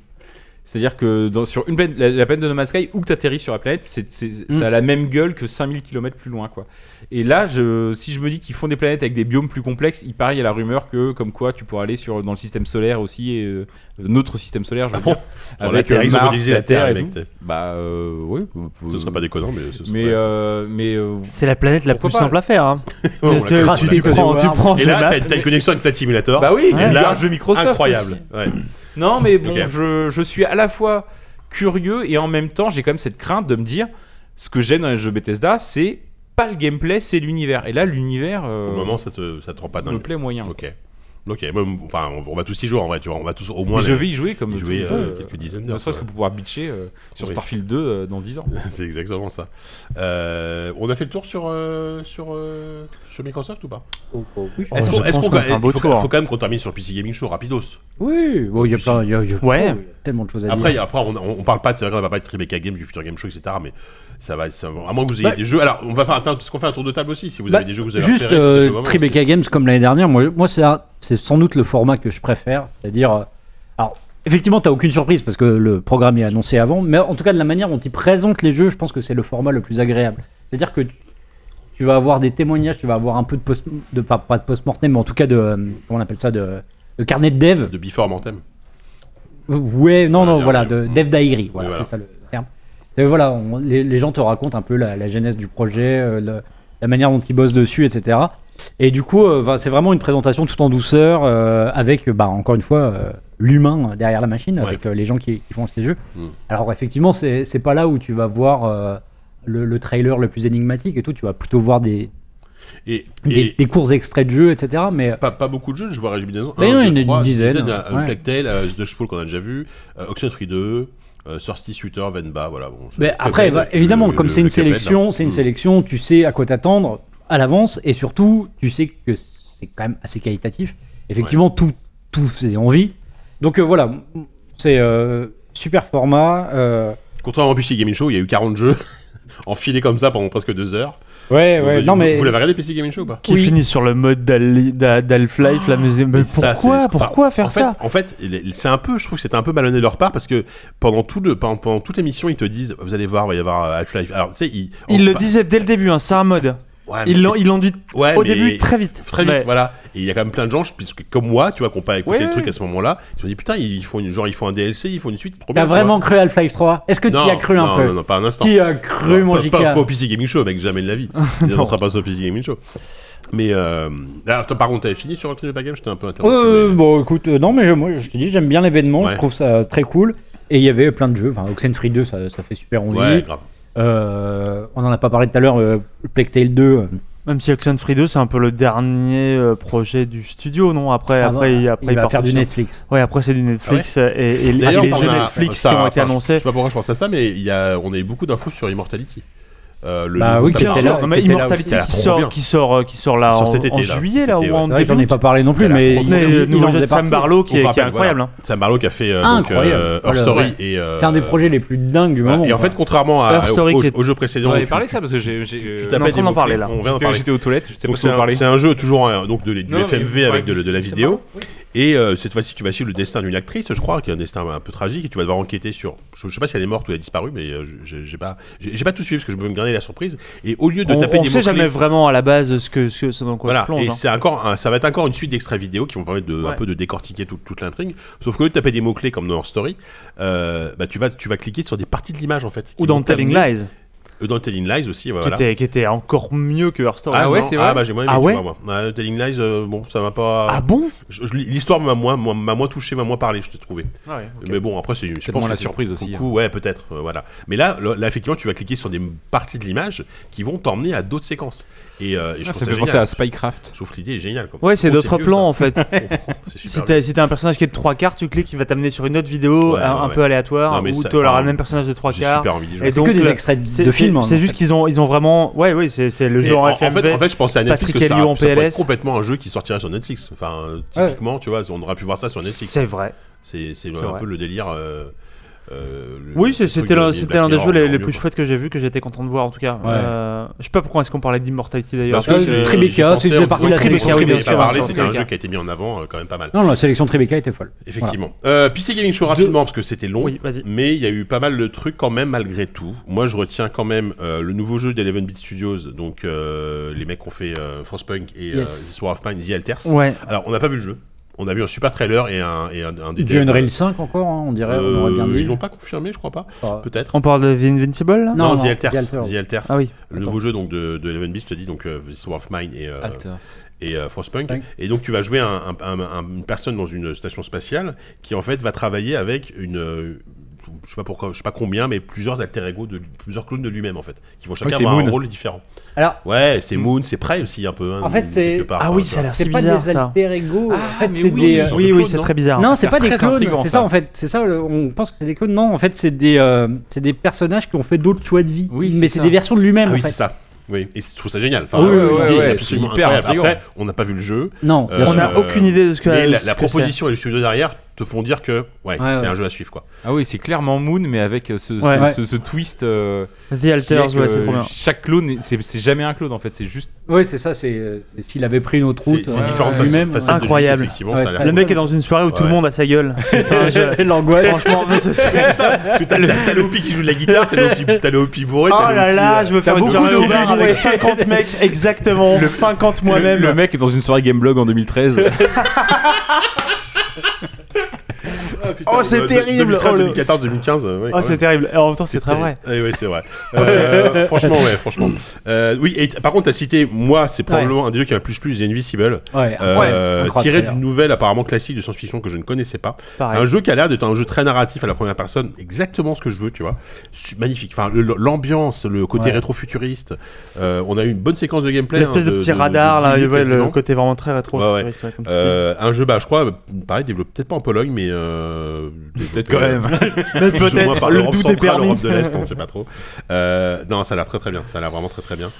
Speaker 4: C'est-à-dire que dans- sur une planète, la, la planète de No Man's Sky, où que tu atterris sur la planète, c'est, c'est-
Speaker 2: Mm.
Speaker 4: ça a la même gueule que 5000 km plus loin. quoi. Et là, je, si je me dis qu'ils font des planètes avec des biomes plus complexes, il paraît, il y a la rumeur que, comme quoi, tu pourras aller sur, dans le système solaire aussi, et, euh, notre système solaire, je veux dire,
Speaker 2: Ah Genre, la Terre,
Speaker 4: euh,
Speaker 2: ils ont
Speaker 4: Mars,
Speaker 2: modélisé la Terre, mec.
Speaker 4: tout. Bah, euh, oui.
Speaker 2: Ce serait pas déconnant, mais ce serait.
Speaker 4: Mais, euh, mais euh,
Speaker 3: C'est la planète la
Speaker 4: Pourquoi
Speaker 3: plus
Speaker 4: pas
Speaker 3: simple à faire. hein.
Speaker 2: Ouais, <laughs> on l'a
Speaker 3: tu, <laughs>
Speaker 2: compris,
Speaker 3: tu-
Speaker 2: tu
Speaker 3: tu
Speaker 2: l'as
Speaker 3: prends,
Speaker 5: compris.
Speaker 3: tu prends
Speaker 2: Et
Speaker 3: le
Speaker 2: là,
Speaker 3: map.
Speaker 2: t'as t'as une connexion avec Flight Simulator.
Speaker 4: bah oui,
Speaker 2: Et
Speaker 4: il y a
Speaker 2: là,
Speaker 4: un jeu Microsoft. aussi.
Speaker 2: incroyable. Ouais.
Speaker 4: Non, mais bon,
Speaker 2: Ok.
Speaker 4: je, je suis à la fois curieux et en même temps, j'ai quand même cette crainte de me dire ce que j'aime dans les jeux Bethesda, c'est pas le gameplay, c'est l'univers. Et là, l'univers euh,
Speaker 2: Au moment, ça te, ça te rend pas
Speaker 4: me
Speaker 2: dingue.
Speaker 4: plaît moyen.
Speaker 2: Ok. Ok, même- enfin, on on va tous y jouer en vrai, tu vois. On va tous au
Speaker 4: Mais
Speaker 2: moins.
Speaker 4: je
Speaker 2: les-
Speaker 4: vais y jouer comme
Speaker 2: y
Speaker 4: tous
Speaker 2: jouer,
Speaker 4: les jeux,
Speaker 2: euh, quelques dizaines d'heures,
Speaker 4: Ne serait-ce
Speaker 2: quoi.
Speaker 4: que pour pouvoir bitcher euh, sur
Speaker 2: Oui.
Speaker 4: Starfield 2 euh, dans 10 ans.
Speaker 2: <laughs> C'est exactement ça. Euh, on a fait le tour sur, euh, sur, euh, sur Microsoft ou pas
Speaker 4: Oh,
Speaker 2: Est-ce
Speaker 3: Oh, je
Speaker 2: qu'on. est-ce
Speaker 3: pense
Speaker 2: qu'on-
Speaker 3: qu'on a fait un beau
Speaker 2: faut,
Speaker 3: tour.
Speaker 2: faut quand même qu'on termine sur le PC Gaming Show rapidos.
Speaker 5: Oui, bon, il y a plein, il y a- il y a-
Speaker 3: Ouais.
Speaker 5: il y a tellement de choses à
Speaker 2: Après,
Speaker 5: dire.
Speaker 2: après on, on, on parle pas de. C'est vrai qu'on va pas de Tribeca Games, du Future Game Show, etc. Mais ça va. ça va- à moins que vous ayez
Speaker 5: Bah-
Speaker 2: des jeux. Alors, on va faire. un- Est-ce qu'on fait un tour de table aussi Si vous
Speaker 5: Bah,
Speaker 2: avez des jeux que vous avez
Speaker 5: Juste
Speaker 2: repérés, c'est
Speaker 5: euh,
Speaker 2: le moment,
Speaker 5: Tribeca Games comme l'année dernière, moi, moi c'est un- c'est sans doute le format que je préfère. C'est-à-dire, euh, alors effectivement, t'as aucune surprise parce que le programme est annoncé avant, mais en tout cas de la manière dont ils présentent les jeux, je pense que c'est le format le plus agréable. C'est-à-dire que tu, tu vas avoir des témoignages, tu vas avoir un peu de post, de pas, pas de post-mortem, mais en tout cas de euh, comment on appelle ça, de, de carnet de dev.
Speaker 2: c'est De Before Mantem.
Speaker 5: Ouais, non,
Speaker 2: Voilà,
Speaker 5: non,
Speaker 2: j'ai
Speaker 5: voilà,
Speaker 2: entendu.
Speaker 5: de Dev Diary, voilà,
Speaker 2: Mmh. Oui, voilà.
Speaker 5: c'est ça le terme. Et voilà, on- les, les gens te racontent un peu la, la genèse du projet, euh, le- la manière dont ils bossent dessus, etc. Et du coup, euh, va- c'est vraiment une présentation tout en douceur, euh, avec, bah, encore une fois, euh, l'humain derrière la machine,
Speaker 2: Ouais.
Speaker 5: avec euh, les gens qui, qui font ces jeux.
Speaker 2: Mm.
Speaker 5: Alors, effectivement, c'est c'est pas là où tu vas voir euh, le, le trailer le plus énigmatique et tout, tu vas plutôt voir des,
Speaker 2: Et,
Speaker 5: des,
Speaker 2: et
Speaker 5: des courts extraits de jeux, etc. Mais
Speaker 2: pas, pas beaucoup de jeux, je vois Régie Binaison.
Speaker 5: Bah, il y en a une- une dizaine, hein,
Speaker 2: euh,
Speaker 5: ouais.
Speaker 2: Black Tail, euh, The Dutch Pool qu'on a déjà vu, euh, Free 2, euh, Sortie Shooter, Venba, voilà. Bon, je-
Speaker 5: Mais après,
Speaker 2: Cuphead,
Speaker 5: bah, évidemment,
Speaker 2: le-
Speaker 5: comme
Speaker 2: le-
Speaker 5: c'est une
Speaker 2: le Cuphead,
Speaker 5: sélection,
Speaker 2: hein.
Speaker 5: c'est une
Speaker 2: Mm.
Speaker 5: sélection, tu sais à quoi t'attendre à l'avance, et surtout, tu sais que c'est quand même assez qualitatif. Effectivement, tout, tout faisait envie. Donc euh, voilà, c'est euh, super format. euh,
Speaker 2: Contrairement à PC Gaming Show, il y a eu 40 jeux <laughs> enfilés comme ça pendant presque deux heures.
Speaker 5: Ouais,
Speaker 2: Donc,
Speaker 5: ouais.
Speaker 2: bah, vous-
Speaker 5: non
Speaker 2: vous-
Speaker 5: mais
Speaker 2: Vous l'avez regardé PC Gaming Show ou pas
Speaker 3: Qui
Speaker 5: Oui.
Speaker 3: finit sur le mode d'Al- d'A- d'Half-Life, la musique. Mais
Speaker 2: Et Ah, ça, c'est-
Speaker 3: pourquoi
Speaker 2: enfin,
Speaker 3: Pourquoi faire
Speaker 2: en fait,
Speaker 3: ça
Speaker 2: En fait, il- c'est un peu, je trouve que c'était un peu malhonnête de leur part parce que pendant, tout le, pendant, pendant toute l'émission, ils te disent Vous allez voir, il va y avoir euh, Half-Life. Alors, tu sais, ils,
Speaker 3: Ils le
Speaker 2: bah,
Speaker 3: disaient dès le début, hein, c'est un mode.
Speaker 2: ouais, Ah, mais
Speaker 3: Ils l'ont-
Speaker 2: c'était-
Speaker 3: ils l'ont dit
Speaker 2: ouais,
Speaker 3: au
Speaker 2: mais-
Speaker 3: début très vite.
Speaker 2: Très vite,
Speaker 3: Mais-
Speaker 2: voilà. Et il y a quand même plein de gens, je- puisque comme moi, tu vois, qui n'ont pas écouté
Speaker 3: Ouais,
Speaker 2: le truc
Speaker 3: ouais.
Speaker 2: à ce moment-là, ils se sont dit Putain, ils font, une, genre, ils font un DLC, ils font une suite. c'est trop
Speaker 5: t'as
Speaker 2: bien, tu vois.
Speaker 5: vraiment cru à Half-Life 3 Est-ce que
Speaker 2: hein. non,
Speaker 5: tu y as cru
Speaker 2: non,
Speaker 5: un peu
Speaker 2: Non, non, pas un instant.
Speaker 5: Qui a cru,
Speaker 2: Non,
Speaker 5: mon
Speaker 2: pas, pas,
Speaker 5: JK
Speaker 2: pas au PC Gaming Show, mec, jamais de la vie.
Speaker 3: <laughs>
Speaker 2: Il ne rentrera pas sur le PC Gaming Show. Mais, euh, alors, attends, par contre, t'avais fini sur le truc de game, je t'ai un peu interrompu.
Speaker 5: Euh,
Speaker 2: mais-
Speaker 5: bon, écoute, euh, non, mais je, moi, je te dis, j'aime bien l'événement,
Speaker 2: Ouais.
Speaker 5: je trouve ça très cool. Et il y avait plein de jeux, enfin, Oxenfree 2, ça, ça fait super envie.
Speaker 2: Ouais, grave.
Speaker 5: Euh, on en a pas parlé tout à l'heure, euh, Plague Tale 2. euh,
Speaker 3: Même si Oxenfree 2, c'est un peu le dernier euh, projet du studio, non Après,
Speaker 5: ah
Speaker 3: après,
Speaker 5: bah,
Speaker 3: il- après,
Speaker 5: il va
Speaker 3: part
Speaker 5: faire du
Speaker 3: sur-
Speaker 5: Netflix.
Speaker 3: Ouais, après, c'est du Netflix euh, et, et- et
Speaker 2: Ah D'ailleurs,
Speaker 3: les
Speaker 2: on
Speaker 3: jeux
Speaker 2: a-
Speaker 3: Netflix
Speaker 2: ça,
Speaker 3: qui ont
Speaker 2: enfin,
Speaker 3: été
Speaker 2: Je
Speaker 3: annoncés.
Speaker 2: sais pas pourquoi je pense à ça, mais il y a, on a eu beaucoup d'infos sur Immortality. Euh, le
Speaker 5: Bah
Speaker 2: nouveau
Speaker 5: oui,
Speaker 2: Sam
Speaker 5: qui était
Speaker 2: Fisher.
Speaker 5: là.
Speaker 3: Non, mais
Speaker 5: était là
Speaker 3: Immortality
Speaker 2: aussi.
Speaker 3: qui
Speaker 2: Trop bien.
Speaker 3: sort, qui sort, euh, qui sort là
Speaker 2: Sort
Speaker 3: en,
Speaker 2: cet été,
Speaker 3: en
Speaker 2: là.
Speaker 3: juillet
Speaker 2: Cet
Speaker 3: là,
Speaker 2: été,
Speaker 3: ou en
Speaker 5: C'est vrai que j'en
Speaker 3: début.
Speaker 5: ai pas parlé non plus,
Speaker 2: Elle a
Speaker 5: mais
Speaker 2: trop
Speaker 5: il,
Speaker 2: parlé.
Speaker 3: Mais
Speaker 5: il-
Speaker 3: le
Speaker 5: il en
Speaker 3: nouveau jeu
Speaker 5: faisait
Speaker 3: de Sam
Speaker 5: partie.
Speaker 3: Barlow
Speaker 2: On
Speaker 3: qui est qui est
Speaker 2: rappelle,
Speaker 3: incroyable. hein.
Speaker 2: voilà. Sam Barlow qui a fait euh, donc,
Speaker 5: Incroyable.
Speaker 2: euh,
Speaker 3: Oh
Speaker 2: Her
Speaker 5: Voilà,
Speaker 2: Story
Speaker 5: ouais.
Speaker 2: et. euh,
Speaker 5: C'est un des projets les plus dingues du moment.
Speaker 2: Et en fait, contrairement à,
Speaker 3: hein. Her Story
Speaker 2: au, au,
Speaker 3: qui est-
Speaker 2: jeu précédent,
Speaker 4: On
Speaker 2: où
Speaker 4: avait
Speaker 2: tu-
Speaker 4: parlé de ça parce que j'ai. j'ai, euh,
Speaker 2: tu
Speaker 3: en
Speaker 2: tapais
Speaker 3: train
Speaker 2: des
Speaker 3: d'en
Speaker 2: mots-clés.
Speaker 3: parler, là.
Speaker 2: On vient d'en
Speaker 4: j'étais-
Speaker 2: parler.
Speaker 4: J'étais aux toilettes, je sais pas
Speaker 2: Donc
Speaker 4: si
Speaker 2: c'est
Speaker 4: vous
Speaker 2: un,
Speaker 4: parlez.
Speaker 2: c'est un jeu toujours euh, donc de, du
Speaker 4: Non, mais
Speaker 2: FMV
Speaker 4: vous
Speaker 2: avec de,
Speaker 4: parlez
Speaker 2: de la
Speaker 4: de- c'est
Speaker 2: vidéo. Et euh, cette fois-ci, tu vas suivre le destin d'une actrice, je crois, qui est un destin un peu tragique, et tu vas devoir enquêter sur. Je, je sais pas si elle est morte ou elle a disparu, mais euh, je- j'ai j'ai pas, j'ai j'ai pas tout suivi parce que je me garder la surprise. Et au lieu de
Speaker 3: On,
Speaker 2: taper
Speaker 3: on
Speaker 2: des
Speaker 3: sait
Speaker 2: mots-clés-
Speaker 3: jamais vraiment à la base ce que ce, que- ce dans quoi
Speaker 2: Voilà,
Speaker 3: on plonge.
Speaker 2: et
Speaker 3: hein.
Speaker 2: c'est encore un- ça va être encore une suite d'extraits vidéo qui vont permettre de, un
Speaker 3: Ouais.
Speaker 2: peu de décortiquer toute- toute l'intrigue. Sauf que au lieu de taper des mots-clés comme dans Her Story, euh, bah, tu, vas, tu vas cliquer sur des parties de l'image en fait. qui
Speaker 3: Ou dans
Speaker 2: vont
Speaker 3: Telling
Speaker 2: t'amener-
Speaker 3: Lies,
Speaker 2: euh, dans Telling Lies aussi, voilà.
Speaker 3: qui, était, qui était encore mieux que Her Story.
Speaker 4: Ah ouais,
Speaker 2: non,
Speaker 4: c'est vrai
Speaker 2: Ah bah j'ai moins aimé,
Speaker 3: Ah
Speaker 2: tu
Speaker 3: ouais
Speaker 2: vois, moi. Ah, Telling Lies, euh, bon, ça m'a pas.
Speaker 3: Ah bon
Speaker 2: Je- je- L'histoire m'a moins, m'a- m'a moins touché, m'a moins parlé, je t'ai trouvé. Mais bon, après, c'est, je
Speaker 4: moins
Speaker 2: pense que
Speaker 4: la
Speaker 2: c'est
Speaker 4: surprise aussi,
Speaker 3: hein.
Speaker 2: beaucoup, ouais, peut-être. euh, voilà. Mais là, le- là, effectivement, tu vas cliquer sur des parties de l'image qui vont t'emmener à d'autres séquences. Et, euh, et je
Speaker 4: Ah,
Speaker 2: trouve
Speaker 4: Ça
Speaker 2: ça
Speaker 4: me fait penser
Speaker 2: génial.
Speaker 4: à Spycraft.
Speaker 2: Je trouve que l'idée est géniale. quoi.
Speaker 3: Ouais, c'est
Speaker 2: Oh,
Speaker 3: d'autres
Speaker 2: vieux,
Speaker 3: plans en fait.
Speaker 2: ça. Oh, c'est super
Speaker 3: Si t'as si t'as un personnage qui est de trois quarts, tu cliques, il va t'amener sur une autre vidéo
Speaker 2: Ouais,
Speaker 3: un,
Speaker 2: ouais,
Speaker 3: un
Speaker 2: ouais.
Speaker 3: peu
Speaker 2: Non,
Speaker 3: aléatoire
Speaker 2: mais
Speaker 3: où
Speaker 2: ça-
Speaker 3: tu auras
Speaker 2: enfin,
Speaker 3: le même personnage de trois
Speaker 2: J'ai
Speaker 3: quarts.
Speaker 2: super envie d'y jouer.
Speaker 3: Et
Speaker 5: c'est que
Speaker 3: donc,
Speaker 5: des
Speaker 3: le-
Speaker 5: extraits
Speaker 3: C'est
Speaker 5: de films.
Speaker 3: c'est-
Speaker 5: hein,
Speaker 3: c'est
Speaker 5: en
Speaker 3: juste
Speaker 5: fait.
Speaker 3: qu'ils ont, ils ont vraiment. Ouais, ouais, c'est c'est le
Speaker 2: C'est-
Speaker 3: jeu en,
Speaker 2: en, en
Speaker 3: FMV.
Speaker 2: fait, en fait, je pensais à Netflix
Speaker 3: Patrick
Speaker 2: que ça,
Speaker 3: Helio en
Speaker 2: ça pourrait
Speaker 3: PLS.
Speaker 2: être complètement un jeu qui sortirait sur Netflix. Enfin, euh, typiquement, tu vois, on aurait pu voir ça sur Netflix.
Speaker 3: c'est vrai.
Speaker 2: C'est, c'est, un
Speaker 3: vrai.
Speaker 2: peu le délire. euh, euh, le-
Speaker 3: Oui,
Speaker 2: le
Speaker 3: c'est-
Speaker 2: truc
Speaker 3: c'était
Speaker 2: de-
Speaker 3: l'un
Speaker 2: de
Speaker 3: c'était
Speaker 2: Black
Speaker 3: l'un des
Speaker 2: Mirror
Speaker 3: jeux les,
Speaker 2: en
Speaker 3: les
Speaker 2: mieux,
Speaker 3: plus
Speaker 2: quoi.
Speaker 3: chouettes que j'ai vu, que j'étais content de voir en tout cas.
Speaker 5: Ouais.
Speaker 3: Euh, je sais pas pourquoi est-ce qu'on parlait d'Immortality d'ailleurs.
Speaker 2: Parce que
Speaker 5: Euh,
Speaker 2: j'ai-
Speaker 5: Tribeca,
Speaker 2: j'y
Speaker 5: c'est
Speaker 2: pensais
Speaker 5: déjà
Speaker 2: en
Speaker 5: parti
Speaker 2: disant
Speaker 5: là-dessus.
Speaker 2: qu'on
Speaker 3: Tribeca, oui,
Speaker 2: en avait
Speaker 3: bien
Speaker 2: pas
Speaker 3: sûr,
Speaker 2: parlé,
Speaker 3: sur
Speaker 2: C'était un
Speaker 3: Tribeca.
Speaker 2: jeu qui a été mis en avant euh, quand même pas mal.
Speaker 5: Non, la sélection Tribeca était folle.
Speaker 2: Effectivement. Euh, PC Gaming Show rapidement parce que c'était long,
Speaker 3: Oui, vas-y.
Speaker 2: mais il y a eu pas mal de trucs quand même malgré tout. Moi, je retiens quand même euh, le nouveau jeu d'Eleven Beat Studios, donc euh, les mecs qui ont fait euh, Frostpunk et euh,
Speaker 5: Yes.
Speaker 2: This War of Mine, The Alters.
Speaker 3: Ouais.
Speaker 2: Alors, on n'a pas vu le jeu. On a vu un super trailer et un, et un, un des
Speaker 5: Du Unreal 5 encore, hein, on dirait, on aurait bien
Speaker 2: Euh,
Speaker 5: dit.
Speaker 2: Ils l'ont pas confirmé, je crois pas.
Speaker 5: Enfin,
Speaker 2: Peut-être.
Speaker 3: On parle de The Invincible là
Speaker 2: Non,
Speaker 5: Non, non,
Speaker 2: The Alters.
Speaker 5: The Alters.
Speaker 2: The Alters.
Speaker 3: Ah oui.
Speaker 2: Le nouveau jeu donc de, de Eleven Beast, je te dis, donc euh, Sword of Mine et, euh,
Speaker 1: Alters.
Speaker 2: et euh, Frostpunk.
Speaker 5: Punk.
Speaker 2: Et donc tu vas jouer un- un- un- un- une personne dans une station spatiale qui en fait va travailler avec une euh, je sais pas pourquoi, je sais pas combien, mais plusieurs alter ego de plusieurs clones de lui-même en fait, qui vont chacun
Speaker 4: c'est
Speaker 2: avoir un
Speaker 4: Moon.
Speaker 2: rôle différent.
Speaker 5: Alors,
Speaker 2: Ouais, c'est Moon, c'est Prey aussi un peu. hein,
Speaker 5: En fait,
Speaker 2: quelque
Speaker 5: c'est-
Speaker 2: part,
Speaker 3: Ah
Speaker 2: quoi,
Speaker 3: oui,
Speaker 2: tu
Speaker 3: ça a
Speaker 2: vois.
Speaker 3: l'air
Speaker 5: c'est
Speaker 3: si
Speaker 5: pas
Speaker 3: bizarre
Speaker 5: des
Speaker 3: ça.
Speaker 5: alter ego. en fait, c'est
Speaker 4: oui,
Speaker 5: des.
Speaker 2: ils ont
Speaker 3: Oui,
Speaker 2: des
Speaker 3: oui,
Speaker 2: clones,
Speaker 3: c'est
Speaker 2: non
Speaker 3: très bizarre.
Speaker 5: Non, c'est
Speaker 4: c'est
Speaker 5: pas des
Speaker 4: très
Speaker 5: clones.
Speaker 4: intriguant,
Speaker 5: C'est
Speaker 4: ça.
Speaker 5: ça en fait. C'est ça. le- On pense que c'est des clones. Non, en fait, c'est des. euh, c'est des personnages qui ont fait d'autres choix de vie.
Speaker 1: Oui,
Speaker 5: mais
Speaker 1: c'est
Speaker 5: c'est
Speaker 1: ça.
Speaker 5: des versions de
Speaker 2: Ah
Speaker 5: lui-même. en
Speaker 2: oui,
Speaker 5: fait.
Speaker 2: c'est ça. Oui, et je trouve ça génial. Enfin,
Speaker 4: Ah oui,
Speaker 2: euh,
Speaker 4: oui,
Speaker 2: l'idée
Speaker 4: oui,
Speaker 2: est
Speaker 4: oui,
Speaker 2: absolument
Speaker 4: c'est hyper
Speaker 2: incroyable.
Speaker 4: intriguant.
Speaker 2: Après, on n'a pas vu le jeu.
Speaker 5: Non.
Speaker 2: Euh,
Speaker 3: On n'a aucune idée de ce que
Speaker 2: mais la,
Speaker 3: ce
Speaker 2: la
Speaker 3: que c'est.
Speaker 2: proposition et le studio derrière te font dire que ouais,
Speaker 5: Ouais,
Speaker 2: c'est
Speaker 5: ouais.
Speaker 2: un jeu à suivre quoi.
Speaker 4: Ah oui, c'est clairement Moon, mais avec euh, ce, ce-
Speaker 3: Ouais.
Speaker 4: ce- ce twist. euh,
Speaker 3: The Alters,
Speaker 4: qui est
Speaker 3: ouais,
Speaker 4: que
Speaker 3: c'est trop bien.
Speaker 4: Chaque clone, est- c'est c'est jamais un clone en fait, c'est juste.
Speaker 5: Oui, c'est ça. C'est euh, c'est s'il avait pris une autre
Speaker 2: C'est
Speaker 5: route.
Speaker 2: c'est
Speaker 5: euh,
Speaker 2: différentes
Speaker 5: lui-même,
Speaker 2: façades-
Speaker 5: ouais.
Speaker 2: façades de lui,
Speaker 3: Incroyable.
Speaker 2: effectivement,
Speaker 5: Ouais,
Speaker 2: ça a l'air
Speaker 5: très-
Speaker 3: Le mec est dans une soirée où tout le
Speaker 2: Ouais.
Speaker 3: monde a sa
Speaker 2: <laughs>
Speaker 3: gueule. Putain, je-
Speaker 5: L'angoisse.
Speaker 3: Franchement, <laughs> mais ce serait.
Speaker 2: C'est ça, tu t'as t'as le Hopi qui joue de la guitare, t'as
Speaker 3: <laughs>
Speaker 2: le Hopi- t'as le Hopi bourré,
Speaker 3: Oh
Speaker 2: t'as
Speaker 3: là
Speaker 2: le Hopi,
Speaker 3: là,
Speaker 2: euh,
Speaker 3: je veux faire une
Speaker 4: beaucoup
Speaker 3: soirée
Speaker 4: de
Speaker 3: au bar
Speaker 4: Hopi,
Speaker 3: avec
Speaker 4: ouais.
Speaker 3: 50 mecs, exactement, 50 moi-même.
Speaker 4: Le, le mec est dans une soirée Gameblog en <laughs> 2013.
Speaker 2: putain,
Speaker 3: Oh, c'est
Speaker 2: de- de-
Speaker 3: terrible.
Speaker 2: 2013,
Speaker 3: Oh, le-
Speaker 2: 2014, 2015, euh, ouais,
Speaker 3: Oh,
Speaker 2: quand
Speaker 3: c'est
Speaker 2: même.
Speaker 3: terrible. Et en même temps, c'est très vrai.
Speaker 2: Eh oui,
Speaker 3: <laughs>
Speaker 2: c'est vrai. Euh, franchement, ouais, franchement. Euh, oui, et t- par contre, t'as cité, moi, c'est probablement un des jeux qui m'a le plus plu, The Invisible,
Speaker 5: Ouais.
Speaker 2: euh,
Speaker 5: incroyable
Speaker 2: tiré
Speaker 5: trailer.
Speaker 2: d'une nouvelle apparemment classique de science-fiction que je ne connaissais pas.
Speaker 3: Pareil.
Speaker 2: Un jeu qui a l'air d'être un jeu très narratif à la première personne, exactement ce que je veux, tu vois. Su- Magnifique. Enfin, le- l'ambiance, le côté
Speaker 5: Ouais.
Speaker 2: rétro-futuriste. Euh, on a eu une bonne séquence de gameplay.
Speaker 3: L'espèce
Speaker 2: hein,
Speaker 3: de petit radar,
Speaker 2: de
Speaker 3: là,
Speaker 2: dix
Speaker 3: ouais,
Speaker 2: minutes
Speaker 3: le
Speaker 2: quasiment.
Speaker 3: côté vraiment très rétro.
Speaker 2: Ouais, ouais.
Speaker 3: futuriste, ouais, comme tu dis.
Speaker 2: Euh, un jeu, bah, je crois, pareil, développé peut-être pas en Pologne, mais euh,
Speaker 4: Peut-être quand
Speaker 3: <laughs>
Speaker 2: <laughs>
Speaker 4: même.
Speaker 3: Mais
Speaker 2: plus ou moins
Speaker 3: Peut-être,
Speaker 2: par
Speaker 3: le
Speaker 2: l'Europe
Speaker 3: doute est
Speaker 2: centrale,
Speaker 3: permis.
Speaker 2: l'Europe de
Speaker 3: <laughs>
Speaker 2: l'Est, on sait pas trop. Euh, non, ça a l'air très très bien. Ça a l'air vraiment très très bien.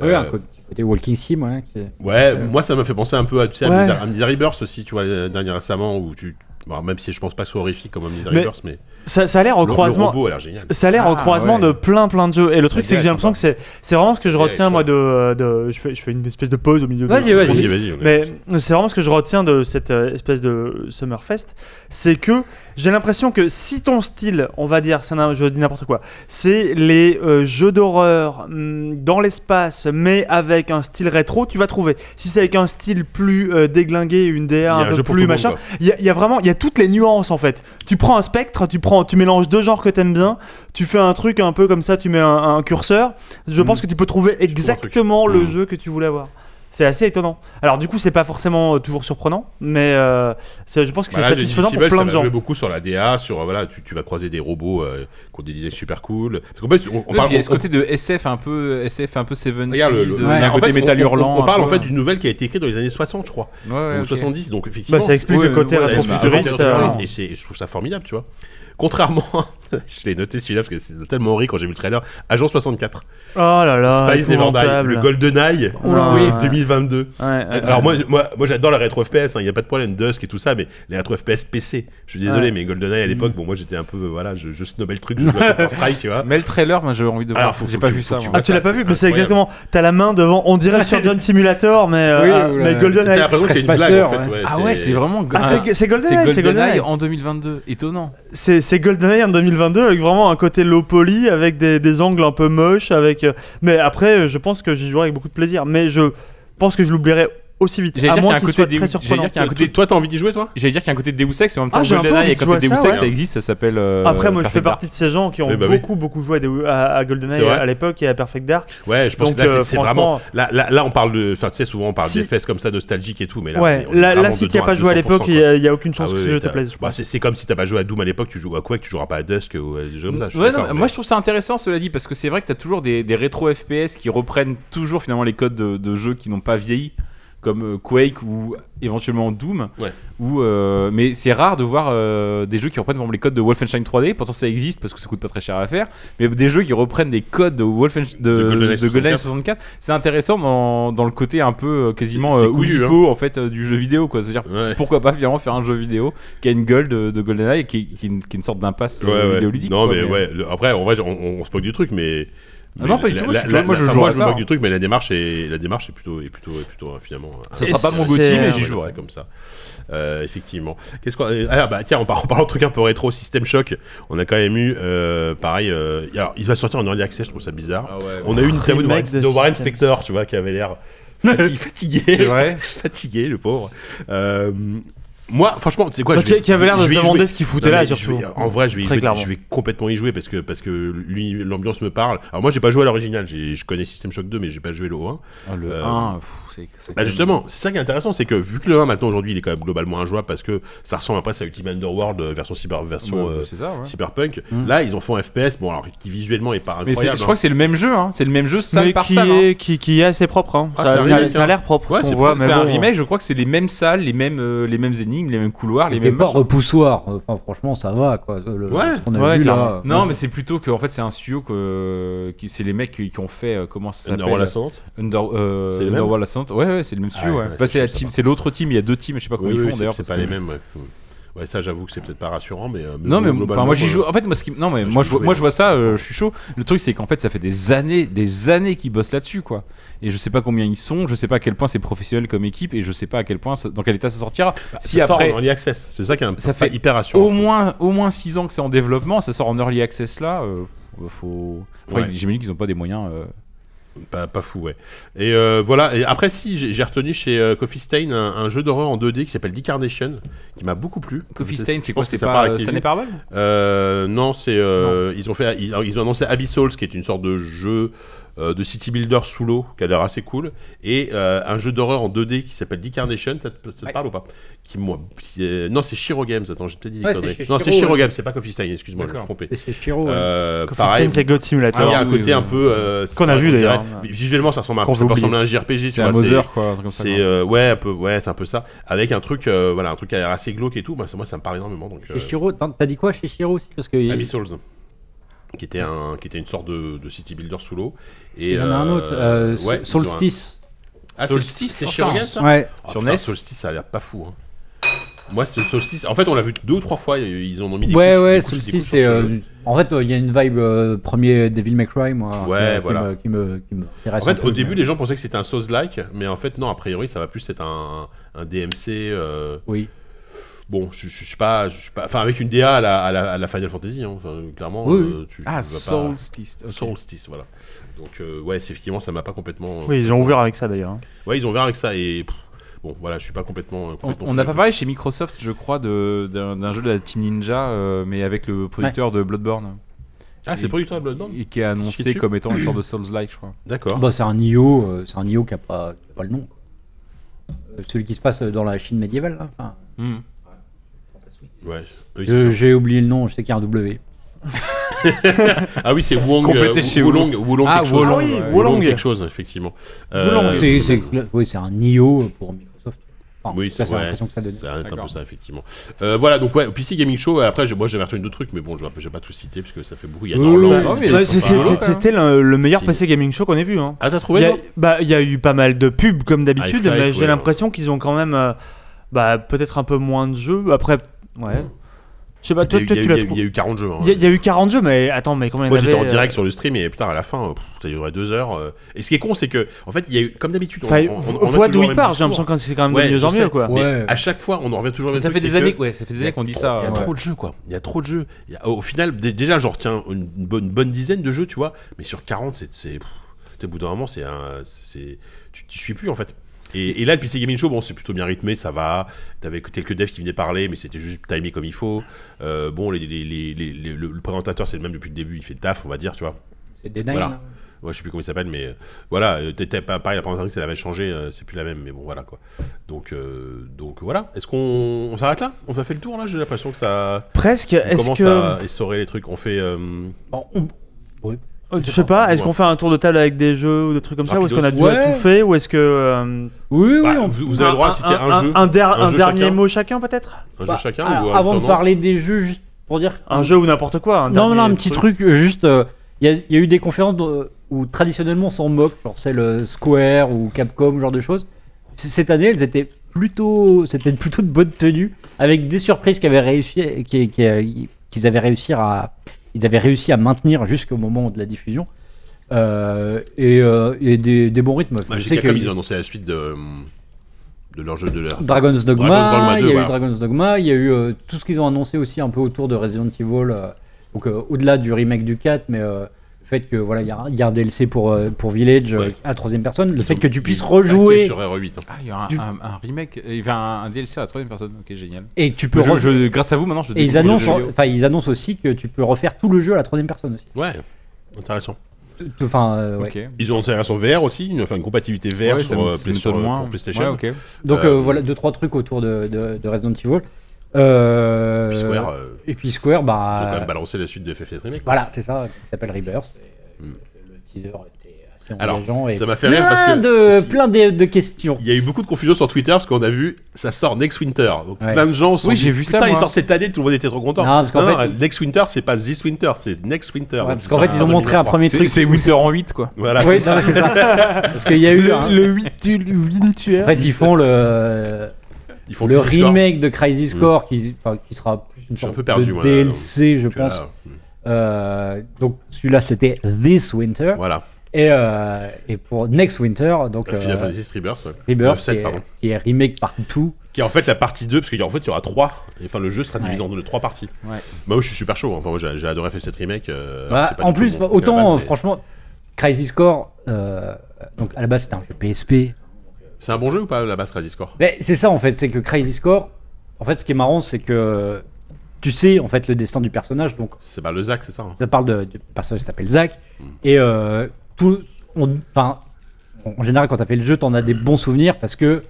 Speaker 5: Ouais,
Speaker 2: Euh,
Speaker 5: Ah un côté côté Walking Sim. ouais, qui est-
Speaker 2: ouais, moi ça m'a fait penser un peu à, tu sais, à
Speaker 3: Ouais.
Speaker 2: Amnesia- Amnesia Rebirth aussi, tu vois, la dernière récemment où tu. bon, même si je pense pas que ce soit horrifique comme Amnesia
Speaker 3: Mais-
Speaker 2: Rebirth, mais
Speaker 3: Ça ça a l'air
Speaker 2: le,
Speaker 3: au
Speaker 2: le
Speaker 3: croisement.
Speaker 2: robot a l'air génial.
Speaker 3: Ça a l'air au
Speaker 4: Ah,
Speaker 3: croisement
Speaker 4: ouais.
Speaker 3: de plein plein de jeux. Et le truc,
Speaker 4: Ouais,
Speaker 3: c'est que j'ai
Speaker 4: c'est
Speaker 3: l'impression que c'est c'est vraiment ce que je
Speaker 2: Ouais,
Speaker 3: retiens,
Speaker 2: il
Speaker 3: moi, de. de- Je fais je fais une espèce de pause au milieu de.
Speaker 5: Vas-y, vas-y.
Speaker 2: Vas-y, vas-y. on est-
Speaker 3: Mais c'est vraiment ce que je retiens de cette euh, espèce de Summerfest, c'est que j'ai l'impression que si ton style, on va dire, c'est un- je dis n'importe quoi, c'est les euh, jeux d'horreur hum, dans l'espace, mais avec un style rétro, tu vas trouver. Si c'est avec un style plus euh, déglingué, une DA
Speaker 2: Il y a
Speaker 3: un,
Speaker 2: un
Speaker 3: peu
Speaker 2: jeu pour
Speaker 3: plus
Speaker 2: tout le monde,
Speaker 3: machin,
Speaker 2: quoi.
Speaker 3: il y, a- il y a vraiment, il y a toutes les nuances en fait. Tu prends un spectre, tu prends, tu mélanges deux genres que t'aimes bien, tu fais un truc un peu comme ça, tu mets un, un curseur. Je pense que tu peux trouver exactement le
Speaker 2: Mm.
Speaker 3: jeu que tu voulais avoir. C'est assez étonnant. Alors du coup, c'est pas forcément euh, toujours surprenant, mais euh, c'est- je pense que c'est
Speaker 2: Voilà, The
Speaker 3: satisfaisant pour
Speaker 2: Invisible,
Speaker 3: plein de
Speaker 2: ça va
Speaker 3: gens. Bah,
Speaker 2: jouer beaucoup sur la DA, sur euh, voilà, tu, tu vas croiser des robots euh, qui ont des idées super cool. Parce qu'en fait, on, on
Speaker 4: On
Speaker 2: parle.
Speaker 4: puis il y a ce
Speaker 2: on-
Speaker 4: côté de SF un peu SF un peu 70
Speaker 2: Regarde, le, le-
Speaker 4: euh,
Speaker 5: Ouais.
Speaker 4: un
Speaker 2: en
Speaker 4: côté
Speaker 2: fait,
Speaker 4: métal
Speaker 2: on- on-
Speaker 4: hurlant.
Speaker 2: On,
Speaker 4: un
Speaker 2: parle
Speaker 4: peu.
Speaker 2: en fait d'une nouvelle qui a été écrite dans les années 60, je crois,
Speaker 4: Ouais, ouais,
Speaker 2: ou
Speaker 4: ok.
Speaker 2: 70. Donc effectivement,
Speaker 3: Bah, ça explique
Speaker 4: ouais,
Speaker 3: le côté
Speaker 4: ouais,
Speaker 2: ça explique le
Speaker 3: rétro-futuriste.
Speaker 2: côté
Speaker 3: euh,
Speaker 2: rétro-futuriste, et, c'est- et je trouve ça formidable, tu vois. Contrairement, <laughs> je l'ai noté celui-là parce que c'est tellement horrible quand j'ai vu le trailer. Agent 64,
Speaker 3: Oh là là,
Speaker 2: Spice Never Die,
Speaker 3: épouvantable. Ah.
Speaker 2: le GoldenEye
Speaker 3: Oula.
Speaker 2: oui,
Speaker 3: Ouais.
Speaker 2: 2022.
Speaker 3: Ouais, ouais.
Speaker 2: Euh, Alors moi, moi, moi j'adore la rétro FPS, hein. il n'y a pas de problème, Dusk et tout ça, mais les rétro FPS PC, je suis désolé,
Speaker 3: Ouais.
Speaker 2: mais GoldenEye à l'époque, bon moi j'étais un peu, euh, voilà, je, je snobais le truc, je jouais à
Speaker 4: <laughs>
Speaker 2: Counter-Strike, tu vois.
Speaker 4: Mais le trailer, moi j'avais envie de
Speaker 2: Alors,
Speaker 4: voir.
Speaker 2: faut-
Speaker 4: J'ai
Speaker 2: faut
Speaker 4: pas
Speaker 2: que-
Speaker 4: vu
Speaker 2: faut
Speaker 4: ça.
Speaker 2: que tu
Speaker 4: moi.
Speaker 3: Ah, tu l'as pas vu, mais c'est
Speaker 2: incroyable.
Speaker 3: exactement. T'as la main devant, on dirait
Speaker 2: <laughs>
Speaker 3: sur John Simulator, mais, euh,
Speaker 5: Oui,
Speaker 3: ah,
Speaker 5: oula.
Speaker 3: mais
Speaker 2: T'as
Speaker 3: GoldenEye.
Speaker 2: l'impression qu'il y a une
Speaker 5: Trespasseur,
Speaker 2: blague en fait.
Speaker 5: ouais.
Speaker 4: Ah ouais, c'est vraiment
Speaker 3: Ah, c'est c'est
Speaker 4: c'est
Speaker 3: GoldenEye,
Speaker 4: GoldenEye
Speaker 3: c'est GoldenEye.
Speaker 4: en 2022. Étonnant.
Speaker 3: C'est c'est GoldenEye en 2022 avec vraiment un côté low poly, avec des, des angles un peu moches, avec. euh, Mais après, euh, je pense que j'y jouerai avec beaucoup de plaisir. Mais je pense que je l'oublierai aussi vite.
Speaker 4: J'allais
Speaker 3: À
Speaker 4: dire qu'il y
Speaker 3: moins
Speaker 4: a un
Speaker 3: qu'il
Speaker 4: côté
Speaker 3: soit
Speaker 4: des-
Speaker 3: très
Speaker 4: j'allais
Speaker 3: surprenant.
Speaker 4: dire qu'il y a un
Speaker 2: Toi- Toi, t'as envie d'y jouer, toi
Speaker 4: J'allais dire qu'il y a un côté Deus Ex, mais en même temps
Speaker 3: Ah, j'ai un peu
Speaker 4: GoldenEye
Speaker 3: envie
Speaker 4: et
Speaker 3: de
Speaker 4: côté
Speaker 3: jouer à
Speaker 4: Deus
Speaker 3: ça,
Speaker 4: Ex,
Speaker 3: ouais.
Speaker 4: ça existe, ça s'appelle. euh,
Speaker 3: Après, moi, je fais
Speaker 4: Perfect Dark.
Speaker 3: partie de ces gens qui ont
Speaker 2: Oui, bah oui.
Speaker 3: beaucoup, beaucoup joué à, des- à- à GoldenEye
Speaker 2: C'est vrai.
Speaker 3: à l'époque et à Perfect Dark.
Speaker 2: Ouais, je pense
Speaker 3: Donc,
Speaker 2: que là, c'est-
Speaker 3: euh,
Speaker 2: c'est vraiment.
Speaker 3: franchement-
Speaker 2: Là, là, là, on parle de. Enfin, tu sais, souvent on parle
Speaker 3: Si-
Speaker 2: d'effets comme ça, nostalgiques et tout, mais là.
Speaker 3: ouais,
Speaker 2: on est
Speaker 3: là,
Speaker 2: vraiment
Speaker 3: là, si tu
Speaker 2: dedans
Speaker 3: as pas joué à l'époque,
Speaker 2: 200%,
Speaker 3: il
Speaker 2: quoi.
Speaker 3: y a, il y a aucune
Speaker 2: Ah
Speaker 3: chance
Speaker 2: oui,
Speaker 3: que ce jeu te
Speaker 2: t'as-
Speaker 3: plaise. je
Speaker 2: bah,
Speaker 3: pense.
Speaker 2: c'est c'est comme si t'as pas joué à Doom à l'époque, tu joues à Quake, tu joueras pas à Dusk ou à des jeux comme ça. je suis
Speaker 4: Ouais, non,
Speaker 2: d'accord, mais-
Speaker 4: Moi, je trouve ça intéressant, cela dit, parce que c'est vrai que t'as toujours des, des rétro FPS qui reprennent toujours finalement les codes de, de jeux qui n'ont pas vieilli, comme euh, Quake ou éventuellement Doom.
Speaker 2: Ouais.
Speaker 4: Ou, euh, mais c'est rare de voir euh, des jeux qui reprennent par exemple, les codes de Wolfenstein 3D. Pourtant, ça existe parce que ça coûte pas très cher à faire. Mais des jeux qui reprennent des codes de Wolfenstein de,
Speaker 2: De GoldenEye
Speaker 4: de
Speaker 2: 64.
Speaker 4: GoldenEye 64, c'est intéressant dans, dans le côté un peu euh, quasiment
Speaker 2: C'est- c'est
Speaker 4: euh,
Speaker 2: couillu, hein.
Speaker 4: Oulipo, en fait euh, du jeu vidéo, quoi. C'est-à-dire
Speaker 2: Ouais.
Speaker 4: <laughs> pourquoi pas finalement faire un jeu vidéo qui a une gueule de, de GoldenEye et qui, qui, est une- qui est une sorte d'impasse euh,
Speaker 2: Ouais, ouais.
Speaker 4: vidéoludique.
Speaker 2: Non,
Speaker 4: quoi,
Speaker 2: mais ouais. le- Après, en vrai, on, on- on se moque du truc, mais.
Speaker 4: Ah non, pas du
Speaker 2: la-
Speaker 4: tout, moi, je
Speaker 2: la-
Speaker 4: suis-
Speaker 2: la-
Speaker 4: moi, je
Speaker 2: enfin,
Speaker 4: joue
Speaker 2: moi,
Speaker 4: à
Speaker 2: je
Speaker 4: ça,
Speaker 2: me moque
Speaker 4: hein.
Speaker 2: du truc, mais la démarche est, la démarche est plutôt, est plutôt, est plutôt euh, finalement.
Speaker 4: Ça sera pas mon
Speaker 3: c'est-
Speaker 4: Gauthier, mais j'y
Speaker 2: J'y joue,
Speaker 4: jouerai.
Speaker 2: comme ça. Euh, effectivement. Qu'est-ce qu'on. Ah bah tiens, en par- en parlant de truc un peu rétro, System Shock, on a quand même eu, euh, pareil. euh, alors, il va sortir en early access, je trouve ça bizarre.
Speaker 4: euh,
Speaker 3: Ah
Speaker 2: On a eu une tableau de Warren,
Speaker 3: Remake
Speaker 2: de
Speaker 3: de
Speaker 2: Warren
Speaker 3: System
Speaker 4: <laughs>
Speaker 2: Spector, tu vois, qui avait l'air fati- <laughs> fatigué,
Speaker 4: vrai.
Speaker 2: fatigué, le pauvre. Euh, Moi, franchement, tu sais quoi
Speaker 3: Bah,
Speaker 2: je vais-
Speaker 3: qui- qui avait l'air de
Speaker 2: je
Speaker 3: se
Speaker 2: vais y
Speaker 3: demander
Speaker 2: jouer.
Speaker 3: ce qu'il foutait
Speaker 2: Non,
Speaker 3: là,
Speaker 2: mais je
Speaker 3: surtout.
Speaker 2: vais- euh, en vrai, je vais, y-
Speaker 3: Très clairement.
Speaker 2: je vais complètement y jouer parce que, parce que lui, l'ambiance me parle. Alors, moi, j'ai pas joué à l'original. j'ai- Je connais System Shock 2, mais j'ai pas joué le 1.
Speaker 4: Ah, le
Speaker 2: Euh,
Speaker 4: 1, pff, c'est. c'est quand
Speaker 2: Bah
Speaker 4: même-
Speaker 2: justement, c'est ça qui est intéressant, c'est que vu que le 1 maintenant aujourd'hui il est quand même globalement injouable parce que ça ressemble après à Ultimate Underworld euh, version cyber
Speaker 4: Ouais,
Speaker 2: version euh,
Speaker 4: c'est ça, ouais.
Speaker 2: cyberpunk.
Speaker 4: Mmh.
Speaker 5: Mm.
Speaker 2: Là ils en font un FPS, bon alors qui visuellement est pas
Speaker 4: Mais c'est-
Speaker 2: incroyable.
Speaker 4: je crois que c'est le même jeu, hein. c'est le même jeu, salle
Speaker 3: mais
Speaker 4: par
Speaker 3: qui
Speaker 4: salle. hein.
Speaker 3: est, qui, qui est assez propre. Hein.
Speaker 2: Ah,
Speaker 3: ça,
Speaker 2: c'est un
Speaker 3: ça-
Speaker 2: remake,
Speaker 3: ça a l'air propre.
Speaker 2: Ouais,
Speaker 3: ce
Speaker 2: c'est-
Speaker 3: qu'on voit,
Speaker 4: C'est
Speaker 3: mais
Speaker 4: un
Speaker 3: bon. hein.
Speaker 4: remake, je crois que c'est les mêmes salles, les mêmes, euh, les mêmes énigmes, les mêmes couloirs, les
Speaker 5: C'était
Speaker 4: mêmes.
Speaker 5: pas repoussoir. Enfin, franchement, ça va, quoi. Le-
Speaker 3: euh,
Speaker 2: Ouais.
Speaker 5: ce qu'on a
Speaker 3: Ouais,
Speaker 5: vu
Speaker 3: clairement.
Speaker 5: là. euh,
Speaker 4: Non, mais c'est plutôt que en fait c'est un studio que qui- c'est les mecs qui, qui ont fait euh, comment ça s'appelle
Speaker 2: Underworld Ascent.
Speaker 4: Under- euh,
Speaker 2: C'est les mêmes
Speaker 4: Underworld Ascent. Ouais, ouais, c'est le même studio.
Speaker 2: ouais,
Speaker 4: ouais.
Speaker 2: ouais,
Speaker 4: Bah, c'est
Speaker 2: c'est
Speaker 4: la
Speaker 2: ça, ça
Speaker 4: team,
Speaker 2: va.
Speaker 4: c'est l'autre team. Il y a deux teams, je sais pas comment
Speaker 2: Oui,
Speaker 4: ils
Speaker 2: oui,
Speaker 4: font
Speaker 2: c'est-
Speaker 4: d'ailleurs.
Speaker 2: c'est
Speaker 4: parce
Speaker 2: pas
Speaker 4: que-
Speaker 2: les mêmes. Ouais, Ouais, ça j'avoue que c'est peut-être pas rassurant, mais euh,
Speaker 4: Non mais
Speaker 2: globalement,
Speaker 4: enfin moi j'y
Speaker 2: euh,
Speaker 4: joue. En fait moi ce qui non mais
Speaker 2: Moi,
Speaker 4: moi
Speaker 2: j'y
Speaker 4: je vois-
Speaker 2: jouais,
Speaker 4: moi je
Speaker 2: ouais.
Speaker 4: vois ça, euh, je suis chaud. Le truc c'est qu'en fait ça fait des années, des années qu'ils bossent là-dessus quoi. Et je sais pas combien ils sont, je sais pas à quel point c'est professionnel comme équipe et je sais pas à quel point ça- dans quel état ça sortira. Si
Speaker 2: Bah, ça sort
Speaker 4: après
Speaker 2: en early access, c'est ça qui est un-
Speaker 4: Ça
Speaker 2: pas
Speaker 4: fait
Speaker 2: hyper rassurant.
Speaker 4: au
Speaker 2: je trouve.
Speaker 4: moins au moins 6 ans que c'est en développement, ça sort en early access là, euh, faut après
Speaker 2: Ouais.
Speaker 4: j'imagine qu'ils ont pas des moyens euh,
Speaker 2: Pas, pas fou, ouais. Et euh, voilà. Et après, si j'ai j'ai retenu chez euh, Coffee Stain un, un jeu d'horreur en 2D qui s'appelle Decarnation, qui m'a beaucoup plu.
Speaker 4: Coffee
Speaker 2: Je sais-
Speaker 4: Stain,
Speaker 2: je
Speaker 4: c'est quoi
Speaker 2: pense que
Speaker 4: C'est
Speaker 2: ça part
Speaker 4: pas
Speaker 2: à
Speaker 4: euh,
Speaker 2: Kevin.
Speaker 4: Stanley Parable
Speaker 2: Euh, non, c'est euh, ils ont fait ils, alors, ils ont annoncé Abyssal, qui est une sorte de jeu euh, de city builder sous l'eau qui a l'air assez cool et euh, un jeu d'horreur en 2D qui s'appelle Decarnation, ça te, ça te
Speaker 5: Ouais.
Speaker 2: parle ou pas Qui moi qui est- non, c'est Shiro Games, attends, j'ai peut-être dit des
Speaker 5: Ouais,
Speaker 2: conneries.
Speaker 5: c'est chez
Speaker 2: Non, c'est
Speaker 5: Shiro,
Speaker 2: Shiro
Speaker 5: ouais.
Speaker 2: Games, c'est pas Coffee Stain, excuse-moi, je me suis trompé.
Speaker 5: C'est chez Shiro. ouais.
Speaker 2: Euh,
Speaker 3: Coffee
Speaker 2: pareil,
Speaker 3: Stain, c'est God
Speaker 2: ah, il y
Speaker 3: Simulator.
Speaker 2: a
Speaker 4: Ah
Speaker 2: un
Speaker 4: oui,
Speaker 2: côté
Speaker 4: oui,
Speaker 2: un
Speaker 4: oui.
Speaker 2: peu euh,
Speaker 3: Qu'on a
Speaker 2: c'est-
Speaker 3: vu,
Speaker 2: on dirait-
Speaker 3: d'ailleurs.
Speaker 2: Visuellement, ça ressemble à
Speaker 3: Qu'on
Speaker 2: ça peut
Speaker 3: veut
Speaker 2: ressembler à un JRPG, tu
Speaker 4: C'est
Speaker 2: vois,
Speaker 4: un Mother quoi, un truc comme ça.
Speaker 2: c'est
Speaker 4: quoi.
Speaker 2: euh, ouais un peu ouais c'est un peu ça avec un truc euh, voilà un truc qui a l'air assez glauque et tout moi, ça- moi ça me parle énormément donc
Speaker 5: Chez
Speaker 2: euh,
Speaker 5: Shiro, t'as t'as dit quoi chez Shiro aussi Parce que
Speaker 2: Ah,
Speaker 5: il-
Speaker 2: Abyssals, qui était un, qui était une sorte de, de city builder sous l'eau. Et
Speaker 5: il y en a un
Speaker 2: euh,
Speaker 5: autre. euh,
Speaker 2: ouais, ils ont un-
Speaker 5: Solstice.
Speaker 2: Ah, c'est-
Speaker 4: Solstice,
Speaker 2: c'est
Speaker 4: putain.
Speaker 2: Shuriken, ça
Speaker 5: Ouais.
Speaker 2: Ah,
Speaker 4: Sur
Speaker 2: putain,
Speaker 4: NES.
Speaker 2: Solstice, ça a l'air pas fou. hein. Moi, ce Solstice, en fait, on l'a vu deux ou trois fois. Ils en ont mis des
Speaker 5: Ouais,
Speaker 2: couches,
Speaker 5: ouais,
Speaker 2: des couches, des couches
Speaker 5: Solstice,
Speaker 2: sur
Speaker 5: c'est.
Speaker 2: ce
Speaker 5: euh,
Speaker 2: jeu.
Speaker 5: En fait, euh, il y a une vibe euh, premier Devil May Cry, moi.
Speaker 2: Ouais,
Speaker 5: euh, qui
Speaker 2: voilà.
Speaker 5: me- Qui me qui m'intéresse
Speaker 4: Ah,
Speaker 2: En
Speaker 5: un
Speaker 2: fait,
Speaker 5: peu,
Speaker 2: au début,
Speaker 5: mais-
Speaker 2: les gens pensaient que c'était un Souls-like, mais en fait, non, a priori, ça va plus être un, un DMC. euh,
Speaker 5: Oui.
Speaker 2: Bon, je, je suis pas, je suis pas. Enfin, avec une DA à la, à la, à la Final Fantasy, hein. Enfin, clairement.
Speaker 5: Oui,
Speaker 2: euh, tu, tu vas
Speaker 4: Ah,
Speaker 2: pas-
Speaker 4: Solstice. ok.
Speaker 2: Solstice, voilà. Donc, euh, ouais, c'est effectivement, ça m'a pas complètement. euh,
Speaker 3: Oui, ils ont ouvert avec ça d'ailleurs. hein.
Speaker 2: Ouais, ils ont ouvert avec ça et pff, bon, voilà, je suis pas complètement. euh,
Speaker 4: On
Speaker 2: complètement
Speaker 4: on n'a
Speaker 2: fou.
Speaker 4: pas parlé chez Microsoft, je crois, de- d'un d'un jeu de la Team Ninja, euh, mais avec le producteur de Bloodborne.
Speaker 2: Ah, c'est le producteur de Bloodborne.
Speaker 4: Et qui est
Speaker 2: Chier
Speaker 4: annoncé
Speaker 2: dessus.
Speaker 4: comme étant une
Speaker 2: <coughs>
Speaker 4: sorte de Souls-like, je crois.
Speaker 2: D'accord.
Speaker 5: Bah, c'est un IO, euh, c'est un IO qui a pas, qui a pas le nom. quoi. Euh, Celui qui se passe euh, dans la Chine médiévale, là. enfin.
Speaker 2: Ouais. Oui, c'est
Speaker 5: Je-
Speaker 2: ça.
Speaker 5: J'ai oublié le nom, je sais qu'il y a un W.
Speaker 4: <laughs>
Speaker 2: Ah oui, c'est Wong.
Speaker 4: Complété
Speaker 2: euh,
Speaker 4: chez
Speaker 2: Wulong. Wulong
Speaker 4: Ah,
Speaker 2: quelque chose.
Speaker 4: Wulong,
Speaker 3: Ah oui,
Speaker 4: ouais.
Speaker 3: Wulong.
Speaker 2: quelque chose, effectivement. Euh,
Speaker 5: Non, c'est c'est- oui, c'est un IO pour Microsoft. Enfin,
Speaker 2: Oui,
Speaker 5: ça,
Speaker 2: c'est
Speaker 5: c'est
Speaker 2: ouais,
Speaker 5: l'impression que ça donne.
Speaker 2: ça doit être un peu
Speaker 4: D'accord.
Speaker 2: ça, effectivement. Euh, voilà, donc, ouais, au PC Gaming Show, après, j'ai- moi, j'avais retenu deux trucs, mais bon, je vais je vais pas tout citer, parce que ça fait beaucoup. Il y a
Speaker 5: Oui,
Speaker 4: oui,
Speaker 2: Norland, c'est-
Speaker 4: oui.
Speaker 2: ils
Speaker 3: Ouais,
Speaker 2: sont
Speaker 3: Ah, c'est-
Speaker 2: pas-
Speaker 3: c'est-
Speaker 4: malins,
Speaker 3: c'est-
Speaker 4: quand même.
Speaker 3: C'était le, le meilleur
Speaker 2: Si.
Speaker 3: PC gaming show qu'on ait vu. hein.
Speaker 2: Ah, t'as
Speaker 3: Il y,
Speaker 2: trouvé,
Speaker 3: a,
Speaker 2: toi
Speaker 3: bah, il y a eu pas mal de pubs comme d'habitude,
Speaker 2: Half-Life,
Speaker 3: mais j'ai
Speaker 2: ouais.
Speaker 3: l'impression qu'ils ont quand même euh, bah, peut-être un peu moins de jeux. Après, ouais. Je sais pas, toi,
Speaker 2: Il y a eu-
Speaker 3: peut-être
Speaker 2: il
Speaker 3: tu
Speaker 2: y a
Speaker 3: l'as
Speaker 2: eu- il y a
Speaker 3: trouvé.
Speaker 2: eu 40 jeux. hein.
Speaker 3: Il y, a- il y a eu 40 jeux, mais attends, mais combien il y en
Speaker 2: Moi j'étais en
Speaker 3: avait, euh,
Speaker 2: direct sur le stream et putain à la fin euh, pff, ça durait deux heures euh. et ce qui est con c'est que en fait il y a eu comme d'habitude on,
Speaker 3: Enfin,
Speaker 2: on- on-
Speaker 3: vo-
Speaker 2: on a
Speaker 3: voit
Speaker 2: toujours
Speaker 3: d'où
Speaker 2: le
Speaker 3: il
Speaker 2: même
Speaker 3: part, j'ai
Speaker 2: discours.
Speaker 3: l'impression que c'est quand même
Speaker 2: Ouais,
Speaker 3: de mieux
Speaker 2: je
Speaker 3: en
Speaker 2: sais.
Speaker 3: mieux, quoi.
Speaker 2: Mais
Speaker 5: Ouais.
Speaker 2: à chaque fois on en revient toujours au même
Speaker 4: Ça fait
Speaker 2: truc,
Speaker 4: des
Speaker 2: c'est
Speaker 4: années
Speaker 2: que-
Speaker 4: ouais, ça fait des
Speaker 2: il y a-
Speaker 4: années qu'on dit
Speaker 2: Il
Speaker 4: ça.
Speaker 2: y a
Speaker 4: ouais.
Speaker 2: trop de jeux, quoi. Il y a trop de jeux. Il y a- au final, dé- déjà, j'en retiens une, une bonne, une bonne dizaine de jeux, tu vois. Mais sur 40, c'est. c'est- pff, tu sais, Au bout d'un moment, c'est un. c'est- Tu t'y suis plus, en fait. Et, et là, le PC Gaming Show, bon, c'est plutôt bien rythmé, ça va. T'avais que- quelques devs qui venaient parler, mais c'était juste timé comme il faut. Euh, bon, les, les- les- les- les- le, le présentateur, c'est le même depuis le début, il fait le taf, on va dire, tu vois.
Speaker 5: C'est des dingues. hein.
Speaker 2: Voilà.
Speaker 5: là.
Speaker 2: Ouais, je sais plus comment il s'appelle, mais euh, voilà, euh, t'étais pas pareil, la présentatrice, elle avait changé, euh, c'est plus la même, mais bon, voilà, quoi. Donc, euh, donc voilà. Est-ce qu'on on s'arrête là On a fait le tour, là J'ai l'impression que ça.
Speaker 3: Presque,
Speaker 2: On
Speaker 3: est-ce
Speaker 2: commence
Speaker 3: que.
Speaker 2: à essorer les trucs. On fait euh,
Speaker 5: Bon, on-
Speaker 3: euh, Je sais pas, est-ce
Speaker 2: Ouais.
Speaker 3: qu'on fait un tour de table avec des jeux ou des trucs comme ça, ou est-ce qu'on a
Speaker 2: Rapidos.
Speaker 3: déjà
Speaker 5: Ouais.
Speaker 3: tout fait, ou est-ce que. euh,
Speaker 5: Oui, oui,
Speaker 2: bah,
Speaker 5: on-
Speaker 2: vous, vous avez le droit à citer un, jeu,
Speaker 3: Un, der-
Speaker 2: un
Speaker 3: un
Speaker 2: jeu
Speaker 3: dernier
Speaker 2: chacun.
Speaker 3: mot chacun, peut-être
Speaker 2: un
Speaker 5: bah,
Speaker 2: jeu chacun.
Speaker 5: alors,
Speaker 2: ou, euh,
Speaker 5: avant de
Speaker 2: tendance Hum.
Speaker 5: parler des jeux, juste pour dire.
Speaker 3: Un jeu ou n'importe quoi. Un
Speaker 5: Non,
Speaker 3: dernier
Speaker 5: non, non, un petit truc, euh, juste. euh, Il y, a- il y a eu des conférences de- où traditionnellement on s'en moque, genre celle euh, Square ou Capcom, ce genre de choses. C- Cette année, elles étaient plutôt, c'était plutôt de bonne tenue, avec des surprises qu'ils avaient réussi, qui- qui- euh, qu'ils avaient réussi à, ils avaient réussi à maintenir jusqu'au moment de la diffusion, Euh, et, euh, et des, des bons rythmes.
Speaker 2: Bah,
Speaker 5: Je
Speaker 2: chez
Speaker 5: sais
Speaker 2: Capcom,
Speaker 5: que-
Speaker 2: ils ont annoncé la suite de, euh, de leur jeu de leur.
Speaker 5: Dragon's Dogma,
Speaker 2: Dogma
Speaker 5: il y a
Speaker 2: 2,
Speaker 5: eu
Speaker 2: voilà.
Speaker 5: Dragon's Dogma, il y a eu euh, tout ce qu'ils ont annoncé aussi un peu autour de Resident Evil, euh, donc euh, au-delà du remake du 4, mais euh, fait que voilà, il y a- il y, a un DLC pour, euh, pour Village euh,
Speaker 2: Ouais.
Speaker 5: à troisième personne, le
Speaker 2: Ils
Speaker 5: fait
Speaker 2: ont-
Speaker 5: que tu puisses
Speaker 2: ils ont taqué
Speaker 5: rejouer
Speaker 2: sur hein. R8.
Speaker 4: Ah, il y a un,
Speaker 5: Du-
Speaker 4: un- un remake, il y a un, un DLC à la troisième personne. Ok, génial.
Speaker 5: et tu peux
Speaker 4: Je-
Speaker 5: re-
Speaker 4: je- grâce à vous, maintenant, je
Speaker 5: et
Speaker 4: découvre
Speaker 5: ils
Speaker 4: le jeu
Speaker 5: annoncent,
Speaker 4: vidéo.
Speaker 5: enfin ils annoncent aussi que tu peux refaire tout le jeu à la troisième personne aussi.
Speaker 2: Ouais, intéressant.
Speaker 5: Enfin euh, ouais.
Speaker 4: Ok. Ouais,
Speaker 2: Ils ont intérêt à son VR aussi, une, enfin une compatibilité VR
Speaker 4: ça
Speaker 2: sur,
Speaker 4: me-
Speaker 2: euh,
Speaker 4: ça
Speaker 2: Play-
Speaker 4: m'étonne
Speaker 2: sur, euh,
Speaker 4: moins.
Speaker 2: pour PlayStation.
Speaker 4: Ouais, ok.
Speaker 5: Donc
Speaker 2: Euh,
Speaker 5: euh, voilà deux trois trucs autour de, de, de Resident Evil. Euh,
Speaker 2: Puis Square, euh,
Speaker 5: et puis Square
Speaker 2: ils ont quand même
Speaker 4: euh,
Speaker 5: bah
Speaker 2: balancé la suite de FF7 Remake.
Speaker 5: voilà c'est ça qui s'appelle Rebirth. Et, euh, Le teaser était assez
Speaker 2: Hmm. Alors,
Speaker 5: engageant et
Speaker 2: Ça m'a fait
Speaker 5: plein
Speaker 2: rire parce que
Speaker 5: de
Speaker 2: si-
Speaker 5: plein de, de questions.
Speaker 2: il y a eu beaucoup de confusion sur Twitter parce qu'on a vu ça sort next winter. Donc
Speaker 5: Ouais.
Speaker 2: plein de gens sont
Speaker 4: Oui,
Speaker 2: dit,
Speaker 4: j'ai vu ça,
Speaker 2: Putain, il
Speaker 4: moi.
Speaker 2: sort cette année, tout le monde était trop content.
Speaker 5: Non, parce qu'en
Speaker 2: Non,
Speaker 5: fait-
Speaker 2: non, next winter, c'est pas this winter, c'est next winter.
Speaker 5: Ouais,
Speaker 2: Donc,
Speaker 5: parce qu'en
Speaker 2: ça
Speaker 5: fait ils ont
Speaker 2: sort en
Speaker 5: montré un
Speaker 2: 2023.
Speaker 5: premier
Speaker 4: C'est-
Speaker 5: truc.
Speaker 4: C'est Winter en 8, quoi.
Speaker 2: Voilà,
Speaker 5: Oui,
Speaker 2: c'est ça.
Speaker 5: non, mais c'est ça.
Speaker 2: <laughs>
Speaker 5: Parce qu'il y a eu un-
Speaker 3: 8 Winter.
Speaker 5: En fait, ils font le,
Speaker 2: Ils font
Speaker 5: le
Speaker 2: plus score
Speaker 5: remake de Crisis Core qui, enfin, qui sera plus une
Speaker 2: Mm. suis un
Speaker 5: sorte
Speaker 2: peu perdu,
Speaker 5: de
Speaker 2: moi, là,
Speaker 5: DLC, je
Speaker 2: que là,
Speaker 5: pense. Euh, donc celui-là, c'était This Winter.
Speaker 2: Voilà,
Speaker 5: Et, euh, et pour Next Winter, donc euh,
Speaker 2: Final Fantasy Rebirth. ouais.
Speaker 5: Rebirth,
Speaker 2: Euh, sept,
Speaker 5: qui, est,
Speaker 2: pardon.
Speaker 5: qui est remake par tout.
Speaker 2: Qui est en fait la partie 2, parce qu'il y a- en fait, il y aura 3. Enfin, le jeu sera divisé en deux- trois parties.
Speaker 4: Ouais.
Speaker 2: Bah, moi, je suis super chaud. Enfin, moi, j'ai j'ai adoré faire cette remake. euh,
Speaker 5: Voilà.
Speaker 2: c'est pas
Speaker 5: Bah, En
Speaker 2: du tout
Speaker 5: plus,
Speaker 2: mon truc à la
Speaker 5: autant,
Speaker 2: base,
Speaker 5: euh,
Speaker 2: mais
Speaker 5: franchement, Crisis Core, euh, donc à la base, c'était un jeu PSP.
Speaker 2: C'est un bon jeu ou pas, la base Crisis Core
Speaker 5: Mais c'est ça, en fait, c'est que Crisis Core, en fait, ce qui est marrant, c'est que tu sais, en fait, le destin du personnage, donc
Speaker 2: C'est pas le Zac, c'est ça hein
Speaker 5: Ça parle de, de personnage qui s'appelle Zach. Et euh, tout, on- enfin, en en général, quand t'as fait le jeu, t'en as des bons souvenirs parce que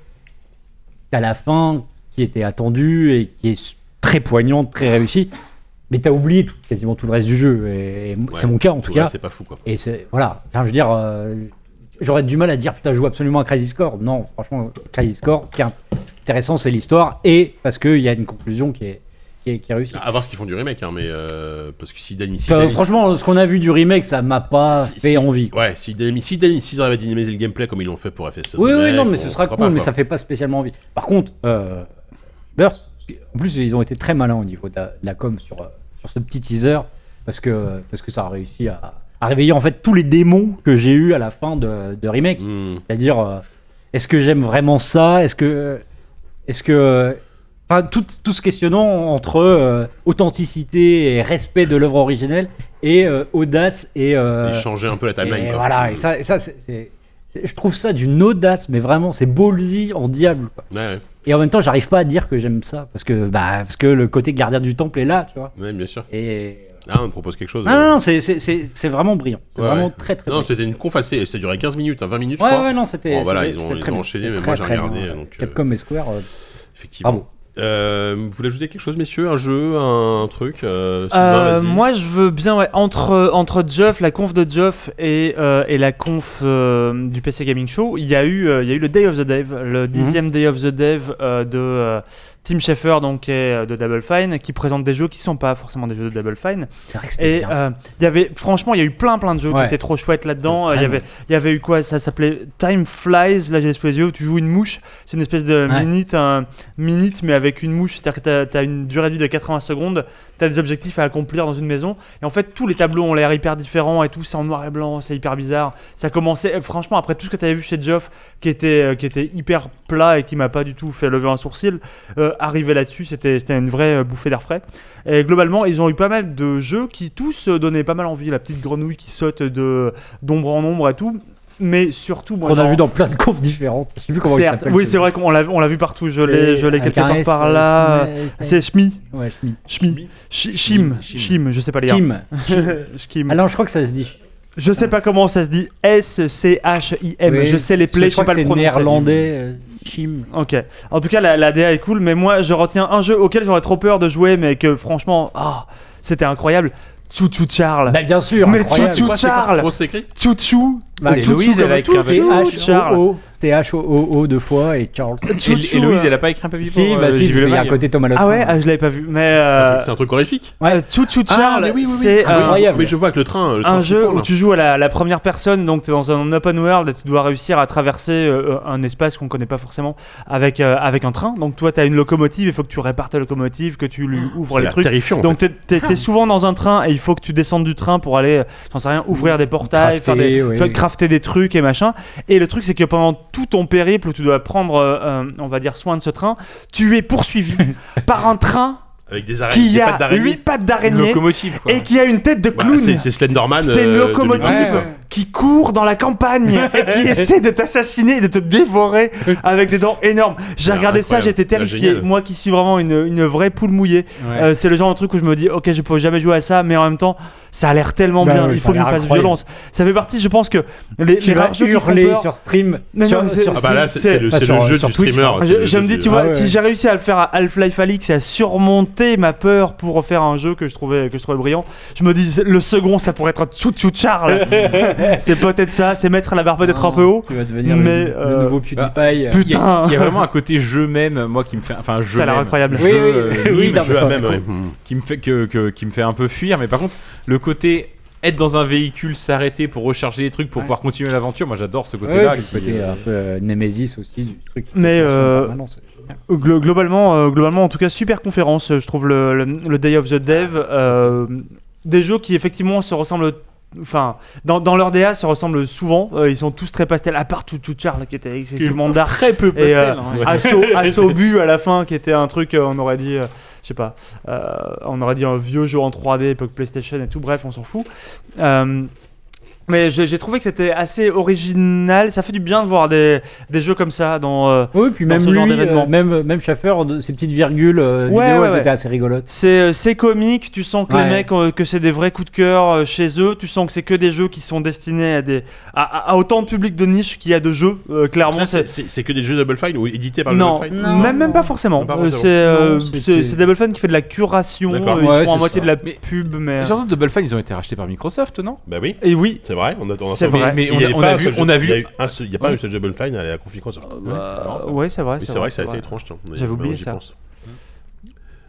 Speaker 5: t'as la fin qui était attendue et qui est s- très poignante, très réussie. Mais t'as oublié tout- quasiment tout le reste du jeu. Et, et m- c'est mon cas en tout
Speaker 2: Ouais,
Speaker 5: cas.
Speaker 2: C'est pas fou, quoi.
Speaker 5: Et c'est voilà. Enfin, je veux dire, euh, j'aurais du mal à dire putain, je joue absolument à Crisis Core. Non, franchement, Crisis Core, ce qui est int- intéressant, c'est l'histoire et parce qu'il y a une conclusion qui est, qui est, qui est réussie.
Speaker 2: À voir ce qu'ils font du remake, hein, mais. euh, parce que si Dynamite. Ah, si
Speaker 5: Enfin,
Speaker 2: Dynamite-
Speaker 5: franchement, ce qu'on a vu du remake, ça m'a pas
Speaker 2: Si-
Speaker 5: fait
Speaker 2: si-
Speaker 5: envie. quoi.
Speaker 2: Ouais, si Dynamite. Si Dynamite. S'ils arrivent à dynamiser le gameplay comme ils l'ont fait pour FS7.
Speaker 5: Oui, oui,
Speaker 2: Remake,
Speaker 5: non, mais
Speaker 2: on
Speaker 5: ce sera cool,
Speaker 2: comprend pas,
Speaker 5: mais
Speaker 2: quoi.
Speaker 5: ça fait pas spécialement envie. Par contre, euh, Burst, en plus, ils ont été très malins au niveau de la, de la com sur, euh, sur ce petit teaser, parce que, parce que ça a réussi à, à réveiller en fait tous les démons que j'ai eu à la fin de, de remake.
Speaker 2: Hmm.
Speaker 5: C'est-à-dire, euh, est-ce que j'aime vraiment ça Est-ce que. euh, Est-ce que. euh, Enfin, tout, tout ce questionnant entre euh, authenticité et respect de l'œuvre originelle et euh, audace et. euh,
Speaker 2: Ils changer un peu la timeline,
Speaker 5: et
Speaker 2: quoi.
Speaker 5: voilà, et ça, et ça c'est- c'est- c'est- je trouve ça d'une audace, mais vraiment, c'est ballsy en diable. quoi.
Speaker 2: Ouais, ouais,
Speaker 5: Et en même temps, j'arrive pas à dire que j'aime ça, parce que, bah, parce que le côté gardien du temple est là, tu vois.
Speaker 2: ouais, bien sûr.
Speaker 5: Et...
Speaker 2: Ah, on te propose quelque chose.
Speaker 5: Non,
Speaker 2: euh.
Speaker 5: non, non, c'est- c'est c'est- c'est vraiment brillant. C'est
Speaker 2: Ouais,
Speaker 5: vraiment
Speaker 2: ouais.
Speaker 5: très, très
Speaker 2: Non,
Speaker 5: brillant.
Speaker 2: c'était une conf assez. Ça durait 15 minutes, hein, 20 minutes, je
Speaker 5: Ouais,
Speaker 2: crois.
Speaker 5: ouais, non, c'était.
Speaker 2: Bon, voilà,
Speaker 5: c'était-
Speaker 2: ils ont-
Speaker 5: c'était
Speaker 2: ils
Speaker 5: très
Speaker 2: ont
Speaker 5: bien.
Speaker 2: enchaîné, mais
Speaker 5: Très,
Speaker 2: moi, j'ai
Speaker 5: très
Speaker 2: regardé,
Speaker 5: bien.
Speaker 2: donc, euh,
Speaker 5: Capcom et Square, euh,
Speaker 2: Effectivement.
Speaker 5: bravo.
Speaker 2: Euh, vous voulez ajouter quelque chose, messieurs Un jeu, un truc euh, Sylvain,
Speaker 3: Euh,
Speaker 2: vas-y.
Speaker 3: moi, je veux bien, ouais, entre, entre Geoff, la conf de Geoff et, euh, et la conf euh, du PC Gaming Show, il y, a eu, euh, il y a eu le Day of the Dev, le
Speaker 2: Mhm.
Speaker 3: dixième Day of the Dev euh, de euh, Tim Schafer, donc, qui est, euh, de Double Fine, qui présente des jeux qui sont pas forcément des jeux de Double Fine.
Speaker 5: C'est vrai que c'était
Speaker 3: Et
Speaker 5: bien.
Speaker 3: euh, il y avait, franchement, il y a eu plein plein de jeux
Speaker 5: Ouais.
Speaker 3: qui étaient trop chouettes là-dedans. Euh, Il y
Speaker 5: Vraiment.
Speaker 3: avait, il y avait eu quoi Ça s'appelait Time Flies. Là, j'ai les yeux où tu joues une mouche. C'est une espèce de
Speaker 5: Ouais.
Speaker 3: minute, un minute, mais avec une mouche. C'est-à-dire que t'as- t'as une durée de vie de 80 secondes. T'as des objectifs à accomplir dans une maison. Et en fait, tous les tableaux ont l'air hyper différents et tout. C'est en noir et blanc. C'est hyper bizarre. Ça commençait, euh, franchement, après tout ce que t'avais vu chez Geoff, qui était, euh, qui était hyper plat et qui m'a pas du tout fait lever un sourcil, euh, arriver là-dessus, c'était c'était une vraie euh, bouffée d'air frais. Et globalement, ils ont eu pas mal de jeux qui tous euh, donnaient pas mal envie. La petite grenouille qui saute de d'ombre en ombre et tout. Mais surtout, moi,
Speaker 5: Qu'on a
Speaker 3: genre-
Speaker 5: vu dans plein de confs différentes. Je sais plus comment il
Speaker 3: certes,
Speaker 5: s'appelle,
Speaker 3: oui,
Speaker 5: ce
Speaker 3: c'est vrai qu'on l'a on l'a vu partout. Je
Speaker 5: jeu.
Speaker 3: l'ai je l'ai
Speaker 5: Avec
Speaker 3: quelque
Speaker 5: un
Speaker 3: part
Speaker 5: S,
Speaker 3: par
Speaker 5: euh,
Speaker 3: là.
Speaker 5: Smash,
Speaker 3: C'est Shmi,
Speaker 5: Ouais, Shmi.
Speaker 3: Shmi, Shi- Shim,
Speaker 4: Shim.
Speaker 3: Shim, je sais pas les gars.
Speaker 5: Kim.
Speaker 3: <laughs> Shkim.
Speaker 5: Alors, Ah, je crois que ça se dit.
Speaker 3: Je sais pas comment ça se dit. S-C-H-I-M.
Speaker 5: Oui,
Speaker 3: je sais les
Speaker 5: Je
Speaker 3: plaies, je sais
Speaker 5: crois
Speaker 3: pas
Speaker 5: que
Speaker 3: le
Speaker 5: c'est
Speaker 3: prononcer.
Speaker 5: néerlandais. euh, Chim.
Speaker 3: Ok. En tout cas, la, la DA est cool, mais moi, je retiens un jeu auquel j'aurais trop peur de jouer, mais que franchement, ah, c'était incroyable. Chou Chou Charles.
Speaker 5: Bah, bien sûr,
Speaker 3: Mais
Speaker 5: incroyable.
Speaker 3: tu- tu-
Speaker 2: Quoi, c'est
Speaker 3: Charles
Speaker 2: Comment c'est écrit
Speaker 3: Chou Chou.
Speaker 5: Bah,
Speaker 4: C'est
Speaker 5: Chouchou,
Speaker 4: Louise
Speaker 5: comme
Speaker 4: avec
Speaker 5: tout,
Speaker 4: un
Speaker 5: c'est
Speaker 3: V.
Speaker 5: H-O-O. C'est H-O-O-O deux fois et Charles.
Speaker 4: Et,
Speaker 3: Chou
Speaker 4: et
Speaker 3: Chou.
Speaker 4: Louise,
Speaker 3: euh.
Speaker 4: elle a pas écrit un papier
Speaker 5: Si,
Speaker 4: pour
Speaker 5: bah
Speaker 4: euh,
Speaker 5: si,
Speaker 4: J.V.
Speaker 5: parce qu'il y a un
Speaker 4: Mag
Speaker 5: côté Tom Alotran.
Speaker 3: Ah ouais, ah, je l'avais pas vu, mais euh,
Speaker 2: C'est un truc horrifique
Speaker 5: Ouais.
Speaker 3: Chou Chou Charles,
Speaker 2: mais oui, oui, oui.
Speaker 3: c'est
Speaker 5: Ah,
Speaker 3: euh,
Speaker 5: incroyable.
Speaker 2: Mais je vois avec le train. le hein. train
Speaker 3: un jeu
Speaker 2: flippant,
Speaker 3: où
Speaker 2: là.
Speaker 3: tu joues à la, la première personne, donc tu es dans un open world et tu dois réussir à traverser euh, un espace qu'on connaît pas forcément avec, euh, avec un train. Donc toi, tu as une locomotive, il faut que tu répares ta locomotive, que tu lui ouvres
Speaker 2: Ah, C'est
Speaker 3: les
Speaker 2: la
Speaker 3: trucs.
Speaker 2: terrifiant. en
Speaker 3: Donc t'es- t'es
Speaker 2: <laughs>
Speaker 3: t'es souvent dans un train et il faut que tu descendes du train pour aller, euh, j'en sais rien, ouvrir des portails,
Speaker 5: Crafter,
Speaker 3: faire des,
Speaker 5: oui.
Speaker 3: faire crafter des trucs et machin. Et le truc c'est que pendant tout ton
Speaker 2: <laughs>
Speaker 3: périple où tu dois prendre, euh, euh, on va dire, soin de ce train, tu es poursuivi par un train
Speaker 2: avec des araignées,
Speaker 3: qui
Speaker 2: des
Speaker 3: a
Speaker 2: pattes d'araignée.
Speaker 3: 8 pattes
Speaker 4: Une
Speaker 3: d'araignée
Speaker 4: locomotive, quoi.
Speaker 3: et qui a une tête de
Speaker 2: Voilà,
Speaker 3: clown.
Speaker 2: Bah, c'est c'est Slenderman.
Speaker 3: C'est une
Speaker 2: euh,
Speaker 3: locomotive
Speaker 2: 2000.
Speaker 6: Ouais, ouais.
Speaker 3: qui court dans la campagne et qui essaie de t'assassiner et de te dévorer avec des dents énormes. J'ai
Speaker 2: Ah,
Speaker 3: regardé ça,
Speaker 2: incroyable.
Speaker 3: j'étais
Speaker 2: Ah,
Speaker 3: terrifié.
Speaker 2: génial.
Speaker 3: Moi qui suis vraiment une, une vraie poule mouillée,
Speaker 4: Ouais.
Speaker 3: euh, c'est le genre de truc où je me dis, ok, je peux jamais jouer à ça, mais en même temps, ça a l'air tellement
Speaker 5: Bah
Speaker 3: bien.
Speaker 5: oui,
Speaker 3: Il
Speaker 5: ça
Speaker 3: faut
Speaker 5: a
Speaker 3: qu'il me
Speaker 5: l'air
Speaker 3: fasse
Speaker 5: incroyable.
Speaker 3: violence. Ça fait partie, je pense que ah, les,
Speaker 5: Tu
Speaker 3: les
Speaker 5: vas
Speaker 3: rares jeux qui font
Speaker 5: hurler
Speaker 3: peur-
Speaker 5: sur stream.
Speaker 3: Non, non, mais
Speaker 5: sur,
Speaker 3: c'est-
Speaker 5: sur
Speaker 2: Ah bah là, c'est c'est le,
Speaker 5: pas
Speaker 2: c'est
Speaker 5: sur-
Speaker 2: le jeu
Speaker 5: sur
Speaker 2: du
Speaker 5: Twitch,
Speaker 2: streamer. c'est
Speaker 3: Je,
Speaker 2: le
Speaker 3: je
Speaker 2: jeu
Speaker 3: me dis,
Speaker 2: du-
Speaker 3: tu vois,
Speaker 5: Ah ouais.
Speaker 3: si j'ai réussi à le faire à Half-Life Alix et à surmonter ma peur pour faire un jeu que je trouvais, que je trouvais brillant, je me dis, le second, ça pourrait être Tchou Tchou Charles.
Speaker 5: <laughs>
Speaker 3: c'est peut-être ça, c'est mettre la barre peut-être
Speaker 5: Ah.
Speaker 3: un peu haut.
Speaker 5: Tu vas devenir
Speaker 3: mais,
Speaker 5: le, le
Speaker 3: euh,
Speaker 5: nouveau PewDiePie.
Speaker 3: putain.
Speaker 4: Il y, a- il y a vraiment un côté jeu même, moi qui me fait, enfin jeu
Speaker 3: Ça a l'air
Speaker 4: même,
Speaker 3: incroyable.
Speaker 4: jeu,
Speaker 5: Oui, oui,
Speaker 4: euh,
Speaker 5: oui,
Speaker 4: mime,
Speaker 5: d'un
Speaker 2: jeu à même, ouais.
Speaker 4: qui me fait que, que- qui me fait un peu fuir. Mais par contre, le côté être dans un véhicule, s'arrêter pour recharger les trucs pour
Speaker 5: Ouais.
Speaker 4: pouvoir continuer l'aventure, moi j'adore ce
Speaker 5: Ouais,
Speaker 4: côté-là.
Speaker 5: puis
Speaker 4: qui,
Speaker 5: le côté
Speaker 4: euh,
Speaker 5: un peu euh, Nemesis aussi du truc.
Speaker 3: Mais, euh,
Speaker 5: Ah non, c'est-
Speaker 3: Glo- globalement, euh, globalement, en tout cas, super conférence. euh, Je trouve le, le- le Day of the Dev. euh, des jeux qui, effectivement, se ressemblent. Enfin, dans, dans leur DA, se ressemblent souvent. euh, ils sont tous très pastels, à part tout Charles qui était excessivement dark.
Speaker 4: très peu
Speaker 3: Et, euh,
Speaker 4: pastel, hein.
Speaker 3: Assaut,
Speaker 4: <laughs>
Speaker 3: Assaut Bu à la fin, qui était un truc, euh, on aurait dit, euh, je sais pas, euh, on aurait dit un vieux jeu en 3D, époque PlayStation et tout, bref, on s'en fout. Euh, mais j'ai j'ai trouvé que c'était assez original, ça fait du bien de voir des, des jeux comme ça dans... euh,
Speaker 5: Oui, puis
Speaker 3: dans
Speaker 5: même
Speaker 3: ce genre
Speaker 5: lui,
Speaker 3: d'événement.
Speaker 5: euh, même même Schaffer, de- ses petites virgules euh,
Speaker 3: Ouais,
Speaker 5: vidéo,
Speaker 3: ouais,
Speaker 5: elles
Speaker 3: ouais.
Speaker 5: étaient assez rigolotes.
Speaker 3: C'est euh, c'est comique, tu sens que les
Speaker 5: Ouais.
Speaker 3: mecs, euh, que c'est des vrais coups de cœur euh, chez eux, tu sens que c'est que des jeux qui sont destinés à, des, à, à- à autant de public de niche qu'il y a de jeux, euh, clairement.
Speaker 2: Ça,
Speaker 3: c'est-
Speaker 2: c'est- C'est c'est que des jeux Double Fine ou édités par
Speaker 3: Non,
Speaker 2: Double Fine
Speaker 5: Non,
Speaker 3: même, même
Speaker 5: non.
Speaker 3: pas forcément.
Speaker 2: Non, pas
Speaker 3: Euh,
Speaker 2: forcément.
Speaker 3: C'est euh,
Speaker 5: Non,
Speaker 3: c'est-
Speaker 5: c'était-
Speaker 3: c'est Double Fun qui fait de la curation,
Speaker 2: D'accord.
Speaker 3: euh, ils
Speaker 5: Ouais,
Speaker 3: sont à
Speaker 5: c'est
Speaker 3: moitié
Speaker 5: ça.
Speaker 3: de la
Speaker 4: Mais-
Speaker 3: pub, mais... euh,
Speaker 4: Genre de Double Fine, ils ont été rachetés par Microsoft, non
Speaker 2: Bah oui,
Speaker 3: Et oui,
Speaker 2: c'est vrai. On a on a-
Speaker 3: C'est
Speaker 2: on a-
Speaker 3: vrai.
Speaker 4: Mais
Speaker 2: il
Speaker 4: on a,
Speaker 2: y avait
Speaker 4: on
Speaker 2: pas
Speaker 4: a
Speaker 2: un
Speaker 4: vu,
Speaker 2: seul jeu-
Speaker 4: on a
Speaker 2: Il y a
Speaker 4: vu.
Speaker 2: eu un seul- il y a pas eu un seul Double Fine à la Conf Microsoft.
Speaker 3: euh,
Speaker 4: ça.
Speaker 3: ouais, c'est vrai.
Speaker 2: Oui, c'est vrai, c'est assez
Speaker 3: vrai. <laughs>
Speaker 2: étrange. tiens. On est-
Speaker 3: J'avais
Speaker 2: on
Speaker 3: oublié
Speaker 2: y
Speaker 3: ça.
Speaker 2: pense.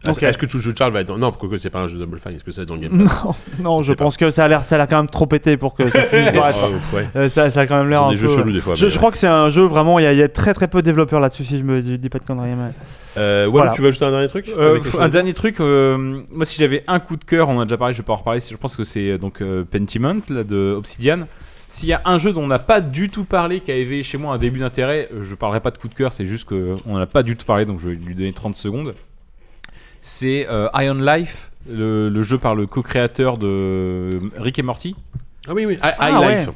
Speaker 2: Ah,
Speaker 3: Ok.
Speaker 2: Est-ce que Chouchou Charles va être dans... Non, pourquoi que c'est pas un jeu Double Fine Est-ce que ça va être dans le
Speaker 3: <laughs>
Speaker 2: game Pass
Speaker 3: Non, non, je
Speaker 2: sais pas.
Speaker 3: pense que ça a l'air, ça a l'air quand même trop pété pour que
Speaker 2: <laughs>
Speaker 3: ça finisse par être.
Speaker 2: Ah, ouais.
Speaker 3: Euh, ça, ça a quand même
Speaker 2: Ce
Speaker 3: l'air
Speaker 2: sont
Speaker 3: un
Speaker 2: des jeux
Speaker 3: peu-
Speaker 2: chelous des fois.
Speaker 3: Je,
Speaker 2: mais
Speaker 3: je crois que c'est un jeu vraiment, il y, a- il y a très très peu de développeurs là-dessus si je me dis, dis pas de conneries. mais-
Speaker 2: ouais. Euh, Walou,
Speaker 3: Voilà.
Speaker 2: tu veux ajouter un dernier truc
Speaker 4: Euh,
Speaker 2: Avec
Speaker 4: pff,
Speaker 2: quelque
Speaker 4: un
Speaker 2: chose
Speaker 4: dernier truc, euh, moi si j'avais un coup de cœur, on en a déjà parlé, je vais pas en reparler, c'est- je pense que c'est euh, donc euh, Pentiment là, de Obsidian. S'il y a un jeu dont on n'a pas du tout parlé qui a éveillé chez moi un début d'intérêt, euh, je parlerai pas de coup de cœur, c'est juste qu'on n'en a pas du tout parlé, donc je vais lui donner 30 secondes. C'est euh, Iron Life, le, le jeu par le co-créateur de euh, Rick et Morty.
Speaker 2: Ah oui, oui. I,
Speaker 3: Ah,
Speaker 2: I Life.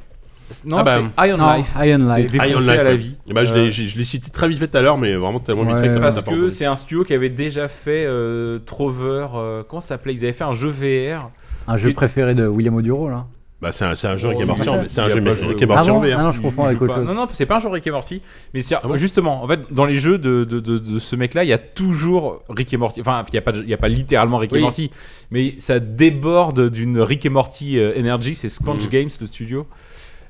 Speaker 4: Non,
Speaker 2: Ah bah,
Speaker 4: c'est Iron
Speaker 5: Non,
Speaker 4: Life.
Speaker 5: Iron
Speaker 4: C'est
Speaker 5: Life.
Speaker 2: I
Speaker 4: défoncé
Speaker 2: Life,
Speaker 4: à la
Speaker 2: ouais.
Speaker 4: vie.
Speaker 2: Eh ben, je
Speaker 4: Euh,
Speaker 2: l'ai- je je l'ai cité très vite fait tout à l'heure, mais vraiment tellement vite
Speaker 5: Ouais,
Speaker 2: fait que Ah bah, t'as
Speaker 4: Parce
Speaker 2: pas
Speaker 4: que
Speaker 2: entendu.
Speaker 4: c'est un studio qui avait déjà fait euh, Trover, euh, comment ça s'appelait Ils avaient fait un jeu VR.
Speaker 5: Un jeu préféré de William Oduro là.
Speaker 2: Bah, c'est un, c'est un jeu
Speaker 4: Oh,
Speaker 2: qui est
Speaker 4: c'est
Speaker 2: morti
Speaker 4: pas
Speaker 2: en
Speaker 4: ça.
Speaker 2: C'est
Speaker 4: Il
Speaker 2: un
Speaker 4: a
Speaker 2: jeu
Speaker 4: pas
Speaker 2: mais-
Speaker 4: joué,
Speaker 2: qui est
Speaker 4: ouais.
Speaker 2: morti en hein.
Speaker 5: Ah bon
Speaker 2: VR.
Speaker 5: Ah non, je
Speaker 4: hein, Il-
Speaker 5: confonds
Speaker 4: il
Speaker 5: avec
Speaker 4: joue
Speaker 5: autre
Speaker 4: pas.
Speaker 5: chose. Ah
Speaker 4: Non, non, c'est pas un jeu Rick et Morty. Mais c'est justement, en fait, dans les jeux de, de, de, de ce mec-là, il y a toujours Rick et Morty. Enfin, il n'y a, pas de- il y a pas littéralement Rick et
Speaker 5: Oui.
Speaker 4: Morty, mais ça déborde d'une Rick et Morty euh, Energy. C'est Sponge
Speaker 5: Mm.
Speaker 2: Mhm.
Speaker 4: Games, le studio.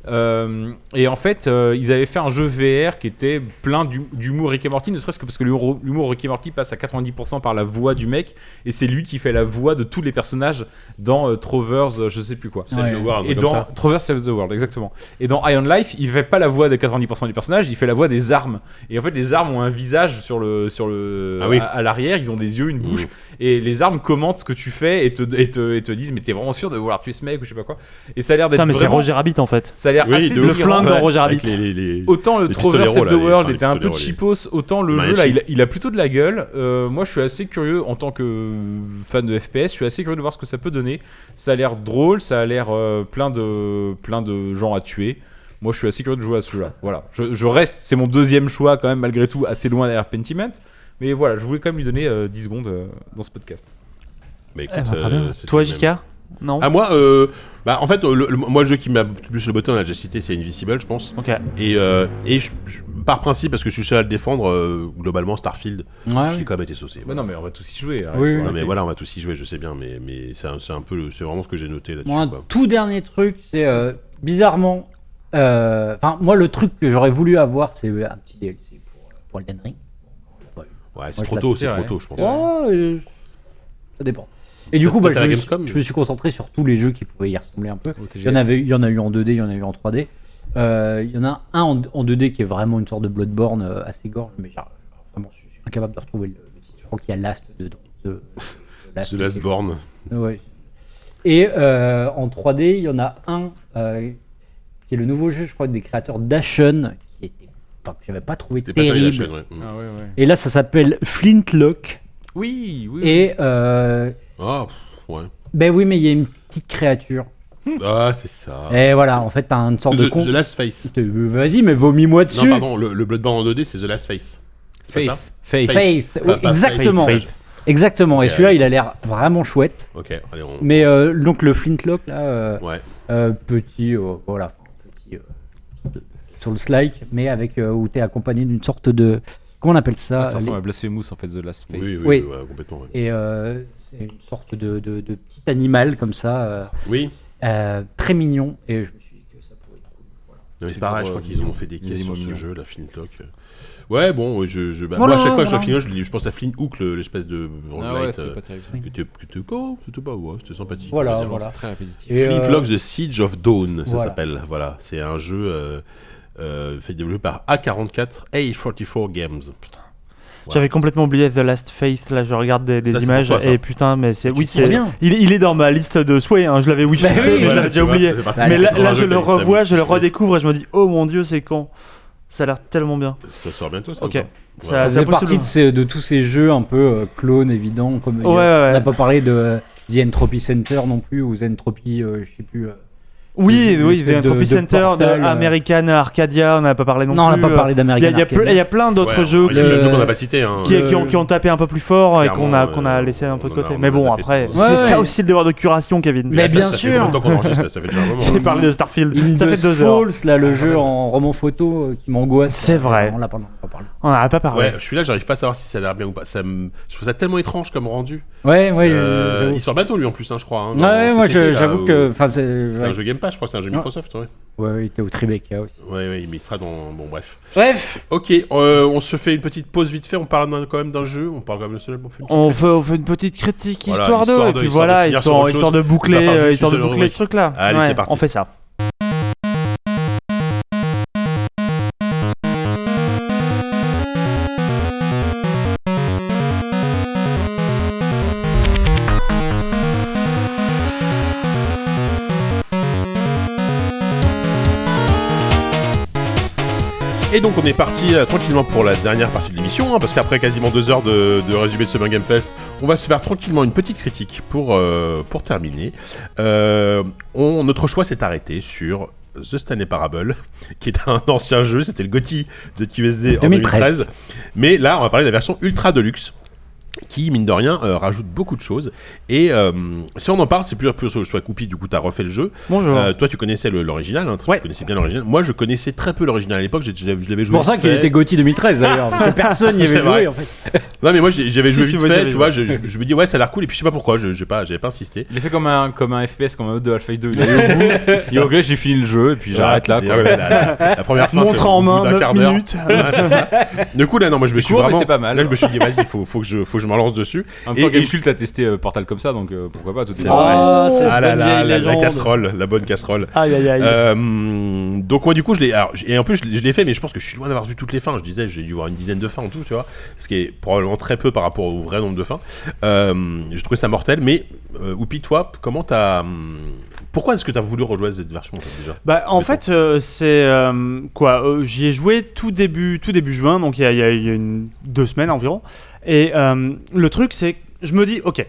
Speaker 4: Euh, et en fait, euh, ils avaient fait un jeu VR qui était plein d'hu- d'humour Rick et Morty, ne serait-ce que parce que l'humour l'humour Rick et Morty passe à 90% par la voix du mec, et c'est lui qui fait la voix de tous les personnages dans euh, Trovers, euh, je sais plus quoi.
Speaker 2: Save the
Speaker 5: Ouais.
Speaker 2: World,
Speaker 4: Et
Speaker 2: Ah, comme
Speaker 4: dans
Speaker 2: ça.
Speaker 4: Trover Saves the World, exactement. Et dans Iron Life, il fait pas la voix de 90% des personnages, il fait la voix des armes. Et en fait, les armes ont un visage sur le, sur le,
Speaker 2: Ah oui.
Speaker 4: à, à l'arrière, ils ont des yeux, une bouche.
Speaker 2: Mmh.
Speaker 4: Et les armes commentent ce que tu fais et te, et te, et te disent, mais t'es vraiment sûr de vouloir tuer ce mec ou je sais pas quoi. Et ça a l'air d'être
Speaker 3: Putain, mais c'est
Speaker 4: vraiment-
Speaker 3: Roger Rabbit en fait.
Speaker 4: ça a l'air
Speaker 2: Oui,
Speaker 4: assez
Speaker 2: de
Speaker 3: Le
Speaker 2: ouf.
Speaker 4: délirant.
Speaker 3: flingue dans
Speaker 2: Ouais,
Speaker 3: Roger
Speaker 2: avec
Speaker 3: Rabbit.
Speaker 2: les- les- les-
Speaker 4: Autant le
Speaker 2: Les
Speaker 4: Trover
Speaker 2: pistoleros,
Speaker 4: Save the
Speaker 2: là, les-
Speaker 4: World
Speaker 2: enfin, les
Speaker 4: était un peu
Speaker 2: pistoleros,
Speaker 4: cheapos, autant le jeu
Speaker 2: Magnifique.
Speaker 4: là, il a, il a plutôt de la gueule. Euh, moi, je suis assez curieux en tant que fan de FPS, je suis assez curieux de voir ce que ça peut donner. Ça a l'air drôle, ça a l'air euh, plein de plein de gens à tuer. Moi, je suis assez curieux de jouer à ce jeu-là. Voilà, je, je reste, c'est mon deuxième choix quand même malgré tout, assez loin derrière Pentiment. Mais voilà, je voulais quand même lui donner euh, 10 secondes euh, dans ce podcast.
Speaker 2: Mais
Speaker 3: Eh ben,
Speaker 4: bah,
Speaker 2: écoute,
Speaker 3: très
Speaker 2: euh,
Speaker 3: bien.
Speaker 2: c'était
Speaker 3: Toi,
Speaker 2: le même.
Speaker 3: JK Non
Speaker 2: Ah moi, euh, bah en fait, euh, le- le- moi le jeu qui m'a plus le botté, on l'a déjà cité, c'est Invisible, je pense.
Speaker 3: Ok.
Speaker 2: Et, euh, et je- je- par principe, parce que je suis seul à le défendre, euh, globalement Starfield, je suis quand même été saucé.
Speaker 4: Bah
Speaker 2: voilà.
Speaker 4: non, mais on va tous y jouer.
Speaker 5: Oui,
Speaker 4: arrête,
Speaker 5: oui.
Speaker 4: faut
Speaker 2: Non, Ah, mais
Speaker 4: arrêter.
Speaker 2: voilà, on va tous y jouer, je sais bien, mais, mais c'est un, c'est un peu, le- c'est vraiment ce que j'ai noté là-dessus.
Speaker 5: Moi, un
Speaker 2: quoi.
Speaker 5: tout dernier truc, c'est euh, bizarrement. euh, Enfin, moi, le truc que j'aurais voulu avoir, c'est euh, un petit DLC pour, euh, pour Elden Ring.
Speaker 2: Ouais, c'est
Speaker 5: Moi, je
Speaker 2: trop tôt,
Speaker 4: l'ai
Speaker 2: c'est
Speaker 4: fait,
Speaker 2: trop
Speaker 4: ouais.
Speaker 2: tôt, je pense.
Speaker 5: Ouais, euh, ça dépend. Et du coup, bah,
Speaker 2: Peut-être
Speaker 5: je,
Speaker 2: à la
Speaker 5: me suis,
Speaker 2: Gamescom,
Speaker 5: je
Speaker 2: mais-
Speaker 5: me suis concentré sur tous les jeux qui pouvaient y ressembler un peu.
Speaker 4: Au TGS.
Speaker 5: Il y, en avait, il y en a eu en 2D, il y en a eu en 3D. Euh, il y en a un en, en 2D qui est vraiment une sorte de Bloodborne euh, assez gorge, mais genre, vraiment, je suis incapable de retrouver le, le titre. Je crois qu'il y a Last dedans. De, de
Speaker 2: The Last Born.
Speaker 5: Ouais. Et euh, en 3D, il y en a un euh, qui est le nouveau jeu, je crois, des créateurs d'Ashen, qui était, enfin, que j'avais pas trouvé
Speaker 2: Ah.
Speaker 5: Ah,
Speaker 2: C'était pas terrible.
Speaker 5: terrible. Et là, ça s'appelle Flintlock.
Speaker 4: Oui, oui.
Speaker 5: Et euh,
Speaker 2: Ah, pff, ouais.
Speaker 5: ben oui, mais il y a une petite créature.
Speaker 2: Ah, c'est ça.
Speaker 5: Et voilà, en fait, t'as une sorte Hmm. Eh, de
Speaker 2: The,
Speaker 5: con.
Speaker 2: The Last Face.
Speaker 5: Te- Vas-y, mais vomis-moi
Speaker 2: Non,
Speaker 5: dessus.
Speaker 2: pardon, le, le Bloodborne en 2D, c'est The Last Face. C'est pas ça
Speaker 4: Faith. Faith.
Speaker 2: Faith.
Speaker 5: Faith.
Speaker 2: Pas-
Speaker 5: Oui,
Speaker 2: pas Faith,
Speaker 5: exactement.
Speaker 2: Faith.
Speaker 5: Exactement. Et
Speaker 2: Yeah.
Speaker 5: celui-là, il a l'air vraiment chouette.
Speaker 2: Ok, allez, on.
Speaker 5: Mais euh, donc le flintlock là, euh,
Speaker 2: Ouais.
Speaker 5: euh, petit, euh, voilà, petit sur slide, mais avec euh, où t'es accompagné d'une sorte de, comment on appelle
Speaker 2: Ah,
Speaker 5: ça
Speaker 4: Ah, ça
Speaker 5: les-
Speaker 4: ressemble à Blasphemous en fait, The Last Faith.
Speaker 2: Oui, oui,
Speaker 5: Oui.
Speaker 2: ouais, complètement. ouais.
Speaker 5: Et euh, c'est une sorte de, de- de petit animal comme ça, euh,
Speaker 2: Oui,
Speaker 5: euh, très mignon. Et je me suis dit que ça pourrait être cool.
Speaker 2: Non, mais
Speaker 4: C'est
Speaker 2: c'est pareil, je
Speaker 4: toujours,
Speaker 2: crois
Speaker 4: euh,
Speaker 2: qu'ils ont fait des caisses
Speaker 4: quasiment
Speaker 2: sur ce
Speaker 4: mignon.
Speaker 2: jeu, la Flintlock. Ouais, bon, je, je, bah,
Speaker 5: Voilà,
Speaker 2: moi à chaque fois que je joue à
Speaker 5: voilà.
Speaker 2: Flintlock, je, dis- je pense à Flinthook, le- l'espèce de
Speaker 4: Ah ouais,
Speaker 2: roguelite,
Speaker 4: c'était
Speaker 2: euh,
Speaker 4: pas terrible. ça.
Speaker 5: Oui.
Speaker 2: que tu- que tu- oh, c'était pas, ouais, c'était sympathique.
Speaker 5: Voilà,
Speaker 4: C'est
Speaker 5: voilà.
Speaker 4: très répétitif.
Speaker 5: Et, euh,
Speaker 2: Flintlock The Siege of Dawn, ça
Speaker 5: voilà.
Speaker 2: s'appelle. Voilà, c'est un jeu euh, euh, fait développé par A44 A44 Games. Putain. Ouais.
Speaker 3: J'avais complètement oublié The Last Faith, là je regarde des, des
Speaker 2: Ça, c'est
Speaker 3: images
Speaker 2: pour toi, ça.
Speaker 3: et putain mais c'est...
Speaker 5: Tu
Speaker 3: Oui,
Speaker 5: te
Speaker 3: c'est...
Speaker 5: souviens
Speaker 3: Il, il est dans ma liste de souhaits, hein. je l'avais wishlisté
Speaker 5: Bah oui,
Speaker 3: mais je
Speaker 5: voilà,
Speaker 3: l'avais
Speaker 2: tu
Speaker 3: déjà
Speaker 2: vois,
Speaker 3: oublié.
Speaker 2: ça fait partie
Speaker 5: Bah,
Speaker 2: des
Speaker 3: Mais là,
Speaker 2: 80
Speaker 3: là, je
Speaker 2: jeux que
Speaker 3: le
Speaker 2: t'as- t'as
Speaker 3: revois, je le
Speaker 2: mis.
Speaker 3: redécouvre et je me dis oh mon dieu c'est con. Ça a l'air tellement bien.
Speaker 2: Ça sort bientôt, ça
Speaker 3: Ok.
Speaker 2: ou pas
Speaker 3: Ça,
Speaker 5: Ça
Speaker 3: ça
Speaker 5: faisait
Speaker 3: pousse
Speaker 5: partie
Speaker 3: le-
Speaker 5: de, ces- de tous ces jeux un peu euh, clones évidents comme il y a-
Speaker 3: Ouais, ouais.
Speaker 5: on n'a pas parlé de euh, The Entropy Center non plus ou The Entropy euh, je sais plus euh,
Speaker 3: Oui,
Speaker 5: une
Speaker 3: oui, il
Speaker 5: espèce
Speaker 3: y a un
Speaker 5: de-
Speaker 3: Copy
Speaker 5: de
Speaker 3: Center,
Speaker 5: portail,
Speaker 3: de
Speaker 5: euh.
Speaker 3: American Arcadia, on n'a pas parlé non,
Speaker 5: non,
Speaker 3: plus. euh,
Speaker 5: on n'a pas parlé
Speaker 3: Il y, a-
Speaker 5: d'American
Speaker 3: il y a
Speaker 5: Arcade.
Speaker 3: ple- il y a plein d'autres
Speaker 2: Ouais,
Speaker 3: jeux
Speaker 2: Il y a
Speaker 5: le-
Speaker 2: plein de jeux qu'on n'a pas cité. Hein.
Speaker 3: qui,
Speaker 5: Euh,
Speaker 3: qui ont, qui ont tapé un peu plus fort et qu'on a,
Speaker 2: clairement,
Speaker 3: qu'on a
Speaker 2: euh,
Speaker 3: laissé un peu de
Speaker 2: on en a-
Speaker 3: côté.
Speaker 2: on
Speaker 3: Mais
Speaker 2: en a
Speaker 3: bon,
Speaker 2: zappé
Speaker 3: après,
Speaker 2: tout.
Speaker 3: c'est
Speaker 5: Ouais,
Speaker 3: ça
Speaker 5: ouais.
Speaker 3: aussi le devoir de curation, Kevin.
Speaker 5: Mais
Speaker 2: Là, ça-
Speaker 5: bien
Speaker 2: ça fait
Speaker 5: sûr.
Speaker 2: longtemps qu'on enregistre, ça, ça fait déjà
Speaker 3: <laughs>
Speaker 2: un moment.
Speaker 3: C'est parler de Starfield.
Speaker 5: In
Speaker 3: ça fait
Speaker 5: Dust
Speaker 3: deux heures. Ah,
Speaker 5: Falls, là, le jeu en roman photo euh, qui m'angoisse.
Speaker 3: C'est
Speaker 5: Euh,
Speaker 3: vrai.
Speaker 5: On l'a pas, on l'a pas parlé.
Speaker 3: On n'a pas parlé.
Speaker 2: Ouais, je suis là, j'arrive pas à savoir si ça a l'air bien ou pas. Ça me- Je trouve ça tellement étrange comme rendu.
Speaker 5: Ouais, ouais,
Speaker 2: Euh,
Speaker 5: j'avoue.
Speaker 2: il sort bientôt lui en plus, hein, je crois. hein, dans
Speaker 5: ouais,
Speaker 2: cet
Speaker 5: moi,
Speaker 2: été,
Speaker 5: je-
Speaker 2: là,
Speaker 5: j'avoue
Speaker 2: au-
Speaker 5: que. Enfin, c'est.
Speaker 2: C'est
Speaker 5: Ouais,
Speaker 2: un jeu Game Pass, je crois, c'est un jeu
Speaker 5: Ouais.
Speaker 2: Microsoft, ouais.
Speaker 5: ouais, il était au Tribeca aussi.
Speaker 2: Ouais, ouais, mais il sera dans. Bon, bref.
Speaker 5: Bref.
Speaker 2: Ok, euh, on se fait une petite pause vite fait, on parle d'un- quand même d'un jeu, on parle quand même de Snowball, on fait une petite-
Speaker 3: On fait, on fait une petite critique
Speaker 2: Voilà,
Speaker 3: histoire
Speaker 2: histoire
Speaker 3: de, et
Speaker 2: de-
Speaker 3: puis
Speaker 2: histoire de
Speaker 3: voilà,
Speaker 2: finir sur
Speaker 3: histoire,
Speaker 2: autre chose.
Speaker 3: histoire de boucler,
Speaker 2: On va faire
Speaker 3: euh,
Speaker 2: juste
Speaker 3: histoire de
Speaker 2: une seule
Speaker 3: boucler ce truc-là.
Speaker 2: Allez,
Speaker 3: Ouais,
Speaker 2: c'est parti.
Speaker 3: On fait ça.
Speaker 2: Et donc on est parti euh, tranquillement pour la dernière partie de l'émission, hein, parce qu'après quasiment deux heures de, de résumé de Summer Game Fest, on va se faire tranquillement une petite critique pour, euh, pour terminer. Euh, on, notre choix s'est arrêté sur The Stanley Parable, <laughs> qui est un ancien jeu, c'était le GOTY de QSD en
Speaker 5: 2013.
Speaker 2: 2013. Mais là, on va parler de la version ultra deluxe. Qui, mine de rien, euh, rajoute beaucoup de choses. Et euh, si on en parle, c'est plusieurs, plusieurs choses. Soit Coupi, du coup, t'as refait le jeu.
Speaker 3: Bonjour.
Speaker 2: Euh, toi, tu connaissais le- l'original, hein, tu
Speaker 3: Ouais.
Speaker 2: connaissais bien l'original. Moi, je connaissais très peu l'original à l'époque, j'ai- je l'avais je l'avais
Speaker 5: C'est
Speaker 2: joué.
Speaker 5: pour ça
Speaker 2: vite
Speaker 5: qu'il
Speaker 2: fait.
Speaker 5: était Gauthier 2013 d'ailleurs, parce que personne
Speaker 2: <laughs>
Speaker 5: n'y
Speaker 2: C'est
Speaker 5: avait
Speaker 2: vrai.
Speaker 5: joué en fait.
Speaker 2: Non, mais moi, j'ai- j'avais
Speaker 3: Si,
Speaker 2: joué
Speaker 3: si,
Speaker 2: vite
Speaker 3: moi,
Speaker 2: fait,
Speaker 3: j'avais
Speaker 2: tu vois, je, je- je me dis, ouais, ça a l'air cool, et puis je sais pas pourquoi, je n'avais pas, j'avais pas insisté.
Speaker 4: Il est fait comme un, comme un FPS, comme un autre de Half-Life 2. Il
Speaker 3: <laughs>
Speaker 4: est au bout. Et ok, j'ai fini le jeu et puis j'arrête là.
Speaker 2: Ouais,
Speaker 4: quoi.
Speaker 2: c'est- ouais, la, la- la première fin, c'est
Speaker 3: Montre
Speaker 2: au
Speaker 3: en
Speaker 2: bout
Speaker 3: main,
Speaker 2: d'un
Speaker 3: 9
Speaker 2: quart d'heure.
Speaker 3: minutes.
Speaker 2: Ouais, c'est ça. Du coup, là, non, moi, je me
Speaker 4: C'est
Speaker 2: suis
Speaker 4: court, mais
Speaker 2: vraiment.
Speaker 4: c'est pas mal.
Speaker 2: Là, je me suis dit, vas-y, faut, faut que je, faut que je me relance dessus.
Speaker 4: En même temps,
Speaker 2: Et- et-
Speaker 4: Gamecult a testé euh, Portal comme ça, donc euh, pourquoi pas tout
Speaker 2: C'est
Speaker 4: est-
Speaker 2: vrai.
Speaker 5: Ah,
Speaker 3: Oh.
Speaker 5: c'est
Speaker 2: Ah
Speaker 5: une
Speaker 2: là
Speaker 5: bonne
Speaker 2: là,
Speaker 5: vieille
Speaker 2: la, la
Speaker 5: légende.
Speaker 2: casserole, la bonne casserole.
Speaker 3: Aïe aïe aïe.
Speaker 2: Euh, donc moi du coup je l'ai alors, j- et en plus je l'ai- je l'ai fait mais je pense que je suis loin d'avoir vu toutes les fins je disais j'ai dû voir une dizaine de fins en tout tu vois ce qui est probablement très peu par rapport au vrai nombre de fins euh, je trouvais ça mortel mais euh, Oupi toi comment t'as hum, pourquoi est-ce que t'as voulu rejoindre cette version en fait, déjà
Speaker 3: Bah, en
Speaker 2: Mettons.
Speaker 3: fait, euh, c'est euh, quoi euh, J'y ai joué tout début, tout début juin, donc il y a, il y a- il y a une, deux semaines environ. Et euh, le truc, c'est que je me dis, ok,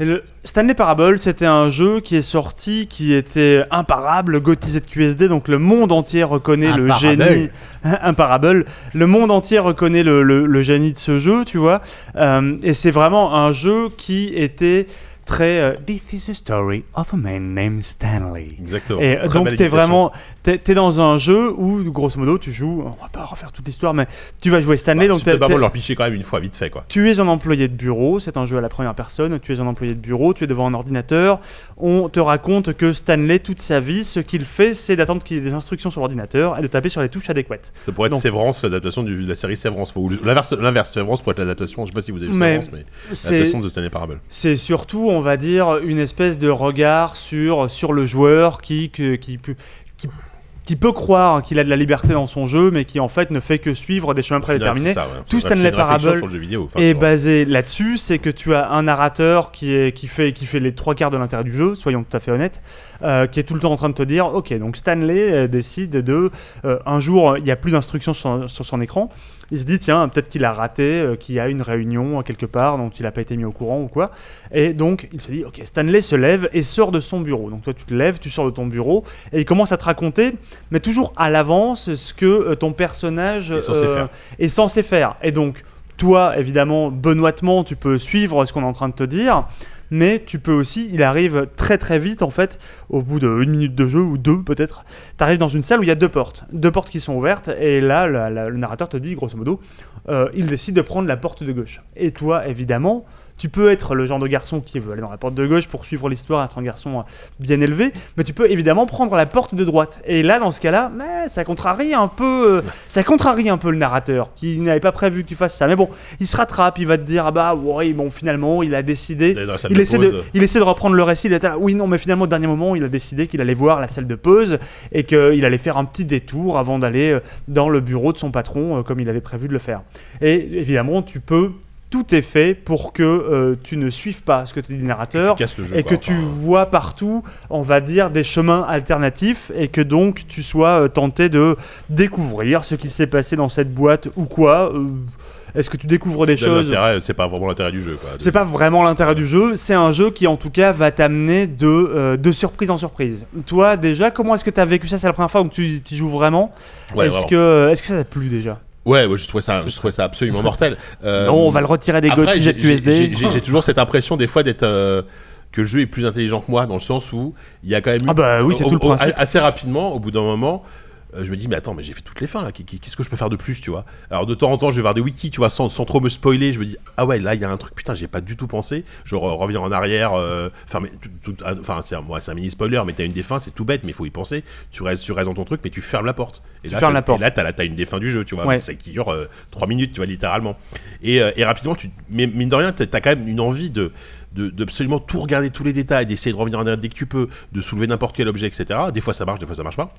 Speaker 3: le Stanley Parable, c'était un jeu qui est sorti, qui était imparable, gotisé de QSD, donc le monde entier reconnaît
Speaker 5: Imparable.
Speaker 3: le génie. <laughs> imparable. Le monde entier reconnaît le, le- le génie de ce jeu, tu vois. Euh, et c'est vraiment un jeu qui était très. euh, This is the story of a man named Stanley.
Speaker 2: exactement
Speaker 3: Et
Speaker 2: Très
Speaker 3: donc
Speaker 2: belle
Speaker 3: t'es
Speaker 2: imitation.
Speaker 3: vraiment t'es t'es dans un jeu où grosso modo tu joues, on va pas refaire toute l'histoire, mais tu vas jouer
Speaker 2: Bah,
Speaker 3: Stanley,
Speaker 2: c'est
Speaker 3: donc t'es-
Speaker 2: peut-être pas
Speaker 3: t'es-
Speaker 2: bon de leur pitcher quand même une fois vite fait quoi
Speaker 3: tu es un employé de bureau, c'est un jeu à la première personne, tu es un employé de bureau, tu es devant un ordinateur, on te raconte que Stanley toute sa vie, ce qu'il fait c'est d'attendre qu'il y ait des instructions sur l'ordinateur et de taper sur les touches adéquates.
Speaker 2: ça pourrait être
Speaker 3: Donc-
Speaker 2: Sévrance l'adaptation du- de la série Sévrance Faut- ou l'inverse l'inverse Sévrance pourrait être l'adaptation je sais pas si vous avez vu
Speaker 3: Mais-
Speaker 2: Sévrance mais
Speaker 3: C'est-
Speaker 2: l'adaptation Ah, de Stanley Parable
Speaker 3: C'est surtout, on va dire, une espèce de regard sur, sur le joueur qui, que- qui, peut- qui, qui peut croire qu'il a de la liberté dans son jeu, mais qui en fait ne fait que suivre des chemins
Speaker 2: Au final,
Speaker 3: prédéterminés.
Speaker 2: c'est ça, ouais.
Speaker 3: Tout
Speaker 2: C'est une
Speaker 3: Stanley
Speaker 2: réflexion
Speaker 3: Parable bah,
Speaker 2: sur le jeu vidéo enfin,
Speaker 3: est
Speaker 2: sur-
Speaker 3: basé là-dessus, c'est que tu as un narrateur qui, est, qui, fait, qui fait les trois quarts de l'intérêt du jeu, soyons tout à fait honnêtes, euh, qui est tout le temps en train de te dire, ok, donc Stanley euh, décide de, euh, un jour, il n'y a plus d'instructions sur, sur son écran, il se dit tiens peut-être qu'il a raté, euh, qu'il y a une réunion euh, quelque part dont il n'a pas été mis au courant ou quoi. Et donc il se dit ok Stanley se lève et sort de son bureau. Donc toi tu te lèves, tu sors de ton bureau et il commence à te raconter, mais toujours à l'avance ce que euh, ton personnage
Speaker 2: Est censé
Speaker 3: euh,
Speaker 2: faire.
Speaker 3: est censé faire. Et donc toi évidemment benoîtement tu peux suivre ce qu'on est en train de te dire. Mais tu peux aussi, il arrive très très vite en fait, au bout d'une minute de jeu ou deux peut-être, t'arrives dans une salle où il y a deux portes. Deux portes qui sont ouvertes, et là, la- la- le narrateur te dit, grosso modo, euh, il décide de prendre la porte de gauche. Et toi, évidemment, tu peux être le genre de garçon qui veut aller dans la porte de gauche pour suivre l'histoire, être un garçon euh, bien élevé, mais tu peux évidemment prendre la porte de droite. Et là, dans ce cas-là, mais ça contrarie un peu, euh, ça contrarie un peu le narrateur, qui n'avait pas prévu que tu fasses ça. Mais bon, il se rattrape, il va te dire, ah bah oui, bon, finalement, il a décidé
Speaker 2: D'aller dans la salle
Speaker 3: il
Speaker 2: de
Speaker 3: essaie,
Speaker 2: pause. euh,
Speaker 3: de, il essaie de reprendre le récit. Il était là, oui, non, mais finalement, au dernier moment, il a décidé qu'il allait voir la salle de pause et qu'il allait faire un petit détour avant d'aller euh, dans le bureau de son patron, euh, comme il avait prévu de le faire. Et évidemment, tu peux. Tout est fait pour que euh, tu ne suives pas ce que te dit le narrateur
Speaker 2: Casse le jeu.
Speaker 3: et que
Speaker 2: quoi,
Speaker 3: tu
Speaker 2: enfin. euh,
Speaker 3: vois partout, on va dire, des chemins alternatifs et que donc tu sois euh, tenté de découvrir ce qui s'est passé dans cette boîte ou quoi. euh, Est-ce que tu découvres des
Speaker 2: C'est
Speaker 3: choses
Speaker 2: l'intérêt, C'est pas vraiment l'intérêt du jeu. quoi.
Speaker 3: c'est pas vraiment l'intérêt du jeu, c'est un jeu qui en tout cas va t'amener de, euh, de surprise en surprise. Toi déjà, comment est-ce que t'as vécu ça C'est la première fois que tu tu y joues vraiment
Speaker 2: Ouais,
Speaker 3: Est-ce
Speaker 2: vraiment.
Speaker 3: que, est que ça t'a plu déjà
Speaker 2: Ouais, ouais, je trouvais ça, je trouvais
Speaker 3: <laughs>
Speaker 2: ça absolument mortel. Euh,
Speaker 3: Non, on va le retirer des
Speaker 2: Après,
Speaker 3: Gotti
Speaker 2: j'ai- j'ai-
Speaker 3: ZQSD.
Speaker 2: j'ai- J'ai toujours cette impression des fois d'être euh, que le jeu est plus intelligent que moi dans le sens où il y a quand même eu-
Speaker 3: Ah bah oui, c'est
Speaker 2: au-
Speaker 3: tout le
Speaker 2: au-
Speaker 3: principe.
Speaker 2: assez rapidement au bout d'un moment. euh, je me dis mais attends mais j'ai fait toutes les fins là Qu- qu- qu'est-ce que je peux faire de plus tu vois alors de temps en temps je vais voir des wikis tu vois sans, sans trop me spoiler je me dis ah ouais là il y a un truc putain j'ai pas du tout pensé je re- reviens en arrière euh, enfin mais tout- tout- ah, enfin c'est un, ouais, c'est un mini spoiler mais t'as une des fins c'est tout bête mais il faut y penser tu restes tu restes dans ton truc mais tu fermes la porte et là
Speaker 3: fermes
Speaker 2: ça-
Speaker 3: la porte.
Speaker 2: et là t'as la- t'as une des fins du jeu tu vois
Speaker 3: Ouais.
Speaker 2: mais ça qui dure 3 minutes tu vois littéralement et, euh, et rapidement, tu, mais mine de rien, t'as t'as quand même une envie de, de, de absolument tout regarder, tous les détails, d'essayer de revenir en arrière dès que tu peux, de soulever n'importe quel objet, etc. Des fois ça marche, des fois ça marche pas.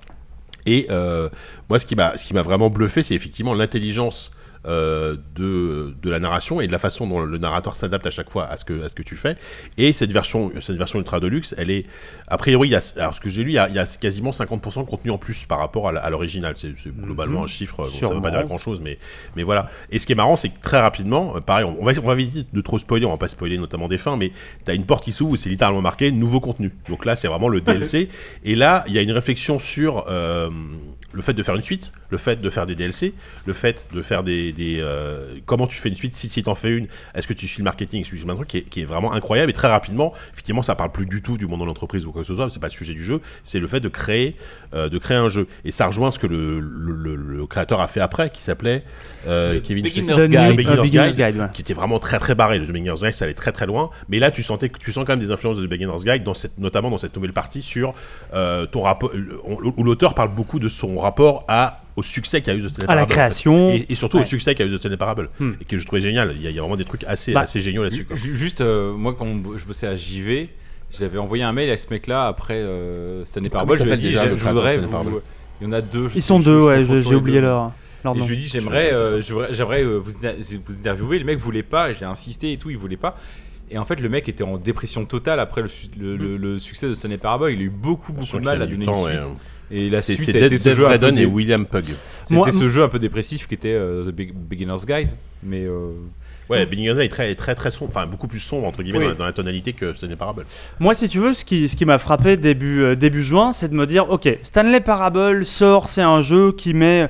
Speaker 2: Et euh, moi, ce qui m'a ce qui m'a vraiment bluffé, c'est effectivement l'intelligence euh, de, de la narration et de la façon dont le narrateur s'adapte à chaque fois à ce que à ce que tu fais. Et cette version cette version ultra deluxe, elle est a priori, il y a- alors ce que j'ai lu, il y a, il y a quasiment 50% de contenu en plus par rapport à la- à l'original. C'est c'est globalement un chiffre, bon, ça veut
Speaker 3: Sûrement.
Speaker 2: pas dire grand chose, mais mais voilà. Et ce qui est marrant, c'est que très rapidement, euh, pareil, on, on va on va éviter de trop spoiler, on va pas spoiler notamment des fins, mais t'as une porte qui s'ouvre où c'est littéralement marqué nouveau contenu. Donc là, c'est vraiment le DLC. Et là, il y a une réflexion sur euh, le fait de faire une suite, le fait de faire des DLC, le fait de faire des. des, euh, comment tu fais une suite, si, si t'en fais une, est-ce que tu suis le marketing, est-ce que tu suis un truc qui est, qui est vraiment incroyable. Et très rapidement, effectivement, ça parle plus du tout du monde de l'entreprise ou quoi que ce soit, c'est pas le sujet du jeu, c'est le fait de créer, euh, de créer un jeu. Et ça rejoint ce que le, le- le- le créateur a fait après, qui s'appelait euh, Kevin.
Speaker 4: Beginner's
Speaker 3: The
Speaker 4: Guide.
Speaker 3: New-
Speaker 2: Beginner's
Speaker 3: euh, <laughs> Beginner's
Speaker 2: Guide.
Speaker 3: Guide, ouais.
Speaker 2: qui était vraiment très très barré. Le The Beginner's Guide, ça allait très très loin. Mais là, tu sentais que tu sens quand même des influences de The Beginner's Guide, dans cette, notamment dans cette nouvelle partie sur euh, ton rapport, le- on- où l'auteur parle beaucoup de son rapport à au succès qu'il y a eu de cette
Speaker 3: À la création.
Speaker 2: et, et surtout
Speaker 3: Ouais.
Speaker 2: au succès qu'il y a eu de Stanley Parable
Speaker 3: Hmm.
Speaker 2: et que je trouvais génial il y a, il y a vraiment des trucs assez
Speaker 3: Bah,
Speaker 2: assez géniaux là-dessus quoi.
Speaker 4: Ju- Juste, euh, moi, quand on- je bossais à JV, j'avais envoyé un mail à ce mec-là après euh, Stanley
Speaker 2: Comment
Speaker 4: Parable. Je
Speaker 2: il
Speaker 4: lui ai
Speaker 2: s'appelle
Speaker 4: dit,
Speaker 2: déjà,
Speaker 4: je
Speaker 2: le
Speaker 4: je
Speaker 2: créateur de
Speaker 4: voudrais.
Speaker 2: Stanley
Speaker 4: vous- euh,
Speaker 2: Parable
Speaker 4: Il y en a deux. je
Speaker 3: Ils
Speaker 4: sais-
Speaker 3: sont
Speaker 4: je-
Speaker 3: deux,
Speaker 4: je-
Speaker 3: ouais,
Speaker 4: je-
Speaker 3: j'ai
Speaker 4: je-
Speaker 3: j'ai oublié
Speaker 4: deux.
Speaker 3: leur, leur
Speaker 4: Et
Speaker 3: nom.
Speaker 4: je lui ai dit,
Speaker 2: vais
Speaker 4: j'aimerais
Speaker 2: noter
Speaker 4: euh, je voudrais- j'aimerais, euh, vous, interv- vous interviewer. Le mec voulait pas, et j'ai insisté et tout, il voulait pas. Et en fait, le mec était en dépression totale après le, su- le- le-
Speaker 2: Mm.
Speaker 4: le succès de Stanley Parable. Il a eu beaucoup, beaucoup de mal à donner une suite. Et la
Speaker 2: c'est
Speaker 4: suite,
Speaker 2: c'est
Speaker 4: a été
Speaker 2: Dave
Speaker 4: ce jeu un peu
Speaker 2: Redden
Speaker 4: dé-
Speaker 2: et William Pug
Speaker 4: c'était
Speaker 3: Moi-
Speaker 4: ce jeu un peu dépressif qui était euh, The Big- Beginner's Guide. Mais euh,
Speaker 2: ouais Beginner's Guide est très très très sombre enfin beaucoup plus sombre entre guillemets
Speaker 4: Oui.
Speaker 2: dans, la, dans la tonalité que Stanley Parable
Speaker 3: Moi, si tu veux, ce qui, ce qui m'a frappé début, euh, début juin, c'est de me dire ok, Stanley Parable sort, c'est un jeu qui met.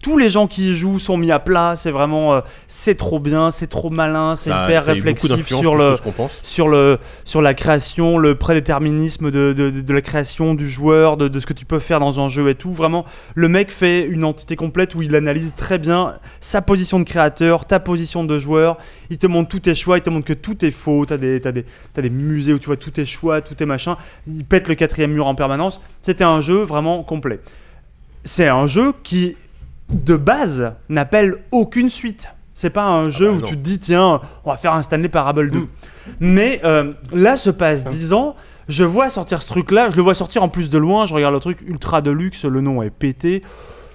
Speaker 3: Tous les gens qui y jouent sont mis à plat, c'est vraiment. euh, c'est trop bien, c'est trop malin, c'est
Speaker 2: Ça-
Speaker 3: hyper
Speaker 2: ça a eu beaucoup
Speaker 3: réflexif
Speaker 2: d'influence
Speaker 3: sur
Speaker 2: plus que
Speaker 3: le.
Speaker 2: ce qu'on pense
Speaker 3: Sur, le, sur la création, le prédéterminisme de, de- de- de la création du joueur, de, de ce que tu peux faire dans un jeu et tout. Vraiment, le mec fait une entité complète où il analyse très bien sa position de créateur, ta position de joueur. Il te montre tous tes choix, il te montre que tout est faux. T'as des, t'as des, t'as des musées où tu vois tous tes choix, tous tes machins. Il pète le quatrième mur en permanence. C'était un jeu vraiment complet. C'est un jeu qui, de base, n'appelle aucune suite. C'est pas un jeu
Speaker 2: bah
Speaker 3: où
Speaker 2: non.
Speaker 3: tu te dis, tiens, on va faire un Stanley Parable 2.
Speaker 4: Mm.
Speaker 3: Mais euh, là, se
Speaker 2: Ah.
Speaker 3: passe 10 ans. Je vois sortir ce truc-là, je le vois sortir en plus de loin, je regarde le truc ultra de luxe, le nom est pété,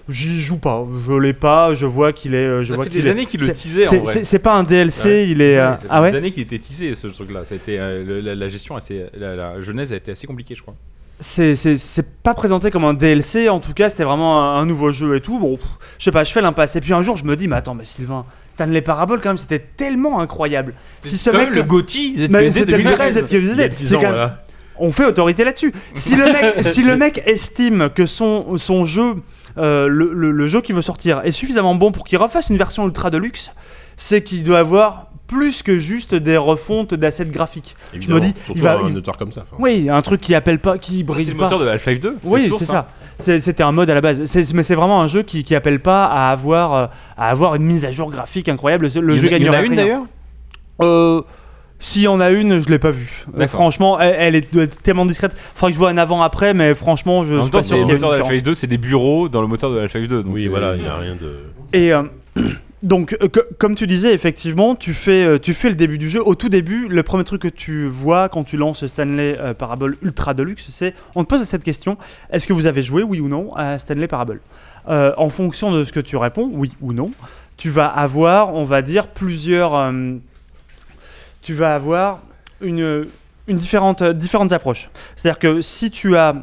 Speaker 3: j'y joue pas, je l'ai pas, je vois qu'il est... euh, Je
Speaker 4: ça
Speaker 3: vois
Speaker 4: fait
Speaker 3: qu'il
Speaker 4: des
Speaker 3: est-
Speaker 4: années qu'il le
Speaker 3: c'est-
Speaker 4: teasait en
Speaker 3: c'est-
Speaker 4: vrai.
Speaker 3: c'est- C'est pas un DLC,
Speaker 4: Ouais.
Speaker 3: il est...
Speaker 4: Ouais,
Speaker 3: euh,
Speaker 4: ça fait
Speaker 3: Ah ouais
Speaker 4: des années qu'il était teasé ce truc-là. C'était euh, le- la, la gestion assez, la, la genèse a été assez compliquée, je crois.
Speaker 3: c'est- c'est c'est pas présenté comme un DLC, en tout cas c'était vraiment un, un nouveau jeu et tout. Bon, pff, je sais pas, je fais l'impasse. Et puis un jour je me dis, mais attends, mais Sylvain, Stanley Parable quand même, c'était tellement incroyable. Si ce
Speaker 4: Comme
Speaker 3: mec.
Speaker 4: le Gauthier
Speaker 3: Mais
Speaker 4: ZQSD
Speaker 3: c'était le
Speaker 4: 2013.
Speaker 3: vrai ZQSD,
Speaker 2: Il y a 10
Speaker 3: c'est
Speaker 2: ans,
Speaker 3: quand même-
Speaker 2: voilà.
Speaker 3: on fait autorité là-dessus. Si le
Speaker 5: <laughs>
Speaker 3: mec, si le mec estime que son, son jeu, euh, le, le- le jeu qui veut sortir est suffisamment bon pour qu'il refasse une version ultra de luxe, c'est qu'il doit avoir plus que juste des refontes d'assets graphiques.
Speaker 2: Évidemment,
Speaker 3: dis,
Speaker 2: surtout
Speaker 3: il va-
Speaker 2: un
Speaker 3: il-
Speaker 2: auteur comme ça. enfin.
Speaker 3: Oui, un truc qui appelle pas, qui
Speaker 4: C'est
Speaker 3: brille
Speaker 4: le
Speaker 3: pas.
Speaker 4: moteur de Half-Life 2.
Speaker 3: Oui,
Speaker 4: source,
Speaker 3: c'est
Speaker 4: hein.
Speaker 3: ça. C'est- C'était un mode à la base. C'est- Mais c'est vraiment un jeu qui, qui appelle pas à avoir, euh, à avoir une mise à jour graphique incroyable. Le
Speaker 5: Il y en
Speaker 3: jeu
Speaker 5: a- il y en
Speaker 3: gagnera hein.
Speaker 5: a une
Speaker 3: rien.
Speaker 5: d'ailleurs
Speaker 3: Euh, S'il y en a une, je l'ai pas vue. Euh,
Speaker 4: D'accord.
Speaker 3: franchement, elle, elle est, doit être tellement discrète. Faudrait que je vois un avant-après, mais franchement,
Speaker 4: En
Speaker 3: je. je
Speaker 4: même
Speaker 3: suis
Speaker 4: temps,
Speaker 3: pas
Speaker 4: c'est
Speaker 3: sûr
Speaker 4: le
Speaker 3: qu'il y ait une
Speaker 4: moteur de
Speaker 3: différence.
Speaker 4: Half-Life 2, c'est des bureaux dans le moteur de Half-Life 2. donc
Speaker 2: Oui,
Speaker 4: c'est-
Speaker 2: voilà, il n'y a rien de.
Speaker 3: Et euh, <clears throat> donc, euh, que- comme tu disais, effectivement, tu fais, euh, tu fais le début du jeu. Au tout début, le premier truc que tu vois quand tu lances Stanley euh, Parable Ultra Deluxe, c'est on te pose cette question est-ce que vous avez joué, oui ou non, à Stanley Parable Euh, En fonction de ce que tu réponds, oui ou non, tu vas avoir, on va dire, plusieurs. euh, tu vas avoir une, une différente, différentes approches. C'est-à-dire que si tu as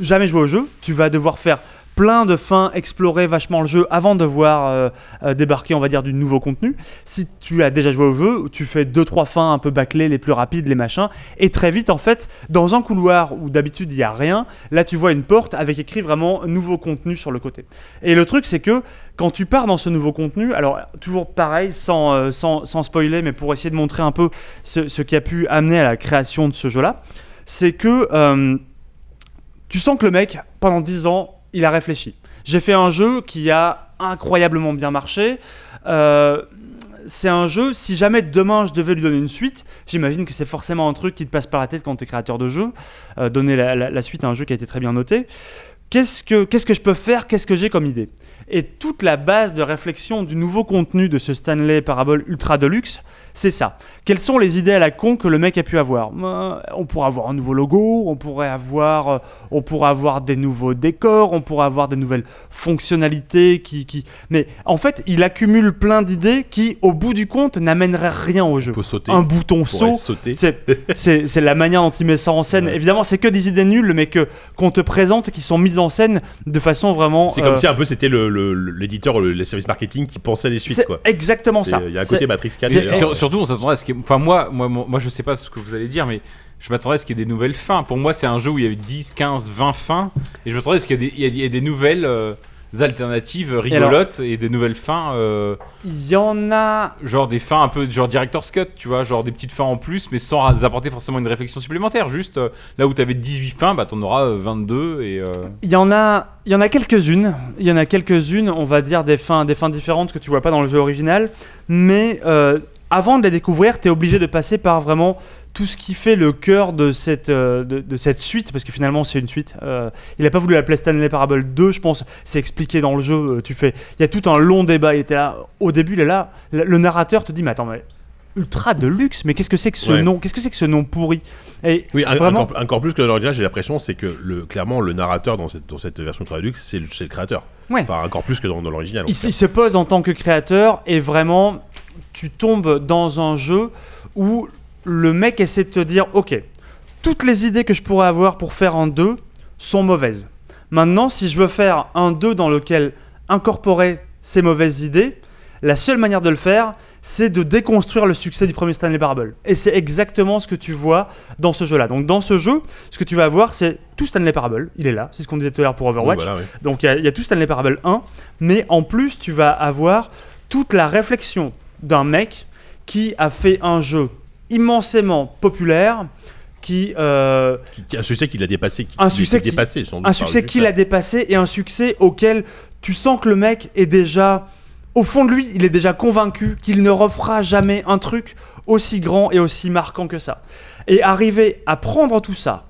Speaker 3: jamais joué au jeu, tu vas devoir faire plein de fins, explorer vachement le jeu avant de voir euh, euh, débarquer, on va dire, du nouveau contenu. Si tu as déjà joué au jeu, tu fais deux trois fins un peu bâclées, les plus rapides, les machins, et très vite, en fait, dans un couloir où d'habitude il n'y a rien, là tu vois une porte avec écrit vraiment nouveau contenu sur le côté. Et le truc, c'est que quand tu pars dans ce nouveau contenu, alors toujours pareil, sans, euh, sans, sans spoiler, mais pour essayer de montrer un peu ce, ce qui a pu amener à la création de ce jeu-là, c'est que euh, tu sens que le mec, pendant 10 ans, il a réfléchi. J'ai fait un jeu qui a incroyablement bien marché. Euh, c'est un jeu, si jamais demain je devais lui donner une suite, j'imagine que c'est forcément un truc qui te passe par la tête quand tu es créateur de jeu, euh, donner la, la- la suite à un jeu qui a été très bien noté. Qu'est-ce que, qu'est-ce que je peux faire Qu'est-ce que j'ai comme idée Et toute la base de réflexion du nouveau contenu de ce Stanley Parable Ultra Deluxe, c'est ça. Quelles sont les idées à la con que le mec a pu avoir Euh, On pourrait avoir un nouveau logo, on pourrait avoir euh, on pourra avoir des nouveaux décors, on pourra avoir des nouvelles fonctionnalités qui, qui... Mais en fait, il accumule plein d'idées qui, au bout du compte, n'amèneraient rien au jeu.
Speaker 2: Il faut sauter.
Speaker 3: Un bouton
Speaker 2: pour
Speaker 3: saut,
Speaker 2: aller sauter.
Speaker 3: c'est- C'est c'est la manière dont il met ça en scène.
Speaker 2: Ouais.
Speaker 3: Évidemment, c'est que des idées nulles, mais que qu'on te présente, qui sont mises en scène de façon vraiment.
Speaker 2: C'est comme
Speaker 3: euh,
Speaker 2: si un peu c'était le- le- le- l'éditeur, le, le service marketing qui pensait les suites,
Speaker 3: c'est
Speaker 2: quoi.
Speaker 3: exactement
Speaker 2: C'est- euh,
Speaker 3: ça.
Speaker 2: Il y a un côté Matrix hein. 4.
Speaker 4: Mais
Speaker 2: d'ailleurs.
Speaker 4: sur- surtout, on s'attendait à ce qu'il y ait- Enfin, moi, moi, moi, moi, je sais pas ce que vous allez dire, mais je m'attendais à ce qu'il y ait des nouvelles fins. Pour moi, c'est un jeu où il y avait 10, 15, 20 fins. Et je m'attendais à ce qu'il y ait des, il y ait- il y ait des nouvelles euh, alternatives rigolotes et, des nouvelles fins. euh,
Speaker 3: Il y en a.
Speaker 4: genre des fins un peu genre director's cut, tu vois. Genre des petites fins en plus, mais sans ra- apporter forcément une réflexion supplémentaire. Juste euh, là où t'avais 18 fins, bah t'en auras euh, 22. Et, euh,
Speaker 3: Il y en a, il y en a quelques-unes. Il y en a quelques-unes, on va dire des fins, des fins différentes que tu vois pas dans le jeu original. Mais euh, avant de les découvrir, tu es obligé de passer par vraiment tout ce qui fait le cœur de cette, euh, de, de cette suite, parce que finalement c'est une suite. Euh, il n'a pas voulu l'appeler Stanley Parable 2, je pense. C'est expliqué dans le jeu. euh, Tu fais, il y a tout un long débat. Il était là au début, il est là. Le le narrateur te dit, mais attends, mais ultra de luxe, mais qu'est-ce que c'est que ce
Speaker 2: Ouais.
Speaker 3: nom Qu'est-ce que c'est que ce nom pourri Et
Speaker 2: Oui, un-
Speaker 3: Vraiment.
Speaker 2: encore, encore plus que dans l'original, j'ai l'impression, c'est que le, clairement, le narrateur dans cette, dans cette version de Traduc, c'est le, c'est le créateur.
Speaker 3: Ouais.
Speaker 2: Enfin, encore plus que dans, dans l'original. en
Speaker 3: il,
Speaker 2: tout
Speaker 3: il se pose en tant que créateur et vraiment, tu tombes dans un jeu où le mec essaie de te dire Ok, toutes les idées que je pourrais avoir pour faire un 2 sont mauvaises. Maintenant, si je veux faire un 2 dans lequel incorporer ces mauvaises idées, la seule manière de le faire, c'est de déconstruire le succès du premier Stanley Parable. Et c'est exactement ce que tu vois dans ce jeu-là. Donc, dans ce jeu, ce que tu vas avoir, c'est tout Stanley Parable. Il est là, c'est ce qu'on disait tout à l'heure pour
Speaker 2: cas. Oui,
Speaker 3: Overwatch.
Speaker 2: voilà, oui.
Speaker 3: Donc il y a- il y, a tout Stanley Parable 1, mais en plus tu vas avoir toute la réflexion d'un mec qui a fait un jeu immensément populaire, qui euh,
Speaker 2: Qui- qui- Un succès qu'il a dépassé. Qui,
Speaker 3: Un
Speaker 2: qui- qui
Speaker 3: succès
Speaker 2: est
Speaker 3: qui-
Speaker 2: dépassé, sans doute,
Speaker 3: un
Speaker 2: par
Speaker 3: succès
Speaker 2: le
Speaker 3: qu'il a
Speaker 2: jeu.
Speaker 3: dépassé et un succès auquel tu sens que le mec est déjà au fond de lui, il est déjà convaincu qu'il ne refera jamais un truc aussi grand et aussi marquant que ça. Et arriver à prendre tout ça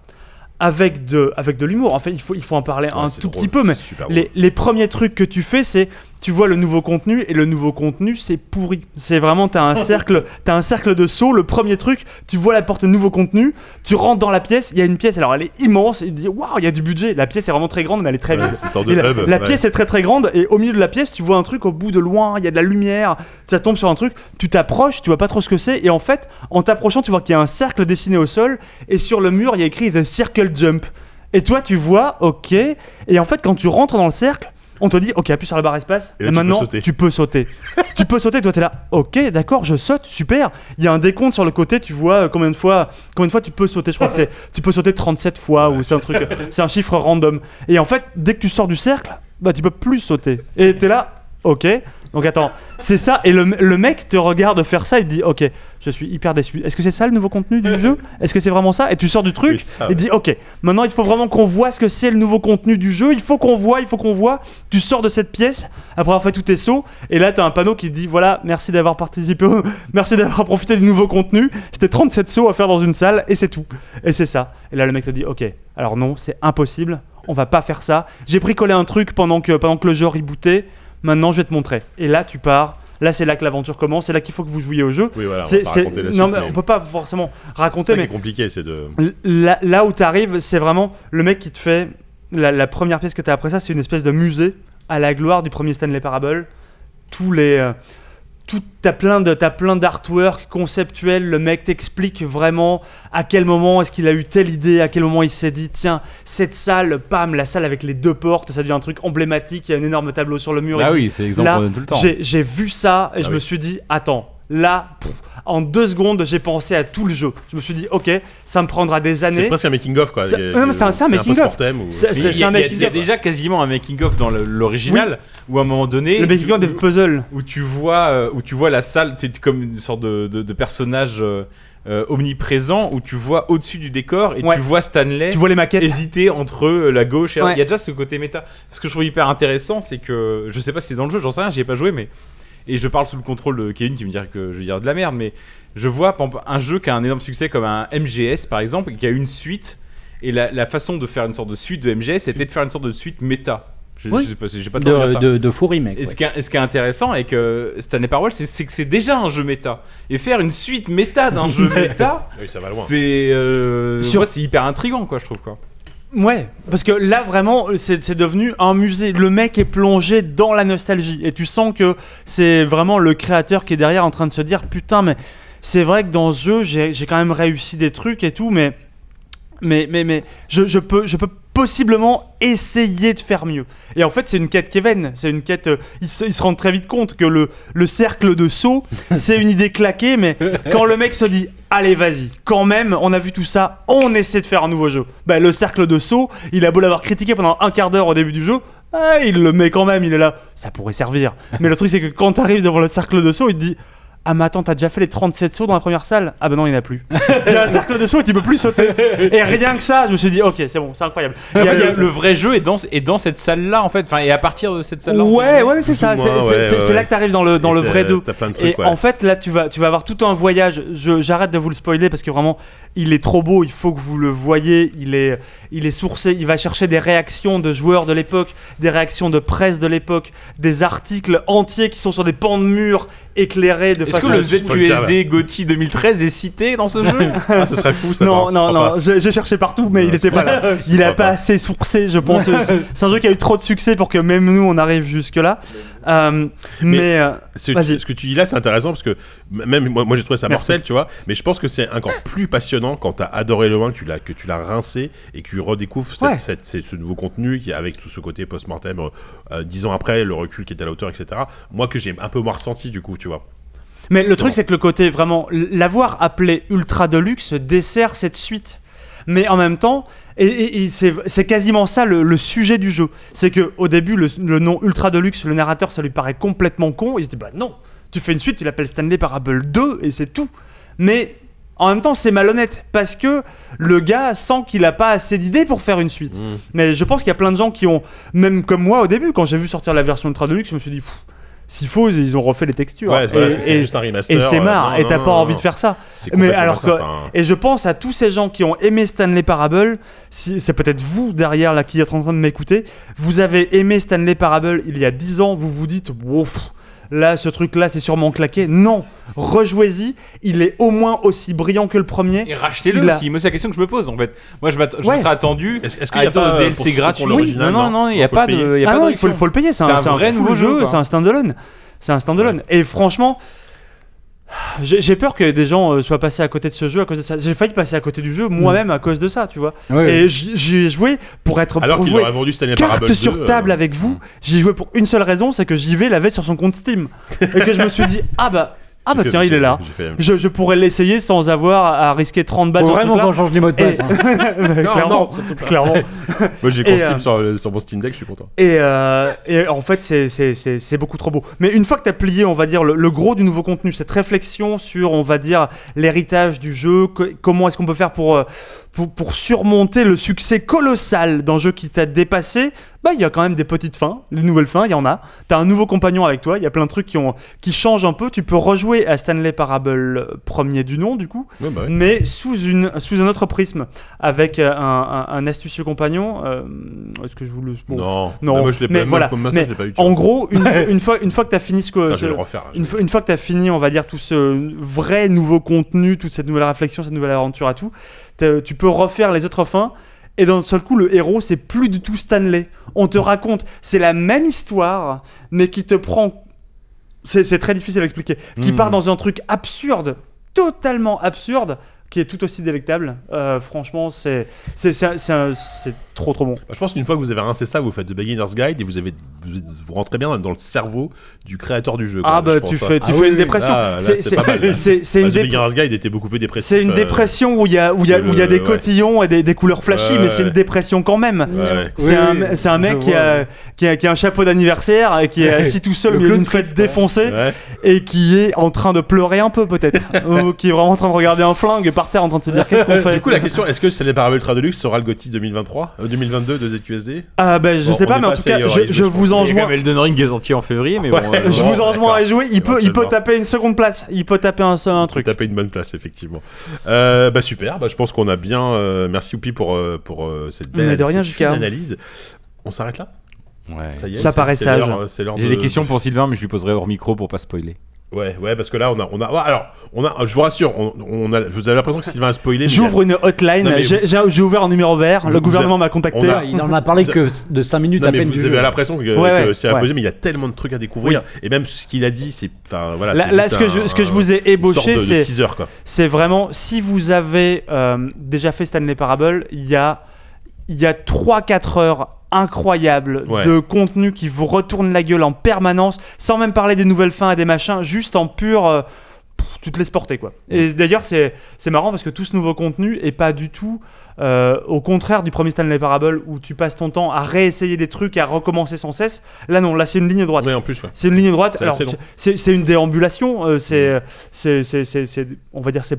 Speaker 3: avec de, avec de l'humour, en fait, il faut, il faut en parler
Speaker 2: Ouais,
Speaker 3: un
Speaker 2: c'est
Speaker 3: tout
Speaker 2: drôle,
Speaker 3: petit peu, mais
Speaker 2: c'est super drôle.
Speaker 3: les, les premiers trucs que tu fais, c'est tu vois le nouveau contenu et le nouveau contenu c'est pourri. C'est vraiment t'as un
Speaker 2: <laughs>
Speaker 3: cercle, t'as un cercle de saut. Le premier truc, tu vois la porte nouveau contenu, tu rentres dans la pièce. Il y a une pièce, alors elle est immense. Il te dit waouh, il y a du budget. La pièce est vraiment très grande, mais elle est très
Speaker 2: Ouais,
Speaker 3: vide.
Speaker 2: c'est une sorte
Speaker 3: Et
Speaker 2: de
Speaker 3: la,
Speaker 2: hub,
Speaker 3: la
Speaker 2: ouais.
Speaker 3: pièce est très très grande et au milieu de la pièce tu vois un truc au bout de loin, il y a de la lumière, ça tombe sur un truc, tu t'approches, tu vois pas trop ce que c'est et en fait en t'approchant tu vois qu'il y a un cercle dessiné au sol et sur le mur il y a écrit The Circle Jump. Et toi, tu vois, ok. Et en fait, quand tu rentres dans le cercle, on te dit, ok, appuie sur la barre espace. Et,
Speaker 2: Et là, tu peux
Speaker 3: maintenant,
Speaker 2: sauter.
Speaker 3: tu peux sauter. tu peux sauter. Toi, t'es là, ok, d'accord, je saute, super. Il y a un décompte sur le côté. Tu vois euh, combien de fois, combien de fois tu peux sauter. Je crois que c'est, tu peux sauter 37 fois ou c'est un truc, c'est un chiffre random. Et en fait, dès que tu sors du cercle, bah, tu peux plus sauter. Et t'es là, ok. Donc attends, c'est ça, et le, le mec te regarde faire ça, il dit Ok, je suis hyper déçu. Est-ce que c'est ça le nouveau contenu du jeu Est-ce que c'est vraiment ça Et tu sors du truc,
Speaker 2: Oui, ça,
Speaker 3: et
Speaker 2: Ah ouais.
Speaker 3: dit Ok, maintenant il faut vraiment qu'on voit ce que c'est le nouveau contenu du jeu, il faut qu'on voit, il faut qu'on voit. Tu sors de cette pièce, après avoir fait tous tes sauts, et là t'as un panneau qui te dit Voilà, merci d'avoir participé, au- <laughs> merci d'avoir profité du nouveau contenu. C'était 37 sauts à faire dans une salle, et c'est tout. Et c'est ça. Et là le mec te dit Ok, alors non, c'est impossible, on va pas faire ça. J'ai bricolé un truc pendant que, pendant que le jeu rebootait maintenant je vais te montrer. Et là, tu pars. Là, c'est là que l'aventure commence. C'est là qu'il faut que vous jouiez au jeu.
Speaker 2: Oui, voilà.
Speaker 3: C'est-
Speaker 2: Bah, on va pas
Speaker 3: c'est-
Speaker 2: raconter la
Speaker 3: non,
Speaker 2: suite,
Speaker 3: mais
Speaker 2: mais
Speaker 3: on peut pas forcément
Speaker 2: c'est
Speaker 3: raconter,
Speaker 2: ça qui est
Speaker 3: mais
Speaker 2: compliqué, c'est de.
Speaker 3: là, là où tu arrives, c'est vraiment le mec qui te fait. La, la première pièce que tu as après ça, c'est une espèce de musée à la gloire du premier Stanley Parable. Tous les. euh, tout, t'as plein de t'as plein d'artwork conceptuel le mec t'explique vraiment à quel moment est-ce qu'il a eu telle idée à quel moment il s'est dit tiens cette salle pam la salle avec les deux portes ça devient un truc emblématique il y a un énorme tableau sur le mur il
Speaker 4: Ah
Speaker 3: dit,
Speaker 4: oui, c'est l'exemple
Speaker 3: Là,
Speaker 4: qu'on donne tout le temps.
Speaker 3: j'ai j'ai vu ça et je
Speaker 2: oui.
Speaker 3: me suis dit, attends, là, pff, en deux secondes, j'ai pensé à tout le jeu. Je me suis dit, ok, ça me prendra des
Speaker 2: C'est
Speaker 3: années.
Speaker 2: presque un making-of, quoi.
Speaker 3: C'est-
Speaker 2: Il y a-
Speaker 3: non, mais c'est un- c'est un
Speaker 2: peu
Speaker 3: making-of.
Speaker 2: Sportem ou-
Speaker 3: C'est-
Speaker 4: Mais
Speaker 3: c'est-
Speaker 4: il y a-
Speaker 3: un
Speaker 4: il y a-
Speaker 3: making
Speaker 4: il y a
Speaker 3: of.
Speaker 4: déjà quasiment un making-of dans le- l'original où à un moment donné.
Speaker 3: Le making of des
Speaker 4: où-
Speaker 3: puzzles.
Speaker 4: où tu vois euh, où tu vois la salle c'est comme une sorte de, de- de personnage euh, euh, omniprésent où tu vois au-dessus du décor et
Speaker 3: Ouais.
Speaker 4: tu vois Stanley
Speaker 3: Tu vois les maquettes.
Speaker 4: hésiter entre euh, la gauche et la-
Speaker 3: Ouais.
Speaker 4: il y a déjà ce côté méta ce que je trouve hyper intéressant c'est que je sais pas si c'est dans le jeu j'en sais rien j'y ai pas joué mais et je parle sous le contrôle de Kevin qui me dirait que je vais dire de la merde mais je vois par exemple, un jeu qui a un énorme succès comme un MGS par exemple qui a une suite et la, la façon de faire une sorte de suite de MGS c'était de faire une sorte de suite méta je,
Speaker 5: Oui.
Speaker 4: je sais pas si- j'ai pas trop bien
Speaker 5: de,
Speaker 4: ça
Speaker 5: de, de fou remake.
Speaker 4: et
Speaker 5: ouais.
Speaker 4: ce, qui est, ce qui est intéressant avec euh, Stanley Parable, c'est- c'est que c'est déjà un jeu méta. Et faire une suite méta d'un
Speaker 5: <laughs>
Speaker 4: jeu méta,
Speaker 2: Oui, ça va loin.
Speaker 4: c'est euh,
Speaker 3: Sur-
Speaker 4: moi, c'est hyper intriguant, quoi, je trouve. Quoi.
Speaker 3: Ouais, parce que là vraiment, c'est c'est devenu un musée. Le mec est plongé dans la nostalgie. Et tu sens que c'est vraiment le créateur qui est derrière en train de se dire Putain, mais c'est vrai que dans ce jeu, j'ai j'ai quand même réussi des trucs et tout, mais. Mais, mais, mais je, je peux, je peux possiblement essayer de faire mieux. Et en fait, c'est une quête Kevin. C'est une quête. euh, ils, se, ils se rendent très vite compte que le, le cercle de <laughs> saut, c'est une idée claquée, mais quand le mec se dit Allez, vas-y, quand même, on a vu tout ça, on essaie de faire un nouveau jeu. Bah, le cercle de saut, il a beau l'avoir critiqué pendant un quart d'heure au début du jeu, ah, il le met quand même, il est là, ça pourrait servir. Mais le truc, c'est que quand t'arrives devant le cercle de saut, il te dit. Ah mais attends, t'as déjà fait les 37 sauts dans la première salle Ah bah non, il n'y en a plus. Il y a un cercle de saut et tu peux plus sauter. Et rien que ça, je me suis dit, ok, c'est bon, c'est incroyable. Il y a- il y <laughs> a-
Speaker 4: le, vrai jeu est dans, est dans cette salle-là, en fait. Enfin, et à partir de cette salle-là. en fait.
Speaker 3: Ouais, ouais, c'est
Speaker 2: Plus
Speaker 3: ça.
Speaker 2: ou
Speaker 3: C'est c'est-
Speaker 2: moins, ouais,
Speaker 3: c'est-
Speaker 2: ouais,
Speaker 3: c'est
Speaker 2: ouais.
Speaker 3: là que t'arrives dans le dans le
Speaker 2: Et t'as-
Speaker 3: vrai 2.
Speaker 2: T'as plein de trucs,
Speaker 3: Et
Speaker 2: ouais.
Speaker 3: en fait, là, tu vas, tu vas avoir tout un voyage. Je- J'arrête de vous le spoiler parce que vraiment, il est trop beau. Il faut que vous le voyez. Il est, il est sourcé. Il va chercher des réactions de joueurs de l'époque, des réactions de presse de l'époque, des articles entiers qui sont sur des pans de murs éclairés de
Speaker 4: Est-ce
Speaker 3: façon.
Speaker 4: que le
Speaker 2: c'est pas le
Speaker 4: ZQSD Gotti 2013 est cité dans ce jeu
Speaker 2: Ah, ce serait fou, ça.
Speaker 3: non,
Speaker 2: je
Speaker 3: non,
Speaker 2: crois
Speaker 3: non, j'ai j'ai cherché partout, mais
Speaker 2: Ouais,
Speaker 3: il
Speaker 2: je
Speaker 3: était pas là. Il a pas
Speaker 2: crois pas.
Speaker 3: assez sourcé, je pense. C'est c'est un jeu qui a eu trop de succès pour que même nous, on arrive jusque-là. Euh, mais. euh,
Speaker 2: C'est-
Speaker 3: Vas-y.
Speaker 2: ce que tu dis là, c'est intéressant parce que m- même moi, moi j'ai trouvé ça
Speaker 3: Merci.
Speaker 2: mortel, tu vois. Mais je pense que c'est encore plus passionnant quand t'as adoré le 1, que tu l'as que tu l'as rincé et que tu redécouvres cette-
Speaker 3: Ouais.
Speaker 2: cette- cette- ce nouveau contenu qui avec tout ce côté post-mortem, euh, euh, dix ans après, le recul qui est à la hauteur, etc. Moi que j'ai un peu moins ressenti du coup, tu vois.
Speaker 3: Mais le
Speaker 2: C'est
Speaker 3: truc,
Speaker 2: bon.
Speaker 3: c'est que le côté vraiment. L'avoir appelé Ultra Deluxe dessert cette suite. Mais en même temps, et, et- et c'est c'est quasiment ça le, le sujet du jeu. C'est que au début, le, le nom Ultra Deluxe, le narrateur, ça lui paraît complètement con. Il se dit Bah non, tu fais une suite, tu l'appelles Stanley Parable 2 et c'est tout. Mais en même temps, c'est malhonnête parce que le gars sent qu'il a pas assez d'idées pour faire une
Speaker 2: Mmh. Mm.
Speaker 3: suite. Mais je pense qu'il y a plein de gens qui ont, même comme moi au début, quand j'ai vu sortir la version Ultra Deluxe, je me suis dit Pff, S'il faut, ils ont refait les textures.
Speaker 2: Ouais, voilà, c'est-
Speaker 3: Et-
Speaker 2: c'est
Speaker 3: et-
Speaker 2: juste un remaster.
Speaker 3: et c'est
Speaker 2: euh,
Speaker 3: marre,
Speaker 2: non,
Speaker 3: et
Speaker 2: non,
Speaker 3: t'as
Speaker 2: non,
Speaker 3: pas
Speaker 2: non,
Speaker 3: envie
Speaker 2: non.
Speaker 3: de faire ça.
Speaker 2: C'est
Speaker 3: Mais
Speaker 2: complètement
Speaker 3: alors
Speaker 2: ça,
Speaker 3: que-
Speaker 2: enfin,
Speaker 3: Et je pense à tous ces gens qui ont aimé Stanley Parable, si, c'est peut-être vous derrière là qui êtes en train de m'écouter, vous avez aimé Stanley Parable il y a 10 ans, vous vous dites, ouf, là ce truc là c'est sûrement claqué. Non, rejouez-y, il est au moins aussi brillant que le
Speaker 4: Et
Speaker 3: premier.
Speaker 4: rachetez-le
Speaker 3: Il a-
Speaker 4: aussi. Moi, c'est la question que je me pose, en fait. Moi, je, m'att- je
Speaker 3: Ouais.
Speaker 4: me serais attendu.
Speaker 2: Est-ce- est-ce qu'il
Speaker 4: à
Speaker 2: y a
Speaker 4: être
Speaker 2: pas,
Speaker 4: un
Speaker 2: euh,
Speaker 4: DLC
Speaker 2: pour ceux qui
Speaker 4: gratuit
Speaker 2: ont l'original,
Speaker 4: Non, non,
Speaker 2: non
Speaker 4: non, il n'y a
Speaker 2: Faut
Speaker 4: pas
Speaker 2: le payer.
Speaker 4: de. il y a
Speaker 3: Ah
Speaker 4: pas
Speaker 3: non,
Speaker 4: de
Speaker 3: il faut, le- faut le payer, c'est
Speaker 4: C'est
Speaker 3: un,
Speaker 4: un
Speaker 3: c'est
Speaker 4: vrai
Speaker 3: full
Speaker 4: nouveau jeu,
Speaker 3: jeu,
Speaker 4: quoi.
Speaker 3: c'est un standalone. C'est un standalone. Et franchement, J'ai j'ai peur que des gens euh, soient passés à côté de ce jeu à cause de ça. J'ai failli passer à côté du jeu moi-même à cause de ça, tu vois. Et j'y j'y ai joué pour être
Speaker 2: Alors
Speaker 3: pour
Speaker 2: qu'il
Speaker 3: jouer
Speaker 2: aurait vendu Stanley Parable
Speaker 3: carte
Speaker 2: 2,
Speaker 3: sur
Speaker 2: euh,
Speaker 3: table avec vous. J'y ai joué pour une seule raison, c'est que JV l'avait sur son compte Steam et que je me suis
Speaker 2: <laughs>
Speaker 3: dit ah bah ah
Speaker 2: j'ai
Speaker 3: bah
Speaker 2: fait-
Speaker 3: tiens il
Speaker 2: j'ai-
Speaker 3: est
Speaker 2: <laughs>
Speaker 3: là.
Speaker 2: j'ai fait la même
Speaker 3: Je, je pourrais l'essayer sans avoir à risquer 30 balles.
Speaker 5: Faut
Speaker 3: sur ce
Speaker 5: vraiment
Speaker 3: truc-là.
Speaker 5: qu'on change les mots de
Speaker 3: Et-
Speaker 5: passe. hein.
Speaker 3: Ouais,
Speaker 2: Non,
Speaker 3: clairement,
Speaker 2: non, surtout pas.
Speaker 3: clairement.
Speaker 2: Moi j'ai
Speaker 3: Et,
Speaker 2: mon Steam
Speaker 3: euh,
Speaker 2: sur, le- sur mon Steam Deck, je suis content.
Speaker 3: Et, euh, et en fait, c'est- c'est c'est- c'est beaucoup trop beau. Mais une fois que tu as plié, on va dire, le, le gros du nouveau contenu, cette réflexion sur, on va dire, l'héritage du jeu, co- comment est-ce qu'on peut faire pour, euh, pour, pour surmonter le succès colossal d'un jeu qui t'a dépassé, bah il y a quand même des petites fins, les nouvelles fins, il y en a. Tu as un nouveau compagnon avec toi, il y a plein de trucs qui, ont, qui changent un peu. Tu peux rejouer à Stanley Parable euh, premier du nom, du coup
Speaker 2: Ouais, bah ouais.
Speaker 3: mais sous, une, sous un autre prisme, avec euh, un, un- un astucieux compagnon. euh, Est-ce que je vous le. bon.
Speaker 2: Non,
Speaker 3: non,
Speaker 2: Ah, moi je l'ai pas
Speaker 3: mais
Speaker 2: même
Speaker 3: voilà.
Speaker 2: comme message, je
Speaker 3: Mais
Speaker 2: l'ai pas eu. tu
Speaker 3: En
Speaker 2: vois.
Speaker 3: gros,
Speaker 2: <laughs>
Speaker 3: une, fois- une fois, une fois que tu as fini ce que.
Speaker 2: Putain, je
Speaker 3: ce-
Speaker 2: vais le refaire. là.
Speaker 3: une fois, une fois que tu as fini, on va dire, tout ce vrai nouveau contenu, toute cette nouvelle réflexion, cette nouvelle aventure à tout, t'as- tu peux refaire les autres fins. Et d'un seul coup, le héros, c'est plus du tout Stanley. On te raconte, c'est la même histoire, mais qui te prend. C'est c'est très difficile à expliquer. Qui
Speaker 2: Hmm.
Speaker 4: Mhm.
Speaker 3: part dans un truc absurde, totalement absurde, qui est tout aussi délectable. Euh, franchement, c'est c'est- c'est un- c'est un- c'est trop trop bon.
Speaker 2: Bah, Je pense qu'une fois que vous avez rincé ça, vous faites de Beginner's Guide et vous, avez, vous, vous rentrez bien dans le cerveau du créateur du jeu. quoi,
Speaker 3: Ah
Speaker 2: je
Speaker 3: bah
Speaker 2: pense,
Speaker 3: tu
Speaker 2: hein.
Speaker 3: fais, tu
Speaker 5: Ah
Speaker 3: fais
Speaker 5: oui,
Speaker 3: une
Speaker 5: oui,
Speaker 3: dépression.
Speaker 2: là, là,
Speaker 3: C'est-
Speaker 2: c'est pas mal,
Speaker 3: c'est
Speaker 2: là.
Speaker 3: c'est- c'est
Speaker 2: Bah,
Speaker 3: une
Speaker 2: The
Speaker 3: dépression.
Speaker 2: Beginner's Guide était beaucoup plus dépressif.
Speaker 3: C'est une
Speaker 2: euh,
Speaker 3: dépression où il y a, où il y a, où il y a
Speaker 2: le-
Speaker 3: des
Speaker 2: ouais.
Speaker 3: cotillons et des, des couleurs flashy,
Speaker 2: Ouais,
Speaker 3: mais c'est
Speaker 2: ouais.
Speaker 3: une dépression quand même.
Speaker 2: ouais, ouais.
Speaker 3: C'est
Speaker 5: Oui,
Speaker 3: un,
Speaker 5: oui,
Speaker 3: c'est un mec
Speaker 5: je
Speaker 3: qui
Speaker 5: vois,
Speaker 3: a, qui, a, qui a un chapeau d'anniversaire et qui est
Speaker 5: Ouais.
Speaker 3: assis tout seul
Speaker 5: Le
Speaker 3: au milieu
Speaker 5: clown
Speaker 3: d'une fête défoncée
Speaker 2: Ouais.
Speaker 3: et qui est en train de pleurer un peu
Speaker 2: <laughs>
Speaker 3: peut-être. ou qui est vraiment en train de regarder un flingue par terre en train de se dire qu'est-ce qu'on fait.
Speaker 2: Du coup, la question, est-ce que c'est les Parable Ultra Deluxe sera le GOTY 2023 euh, 2022 de ZQSD
Speaker 3: Ah ben je
Speaker 2: Bon,
Speaker 3: sais
Speaker 2: on
Speaker 3: pas,
Speaker 2: est
Speaker 3: mais en
Speaker 2: pas
Speaker 3: tout cas,
Speaker 2: assez
Speaker 3: je,
Speaker 2: réaliste,
Speaker 3: je
Speaker 2: je
Speaker 3: vous
Speaker 2: pense.
Speaker 3: en
Speaker 4: Il y a quand
Speaker 3: joue.
Speaker 4: même Elden Ring qui est sorti en février, mais bon. euh,
Speaker 2: Ouais.
Speaker 3: Je
Speaker 2: Bon,
Speaker 3: vous en rejoins à
Speaker 2: d'accord.
Speaker 3: jouer, il peut, il peut
Speaker 2: Éventuellement.
Speaker 3: taper une seconde place, il peut taper un, un truc.
Speaker 2: Taper une bonne place, effectivement. Euh, bah super, bah, je pense qu'on a bien. euh, merci Oupi pour, euh, pour euh, cette belle
Speaker 3: Mais de rien,
Speaker 2: cette fine
Speaker 3: Jika.
Speaker 2: analyse. On s'arrête là
Speaker 4: ouais.
Speaker 2: Ça y est
Speaker 3: Ça
Speaker 2: c'est-
Speaker 3: paraît
Speaker 2: c'est
Speaker 3: sage.
Speaker 2: l'heure, euh, c'est l'heure
Speaker 4: J'ai
Speaker 2: de-
Speaker 4: des questions pour Sylvain, mais je lui poserai hors micro pour pas spoiler.
Speaker 2: Ouais, ouais, parce que là, on a. On a ouais, alors, on a, je vous rassure, on, on a, vous avez l'impression que Sylvain a spoilé. mais
Speaker 3: J'ouvre une hotline,
Speaker 2: Non, mais
Speaker 3: j'ai j'ai- j'ai ouvert un numéro vert,
Speaker 2: Vous-
Speaker 3: le gouvernement m'a
Speaker 2: on
Speaker 3: contacté.
Speaker 2: a-
Speaker 5: Bah, Il en a parlé que de 5 minutes
Speaker 2: Non,
Speaker 5: à
Speaker 2: mais
Speaker 5: peine
Speaker 2: vous
Speaker 5: du
Speaker 2: avez
Speaker 5: jeu.
Speaker 2: l'impression que,
Speaker 3: Ouais,
Speaker 2: que
Speaker 3: ouais,
Speaker 2: c'est un
Speaker 3: ouais.
Speaker 2: peu, mais il y a tellement de trucs à découvrir. Et même ce qu'il a dit, c'est. Enfin, voilà.
Speaker 3: Là,
Speaker 2: c'est
Speaker 3: là,
Speaker 2: juste
Speaker 3: ce, que
Speaker 2: un-
Speaker 3: je, ce que je vous ai
Speaker 2: une sorte de-
Speaker 3: ébauché,
Speaker 2: de
Speaker 3: c'est
Speaker 2: teaser, quoi.
Speaker 3: c'est vraiment si vous avez euh, déjà fait Stanley Parable, il y a, il y a 3-4 heures incroyables
Speaker 2: Ouais.
Speaker 3: de contenu qui vous retourne la gueule en permanence, sans même parler des nouvelles fins et des machins, juste en pur. euh, pff, tu te laisses porter quoi. Et d'ailleurs, c'est c'est marrant parce que tout ce nouveau contenu est pas du tout. euh, au contraire du premier Stanley Parable où tu passes ton temps à réessayer des trucs, à recommencer sans cesse, là non, là c'est une ligne droite.
Speaker 2: Ouais, en plus, ouais.
Speaker 3: C'est une ligne droite.
Speaker 2: C'est
Speaker 3: Alors,
Speaker 2: assez long. Mm.
Speaker 3: c'est c'est une déambulation. euh, c'est, c'est, c'est, c'est- c'est- on va dire, c'est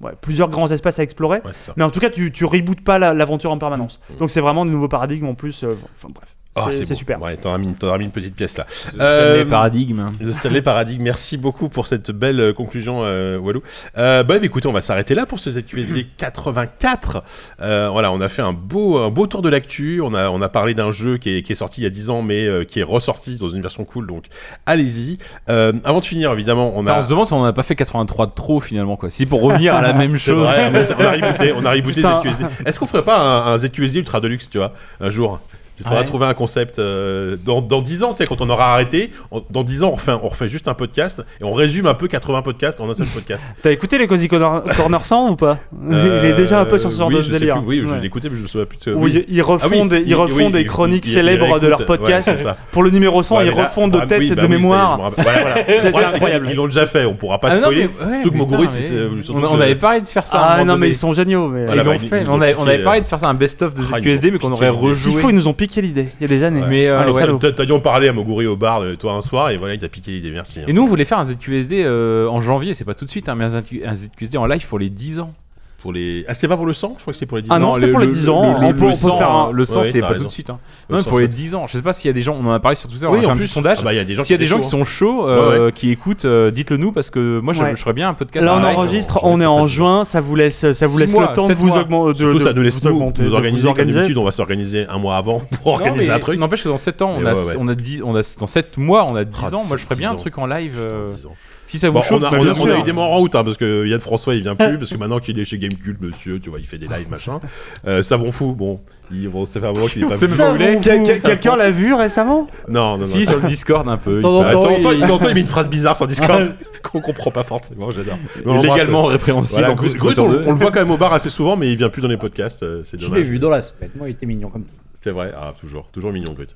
Speaker 3: ouais, plusieurs grands espaces à explorer.
Speaker 2: Ouais, c'est ça.
Speaker 3: Mais en tout cas, tu, tu rebootes pas la- l'aventure en permanence. Donc, c'est vraiment de nouveaux paradigmes en plus. euh, enfin, bref.
Speaker 2: Mm. Ah,
Speaker 3: c'est, c'est
Speaker 2: beau.
Speaker 3: super.
Speaker 2: Ouais, t'en as, mis, t'en as mis une petite pièce là. Euh,
Speaker 4: Stanley Paradigme.
Speaker 2: The Stanley Paradigme, merci beaucoup pour cette belle euh, conclusion, euh, Walou. Euh, bah, bah, écoutez, on va s'arrêter là pour ce ZQSD 84. Euh, voilà, on a fait un beau, un beau tour de l'actu. On a, on a parlé d'un jeu qui est, qui est sorti il y a 10 ans, mais euh, qui est ressorti dans une version cool. Donc, allez-y. Euh, avant de finir, évidemment, on
Speaker 4: Putain,
Speaker 2: a.
Speaker 4: on se demande si on n'a pas fait 83 de trop finalement quoi. Si pour revenir à la même
Speaker 2: C'est
Speaker 4: chose.
Speaker 2: vrai, on a- on a rebooté, on a rebooté
Speaker 3: Putain.
Speaker 2: ZQSD. Est-ce qu'on ferait pas un, un ZQSD ultra deluxe, tu vois, un jour Il faudra
Speaker 3: Ouais.
Speaker 2: trouver un concept euh, dans, dans 10 ans, tu sais, quand on aura arrêté, on- dans 10 ans, on refait, un- on refait juste un podcast et on résume un peu 80 podcasts en un seul podcast.
Speaker 3: T'as écouté les Cozy Corner, Corner 100 ou pas <laughs> Il est déjà un peu sur ce genre
Speaker 2: Euh, oui,
Speaker 3: de
Speaker 2: je sais
Speaker 3: délire.
Speaker 2: plus, oui, je
Speaker 3: Ouais.
Speaker 2: l'ai écouté, mais je me souviens plus de ce
Speaker 3: Où ils, ils refont
Speaker 2: Ah oui,
Speaker 3: des, ils
Speaker 2: oui,
Speaker 3: refont
Speaker 2: oui,
Speaker 3: des
Speaker 2: ils-
Speaker 3: chroniques
Speaker 2: ils- ils
Speaker 3: célèbres de leur
Speaker 2: réécoutent,
Speaker 3: podcast.
Speaker 2: ouais, c'est ça.
Speaker 3: Pour le numéro 100,
Speaker 2: Ouais,
Speaker 3: ils
Speaker 2: mais là-
Speaker 3: refont de
Speaker 2: ah,
Speaker 3: tête
Speaker 2: oui,
Speaker 3: et
Speaker 2: bah
Speaker 3: de
Speaker 2: oui, ça y est, je
Speaker 3: mémoire.
Speaker 2: me rappelle. Voilà.
Speaker 3: Voilà. <laughs>
Speaker 2: Le
Speaker 3: C'est-
Speaker 2: problème,
Speaker 3: C'est
Speaker 2: c'est
Speaker 3: incroyable.
Speaker 2: qu'ils- Ils l'ont déjà fait, on pourra pas
Speaker 4: Ah non,
Speaker 2: spoiler.
Speaker 4: mais- ouais,
Speaker 2: Surtout que
Speaker 4: mais
Speaker 2: Moguri,
Speaker 4: putain,
Speaker 2: c'est-
Speaker 4: mais-
Speaker 2: c'est- surtout
Speaker 4: on,
Speaker 2: que
Speaker 4: on
Speaker 2: le-
Speaker 4: avait parlé de faire ça. à un moment
Speaker 3: Ah non, mais
Speaker 4: donné.
Speaker 3: ils sont géniaux. Mais...
Speaker 2: Voilà,
Speaker 4: ils l'ont
Speaker 2: bah, ils-
Speaker 4: fait.
Speaker 2: ils
Speaker 4: on,
Speaker 2: ont
Speaker 4: avait, on
Speaker 2: piqué,
Speaker 4: avait parlé
Speaker 2: euh,
Speaker 4: de faire ça un best-of de
Speaker 2: Ah, ils
Speaker 4: ZQSD,
Speaker 2: ont
Speaker 4: mais qu'on
Speaker 2: piqué
Speaker 4: aurait
Speaker 2: l'idée.
Speaker 3: S'il
Speaker 4: rejoué.
Speaker 3: faut, ils nous ont piqué l'idée il y a des années.
Speaker 4: Mais euh,
Speaker 3: Ah,
Speaker 2: Ah
Speaker 3: les
Speaker 4: ouais.
Speaker 2: ouais,
Speaker 3: salauds.
Speaker 2: t'as- T'as dû en parler à Moguri au bar, euh, toi, un soir, et voilà, il t'a piqué l'idée, merci. hein.
Speaker 4: Et nous, on voulait faire un ZQSD euh, en janvier, c'est pas tout de suite, hein, mais un ZQ- un ZQSD en live pour les 10 ans.
Speaker 2: Pour les... Ah, c'est pas pour le sang Je crois que c'est pour les 10
Speaker 3: Ah non, c'était pour les 10 ans. On peut- on peut
Speaker 4: sang,
Speaker 3: faire un-
Speaker 4: le sang,
Speaker 2: Ouais,
Speaker 4: c'est
Speaker 2: t'as
Speaker 4: pas tout
Speaker 2: raison.
Speaker 4: de suite. hein.
Speaker 2: Le
Speaker 4: Non, mais
Speaker 2: sang,
Speaker 4: pour
Speaker 2: c'est
Speaker 4: les
Speaker 2: pas-
Speaker 4: 10 ans. Je sais pas s'il y a des gens, on en a parlé sur Twitter, on a
Speaker 2: Oui,
Speaker 4: fait un
Speaker 2: en plus,
Speaker 4: petit sondage.
Speaker 2: ah bah, il y a des gens,
Speaker 4: S'il y a des gens
Speaker 2: étaient
Speaker 4: qui
Speaker 2: chauds, hein.
Speaker 4: sont chauds,
Speaker 2: Ouais,
Speaker 4: euh, qui écoutent, euh, dites-le nous parce que moi, je,
Speaker 3: Ouais.
Speaker 4: je ferais bien un podcast.
Speaker 3: Là,
Speaker 4: en
Speaker 3: on
Speaker 4: live.
Speaker 3: enregistre,
Speaker 2: on
Speaker 3: on
Speaker 2: laisse
Speaker 3: est
Speaker 2: ça
Speaker 3: en
Speaker 2: faire.
Speaker 3: juin, ça vous laisse, ça vous
Speaker 4: Six
Speaker 3: laisse
Speaker 4: mois,
Speaker 3: le temps de
Speaker 4: sept
Speaker 3: vous
Speaker 4: mois.
Speaker 3: augmenter.
Speaker 2: Surtout, ça nous laisse
Speaker 3: vous
Speaker 2: nous,
Speaker 3: augmenter, de
Speaker 2: nous
Speaker 3: vous
Speaker 2: organiser comme
Speaker 3: organiser.
Speaker 2: d'habitude. On va s'organiser un mois avant pour
Speaker 4: Non,
Speaker 2: organiser
Speaker 4: mais
Speaker 2: un truc.
Speaker 4: N'empêche que dans 7 ans, on
Speaker 2: Mais
Speaker 4: a,
Speaker 2: ouais, ouais.
Speaker 4: on a 10, on a, dans 7 mois, on a 10
Speaker 2: Ah,
Speaker 4: ans. Moi,
Speaker 2: c'est
Speaker 4: je ferais bien
Speaker 2: 10
Speaker 4: un
Speaker 2: ans.
Speaker 4: truc en live. euh,
Speaker 2: Putain, 10 ans.
Speaker 4: Si ça vous
Speaker 2: Bon,
Speaker 4: chauffe,
Speaker 2: on a,
Speaker 4: bah,
Speaker 2: on a-
Speaker 4: bien
Speaker 2: on a
Speaker 4: sûr.
Speaker 2: eu des morts en route, hein, parce que Yann François, il vient plus, parce que maintenant qu'il est chez Gamecube, monsieur, tu vois, il fait des lives, machin. Euh, Savon fou, bon, il, bon, ça fait un moment qu'il est pas
Speaker 4: sait
Speaker 2: venu.
Speaker 4: même pas où il est.
Speaker 3: Quel- quel- Quelqu'un l'a vu récemment
Speaker 2: Non, non, non.
Speaker 4: Si, sur le Discord un <laughs> peu. il
Speaker 5: Attends,
Speaker 2: Euh,
Speaker 4: paraît.
Speaker 2: Attends,
Speaker 5: il-
Speaker 2: attends, il... attends, il met une phrase bizarre
Speaker 4: <laughs>
Speaker 2: sur Discord qu'on comprend pas forcément, j'adore. Mais on l'embrasse.
Speaker 4: Légalement répréhensible.
Speaker 2: Voilà,
Speaker 4: en cause
Speaker 2: Grut-
Speaker 4: de
Speaker 2: Grut,
Speaker 4: sur
Speaker 2: on,
Speaker 4: deux.
Speaker 2: on le voit quand même au bar assez souvent, mais il vient plus dans les podcasts, euh, c'est
Speaker 5: Je l'ai
Speaker 2: dommage.
Speaker 5: vu dans la semaine. Moi, il était mignon comme tout.
Speaker 2: C'est vrai, ah, toujours, toujours mignon, Grut.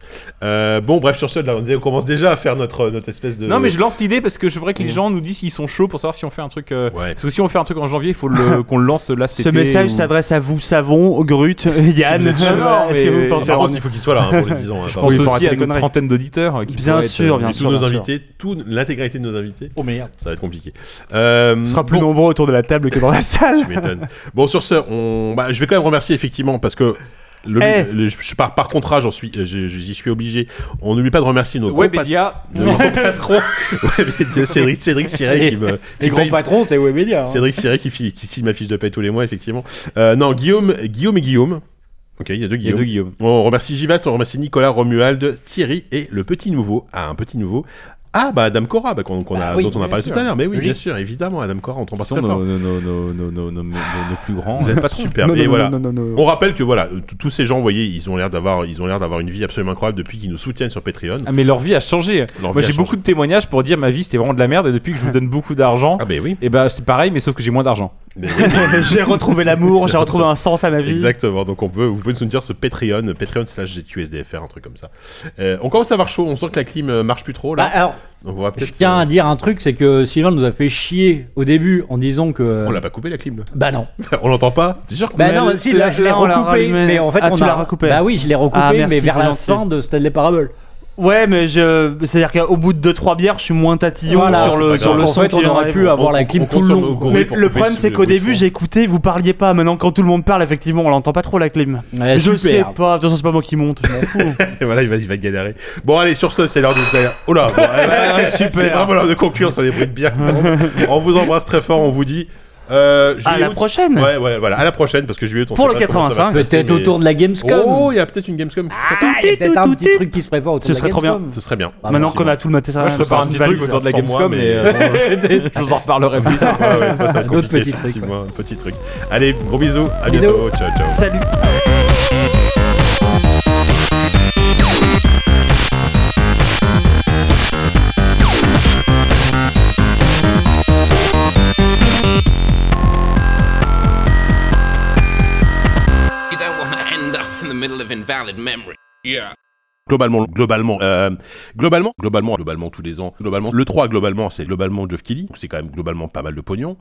Speaker 2: Euh, bon, bref, sur ce, là, on on commence déjà à faire notre, notre espèce de.
Speaker 4: Non mais je lance l'idée parce que je voudrais que les
Speaker 2: Mm.
Speaker 4: gens nous disent s'ils sont chauds pour savoir si on fait un truc. euh,
Speaker 2: Ouais.
Speaker 4: Parce que si on fait un truc en janvier, il faut <laughs> le- qu'on le lance là cet
Speaker 3: Ce
Speaker 4: été
Speaker 3: message
Speaker 4: ou-
Speaker 3: s'adresse à vous, Savon,
Speaker 2: <laughs>
Speaker 3: Grut, Yann.
Speaker 2: vous êtes sûr.
Speaker 4: Non,
Speaker 3: Est-ce que
Speaker 4: mais-
Speaker 3: vous pensez
Speaker 2: Par
Speaker 3: à
Speaker 2: contre, il faut qu'il soit là hein, pour les 10 ans. hein,
Speaker 4: Je
Speaker 2: pardon.
Speaker 3: Ah, Oui,
Speaker 4: pense
Speaker 3: faut
Speaker 4: aussi
Speaker 3: arrêter
Speaker 4: à
Speaker 3: les
Speaker 4: notre
Speaker 3: conneries.
Speaker 4: trentaine d'auditeurs. qui
Speaker 3: Bien
Speaker 4: pourraient être,
Speaker 3: sûr,
Speaker 4: euh,
Speaker 3: bien
Speaker 2: Et
Speaker 3: sûr.
Speaker 2: tous nos
Speaker 3: sûr.
Speaker 2: invités, tout- l'intégralité de nos invités,
Speaker 5: Oh merde.
Speaker 2: ça va être compliqué. Euh,
Speaker 3: On sera plus
Speaker 2: bon,
Speaker 3: nombreux autour de la table que dans la
Speaker 2: <laughs>
Speaker 3: salle.
Speaker 2: tu m'étonnes. Bon, sur ce, on... bah, je vais quand même remercier effectivement parce que. Le,
Speaker 3: Eh.
Speaker 2: le- je, je- par, par contrat, j'en suis, je- je- j'y suis obligé. On n'oublie pas de remercier nos compa-
Speaker 4: Webedia,
Speaker 2: nos <laughs> patrons. Webedia, Cédric, Cédric Siret qui me,
Speaker 5: Les
Speaker 2: qui
Speaker 5: grands
Speaker 2: paye-
Speaker 5: patrons, c'est Webedia. hein.
Speaker 2: Cédric Siret qui, fi- qui signe ma fiche de paie tous les mois, effectivement. Euh, non, Guillaume, Guillaume et Guillaume. Ok, il y a deux
Speaker 4: il y a
Speaker 2: Guillaume.
Speaker 4: deux Guillaume.
Speaker 2: On remercie Givast, on remercie Nicolas, Romuald, Thierry et le petit nouveau. Ah, un petit nouveau. Ah, bah Adam Cora, bah, qu'on, qu'on a,
Speaker 5: Bah oui,
Speaker 2: dont on a
Speaker 5: bien
Speaker 2: parlé
Speaker 5: sûr.
Speaker 2: tout à l'heure. Mais oui,
Speaker 5: Logique.
Speaker 2: bien sûr, évidemment, Adam Cora, on t'en
Speaker 4: Qui
Speaker 2: parle
Speaker 4: sont
Speaker 2: très fort.
Speaker 4: nos, <laughs> nos, nos, nos, nos, nos, nos- nos- nos plus grands.
Speaker 2: Vous êtes pas superbe.
Speaker 3: Non,
Speaker 2: Et
Speaker 3: non,
Speaker 2: voilà.
Speaker 3: non, non, non, non.
Speaker 2: On rappelle que voilà, euh, tous- tous ces gens, vous voyez, ils ont l'air d'avoir, ils ont l'air d'avoir une vie absolument incroyable depuis qu'ils nous soutiennent sur Patreon.
Speaker 4: Ah mais leur vie a changé. Moi
Speaker 2: Leur vie a
Speaker 4: j'ai
Speaker 2: changé.
Speaker 4: beaucoup de témoignages pour dire ma vie c'était vraiment de la merde et depuis que je vous donne beaucoup d'argent,
Speaker 2: Ah ben oui,
Speaker 4: et ben c'est pareil mais sauf que j'ai moins d'argent.
Speaker 2: Mais oui,
Speaker 3: j'ai retrouvé l'amour,
Speaker 2: C'est
Speaker 3: j'ai retrouvé un sens à ma vie.
Speaker 2: exactement. Donc on peut, vous pouvez nous dire ce Patreon, Patreon slash ZQSDFR, un truc comme ça. Euh, on commence à avoir chaud, on sent que la clim euh, marche plus trop
Speaker 5: Bah,
Speaker 2: là.
Speaker 5: alors,
Speaker 2: Donc on va
Speaker 5: je
Speaker 2: peut-être.
Speaker 5: tiens
Speaker 2: euh,
Speaker 5: à dire un truc, c'est que Sylvain nous a fait chier au début en disant que.
Speaker 2: On l'a pas coupé la clim.
Speaker 5: Bah non.
Speaker 2: <laughs> on l'entend pas. T'es sûr qu'on
Speaker 5: Bah
Speaker 3: Mais
Speaker 5: non,
Speaker 3: le-
Speaker 5: si, là,
Speaker 3: là,
Speaker 5: je l'ai
Speaker 3: là, on l'a
Speaker 5: recoupé.
Speaker 3: rallumé.
Speaker 5: Mais en fait,
Speaker 3: Ah,
Speaker 5: on
Speaker 3: tu
Speaker 5: a-
Speaker 3: l'as recoupé.
Speaker 5: Bah oui, je l'ai recoupé,
Speaker 3: Ah, merci,
Speaker 5: mais vers
Speaker 3: c'est
Speaker 5: la
Speaker 3: gentil.
Speaker 5: fin de Stanley Parable.
Speaker 3: Ouais, mais je, c'est-à-dire qu'au bout de 2-3 bières, je suis moins tatillon
Speaker 5: Voilà,
Speaker 3: sur
Speaker 2: c'est
Speaker 3: le
Speaker 2: pas
Speaker 3: sur
Speaker 2: grave.
Speaker 3: le
Speaker 5: En
Speaker 3: son
Speaker 5: fait, on
Speaker 3: qu'il
Speaker 5: aurait
Speaker 3: enlève.
Speaker 5: pu avoir la
Speaker 2: on
Speaker 5: clim tout le
Speaker 2: consomme
Speaker 5: long.
Speaker 2: au
Speaker 5: quoi.
Speaker 2: gourmet
Speaker 3: Mais
Speaker 2: pour
Speaker 3: le
Speaker 2: couper
Speaker 3: problème,
Speaker 2: ce-
Speaker 3: c'est
Speaker 2: le
Speaker 3: qu'au
Speaker 2: bruit de
Speaker 3: début,
Speaker 2: fond.
Speaker 3: j'écoutais, vous parliez pas. Maintenant, quand tout le monde parle, effectivement, on l'entend pas trop la clim.
Speaker 5: Ouais,
Speaker 3: je sais
Speaker 5: super.
Speaker 3: pas, de toute façon, c'est pas moi
Speaker 4: <laughs>
Speaker 3: qui monte. je m'en fous.
Speaker 2: Et voilà, il va, il va galérer. Bon, allez, sur ce, c'est l'heure de. Oh là,
Speaker 5: <laughs>
Speaker 2: bon, allez,
Speaker 3: Ouais,
Speaker 2: c'est-
Speaker 3: super.
Speaker 2: C'est vraiment l'heure de conclure sur les bruits de bière. on vous embrasse très fort, on vous dit. Euh, juillet,
Speaker 3: à la
Speaker 2: août-
Speaker 3: prochaine.
Speaker 2: Ouais, ouais, voilà, à la prochaine, parce que juillet, août, on
Speaker 3: Pour
Speaker 2: sait
Speaker 3: le
Speaker 2: pas comment ça va se
Speaker 3: 85.
Speaker 2: passer,
Speaker 5: Peut-être
Speaker 2: mais-
Speaker 5: autour de la Gamescom.
Speaker 2: Oh, il y a peut-être une Gamescom qui se prépare.
Speaker 5: Ah, il y a peut-être un petit truc Ah, qui se prépare autour
Speaker 3: Ce
Speaker 5: de la
Speaker 3: serait trop bien.
Speaker 5: Gamescom.
Speaker 2: Ce serait bien.
Speaker 5: Bah,
Speaker 3: Maintenant
Speaker 2: Effectivement.
Speaker 3: qu'on a tout le matin, ça
Speaker 4: Moi, je prépare un petit truc autour de la
Speaker 2: sans moi,
Speaker 4: Gamescom
Speaker 2: mais-
Speaker 4: et euh, je vous en reparlerai plus tard.
Speaker 2: Ah Ouais, ouais, toi, ça va être
Speaker 5: D'autres
Speaker 2: compliqué,
Speaker 5: petits trucs,
Speaker 2: effectivement, un petit truc. Allez, gros bisous, à
Speaker 5: Bisous.
Speaker 2: bientôt, ciao, ciao.
Speaker 3: Salut.
Speaker 1: You don't want to end up in the middle of invalid memory. Yeah.
Speaker 2: Globalement, globalement, euh, globalement, globalement, globalement, tous les ans, globalement, le 3, globalement, c'est globalement Geoff Kelly, donc c'est quand même globalement pas mal de pognon.